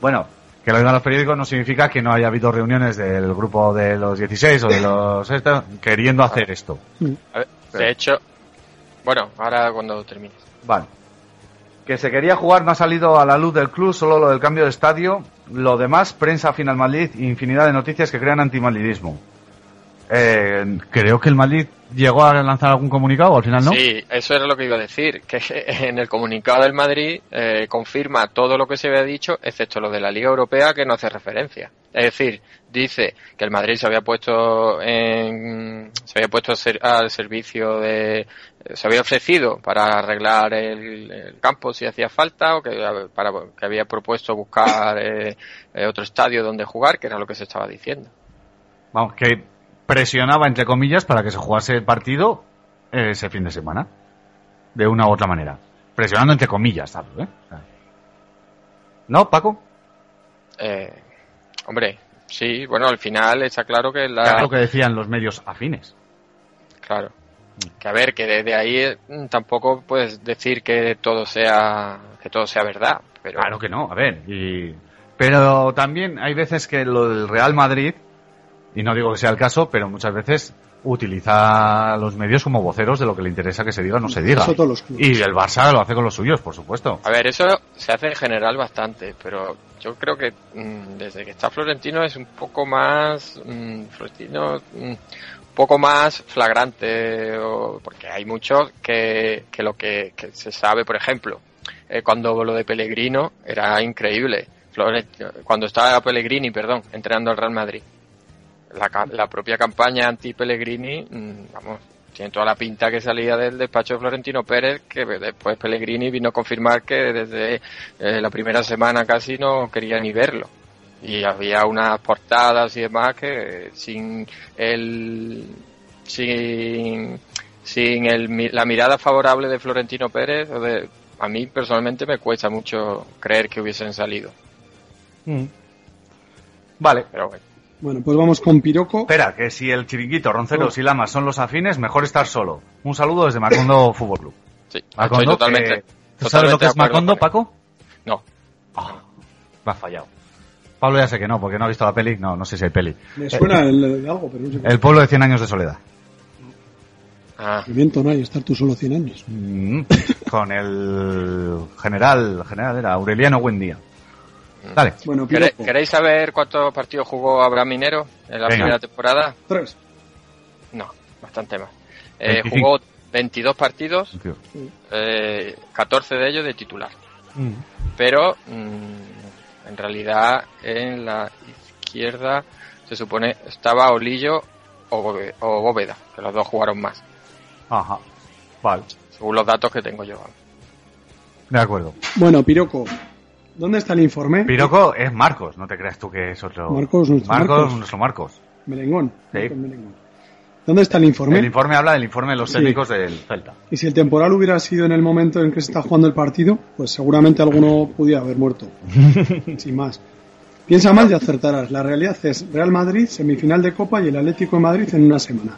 Bueno, que lo digan los periódicos no significa que no haya habido reuniones del grupo de los 16 o de los... estos queriendo hacer esto. A ver, de hecho, bueno, ahora cuando termine. Vale. Que se quería jugar no ha salido a la luz del club, solo lo del cambio de estadio. Lo demás, prensa final Madrid, infinidad de noticias que crean antimadridismo. Eh, creo que el Madrid llegó a lanzar algún comunicado, o al final no. Sí, eso era lo que iba a decir, que en el comunicado del Madrid eh, confirma todo lo que se había dicho, excepto lo de la Liga Europea que no hace referencia. Es decir, dice que el Madrid se había puesto en, se había puesto a ser- al servicio de, se había ofrecido para arreglar el, el campo si hacía falta o que, para, que había propuesto buscar eh, eh, otro estadio donde jugar, que era lo que se estaba diciendo. Vamos, que presionaba, entre comillas, para que se jugase el partido eh, ese fin de semana. De una u otra manera. Presionando, entre comillas, ¿sabes? eh? O sea. ¿No, Paco? Eh, hombre, sí, bueno, al final está claro que la... Que era lo que decían los medios afines. Claro. Que a ver, que desde ahí eh, mm, tampoco puedes decir que todo sea que todo sea verdad, pero Claro que no, a ver. Y... Pero también hay veces que lo del Real Madrid, y no digo que sea el caso, pero muchas veces utiliza los medios como voceros de lo que le interesa que se diga o no se diga. Eso todos los clubes. Y el Barça lo hace con los suyos, por supuesto. a ver, eso se hace en general bastante, pero yo creo que mm, desde que está Florentino es un poco más mm, Florentino mm, un poco más flagrante o- porque hay muchos que, que lo que, que se sabe, por ejemplo, eh, cuando lo de Pellegrino era increíble. Florentino- Cuando estaba Pellegrini, perdón, entrenando al Real Madrid. la, ca- la propia campaña anti-Pellegrini, mm, vamos, tiene toda la pinta que salía del despacho de Florentino Pérez, que después Pellegrini vino a confirmar que desde eh, la primera semana casi no quería ni verlo. Y había unas portadas y demás que eh, sin el sin, sin el mi- la mirada favorable de Florentino Pérez, o de- a mí personalmente me cuesta mucho creer que hubiesen salido. Vale. Pero bueno. Bueno, pues vamos con Piroco. Espera, que si el chiringuito, Ronceros y Lamas son los afines, mejor estar solo. Un saludo desde Macondo Fútbol Club. Sí, Ah, Macondo, estoy totalmente, que- ¿tú sabes lo totalmente que de es acuerdo Macondo, con él. Paco? No. Me ha fallado. Pablo ya sé que no, porque no ha visto la peli. No, no sé si hay peli. Me Eh, suena el, de algo, pero no sé. El pueblo de 100 años de soledad. Ah. Miento, no hay, estar tú solo 100 años. Mm, con el general, general era Aureliano Buendía. Dale. Bueno, ¿Quere- ¿Queréis saber cuántos partidos jugó Abraham Minero en la Venga. primera temporada? Tres. No, bastante más. Eh, 25. jugó 22 partidos, eh, 14 de ellos de titular. Pero mm, en realidad en la izquierda se supone estaba Olillo o, Bove- o Bóveda, que los dos jugaron más, Ajá. Vale. según los datos que tengo yo. De acuerdo. Bueno, Piroco. ¿Dónde está el informe? Piroco es Marcos, no te creas tú que es otro. Marcos, nuestro Marcos, Marcos. nuestro Marcos. Merengón. Sí. Merengón. ¿Dónde está el informe? El informe habla del informe de los Sí. técnicos del Celta. Y si el temporal hubiera sido en el momento en que se está jugando el partido, pues seguramente alguno pudiera haber muerto. Sin más. Piensa mal y acertarás. La realidad es Real Madrid, semifinal de Copa y el Atlético de Madrid en una semana.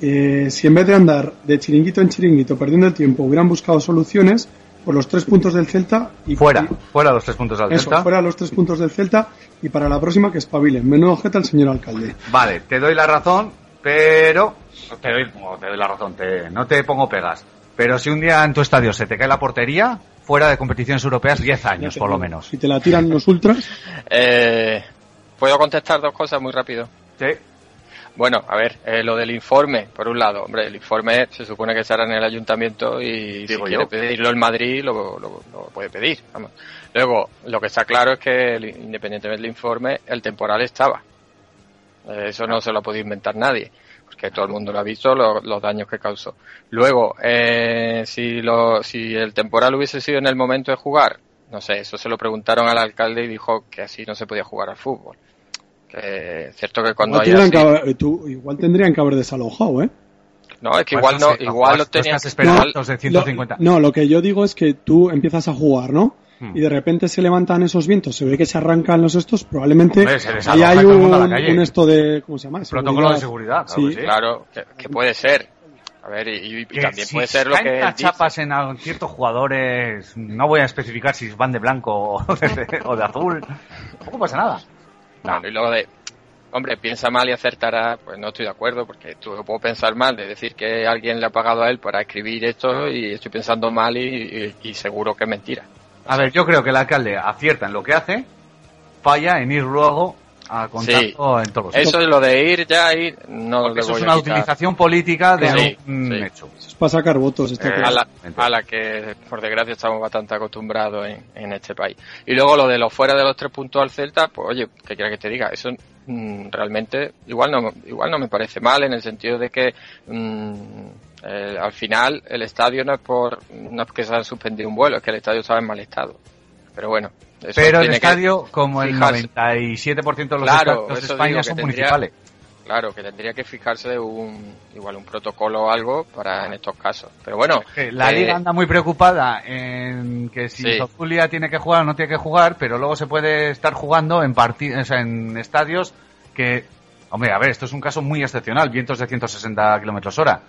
Eh, si en vez de andar de chiringuito en chiringuito perdiendo el tiempo hubieran buscado soluciones, por los tres puntos del Celta y Fuera, fuera los tres puntos al Eso, Celta. fuera los tres puntos del Celta y para la próxima que espabilen. Menudo jeta el señor alcalde. Vale, te doy la razón, pero. Te doy, no, te doy la razón, te- no te pongo pegas. Pero si un día en tu estadio se te cae la portería, fuera de competiciones europeas 10 años por lo menos. Si te la tiran los ultras, Eh, ¿Puedo contestar dos cosas muy rápido? Sí. Bueno, a ver, eh, lo del informe, por un lado, hombre, el informe se supone que estará en el ayuntamiento y Digo si quiere yo. pedirlo en Madrid lo, lo- lo puede pedir. vamos. Luego, lo que está claro es que el- independientemente del informe, el temporal estaba. Eh, eso no se lo ha podido inventar nadie, porque todo el mundo lo ha visto, lo- los daños que causó. Luego, eh, si, lo, si el temporal hubiese sido en el momento de jugar, no sé, eso se lo preguntaron al alcalde y dijo que así no se podía jugar al fútbol. Eh, cierto que cuando igual, hay tendrían así- que haber- eh, tú- igual tendrían que haber desalojado, ¿eh? No, es que igual no, igual lo tenías No, Lo, no, lo que yo digo es que tú empiezas a jugar, ¿no? Hmm. Y de repente se levantan esos vientos, se ve que se arrancan los estos, probablemente Hombre, se les ahí aloja hay todo el un, mundo a la calle. un esto de, ¿cómo se llama? Sí. Claro, que, que puede ser. A ver, y, y- y también si puede ser lo caen que él dice. cachapas en a- ciertos jugadores, no voy a especificar si van de blanco o de, o de azul, tampoco pasa nada. Claro, y luego de, hombre, piensa mal y acertará, pues no estoy de acuerdo, porque tú puedo pensar mal, de decir que alguien le ha pagado a él para escribir esto y estoy pensando mal y, y- y seguro que es mentira. A ver, yo creo que el alcalde acierta en lo que hace, falla en ir luego a Sí, contacto en todos. eso es lo de ir ya, ir, no le Pues Eso voy es a una quitar. utilización política de Sí, un sí. hecho. Es para sacar votos este esta Eh, cosa. a, la, a la que, por desgracia, estamos bastante acostumbrados en, en este país. Y luego lo de los fuera de los tres puntos al Celta, pues oye, ¿qué quieres que te diga? Eso mm, realmente igual no, igual no me parece mal en el sentido de que mm, el- al final el estadio no es por no es que se haya suspendido un vuelo, es que el estadio estaba en mal estado. Pero bueno, eso Pero el tiene que- estadio, como el fijarse. 97% de Claro, los estadios de eso España digo, son que tendría- municipales. Claro, que tendría que fijarse un igual un protocolo o algo para en estos casos. Pero bueno, Que La eh, liga anda muy preocupada en que si Sí. Zozulia tiene que jugar o no tiene que jugar, pero luego se puede estar jugando en parti- o sea, en estadios que, hombre, a ver, esto es un caso muy excepcional, vientos de 160 kilómetros hora,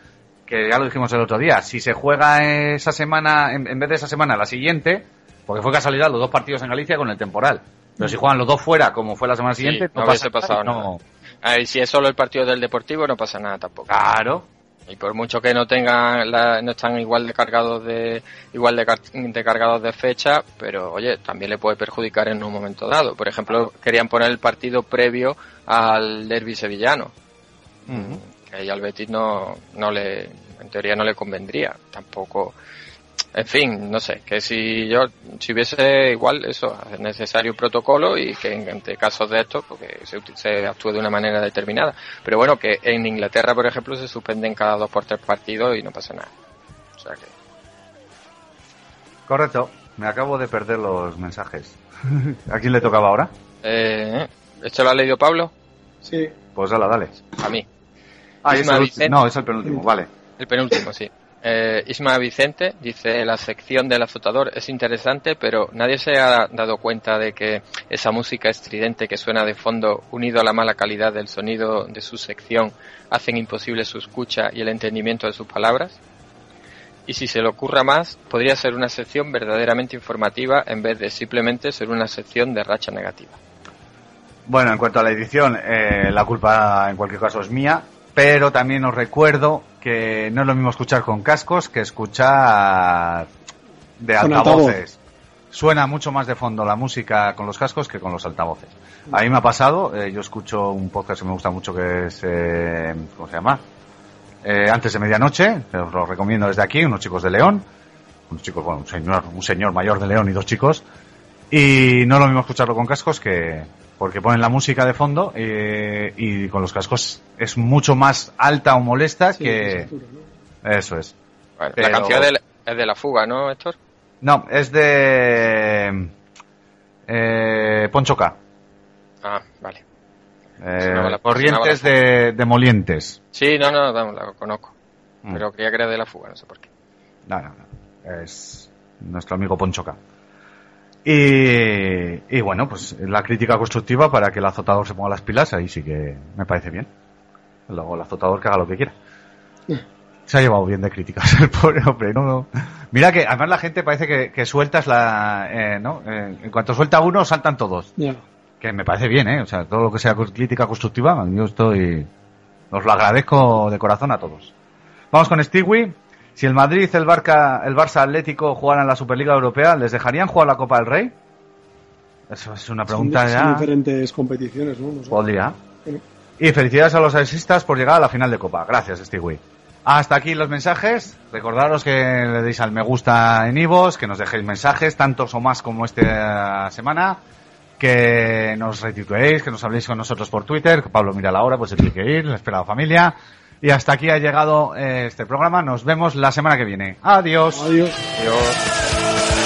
que ya lo dijimos el otro día. Si se juega esa semana, en, en vez de esa semana, la siguiente, porque fue casualidad los dos partidos en Galicia con el temporal. Pero si juegan los dos fuera, como fue la semana Sí, siguiente, no no, hubiese pasa nada, pasado no- nada. A ver, eh, si es solo el partido del Deportivo no pasa nada tampoco. Claro. Y por mucho que no tengan, la- no están igual de cargados de igual de, car- de cargados de fecha, pero oye, también le puede perjudicar en un momento dado. Por ejemplo, querían poner el partido previo al derby sevillano, que ahí al Betis no, no le, en teoría no le convendría, tampoco. En fin, no sé, que si yo, si hubiese igual eso, es necesario protocolo y que en, ante casos de estos, porque se, uti- se actúe de una manera determinada. Pero bueno, que en Inglaterra, por ejemplo, se suspenden cada dos por tres partidos y no pasa nada. O sea que, Correcto. Me acabo de perder los mensajes. ¿A quién le tocaba ahora? eh, ¿esto lo ha leído Pablo? Sí. Pues hala, dale. A mí. Ah, es Isma el Vicente. último. No, es el penúltimo, vale. El penúltimo, sí. Eh, Isma Vicente dice, la sección del azotador es interesante, pero nadie se ha dado cuenta de que esa música estridente que suena de fondo, unido a la mala calidad del sonido de su sección, hacen imposible su escucha y el entendimiento de sus palabras. Y si se le ocurra más, podría ser una sección verdaderamente informativa en vez de simplemente ser una sección de racha negativa. Bueno, en cuanto a la edición, eh, la culpa en cualquier caso es mía, pero también os recuerdo que no es lo mismo escuchar con cascos que escuchar de Con altavoces. Suena mucho más de fondo la música con los cascos que con los altavoces. A mí me ha pasado, eh, yo escucho un podcast que me gusta mucho que es, eh, ¿cómo se llama? Eh, antes de medianoche, os lo recomiendo desde aquí, unos chicos de León, unos chicos, bueno, un señor, un señor mayor de León y dos chicos, y no es lo mismo escucharlo con cascos que. Porque ponen la música de fondo eh, y con los cascos es mucho más alta o molesta que. Eso es. Bueno, Pero- La canción de la- es de la fuga, ¿no, Héctor? No, es de. Eh, Poncho K. Ah, vale. Eh, Sonaba la- corrientes sonaba de, de Molientes. Sí, no, no, no, la conozco. Mm. Pero quería creer de la fuga, no sé por qué. No, no, no. Es nuestro amigo Poncho K. Y, y bueno, pues la crítica constructiva para que el azotador se ponga las pilas, ahí sí que me parece bien. Luego el azotador que haga lo que quiera. Se ha llevado bien de críticas el pobre hombre. No, no. Mira que además la gente parece que, que sueltas la. eh, ¿no? Eh, en cuanto suelta uno, saltan todos. Ya. Que me parece bien, ¿eh? O sea, todo lo que sea crítica constructiva, yo estoy. Os lo agradezco de corazón a todos. Vamos con Stewie. Si el Madrid, el, Barca, el Barça Atlético jugaran la Superliga Europea, ¿les dejarían jugar la Copa del Rey? Eso es una pregunta son, son ya. diferentes competiciones, ¿no? No sé. Podría. Pero- Y felicidades a los asistas por llegar a la final de Copa. Gracias, Stewie. Hasta aquí los mensajes. Recordaros que le deis al me gusta en Ivos, que nos dejéis mensajes, tantos o más como esta semana, que nos retituéis, que nos habléis con nosotros por Twitter, que Pablo mira la hora, pues se tiene que ir, la espera la familia. Y hasta aquí ha llegado eh, este programa. Nos vemos la semana que viene. Adiós. Adiós. Adiós.